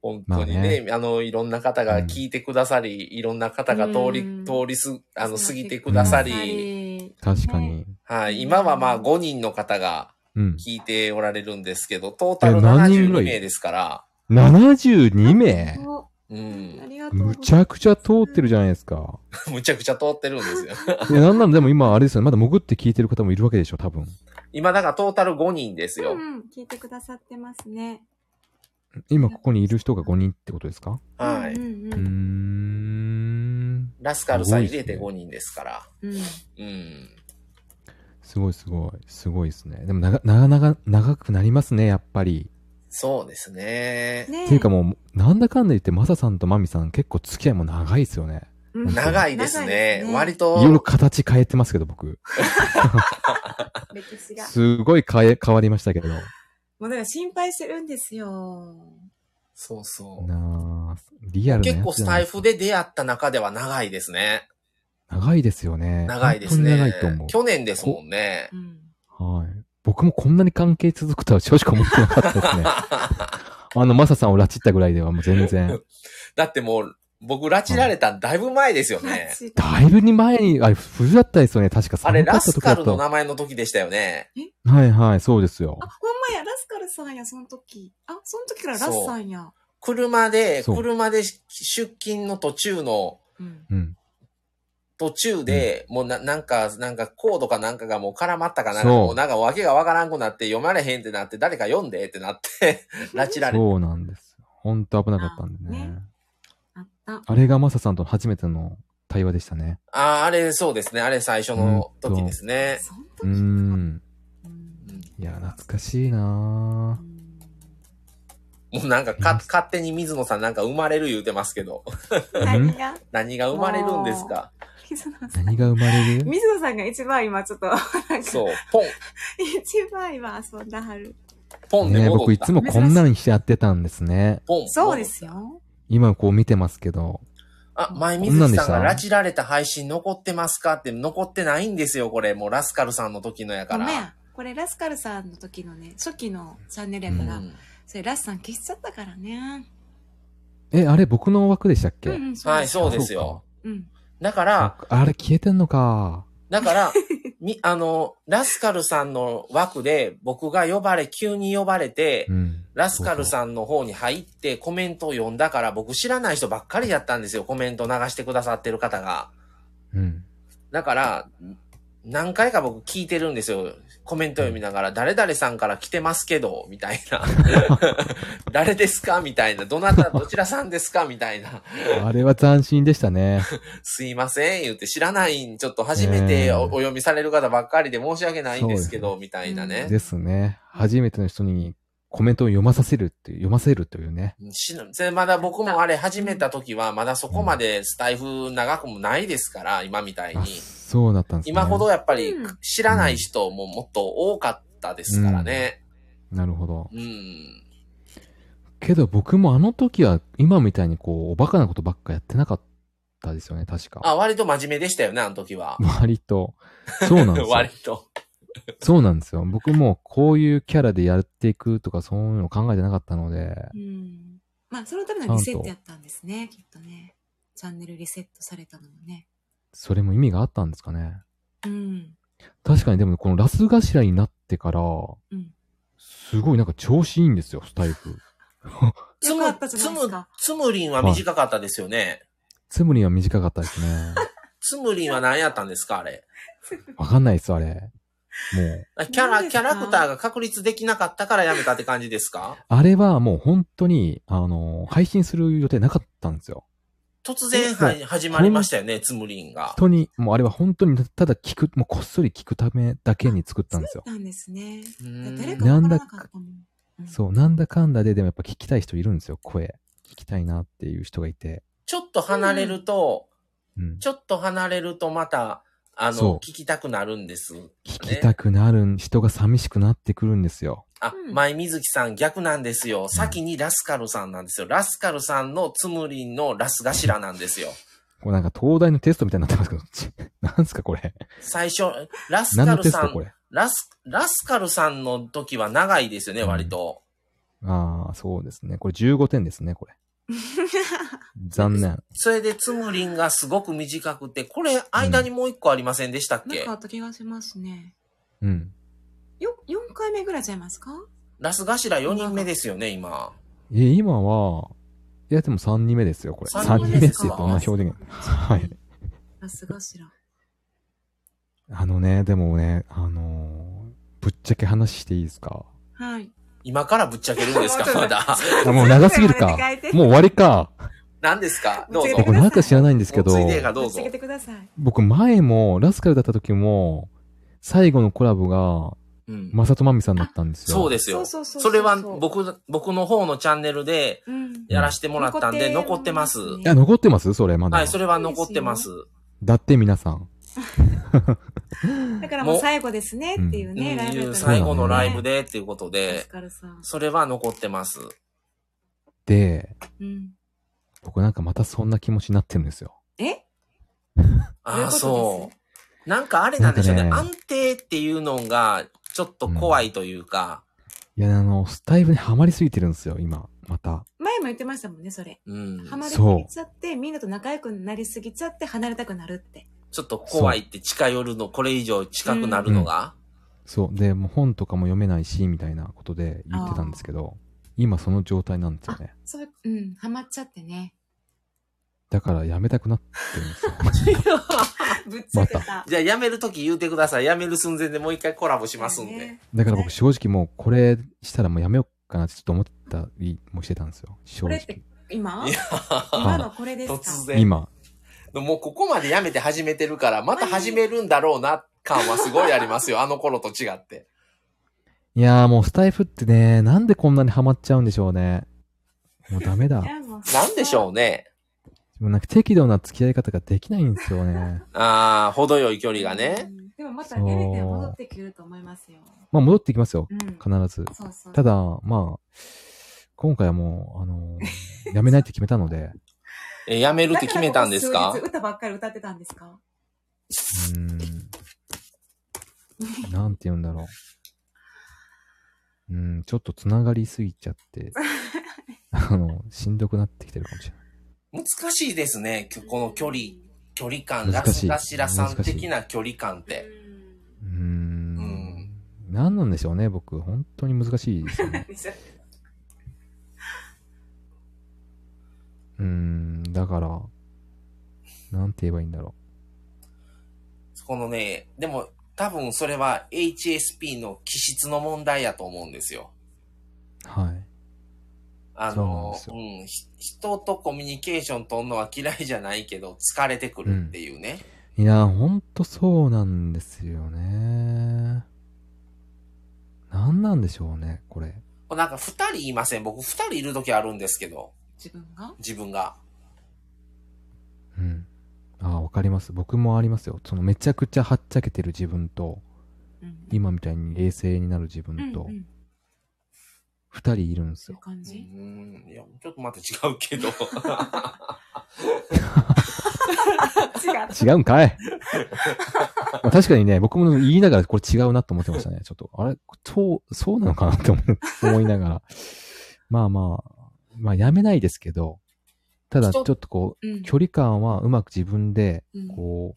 Speaker 1: 本当にね、あの、いろんな方が聞いてくださり、いろんな方が通り、
Speaker 2: うん
Speaker 1: 通りす、あの、過ぎてくださり、
Speaker 2: り。
Speaker 4: 確か
Speaker 2: ね
Speaker 4: に。
Speaker 1: はい、今はまあ5人の方が
Speaker 4: うん。
Speaker 1: 聞いておられるんですけど、トータル
Speaker 4: え何人ぐ
Speaker 1: 72
Speaker 4: らい
Speaker 1: 名ですから、
Speaker 4: 72名
Speaker 2: お
Speaker 1: うん
Speaker 2: あ。りがとうございま
Speaker 4: む
Speaker 2: す。
Speaker 4: ちゃくちゃ通ってるじゃないですか。
Speaker 1: むちゃくちゃ通ってるんですよ。
Speaker 4: いや、なんならでも今、あれですよね。まだ潜って聞いてる方もいるわけでしょ、多分。
Speaker 1: 今だからトータル5人ですよ
Speaker 2: う。ん、聞いてくださってますね。
Speaker 4: 今ここにいる人が5人ってことですか
Speaker 1: は
Speaker 2: う
Speaker 1: い。
Speaker 2: んう
Speaker 4: うー
Speaker 2: ん
Speaker 4: ん。
Speaker 1: ラスカルさん入れ
Speaker 4: すごい
Speaker 1: て
Speaker 4: ですね
Speaker 1: 5人ですから。
Speaker 2: うん。うん
Speaker 1: うん。
Speaker 4: すごいすごい。すごいですね。でも長、長々、長くなりますね、やっぱり。
Speaker 1: そうですね。
Speaker 2: ねえ
Speaker 4: っていうかもう、なんだかんだ言って、マサさんとマミさん結構付き合いも長いですよね。
Speaker 2: うん
Speaker 1: 長いですね。割と
Speaker 4: い、ろいろ形変えてますけど、僕。
Speaker 2: 歴史が。
Speaker 4: すごい変え、変わりましたけど。
Speaker 2: もうだから心配してるんですよ。
Speaker 1: そうそう。
Speaker 4: なあリアルなやつ
Speaker 1: 結構ス
Speaker 4: じゃな
Speaker 1: タ
Speaker 4: い
Speaker 1: イ
Speaker 4: ですか
Speaker 1: フで出会った中では長いですね。
Speaker 4: 長いですよね。
Speaker 1: 長いですね。
Speaker 4: 本当に長いと思う。
Speaker 1: 去年ですもんね
Speaker 2: う。ん。
Speaker 4: はい。僕もこんなに関係続くとは正直思ってなかっ たですね。あの、マサさんを拉致ったぐらいではもう全然。
Speaker 1: だってもう、僕拉致られたんだいぶ前ですよね。
Speaker 2: 八
Speaker 4: だいぶに前に、あれ、冬だったですよね。確か
Speaker 1: あれ、
Speaker 4: 寒か
Speaker 1: ラ
Speaker 4: った
Speaker 1: ス
Speaker 4: 時
Speaker 1: カ
Speaker 4: だ
Speaker 1: ル
Speaker 4: っ
Speaker 1: の
Speaker 4: た。
Speaker 1: 名前の時でしたよね。
Speaker 4: はいはい、そうですよ
Speaker 2: あ、。ほんまや、ラスカルさんや、その時。あ、その時からラスさんや。
Speaker 1: 車で、
Speaker 4: そう
Speaker 1: 車で出勤の途中の、
Speaker 2: うん。
Speaker 4: うん。
Speaker 1: 途中で、もうな、なんか、なんかコードかなんかがもう絡まったかなんか、
Speaker 4: そう
Speaker 1: もうなんかわけがわからんくなって読まれへんってなって、誰か読んでってなって、 拉致られて。
Speaker 4: そうなんですよ。ほんと危なかったんでね。
Speaker 2: あねあった。
Speaker 4: あれがマサさんとの初めての対話でしたね。
Speaker 1: ああ、あれ、そうですね。あれ最初の時ですね。
Speaker 2: その時
Speaker 4: う
Speaker 2: か。
Speaker 4: ー
Speaker 2: うん。
Speaker 4: ん。
Speaker 1: うん
Speaker 4: いや、懐かしいなぁ
Speaker 1: もうなんかか、勝手に水野さんなんか生まれる言うてますけど、
Speaker 2: 何が
Speaker 1: 何が生まれるんですか
Speaker 2: 水野さん。
Speaker 4: 何が生まれる
Speaker 2: 水野さんが一番今ちょっと、なんか、
Speaker 1: そう、ポン、
Speaker 2: 一番今遊んだはる。
Speaker 1: ポンで戻っ
Speaker 4: ね
Speaker 1: た。
Speaker 4: 僕いつもこんなんしてやってたんですね。
Speaker 1: ポン。
Speaker 2: そうですよ。
Speaker 4: 今こう見てますけど。
Speaker 1: あ、前水木さん
Speaker 4: こん
Speaker 1: が
Speaker 4: なん
Speaker 1: 拉
Speaker 4: で
Speaker 1: 致られた配信残ってますかって残ってないんですよ、これ。もうラスカルさんの時のや
Speaker 2: ご
Speaker 1: か
Speaker 2: めん
Speaker 1: ら。。
Speaker 2: これラスカルさんの時のね、初期のチャンネルや
Speaker 1: う
Speaker 2: から、
Speaker 1: ん
Speaker 2: それラスさん消しちゃったからね。
Speaker 4: え、あれ僕の枠でしたっけ、
Speaker 2: うんうん、
Speaker 1: はい、そううですよ。
Speaker 2: です。うん。
Speaker 1: だから、
Speaker 4: ああれ消えてんのか。
Speaker 1: だから、 み、あの、ラスカルさんの枠で、僕が呼ばれ、急に呼ばれて、
Speaker 4: うん。
Speaker 1: ラスカルさんの方に入ってコメントを読んだから、僕知らない人ばっかりだったんですよ、コメント流してくださってる方が。
Speaker 4: うん。
Speaker 1: だから、何回か僕聞いてるんですよ。コメント読みながら、誰々さんから来てますけど、みたいな。 誰ですかみたいな。どな た、どちらさんですかみたいな。
Speaker 4: あれは斬新でし たね。
Speaker 1: すいません、言って知らないん、ちょっと初めてお,、
Speaker 4: ねえ
Speaker 1: 読みされる方ばっかりで申し訳ないんですけど、
Speaker 4: そうですね
Speaker 1: みたいなね。
Speaker 4: ですね。初めての人にコメントを読まさせるっていう、読ませるというね。
Speaker 1: しそれまだ僕もあれ始めた時は、まだそこまでスタイフ長くもないですから、今みたい
Speaker 4: あ、
Speaker 1: に。
Speaker 4: そうだったんですね。
Speaker 1: 今ほどやっぱり
Speaker 2: うん
Speaker 1: 知らない人ももっと多かったですからね。
Speaker 4: なるほど。
Speaker 1: うん。
Speaker 4: けど僕もあの時は今みたいにこう、おバカなことばっかやってなかったですよね、確か。
Speaker 1: あ、割と真面目でしたよね、あの時は。
Speaker 4: 割と。そうなんですよ。
Speaker 1: 割と。
Speaker 4: そうなんですよ。僕もこういうキャラでやっていくとかそういうの考えてなかったので、
Speaker 2: うん。まあ、そのためのリセットやったんですね、きっとね。チャンネルリセットされたのもね。
Speaker 4: それも意味があったんですかね。
Speaker 2: うん。
Speaker 4: 確かにでもこのラス頭になってから、
Speaker 2: ん
Speaker 4: すごいなんか調子いいんですよ、スタイフ。
Speaker 1: つ
Speaker 2: よ
Speaker 1: む
Speaker 2: かったじゃ
Speaker 1: つ
Speaker 2: ないです
Speaker 1: む
Speaker 2: か。、
Speaker 1: つむりんは短かったですよね。
Speaker 4: つむりんは短かったですね。
Speaker 1: つむりんは何やったんですか、あれ。
Speaker 4: わかんないです、あれ。もう、
Speaker 1: キャ
Speaker 2: 何
Speaker 1: ラ、
Speaker 2: です
Speaker 1: キャ
Speaker 2: か
Speaker 1: ラクターが確立できなかったからやめたって感じですか
Speaker 4: あれはもう本当に、あの、配信する予定なかったんですよ。
Speaker 1: 突然は始まりましたよね、つむりんが。
Speaker 4: 人に、もうあれは本当にただ聞く、もうこっそり聞くためだけに作ったんですよ。
Speaker 2: なんですね。
Speaker 1: うん
Speaker 2: 誰かわからなかったもん。うん
Speaker 4: そう、なんだかんだで、でもやっぱ聞きたい人いるんですよ、声。聞きたいなっていう人がいて。
Speaker 1: ちょっと離れると、
Speaker 4: うん。
Speaker 1: ちょっと離れるとまた、あ
Speaker 4: そう
Speaker 1: の、聞きたくなるんです、ね。
Speaker 4: 聞きたくなるん、人が寂しくなってくるんですよ。
Speaker 1: あ
Speaker 2: う、ん
Speaker 1: 前水木さん逆なんですよ。先にラスカルさんなんですよ。ラスカルさんのつむりんのラス頭なんですよ。
Speaker 4: こうなんか東大のテストみたいになってますけどち、 なんすかこれ。
Speaker 1: 最初、ラス
Speaker 4: 何
Speaker 1: カ
Speaker 4: のテ
Speaker 1: ル
Speaker 4: ス
Speaker 1: さ
Speaker 4: トこ
Speaker 1: ん、
Speaker 4: れ。
Speaker 1: ラス、ラスカルさんの時は長いですよね、
Speaker 4: うん
Speaker 1: 割と。
Speaker 4: ああ、そうですね。これ15点です ね、これ。残念。
Speaker 1: それでつむりんがすごく短くて、これ間にもう一個ありませんでしたっ
Speaker 2: な
Speaker 1: け、
Speaker 2: んかあった気がしますね。
Speaker 4: うん。
Speaker 2: よ、4回目ぐらいちゃいますか
Speaker 1: ラス頭4人目ですよね、今。
Speaker 4: え、今は、いや、でも3人目ですよ、これ。
Speaker 1: 三
Speaker 4: 3
Speaker 1: 人
Speaker 4: 人
Speaker 1: 目
Speaker 4: 目
Speaker 1: で
Speaker 4: ですす
Speaker 1: か
Speaker 4: よ、こんな表現。はい。
Speaker 2: ラス頭。
Speaker 4: あのね、でもね、あのーぶっちゃけ話していいですか
Speaker 2: はい。
Speaker 1: 今からぶっちゃけるん ですか、
Speaker 2: もうち
Speaker 1: ま
Speaker 2: ょっと
Speaker 1: だ。
Speaker 4: あ もう長すぎるか。もう終わりか。
Speaker 1: 何ですかどうぞ
Speaker 2: ぶっちゃけ
Speaker 4: こ
Speaker 2: て
Speaker 4: こなんか知らないんですけど
Speaker 1: つ、いでが
Speaker 2: ど
Speaker 1: どう
Speaker 2: う
Speaker 1: ぞ
Speaker 2: ぶっちゃけ。てください。
Speaker 4: 僕前も、ラスカルだった時も、最後のコラボが、
Speaker 1: うん
Speaker 4: マサトマミさんだったんですよ。
Speaker 1: そうです
Speaker 2: そ
Speaker 1: よ
Speaker 2: う。そうそう。
Speaker 1: それは、僕、僕の方のチャンネすで
Speaker 2: うん。
Speaker 1: やらしてもらったんで、残
Speaker 2: 残
Speaker 1: っ
Speaker 2: ってて
Speaker 1: ま
Speaker 2: ますす。
Speaker 4: いや、残ってますそれ、まだ。
Speaker 1: はい、それは残ってます。
Speaker 4: だって皆さん。
Speaker 2: だからもう最後ですねっていうね、
Speaker 1: うん
Speaker 2: ライブ
Speaker 1: い
Speaker 2: や
Speaker 1: う
Speaker 2: った
Speaker 1: 最後の
Speaker 4: そうだ
Speaker 1: ラ
Speaker 4: ね
Speaker 1: イブ。でっていうこと
Speaker 2: ラ
Speaker 1: で
Speaker 2: ス、カルさん。
Speaker 1: それは残ってます。
Speaker 4: で、
Speaker 2: うん。
Speaker 4: 僕なんかまたそんな気持ちになってるんですよ。
Speaker 2: え
Speaker 1: ああ、
Speaker 2: どういうこと
Speaker 1: そ
Speaker 2: で
Speaker 1: う。なんかあれなんでしょうね。
Speaker 4: なんか
Speaker 1: 安定っていうのが、ちょっと怖いというか、
Speaker 4: いや、あの、スタイルにはまりすぎてるんですよ、今。また。
Speaker 2: 前も言ってましたもんね、それ。
Speaker 1: うん。
Speaker 2: ハマりすぎちゃって、みんなと仲良くなりすぎちゃって、離れたくなるって。
Speaker 1: ちょっと怖いって近寄るの、これ以上近くなるのが、
Speaker 4: そう。で、もう本とかも読めないし、みたいなことで言ってたんですけど、今その状態なんですよね。
Speaker 2: そういう、うん、ハマっちゃってね。
Speaker 4: だからやめたくなってるんですよ。
Speaker 2: ぶっちゃけた。
Speaker 1: じゃあやめるとき言うてください。やめる寸前でもう一回コラボしますんで。
Speaker 2: ね
Speaker 4: だから僕正直もうこれしたらもうやめようかなってちょっと思ったりもしてたんですよ。正
Speaker 2: これっ
Speaker 4: 直。
Speaker 2: 今
Speaker 1: いや
Speaker 2: 今のこれですか
Speaker 1: 突然。
Speaker 4: 今。
Speaker 1: もうここまでやめて始めてるから、また始めるんだろうな感はすごいありますよ。あの頃と違って。
Speaker 4: いやーもうスタイフってね、なんでこんなにハマっちゃうんでしょうね。もうダメだ。
Speaker 2: いやもう
Speaker 1: なんでしょうね。
Speaker 4: でもなんか適度な付き合い方ができないんですよね。
Speaker 1: ああ、程よい距離がね。
Speaker 2: うんでもまたやめて戻ってくると思いますよ。
Speaker 4: まあ戻ってきますよ。
Speaker 2: うん。
Speaker 4: 必ず。
Speaker 2: そうそう。
Speaker 4: ただ、まあ、今回はもう、あの ーやめないって決めたので、
Speaker 1: え、やめるって決めたんですか
Speaker 2: だらここ数日歌ばっかり歌ってたんですか
Speaker 4: うーん、なんて言うんだろう。うん、ちょっとつながりすぎちゃって、あの、しんどくなってきてるかもしれない。
Speaker 1: 難しいですね。きょこの距離、距離感、ラ
Speaker 4: 難
Speaker 1: ス
Speaker 4: しい
Speaker 1: ガシラさん的な距離感って。
Speaker 4: うー
Speaker 1: うんん。
Speaker 4: 何なんでしょうね、僕。本当に難しいですよね。 うーん、だから、なんて言えばいいんだろ
Speaker 1: このね、でも、多分それは HSP の気質の問題やと思うんですよ。
Speaker 4: はい。
Speaker 1: あ
Speaker 4: そうなんで
Speaker 1: の
Speaker 4: す、
Speaker 1: う
Speaker 4: よ
Speaker 1: ん、ひ人とコミュニケーション取るのは嫌いじゃないけど、疲れてくるっていうね。
Speaker 4: いやー、ほんとそうなんですよね。なんなんでしょうね、これ。
Speaker 1: これなんか二人いません。僕二人いる時あるんですけど、
Speaker 2: 自分が
Speaker 1: 自分が。
Speaker 4: うん。ああ、わかります。僕もありますよ。そのめちゃくちゃはっちゃけてる自分と、
Speaker 2: うん
Speaker 4: 今みたいに冷静になる自
Speaker 2: う
Speaker 4: 分
Speaker 2: ん、
Speaker 4: と
Speaker 2: う、ん、
Speaker 4: 二人いるんです
Speaker 2: そういう
Speaker 4: よ。
Speaker 2: 感
Speaker 1: う
Speaker 2: じ、
Speaker 1: ん、いや、ちょっとまた違う けど。
Speaker 2: 違う。
Speaker 4: 違うんかい まあ確かにね、僕も言いながらこれ違うなと思ってましたね。ちょっと、あれ、そう、そうなのかなって思う思いながら。 まあまあ、まあやめないですけど、ただちょっとこ
Speaker 2: う
Speaker 4: う、
Speaker 2: ん、
Speaker 4: 距離感はうまく自分で、
Speaker 2: うん
Speaker 4: こ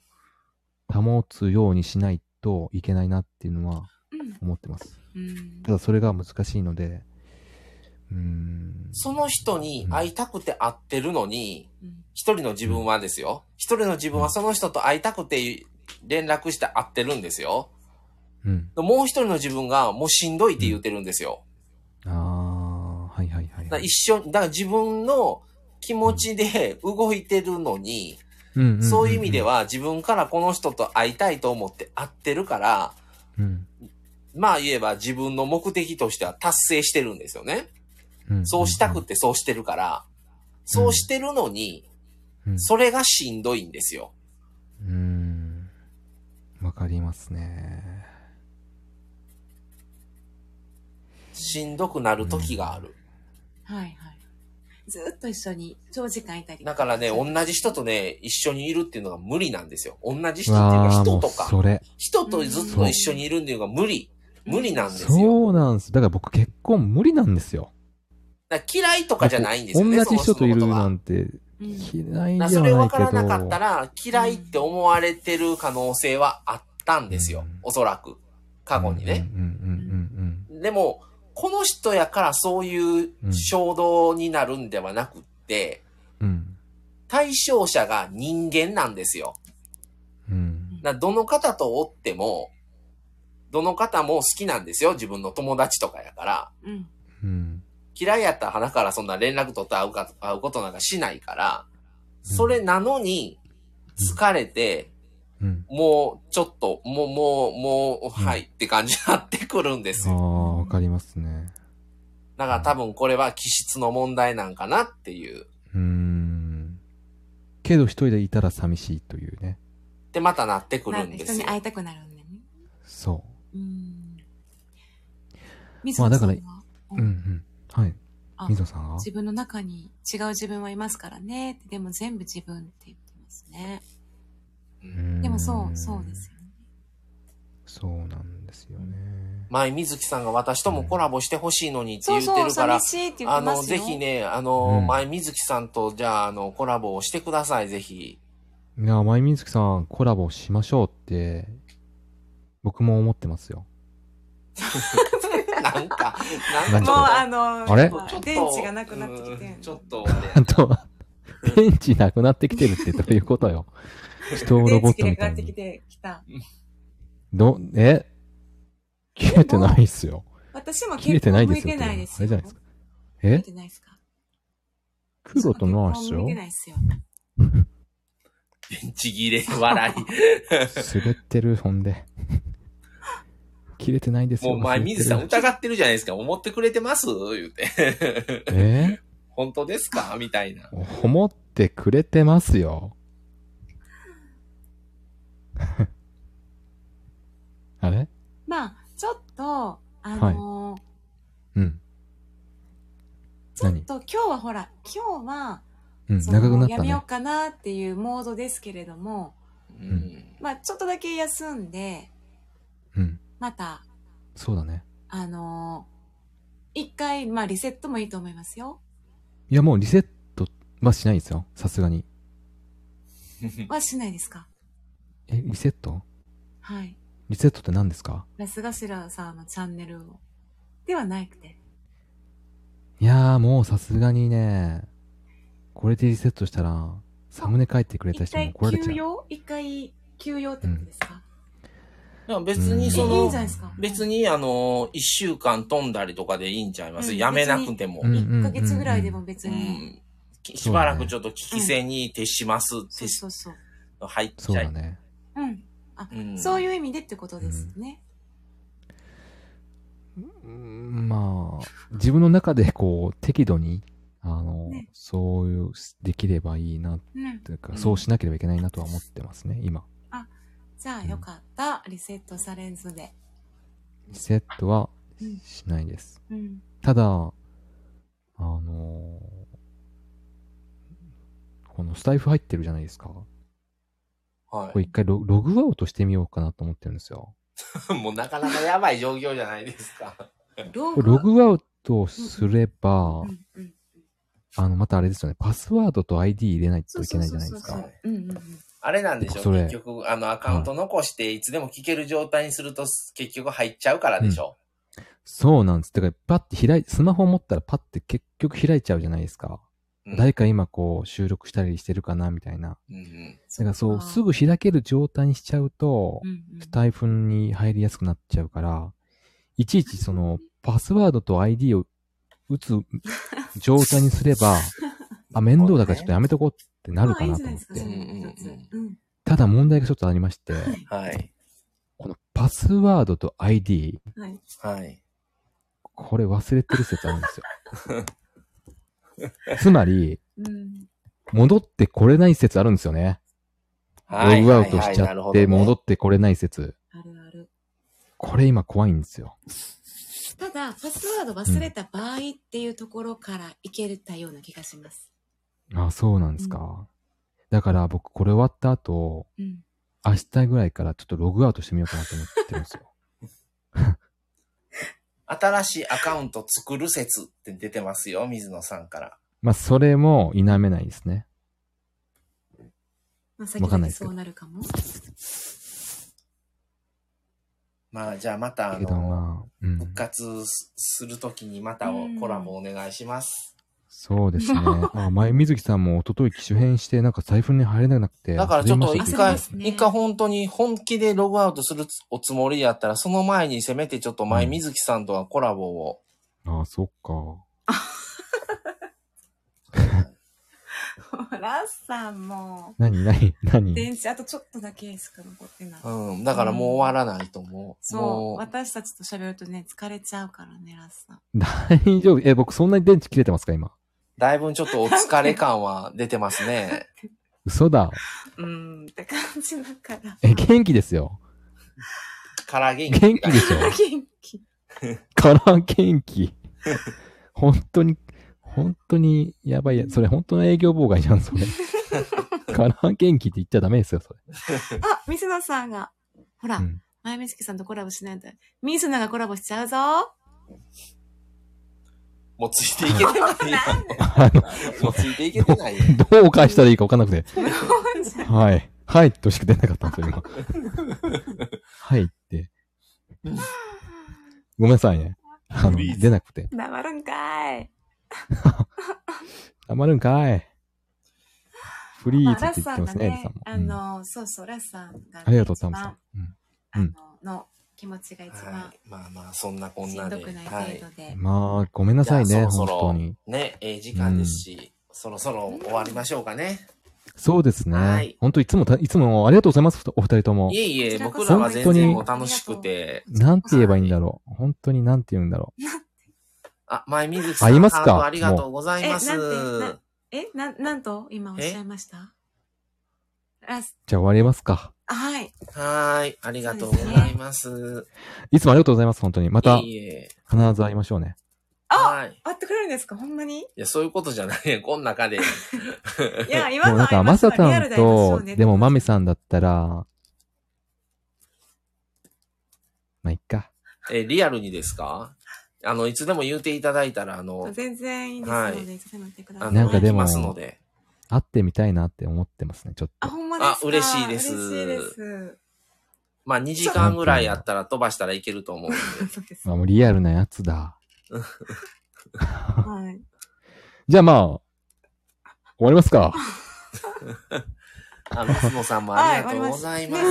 Speaker 4: う、保つようにしないといけないなっていうのは
Speaker 2: うん
Speaker 4: 思ってます。
Speaker 2: うん
Speaker 4: ただそれが難しいので、うーん。
Speaker 1: その人に会いたくて会ってるのに、
Speaker 2: うん
Speaker 1: 一人の自分はですよ。一人の自分はその人と会いたくて連絡して会ってるんですよ。
Speaker 4: うん。
Speaker 1: もう一人の自分がもうしんどいって言ってるんですよ。
Speaker 4: ああ、はいはいは
Speaker 1: だか
Speaker 4: いは
Speaker 1: ら
Speaker 4: い。
Speaker 1: 一緒に、だから自分の気持ちで動いてるのに、
Speaker 4: うんんんん
Speaker 1: そういう意味で、は自分からこの人と会いたいと思って会ってるから、
Speaker 4: うん
Speaker 1: まあ言えば自分の目的としては達成してるんですよね。
Speaker 4: ん
Speaker 1: そうしたくてそうしてるから、そうしてるのに、
Speaker 4: うん
Speaker 1: それがしんどいんですよ。
Speaker 4: うーん。わかりますね。
Speaker 1: しんどくなる時がある。
Speaker 2: はいはい。ずっと一緒に長時間いたり。
Speaker 1: だからね、同じ人とね、一緒にいるっていうのが無理なんですよ。同じ人っていう
Speaker 4: わ
Speaker 1: か
Speaker 4: あ、も
Speaker 1: 人
Speaker 4: う
Speaker 1: とか、
Speaker 4: それ。
Speaker 1: 人とずっと一緒にいるっていうのが無理。無理なんですよ。
Speaker 4: そうなんです。だから僕結婚無理なんですよ。
Speaker 1: だから嫌いとかじゃないんですよね。
Speaker 4: 同じ人といる
Speaker 1: その人のことは
Speaker 4: なんて
Speaker 2: うん
Speaker 4: 嫌いではないけ
Speaker 1: だか
Speaker 4: ど。
Speaker 1: らそれ分からなかったら、嫌いって思われてる可能性はあったんですよ
Speaker 4: うん。
Speaker 1: おそらく。過去にね。
Speaker 4: うんうん
Speaker 1: でも、この人やからそういう衝動になるんではなくって、
Speaker 4: うんうんうん。
Speaker 1: 対象者が人間なんですよ。
Speaker 4: うん。うん。
Speaker 1: だからどの方とおっても、どの方も好きなんですよ。自分の友達とかやから。
Speaker 2: うん。
Speaker 4: うん。
Speaker 1: 嫌いやったら鼻からそんな連絡取って会うか、会うことなんかしないから、それなのに、疲れて、
Speaker 4: うん。
Speaker 1: もう、ちょっと、もう、もう、もう、
Speaker 4: うん
Speaker 1: はいって感じになってくるんです
Speaker 4: あ
Speaker 1: よ。
Speaker 4: あ、わかりますね。
Speaker 1: だから多分これは気質の問題なんかなっていう。
Speaker 4: うーん。けど一人でいたら寂しいというね。
Speaker 1: で、またなってく
Speaker 2: な
Speaker 1: る
Speaker 2: ん
Speaker 1: ん
Speaker 2: か
Speaker 1: で
Speaker 2: 人
Speaker 1: す
Speaker 2: に
Speaker 1: よ。
Speaker 2: 会いたくなるんだよね。
Speaker 4: そ
Speaker 2: うん。
Speaker 4: まあだから
Speaker 2: 水野さんは
Speaker 4: う。うんうん。はい
Speaker 2: あ。
Speaker 4: 水野さんが
Speaker 2: 自分の中に違う自分はいますからね。でも全部自分って言ってますね。でもそう、そうで。
Speaker 4: ん
Speaker 2: すよね。
Speaker 4: そうなんですよね。
Speaker 1: 前、水木さんが私ともコラボしてほしいのにって
Speaker 2: そ
Speaker 1: 言
Speaker 2: う
Speaker 1: って
Speaker 2: そう、
Speaker 1: るから
Speaker 2: 寂、しいって言っ
Speaker 1: あ
Speaker 2: てますよ。
Speaker 1: の、ぜひ。ね、あの、
Speaker 4: うん
Speaker 1: 前、水木さんと、じゃあ、あの、コラボをしてください、ぜ ひ。
Speaker 4: いや、まゆみずきさん、コラボしましょうって、僕も思ってますよ。
Speaker 1: なんか、な
Speaker 4: も
Speaker 1: ん
Speaker 4: う
Speaker 2: もう、あ
Speaker 1: か
Speaker 2: の、
Speaker 4: あれ
Speaker 1: ちょっと、ちょっと
Speaker 2: 電池がなくなってきて
Speaker 1: うんん
Speaker 2: の
Speaker 1: ちょっと、
Speaker 4: あとは、電池なくなってきてるってどういうこと よ。人をロ
Speaker 2: 電
Speaker 4: ボッ
Speaker 2: 池
Speaker 4: ト
Speaker 2: がなくなっ
Speaker 4: みたい
Speaker 2: てき
Speaker 4: に。
Speaker 2: てきた。
Speaker 4: ど、え切れてないっすよ。
Speaker 2: 私も
Speaker 4: 切れ
Speaker 2: 結
Speaker 4: てな
Speaker 2: 婚
Speaker 4: いで
Speaker 2: 向い
Speaker 4: すよ。
Speaker 2: てないです
Speaker 4: あ
Speaker 2: よ。
Speaker 4: れじゃないですか。
Speaker 2: 向い
Speaker 4: え
Speaker 2: てないですか
Speaker 4: 黒とないっす
Speaker 2: 向い
Speaker 4: よ
Speaker 2: て。ないですよ。
Speaker 1: 電池切れ、 笑
Speaker 4: 滑ってる、ほんで。切れてないで
Speaker 1: い。
Speaker 4: すよ。
Speaker 1: もう、前、
Speaker 4: 忘れてる
Speaker 1: 水木さん疑ってるじゃないですか。思ってくれてます言うて。
Speaker 4: え
Speaker 1: 本当ですかみたいな。
Speaker 4: ほもってくれてますよ。 あれ
Speaker 2: まあ、ちょっと、あのー
Speaker 4: うん。
Speaker 2: ちょっ
Speaker 4: 何
Speaker 2: と今日はほら、今日は、
Speaker 4: うん、
Speaker 2: その
Speaker 4: 長くなっ
Speaker 2: や
Speaker 4: た
Speaker 2: めよ
Speaker 4: ね
Speaker 2: う。かなっていうモードですけれども、
Speaker 1: うん。
Speaker 2: まあ、ちょっとだけ休んで、
Speaker 4: うん。
Speaker 2: また、
Speaker 4: そうだね。
Speaker 2: あのー一回、まあ、リセットもいいと思いますよ。
Speaker 4: いや、もうリセットはしないですよ。さすがに。
Speaker 2: はしないですか
Speaker 4: え、リセット
Speaker 2: はい。
Speaker 4: リセットって何ですか
Speaker 2: ラスガシラさんのチャンネルを。ではなくて。
Speaker 4: いやー、もうさすがにね、これでリセットしたら、サムネ書いてくれた
Speaker 2: 一
Speaker 4: 人も
Speaker 2: 回
Speaker 4: 怒られち
Speaker 2: 休
Speaker 4: ゃう。
Speaker 2: 養一回休養ってことですか、
Speaker 1: でも別にそ
Speaker 2: えいいん
Speaker 1: の
Speaker 2: じ、ゃないですか。
Speaker 1: 別にあの、一週間飛んだりとかでいいんちゃいます、
Speaker 2: うん
Speaker 1: やめなくても。
Speaker 4: うん
Speaker 2: 1ヶ月ぐらいでも別
Speaker 1: う
Speaker 2: に。
Speaker 1: ん。きしばらくちょっと危機戦に徹しますって
Speaker 2: そうそうそう。
Speaker 1: 入っ
Speaker 4: そう
Speaker 1: ちゃ
Speaker 4: だ
Speaker 1: い。
Speaker 4: ね。
Speaker 2: うん。
Speaker 1: うん
Speaker 2: そういう意味でってことですね。
Speaker 4: うんまあ、自分の中でこう、適度に、あの、
Speaker 2: ね
Speaker 4: そういう、できればいいな、
Speaker 2: うん。
Speaker 4: というか、
Speaker 1: うん
Speaker 4: そうしなければいけないなとは思ってますね、今。
Speaker 2: じゃあよかった。リセットされずで。
Speaker 4: リセットは
Speaker 2: うん
Speaker 4: しないです。
Speaker 2: うん。
Speaker 4: ただ、あのこのスタイフ入ってるじゃないですか。
Speaker 1: は
Speaker 4: これ一回ロログアウトしてみようかなと思ってるんですよ。
Speaker 1: い。もうなかなかやばい状況じゃないです か。
Speaker 2: ロ
Speaker 4: これログアウトすれば
Speaker 2: う、んうん。
Speaker 4: あの、またあれですよね、パスワードと ID 入れないといけないじゃないです
Speaker 1: そうそう
Speaker 4: か
Speaker 1: そう。
Speaker 2: うんうんうん。
Speaker 1: あれなんでしょ
Speaker 4: それ
Speaker 1: 結局、あの、アカウント残して、いつでも聞ける状態にすると、結局入っちゃうからでしょ。
Speaker 4: そうなんです。だから、パッて開い、スマホ持ったらパッて結局開いちゃうじゃないですか。
Speaker 1: うん
Speaker 4: 誰か今こう収録したりしてるかなみたいな。
Speaker 1: うんうん
Speaker 4: だからそう、す
Speaker 2: ぐ。
Speaker 4: ぐ開ける状態にしちゃうと
Speaker 2: う、んうん
Speaker 4: スタイフに入りやすくなっちゃうから、いちいちその、パスワードと ID を打つ状態にすれ ば、あ、面倒だからちょっとやめとこうってなるかなと思
Speaker 2: まあい
Speaker 4: っ
Speaker 2: い
Speaker 4: て。
Speaker 2: んじゃないですかそれ一つうん
Speaker 4: ただ問題がちょっとありまして、
Speaker 1: はい。
Speaker 4: このパスワードと ID、
Speaker 2: はい。
Speaker 1: はい。
Speaker 4: これ忘れてる説あるんですよ。 つまり、
Speaker 2: うん。
Speaker 4: 戻ってこれない説あるんですよね。ログアウトしちゃって戻ってこれない説。
Speaker 2: あるある。
Speaker 4: これ今怖いんですよ。
Speaker 2: ただ、パスワード忘れた場合っていうところからいけたような気がします。
Speaker 4: あ、そうなんですか。だから僕これ終わった後、
Speaker 2: うん。
Speaker 4: 明日ぐらいからちょっとログアウトしてみようかなと思ってるんで すよ。
Speaker 1: 新しいアカウント作る説って出てますよ、水野さんから。
Speaker 4: まあ、それも否めないですね。
Speaker 2: まあ、先
Speaker 4: わかん
Speaker 2: 々
Speaker 4: ないですけ
Speaker 2: そ
Speaker 4: ど
Speaker 2: うなるかも。
Speaker 1: まあ、じゃあまた、あ
Speaker 4: だけど
Speaker 1: の、
Speaker 4: まあ、うん。
Speaker 1: 復活すするときにまたお
Speaker 2: うん
Speaker 1: コラボお願いします。
Speaker 4: そ うですね。あ、前水木さんも一昨日機種変して、なんか財布に入れなくて。
Speaker 1: だからちょっと
Speaker 4: 焦りま
Speaker 1: 一
Speaker 4: した
Speaker 1: 回、
Speaker 2: 焦り
Speaker 4: ね
Speaker 2: ますね
Speaker 1: 一回本当に本気でログアウトするつおつもりやったら、その前にせめてちょっと前
Speaker 4: うん
Speaker 1: 水木さんとはコラボを。
Speaker 4: あ、そっか。
Speaker 2: ほら、さんも。
Speaker 4: 何何何
Speaker 2: 電池あとちょっとだけしか残ってない。
Speaker 1: うん。だからもう終わらないと思う。
Speaker 2: そう。
Speaker 1: も
Speaker 2: 私たちと喋るとね、疲れちゃうからね、ラッサン。
Speaker 4: 大丈夫。え、僕そんなに電池切れてますか今。
Speaker 1: だいぶちょっとお疲れ感は出てます ね。
Speaker 4: 嘘だ。
Speaker 2: うーん、って感じだ から。
Speaker 4: え、元気ですよ。
Speaker 1: から元気。
Speaker 4: 元気ですよ。
Speaker 2: 元気。
Speaker 4: から元気。本当に、本当に、やばいや。それ本当の営業妨害じゃん、それ。から元気って言っちゃダメですよ、それ。
Speaker 2: あ、水野さんが。ほら、
Speaker 4: うん
Speaker 2: 前水木さんとコラボしないと。水野がコラボしちゃう ぞ。
Speaker 1: もうついていけてないやん。
Speaker 4: あの、
Speaker 1: もうついていけてないやん。
Speaker 4: どう返したらいいか分かんなくて。
Speaker 2: そうじゃん
Speaker 4: はい。はいとしか出なかったんですよ、今。はいって。ごめんなさいね。あの、
Speaker 1: フリーズ
Speaker 4: 出なくて。
Speaker 2: 黙るんかい。
Speaker 4: 黙るんかい。フリ
Speaker 2: ま
Speaker 4: ー
Speaker 2: あ
Speaker 4: ズっ
Speaker 2: ラ
Speaker 4: て
Speaker 2: ス
Speaker 4: 言
Speaker 2: さ
Speaker 4: っ
Speaker 2: ん
Speaker 4: てま
Speaker 2: が
Speaker 4: すね、エ
Speaker 2: ね
Speaker 4: リさんも。、
Speaker 2: あ
Speaker 4: うん
Speaker 2: の、そうそう、ラスさんが、ね。
Speaker 4: ありがとう、タ
Speaker 2: 一
Speaker 4: ムさん
Speaker 2: 番。
Speaker 4: うん
Speaker 2: あ
Speaker 4: う
Speaker 2: の
Speaker 4: ん、
Speaker 2: 気持ちが一番
Speaker 1: は、い、まあまあ、そんなこん
Speaker 2: しん
Speaker 1: なで。
Speaker 2: どくない
Speaker 1: は
Speaker 2: 程
Speaker 1: い
Speaker 2: 度。で。
Speaker 4: まあ、ごめんなさい
Speaker 1: じゃ
Speaker 4: ね、
Speaker 1: あそ
Speaker 4: 本
Speaker 1: ろそろ
Speaker 4: 当に。
Speaker 1: ね、ええ時間ですし、そろそろ終わりましょうかね。
Speaker 4: そうです
Speaker 1: はい
Speaker 4: ね。本当いつもた、いつもありがとうございます、ふたお二人とも
Speaker 1: い。えいえ、
Speaker 2: こちらこ
Speaker 1: 僕
Speaker 2: そ
Speaker 1: らは全
Speaker 4: 本当
Speaker 1: 然
Speaker 4: に
Speaker 1: もう楽しくて。
Speaker 4: なんて言えばいいんだろう。本当になんて言うんだろう。
Speaker 1: あ、前水木さん。
Speaker 4: あいますか
Speaker 1: ハートありがとうございます。
Speaker 2: もうえなんてえ、な、なんと今おっしゃいましたラス、
Speaker 4: じゃあ終わりますか。
Speaker 2: はい。
Speaker 1: はーい。ありがとうございます。
Speaker 4: いつもありがとうございます、本当に。また、
Speaker 1: いえいえ。
Speaker 4: 必ず会いましょうね。
Speaker 1: はい。い
Speaker 2: 会ってくれるんですかほんまに
Speaker 1: や、そういうことじゃない よ。こん中で。
Speaker 2: い や、今
Speaker 4: で
Speaker 2: の
Speaker 4: もなんか、まさ
Speaker 2: リ
Speaker 4: た
Speaker 2: ア
Speaker 4: ん
Speaker 2: ルで会いましょ
Speaker 4: と
Speaker 2: うね、
Speaker 4: でも、まみさんだったら、まあ、いっか。
Speaker 1: え、リアルにですかあの、いつでも言うていただいたら、あの、
Speaker 2: 全然いいです
Speaker 1: は
Speaker 2: ので、
Speaker 1: い
Speaker 2: いつでも言ってくださ
Speaker 1: あ
Speaker 2: い。
Speaker 1: の、
Speaker 4: なんかでも
Speaker 1: 行きますので。
Speaker 4: 会ってみたいなって思ってますね、ちょっ
Speaker 2: あ、
Speaker 4: と。
Speaker 2: ほんまですか
Speaker 1: あ嬉しいです
Speaker 2: 嬉しいです。
Speaker 1: まあ、2時間ぐらいやったら飛ばしたらいけると思うんで。
Speaker 2: そうです。
Speaker 4: あ、もうリアルなやつだ。
Speaker 2: はい。
Speaker 4: じゃあまあ、終わりますか。
Speaker 1: あ、ミスノさんもありがとうございます。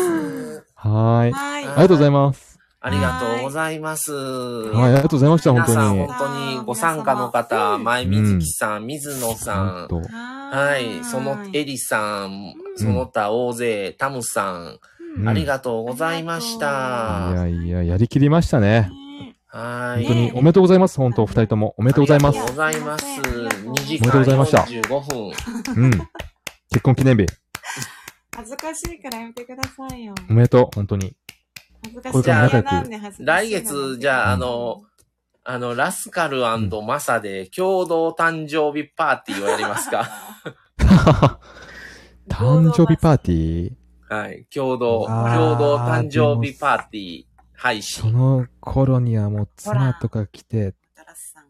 Speaker 4: はー
Speaker 2: は
Speaker 4: い。
Speaker 2: い。
Speaker 4: ありがとうございます。
Speaker 1: ありがとうございます。
Speaker 4: はい、ありがとうございました、本
Speaker 1: 皆
Speaker 4: 当
Speaker 1: さん、
Speaker 4: に。
Speaker 1: 本当にご参加の方、前水木さん、水野さ
Speaker 4: 本
Speaker 1: ん、
Speaker 4: 当
Speaker 2: は
Speaker 1: はい、そのエリさん、
Speaker 2: うん
Speaker 1: その他大勢、タムさ、
Speaker 2: うん
Speaker 4: ん
Speaker 1: ありがとうございまし
Speaker 4: い
Speaker 1: た。
Speaker 4: やいや、やりきりましたね。
Speaker 2: ね
Speaker 1: は
Speaker 4: 本
Speaker 1: い。
Speaker 4: 当におめでとうございます、本当、お二人とも。おめでとうございます
Speaker 1: ありが。とうございます。2時
Speaker 4: おめでと
Speaker 1: 間
Speaker 4: うございました
Speaker 1: 45分。
Speaker 4: うん。結婚記念日。
Speaker 2: 恥ずかしいからやめてくださいよ。
Speaker 4: おめでとう、本当に。
Speaker 2: 恥ずかし
Speaker 4: こ
Speaker 2: い
Speaker 4: れから仲良く
Speaker 2: なんで恥ずかし
Speaker 1: 来
Speaker 2: いの
Speaker 1: 月、じゃあ、あの、、あの、ラスカルマサで共同誕生日パーティーをやりますか
Speaker 4: 誕生日パーティー
Speaker 1: はい。共同、
Speaker 4: あー
Speaker 1: 共同誕生日パーティー配
Speaker 4: そ
Speaker 1: 信。
Speaker 4: の頃にはもう妻とか来て、
Speaker 2: ー。ラスさ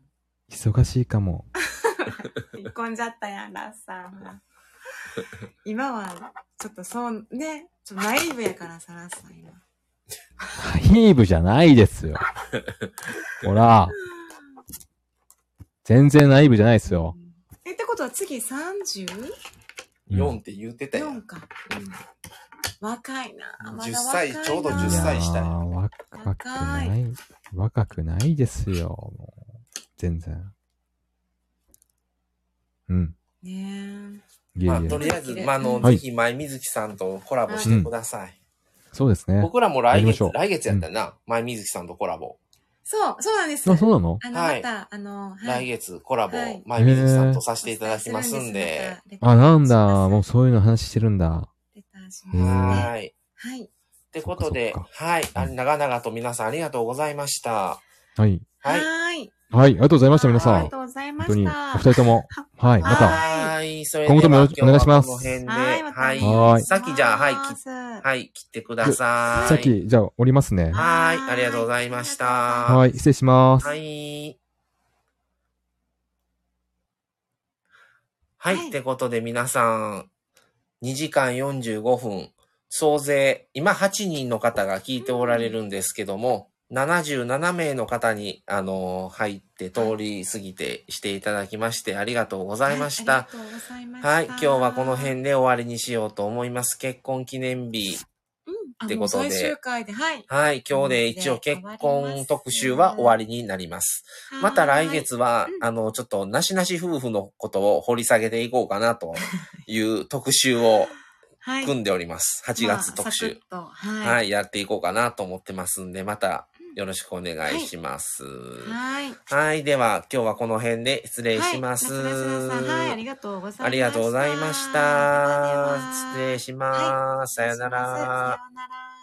Speaker 2: ん。
Speaker 4: 忙しいかも。
Speaker 2: 引っ込んじゃったやん、ラスさんは。今は、ちょっとそう、ね、ちょっとナイーブやからさ、ラスさん今。
Speaker 4: ヒーブじゃないで すよ。ほら。全然ナイーブじゃないですよ。
Speaker 2: え、ってことは次 34?
Speaker 4: うん
Speaker 1: 4って言ってたよ。うん
Speaker 2: か。若いな。まだ若い
Speaker 1: 10歳
Speaker 2: な
Speaker 1: ちょうど10歳したい
Speaker 4: いやー若くない。若くないですよ。もう全然。うん。
Speaker 2: ね
Speaker 4: いえい
Speaker 1: まあ、
Speaker 4: え
Speaker 1: とりあえず、まあ、あの、
Speaker 4: はい
Speaker 1: ぜひ、前水木さんとコラボしてください。
Speaker 4: そうですね。
Speaker 1: 僕らも来
Speaker 4: やりまし
Speaker 1: 月
Speaker 4: ょ、う
Speaker 1: 来月やったよな。前水木さんとコラボ。
Speaker 2: そう、そうなんです。
Speaker 4: あ、そうなの
Speaker 2: あの、
Speaker 1: は
Speaker 2: ま
Speaker 1: い
Speaker 2: た、あの、
Speaker 1: 来月コラボ
Speaker 2: はい、
Speaker 1: 前水木さんとさせていただきますんで。。
Speaker 4: あ、なんだ。もうそういうの話してるんだ。
Speaker 2: レターし
Speaker 4: う
Speaker 2: ま
Speaker 4: ん
Speaker 2: すね。
Speaker 1: はい。
Speaker 2: はい。
Speaker 1: ってことで
Speaker 4: そっか、
Speaker 1: はい。あ
Speaker 4: うん
Speaker 1: 長々と皆さんありがとうございました。
Speaker 4: はい。
Speaker 1: はい。
Speaker 2: はい。
Speaker 4: はい、ありがとうございました、皆さ
Speaker 2: あ
Speaker 4: ん。
Speaker 2: りが
Speaker 4: 本
Speaker 2: とうございま
Speaker 4: 当
Speaker 2: し
Speaker 4: に、お
Speaker 2: た。
Speaker 4: 二人とも。はい、また。
Speaker 1: は。
Speaker 2: はい
Speaker 1: それで
Speaker 4: 今後ともよ
Speaker 1: は
Speaker 4: ろし
Speaker 1: 今日は
Speaker 4: お願いします
Speaker 1: この辺で、
Speaker 2: はい、また
Speaker 1: はい。
Speaker 4: は
Speaker 1: さっきじゃあはい切っ
Speaker 2: は
Speaker 1: はい、切ってください。
Speaker 4: さっき、じゃあ、降りますね。
Speaker 1: はい、ありがとうございました。
Speaker 4: は、
Speaker 1: はい
Speaker 4: 失礼します。
Speaker 1: い。はい、
Speaker 2: はい
Speaker 1: ってことで皆さん、2時間45分、総勢、今8人の方が聞いておられるんですけども、77名の方に、あのー入って通り過ぎてしていただきまして、ありがとうございました。
Speaker 2: ありがとうございました。
Speaker 1: はい、今日はこの辺で終わりにしようと思います。結婚記念日。
Speaker 2: うん
Speaker 1: ってことで
Speaker 2: あもう最終回で、はい。
Speaker 1: はい、今日で一応結婚特集は終わりになります。また来月は
Speaker 2: う、ん
Speaker 1: あの、ちょっと、なしなし夫婦のことを掘り下げていこうかなという特集を
Speaker 2: はい、
Speaker 1: 組んでおります。8月特集。
Speaker 2: まあサクッとは。
Speaker 1: はいい、やっていこうかなと思ってますんで、またよろしくお願いします。
Speaker 2: はい。
Speaker 1: はい、では今日はこの辺で失礼します。
Speaker 2: はい夏目さんはい、ありがとうございました。
Speaker 1: ありがとうございまし
Speaker 2: ではで
Speaker 1: た
Speaker 2: は。
Speaker 1: 失礼します。さよな
Speaker 2: 失
Speaker 1: ら。
Speaker 2: 礼しますさよなら。